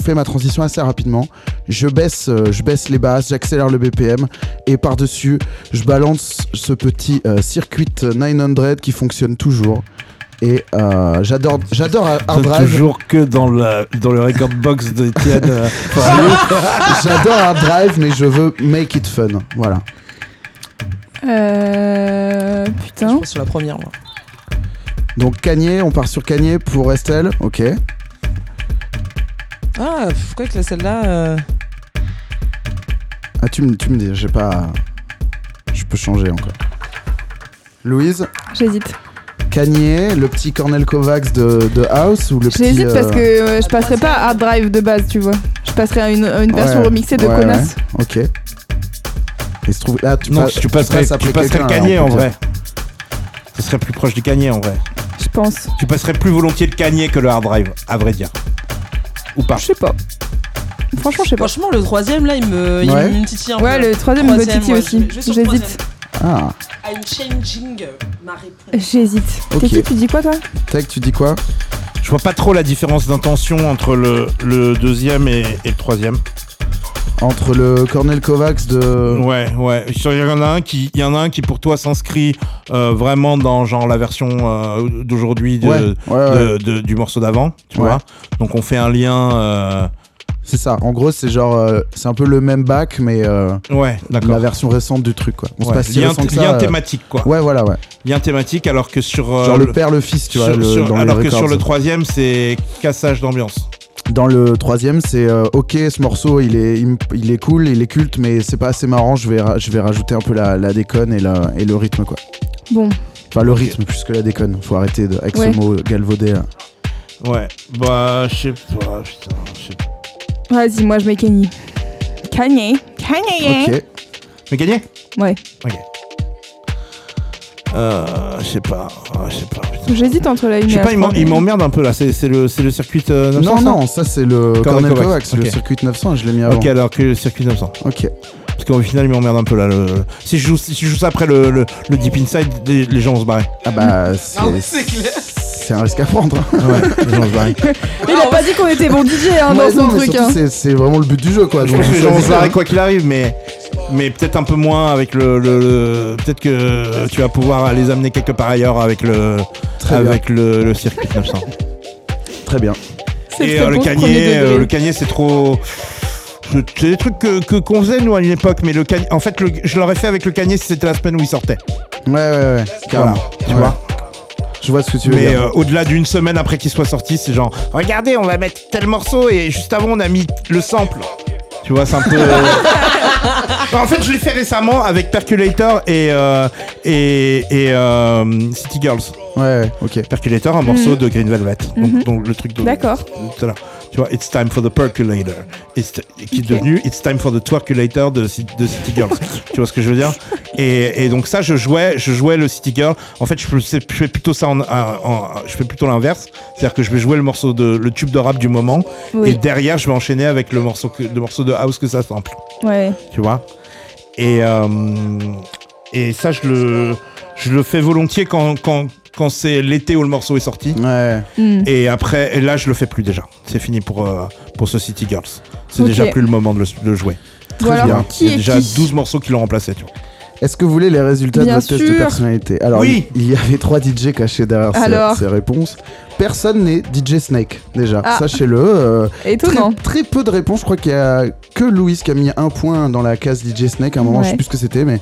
Speaker 1: fais ma transition assez rapidement. Je baisse, euh, je baisse les basses, j'accélère le BPM et par-dessus, je balance ce petit euh, circuit 900 qui fonctionne toujours. Et euh, j'adore, j'adore Hard Drive.
Speaker 4: Toujours que dans le, dans le record box de Tienne. euh,
Speaker 1: J'adore Hard Drive, mais je veux make it fun. Voilà.
Speaker 2: Euh.
Speaker 3: Je
Speaker 2: Putain.
Speaker 3: pense sur la première, moi.
Speaker 1: Donc Kanye, on part sur Kanye pour Estelle. Ok.
Speaker 3: Ah, pff, quoi que celle-là. euh,
Speaker 1: Ah, tu, me- tu me dis, j'ai pas. Je peux changer encore. Louise,
Speaker 2: J'hésite.
Speaker 1: Kanye, le petit Cornel Kovacs de, de House ou le petit.
Speaker 2: J'hésite parce
Speaker 1: euh,
Speaker 2: que euh, je passerai pas à Hard Drive de base, tu vois. Je passerai à une, à une version
Speaker 1: Ouais,
Speaker 2: remixée de
Speaker 1: ouais,
Speaker 2: connasse.
Speaker 1: Ok. Et se trouve. Là, tu,
Speaker 4: Non,
Speaker 1: passes-
Speaker 4: tu passerais,
Speaker 1: passes après
Speaker 4: tu passerais le
Speaker 1: quelqu'un, hein,
Speaker 4: Kanye
Speaker 1: là, on
Speaker 4: en
Speaker 1: peut
Speaker 4: vrai. Ce serait plus proche du Kanye en vrai.
Speaker 2: Je pense.
Speaker 4: Tu passerais plus volontiers le Kanye que le hard drive, à vrai dire. Ou pas.
Speaker 1: Ah.
Speaker 2: Je sais pas. Franchement, je sais pas.
Speaker 3: Franchement, le troisième, là, il me, il
Speaker 1: Ouais.
Speaker 3: me titille un
Speaker 2: Ouais,
Speaker 3: peu.
Speaker 2: le troisième me
Speaker 3: Troisième,
Speaker 2: titille
Speaker 3: ouais,
Speaker 2: aussi.
Speaker 3: je vais- je vais sur le
Speaker 2: J'hésite.
Speaker 1: dire. Ah,
Speaker 3: I'm changing ma réponse.
Speaker 2: J'hésite.
Speaker 1: Ok.
Speaker 2: T'es qui Tu dis quoi, toi
Speaker 1: Tech, tu dis quoi
Speaker 4: Je vois pas trop la différence d'intention entre le, le deuxième et, et le troisième.
Speaker 1: Entre le Cornel Kovacs de.
Speaker 4: Ouais, ouais. Il y en a un qui, il y en a un qui pour toi s'inscrit euh, vraiment dans genre la version euh, d'aujourd'hui de-
Speaker 1: Ouais, ouais, ouais.
Speaker 4: de- de- du morceau d'avant, tu
Speaker 1: Ouais.
Speaker 4: vois. Donc on fait un lien. euh,
Speaker 1: C'est ça. En gros, c'est genre. euh, c'est un peu le même bac, mais euh,
Speaker 4: Ouais,
Speaker 1: la
Speaker 4: d'accord.
Speaker 1: version récente du truc, quoi. On
Speaker 4: Ouais.
Speaker 1: se passe si
Speaker 4: Lien,
Speaker 1: récent que ça,
Speaker 4: lien
Speaker 1: euh,
Speaker 4: thématique quoi.
Speaker 1: Ouais, voilà, ouais.
Speaker 4: Lien thématique alors que sur euh,
Speaker 1: Genre le père, le fils, tu vois.
Speaker 4: sur-
Speaker 1: le-
Speaker 4: sur-
Speaker 1: dans les
Speaker 4: alors que sur
Speaker 1: records.
Speaker 4: le troisième c'est cassage d'ambiance.
Speaker 1: Dans le troisième, c'est euh, ok, ce morceau, il est, il, me- il est cool, il est culte, mais c'est pas assez marrant. Je vais, ra- je vais rajouter un peu la, la déconne et, la, et le rythme, quoi.
Speaker 2: Bon,
Speaker 1: Enfin, le rythme plus que la déconne. Faut arrêter de, avec
Speaker 2: Ouais.
Speaker 1: ce mot galvaudé. Là.
Speaker 4: Ouais. Bah je sais pas, putain, je sais pas.
Speaker 2: vas-y, moi je mets Kanye. Kanye. Kanye.
Speaker 1: Ok.
Speaker 4: Mais gagné
Speaker 2: Ouais.
Speaker 4: Ok. Euh, je sais pas, Ah, je sais pas. putain.
Speaker 2: J'hésite entre la une
Speaker 4: Je
Speaker 2: et
Speaker 4: sais
Speaker 2: la
Speaker 4: pas, il m'en-
Speaker 2: trois.
Speaker 4: il m'emmerde un peu là. C'est c'est le, c'est le circuit euh, 900
Speaker 1: Non,
Speaker 4: ça
Speaker 1: non, ça c'est le
Speaker 4: Cornel
Speaker 1: Cornel
Speaker 4: Kovacs,
Speaker 1: Kovacs,
Speaker 4: ok.
Speaker 1: le circuit 900, je l'ai mis avant.
Speaker 4: Ok, alors que le circuit 900.
Speaker 1: Ok.
Speaker 4: Parce qu'au final, il m'emmerde un peu là. le- Si, je joue, si je joue ça après le, le- le Deep Inside, les, les gens vont se barrer.
Speaker 1: Ah bah, c'est.
Speaker 3: Ah ouais, c'est clair.
Speaker 1: C'est un risque à prendre. hein.
Speaker 4: Ouais, les gens vont se barrer.
Speaker 2: Il a pas dit qu'on était bon DJ hein, dans
Speaker 1: Ouais,
Speaker 2: son
Speaker 1: non, mais
Speaker 2: truc.
Speaker 1: surtout,
Speaker 2: hein.
Speaker 1: c'est- C'est vraiment le but du jeu, quoi.
Speaker 4: Je
Speaker 1: Donc,
Speaker 4: pense que les gens vont se
Speaker 1: choisissez-
Speaker 4: barrer quoi qu'il arrive, mais, mais peut-être un peu moins avec le. le- le- peut-être que tu vas pouvoir les amener quelque part ailleurs avec le,
Speaker 1: Très bien.
Speaker 4: avec le, le circuit 900.
Speaker 1: Très bien.
Speaker 2: C'est
Speaker 4: Et
Speaker 2: très
Speaker 4: euh, le
Speaker 2: bon, premier
Speaker 4: canier,
Speaker 2: degré.
Speaker 4: euh, le canier, c'est trop. C'est c'est des trucs que que- qu'on faisait nous à une époque, mais le canier, en fait, le- je l'aurais fait avec le canier si c'était la semaine où il sortait.
Speaker 1: Ouais, ouais, ouais.
Speaker 4: Voilà,
Speaker 1: Carrément.
Speaker 4: tu
Speaker 1: Ouais.
Speaker 4: vois.
Speaker 1: Je vois ce que tu veux
Speaker 4: Mais
Speaker 1: dire.
Speaker 4: euh, au-delà d'une semaine après qu'il soit sorti, c'est genre, regardez, on va mettre tel morceau et juste avant, on a mis le sample. Tu vois, c'est un peu. euh. en fait, je l'ai fait récemment avec Percolator et euh, et, et, euh, City Girls.
Speaker 1: Ouais, ok.
Speaker 4: Percolator, un morceau de Green Velvet, donc, donc le truc de.
Speaker 2: Mm. Mm-hmm. D'accord.
Speaker 4: de tout à l'heure. Tu vois, It's Time for the Percolator, It's t-
Speaker 2: Ok.
Speaker 4: qui est devenu It's Time for the Twerculator de, Ci- de City Girls. tu vois ce que je veux dire et, et donc ça, je jouais, je jouais le City Girl. En fait, je, fais- je fais plutôt ça, en, en- en- je fais plutôt l'inverse, c'est-à-dire que je vais jouer le morceau de le tube de rap du moment,
Speaker 2: Oui.
Speaker 4: et derrière, je vais enchaîner avec le morceau, que- le morceau de house que ça sample
Speaker 2: Ouais.
Speaker 4: tu vois. Et, euh, et ça, je le, je le fais volontiers quand, quand, quand c'est l'été où le morceau est sorti.
Speaker 1: Ouais.
Speaker 2: Hmm.
Speaker 4: Et après, et là, je le fais plus déjà. C'est fini pour, euh, pour ce City Girls. C'est
Speaker 2: Ok.
Speaker 4: déjà plus le moment de le, de le jouer.
Speaker 2: Bon, alors,
Speaker 1: bien.
Speaker 2: qui
Speaker 4: Il y a
Speaker 2: est
Speaker 4: déjà
Speaker 2: qui
Speaker 4: 12 morceaux qui l'ont remplacé, tu vois.
Speaker 1: Est-ce que vous voulez les résultats
Speaker 2: Bien
Speaker 1: de votre test de
Speaker 2: sûr.
Speaker 1: personnalité Alors,
Speaker 4: Oui.
Speaker 1: il, il y avait trois DJ cachés derrière ces-
Speaker 2: Alors.
Speaker 1: ces, réponses. Personne n'est DJ Snake, déjà.
Speaker 2: Ah.
Speaker 1: Sachez-le. euh, très,
Speaker 2: Étonnant.
Speaker 1: très peu de réponses. Je crois qu'il y a que Louis qui a mis un point dans la case DJ Snake. À un moment,
Speaker 2: Ouais.
Speaker 1: je sais plus ce que c'était, mais.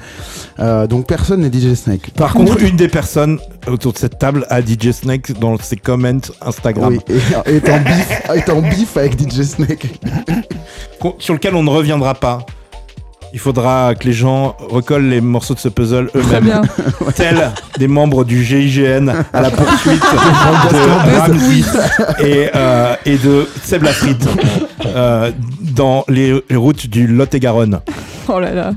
Speaker 1: euh, donc, personne n'est DJ Snake.
Speaker 4: Par contre, une des personnes autour de cette table a DJ Snake dans ses comments Instagram,
Speaker 1: Oui, et, et en bif, est en bif avec DJ Snake.
Speaker 4: qu'on- sur lequel on ne reviendra pas. Il faudra que les gens recollent les morceaux de ce puzzle
Speaker 2: Très
Speaker 4: eux-mêmes.
Speaker 2: bien.
Speaker 4: tels des membres du GIGN à la poursuite Ah, de Ramsey et, euh, et de Seb Lafrite euh, dans les routes du Lot-et-Garonne.
Speaker 2: Oh là là.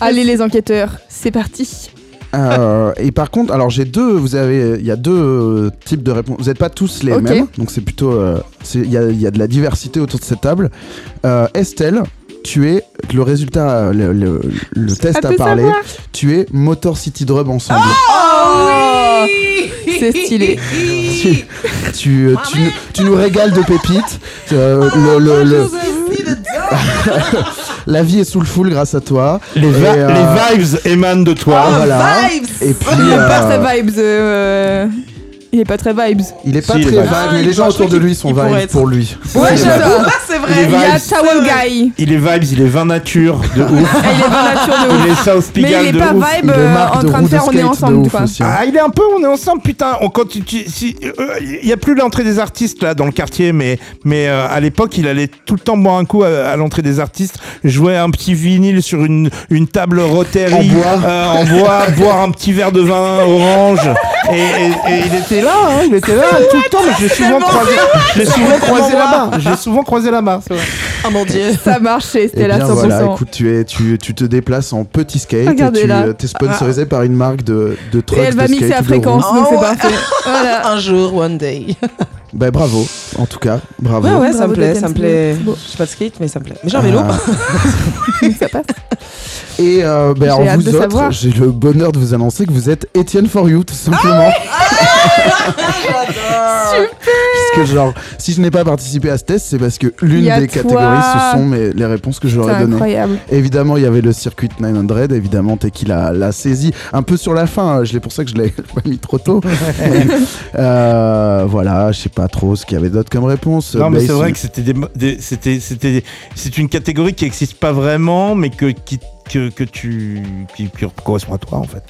Speaker 2: Allez les enquêteurs, c'est parti.
Speaker 1: Euh, et par contre, alors j'ai deux, vous avez, il y a deux euh, types de réponses. Vous n'êtes pas tous les
Speaker 2: Ok.
Speaker 1: mêmes, donc c'est plutôt, euh, c'est- il y a, il y a de la diversité autour de cette table. Euh, Estelle, tu es le résultat, euh, le, le- le test
Speaker 2: à
Speaker 1: à
Speaker 2: tout Ah
Speaker 1: parler.
Speaker 2: savoir.
Speaker 1: Tu es Motor City Drum ensemble.
Speaker 2: Oh C'est stylé.
Speaker 1: tu, tu, euh,
Speaker 2: Ah
Speaker 1: tu nous- tu nous régales de pépites. Euh, le- le- le- la vie est sous le full grâce à toi.
Speaker 4: Les, va-
Speaker 1: Et, euh,
Speaker 4: les vibes émanent de toi.
Speaker 1: Ah, voilà.
Speaker 3: Vibes
Speaker 1: Et puis,
Speaker 2: Il est pas
Speaker 1: euh,
Speaker 2: très vibes. euh, Il est pas très vibes.
Speaker 1: il est pas
Speaker 4: Si, il est
Speaker 1: très
Speaker 4: vague.
Speaker 1: vague, mais les
Speaker 3: Ah,
Speaker 1: gens
Speaker 3: je
Speaker 1: autour de
Speaker 3: crois
Speaker 1: lui
Speaker 3: qu'il-
Speaker 1: sont
Speaker 3: il pourrait
Speaker 1: vagues
Speaker 3: être.
Speaker 1: pour lui.
Speaker 2: Ouais, j'adore.
Speaker 3: Ah, c'est
Speaker 4: Les
Speaker 2: Il
Speaker 3: vrai.
Speaker 2: y a
Speaker 4: vibes.
Speaker 2: Towel Guy.
Speaker 4: Il est vibes, il est vin nature de ouf.
Speaker 2: Ah, il est pas nature de ouf.
Speaker 4: Il est South
Speaker 2: Mais
Speaker 4: Pigalle
Speaker 2: il est
Speaker 4: de
Speaker 2: pas
Speaker 4: ouf.
Speaker 2: vibe
Speaker 1: Il est
Speaker 2: euh,
Speaker 1: marque
Speaker 2: en
Speaker 1: de
Speaker 2: train
Speaker 1: roue
Speaker 2: de faire on est
Speaker 1: skate de
Speaker 2: ensemble
Speaker 1: ouf
Speaker 2: quoi.
Speaker 1: aussi, hein.
Speaker 4: Ah, il est un peu, on est ensemble, putain. On continue. si- euh, Il y a plus l'entrée des artistes là dans le quartier, mais mais euh, à l'époque, il allait tout le temps boire un coup à, à l'entrée des artistes, jouer un petit vinyle sur une une table rotary
Speaker 1: En bois.
Speaker 4: euh, en bois, boire un petit verre de vin orange. Et, et- et il était là, hein, il était là tout le temps. mais Je l'ai souvent croisé, je l'ai souvent croisé là-bas. Je l'ai souvent croisé là-bas. c'est vrai.
Speaker 3: Ah mon dieu.
Speaker 2: Ça marche et
Speaker 1: Eh
Speaker 2: c'était là
Speaker 1: bien,
Speaker 2: 100%.
Speaker 1: voilà, écoute, tu, es, tu, tu te déplaces en petit skate
Speaker 2: Regardez
Speaker 1: et tu
Speaker 2: là. Ah.
Speaker 1: es sponsorisé par une marque de, de
Speaker 2: et
Speaker 1: trucks
Speaker 2: elle va
Speaker 1: de
Speaker 2: mixer
Speaker 1: skate
Speaker 2: à
Speaker 1: ou de roues.
Speaker 2: fréquence donc
Speaker 3: Oh,
Speaker 2: c'est
Speaker 3: ouais.
Speaker 2: parfait. Voilà.
Speaker 3: Un jour, one day.
Speaker 1: Bah, bravo, en tout cas, Ah, bravo.
Speaker 3: Ouais, ouais,
Speaker 2: Bravo,
Speaker 3: ça me plaît,
Speaker 2: Daken,
Speaker 3: ça me
Speaker 2: c'est
Speaker 3: plaît.
Speaker 2: beau.
Speaker 3: Je suis pas de skate, mais ça me plaît. Mais j'ai un vélo.
Speaker 1: Ah,
Speaker 2: Donc ça passe.
Speaker 1: Et euh, ben, alors,
Speaker 2: hâte
Speaker 1: vous
Speaker 2: de
Speaker 1: autres,
Speaker 2: savoir.
Speaker 1: j'ai le bonheur de vous annoncer que vous êtes Étienne For You, tout simplement.
Speaker 2: Ah
Speaker 1: Puisque, genre, si je n'ai pas participé à ce test, c'est parce que l'une
Speaker 2: Il y a
Speaker 1: des
Speaker 2: toi.
Speaker 1: catégories, ce sont mes- les réponses que
Speaker 2: C'est
Speaker 1: j'aurais données.
Speaker 2: incroyable.
Speaker 1: Évidemment, il y avait le circuit 900, évidemment, Teki l'a, l'a saisi un peu sur la fin. hein. Je l'ai pour ça que je l'ai pas mis trop tôt. Mais, euh, voilà, je sais pas trop ce qu'il y avait d'autre comme réponse. Bah,
Speaker 4: Non, mais
Speaker 1: Blaze,
Speaker 4: c'est vrai que c'était des, des- c'était, c'était, c'est une catégorie qui n'existe pas vraiment, mais que, qui, que, que tu, qui, qui correspond à toi, en fait.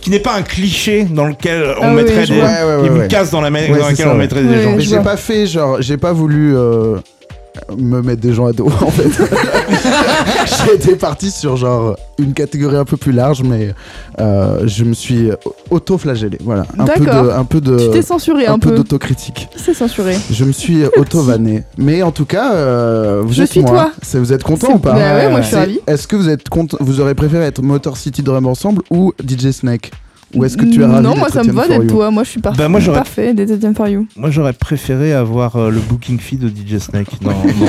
Speaker 4: Qui n'est pas un cliché dans lequel on
Speaker 2: Ah oui,
Speaker 4: mettrait
Speaker 2: je
Speaker 4: des,
Speaker 1: vois. Ouais, ouais,
Speaker 4: une
Speaker 1: ouais, ouais.
Speaker 4: case dans, la ma-
Speaker 1: Ouais,
Speaker 4: dans
Speaker 1: c'est
Speaker 4: laquelle
Speaker 1: ça,
Speaker 4: on
Speaker 1: ouais.
Speaker 4: mettrait
Speaker 2: Ouais.
Speaker 4: des gens.
Speaker 1: Mais j'ai
Speaker 2: vois.
Speaker 1: pas fait, genre, j'ai pas voulu euh, me mettre des gens à dos, en fait. J'étais parti sur, genre, une catégorie un peu plus large, mais euh, je me suis auto-flagellé. Voilà. Un peu
Speaker 2: D'accord.
Speaker 1: de. Un peu de
Speaker 2: Tu t'es censuré un,
Speaker 1: un peu
Speaker 2: peu.
Speaker 1: d'autocritique.
Speaker 2: Il s'est censuré.
Speaker 1: Je me suis auto-vanné. Mais en tout cas, euh, vous
Speaker 2: Je
Speaker 1: êtes
Speaker 2: suis
Speaker 1: moi.
Speaker 2: toi.
Speaker 1: C'est- Vous êtes content
Speaker 2: C'est-
Speaker 1: ou pas
Speaker 2: Bah ouais, moi, je suis
Speaker 1: C'est-
Speaker 2: ravie.
Speaker 1: Est-ce que vous êtes content Vous aurez préféré être Motor City Drum Ensemble ou DJ Snake Ou est-ce que tu es ravi
Speaker 2: Mm, Non, moi
Speaker 1: d'être
Speaker 2: ça me
Speaker 1: Étienne
Speaker 2: va
Speaker 1: For
Speaker 2: d'être
Speaker 1: You
Speaker 2: toi. Moi je suis parfait.
Speaker 4: Bah, moi, j'aurais-
Speaker 2: Parfait d'être Étienne for you.
Speaker 4: Moi, j'aurais préféré avoir euh, le booking fee de DJ Snake. Non, non.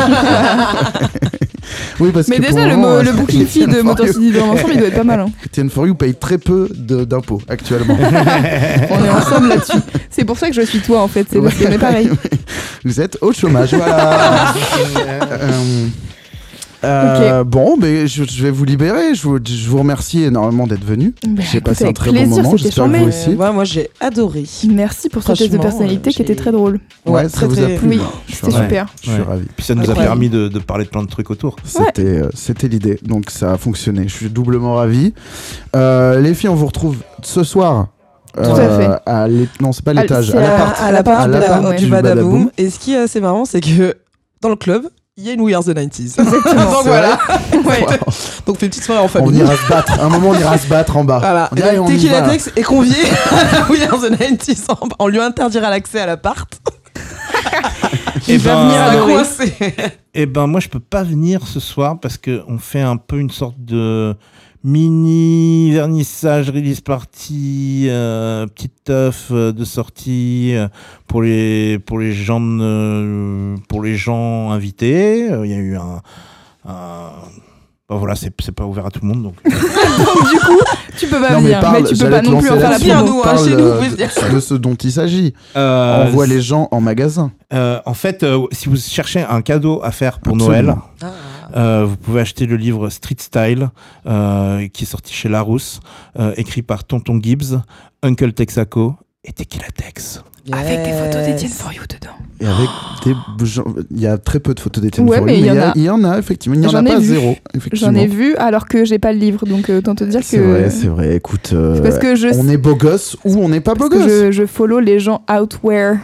Speaker 1: Oui, parce
Speaker 2: Mais
Speaker 1: que pour
Speaker 2: déjà le,
Speaker 1: moment,
Speaker 2: mo-
Speaker 1: euh,
Speaker 2: le booking fee de
Speaker 1: Étienne For
Speaker 2: Motor
Speaker 1: You-
Speaker 2: City dans l'ensemble il doit être pas mal. hein.
Speaker 1: Étienne For You paye très peu de- d'impôts actuellement.
Speaker 2: On est ensemble là-dessus. C'est pour ça que je suis toi en fait. C'est parce qu'on est pareil.
Speaker 1: vous êtes au chômage. Voilà. Euh, euh, Bon, mais je, je vais vous libérer. Je vous, je vous remercie énormément d'être venu.
Speaker 2: Bah,
Speaker 1: J'ai
Speaker 2: écoute,
Speaker 1: passé un
Speaker 2: avec
Speaker 1: très
Speaker 2: plaisir,
Speaker 1: bon moment.
Speaker 2: c'était
Speaker 1: J'espère que
Speaker 2: charmé.
Speaker 1: vous aussi.
Speaker 3: moi, moi, j'ai adoré.
Speaker 2: Merci pour ce test de
Speaker 3: Franchement,
Speaker 2: personnalité
Speaker 3: euh,
Speaker 2: qui était
Speaker 3: j'ai-
Speaker 2: très drôle.
Speaker 1: Ouais, ça
Speaker 3: très,
Speaker 1: vous a
Speaker 3: très-
Speaker 1: plu.
Speaker 2: Oui,
Speaker 1: moi. Je suis
Speaker 2: C'était
Speaker 1: ravi.
Speaker 2: super.
Speaker 1: Je suis
Speaker 4: Ouais.
Speaker 1: ravi.
Speaker 4: Puis ça nous a
Speaker 3: Incroyable.
Speaker 4: permis de, de parler de plein de trucs autour.
Speaker 1: C'était, euh, c'était l'idée, donc ça a fonctionné. Je suis doublement ravi. Euh, les filles, on vous retrouve ce soir. euh,
Speaker 2: à fait.
Speaker 1: à l'é- non, c'est pas
Speaker 2: À-
Speaker 1: l'étage.
Speaker 2: c'est
Speaker 1: à
Speaker 2: à-
Speaker 1: l'appart.
Speaker 3: à la part
Speaker 1: à l'appart
Speaker 3: du
Speaker 1: du
Speaker 3: Badaboom.
Speaker 1: Badaboom.
Speaker 3: Et ce qui est assez marrant, c'est que dans le club, il y a une We Are the 90s. Donc
Speaker 1: C'est
Speaker 3: voilà.
Speaker 2: Ouais.
Speaker 3: Donc fait une petite soirée en
Speaker 1: On
Speaker 3: famille.
Speaker 1: ira se battre. Un moment, on ira se battre en bas.
Speaker 3: Voilà.
Speaker 2: Ah, bah,
Speaker 1: On dit, allez, on
Speaker 3: Et donc,
Speaker 1: y
Speaker 3: Tequila
Speaker 1: va.
Speaker 3: Tex est convié à We Are the 90s. en- On lui interdira l'accès à l'appart.
Speaker 1: Eh
Speaker 4: Et ben,
Speaker 3: Ça va
Speaker 2: Ah oui.
Speaker 3: coincer.
Speaker 4: Eh ben moi je peux pas venir ce soir parce que on fait un peu une sorte de mini vernissage release party euh, petite teuf euh, de sortie euh, pour les pour les gens de- euh, pour les gens invités Euh, il y a eu un, un- ben voilà c'est c'est pas ouvert à tout le monde donc
Speaker 2: Du coup, tu peux pas
Speaker 1: Non, mais
Speaker 2: venir,
Speaker 1: parle,
Speaker 2: mais tu peux
Speaker 1: j'allais
Speaker 2: pas
Speaker 1: te
Speaker 2: non plus en
Speaker 1: lancer
Speaker 2: faire la
Speaker 1: là-dessus.
Speaker 3: promo.
Speaker 2: promo.
Speaker 3: Nous, hein,
Speaker 1: Parle,
Speaker 3: chez nous,
Speaker 1: euh,
Speaker 3: oui, bien.
Speaker 1: de ce dont il s'agit.
Speaker 4: Euh,
Speaker 1: on voit les gens en magasin.
Speaker 4: euh, en fait euh, si vous cherchez un cadeau à faire pour
Speaker 1: Absolument.
Speaker 4: Noël Euh, vous pouvez acheter le livre Street Style, euh, qui est sorti chez Larousse, euh, écrit par Tonton Gibbs, Uncle Texaco et Tequila Tex.
Speaker 2: Avec des photos
Speaker 3: Yes.
Speaker 2: d'Étienne for you dedans.
Speaker 1: Et avec des gens- il y a très peu de photos d'Étienne
Speaker 2: Oh. Ouais,
Speaker 1: Fournier,
Speaker 2: mais il y en
Speaker 1: il
Speaker 2: a.
Speaker 1: il y en a effectivement. Il n'y en a
Speaker 2: J'en ai
Speaker 1: pas
Speaker 2: vu.
Speaker 1: zéro.
Speaker 2: J'en ai
Speaker 1: effectivement.
Speaker 2: vu alors que j'ai pas le livre, donc euh, autant te dire
Speaker 1: C'est
Speaker 2: que.
Speaker 1: vrai, c'est vrai. Écoute, euh,
Speaker 2: C'est parce que je.
Speaker 1: on est beau gosse ou on n'est pas beau
Speaker 2: parce que
Speaker 1: gosse.
Speaker 2: je, je follow les gens outwear.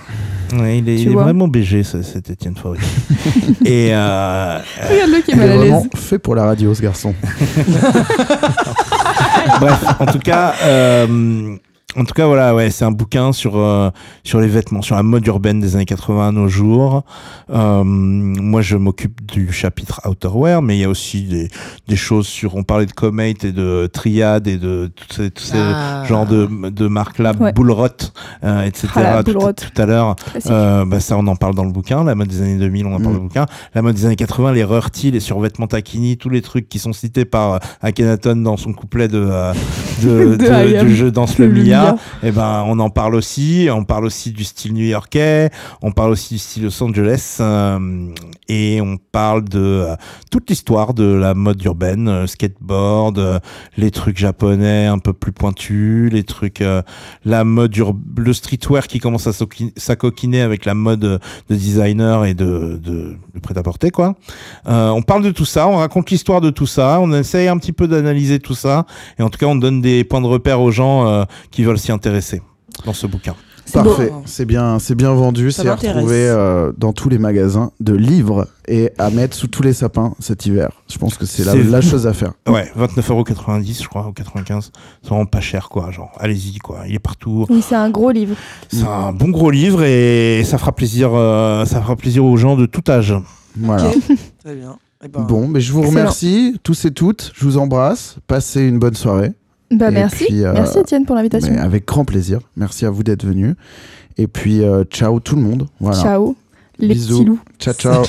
Speaker 4: Ouais, il est,
Speaker 2: Tu
Speaker 4: il est
Speaker 2: vois.
Speaker 4: vraiment BG, ce- cet Étienne Fauré. et euh,
Speaker 2: Regarde-le qui est
Speaker 1: Il
Speaker 2: mal
Speaker 1: est
Speaker 2: à l'aise.
Speaker 1: vraiment fait pour la radio, ce garçon.
Speaker 4: Bref, en tout cas, euh, en tout cas, voilà, ouais, c'est un bouquin sur euh, sur les vêtements, sur la mode urbaine des années 80 à nos jours. Euh, moi, je m'occupe du chapitre outerwear, mais il y a aussi des des choses sur. On parlait de Comate et de Triade et de tous ces tous ces
Speaker 3: Ah.
Speaker 4: genres de de marques là,
Speaker 2: Ouais.
Speaker 4: Bullrot, euh, etc.
Speaker 2: Ah, la
Speaker 4: tout,
Speaker 2: Bullrot.
Speaker 4: tout à l'heure,
Speaker 2: Classique.
Speaker 4: euh, bah, ça, on en parle dans le bouquin. La mode des années 2000, on en parle
Speaker 1: Mm.
Speaker 4: dans le bouquin. La mode des années 80, les rurtis, les survêtements taquini, tous les trucs qui sont cités par euh, Akhenaton dans son couplet de, euh, de,
Speaker 2: De
Speaker 4: de-
Speaker 2: I am
Speaker 4: du jeu Danse le
Speaker 2: le
Speaker 4: Mia.
Speaker 2: Mia.
Speaker 4: Et ben, on en parle aussi. On parle aussi du style new-yorkais. On parle aussi du style Los Angeles. euh, et on parle de euh, toute l'histoire de la mode urbaine, euh, skateboard, euh, les trucs japonais un peu plus pointus, les trucs, euh, la mode, ur- le streetwear qui commence à s'oqui- s'acoquiner avec la mode euh, de designer et de, de, de prêt-à-porter, quoi. Euh, on parle de tout ça, on raconte l'histoire de tout ça, on essaye un petit peu d'analyser tout ça, et en tout cas, on donne des points de repère aux gens euh, qui veulent s'y intéresser dans ce bouquin.
Speaker 2: C'est beau.
Speaker 1: Parfait,
Speaker 3: beau.
Speaker 1: c'est bien, c'est bien vendu,
Speaker 3: Ça
Speaker 1: c'est à
Speaker 3: m'intéresse.
Speaker 1: retrouver euh, dans tous les magasins de livres et à mettre sous tous les sapins cet hiver. Je pense que c'est la,
Speaker 4: C'est-
Speaker 1: la chose à faire.
Speaker 4: Ouais, 29,90€, je crois, ou 95. C'est vraiment pas cher, quoi. Genre, allez-y, quoi. Il est partout.
Speaker 2: Oui, c'est un gros livre.
Speaker 4: C'est un bon gros livre et ça fera plaisir, euh, ça fera plaisir aux gens de tout âge.
Speaker 1: Voilà.
Speaker 3: Très bien. Eh ben,
Speaker 1: Bon, mais je vous
Speaker 2: Excellent.
Speaker 1: remercie tous et toutes. Je vous embrasse. Passez une bonne soirée.
Speaker 2: Bah
Speaker 1: Et
Speaker 2: merci.
Speaker 1: puis, euh,
Speaker 2: Merci Étienne pour l'invitation.
Speaker 1: Mais avec grand plaisir. Merci à vous d'être venus. Et puis euh, ciao tout le monde. Voilà.
Speaker 2: Ciao. Les
Speaker 1: Bisous.
Speaker 2: petits loups.
Speaker 1: Ciao ciao.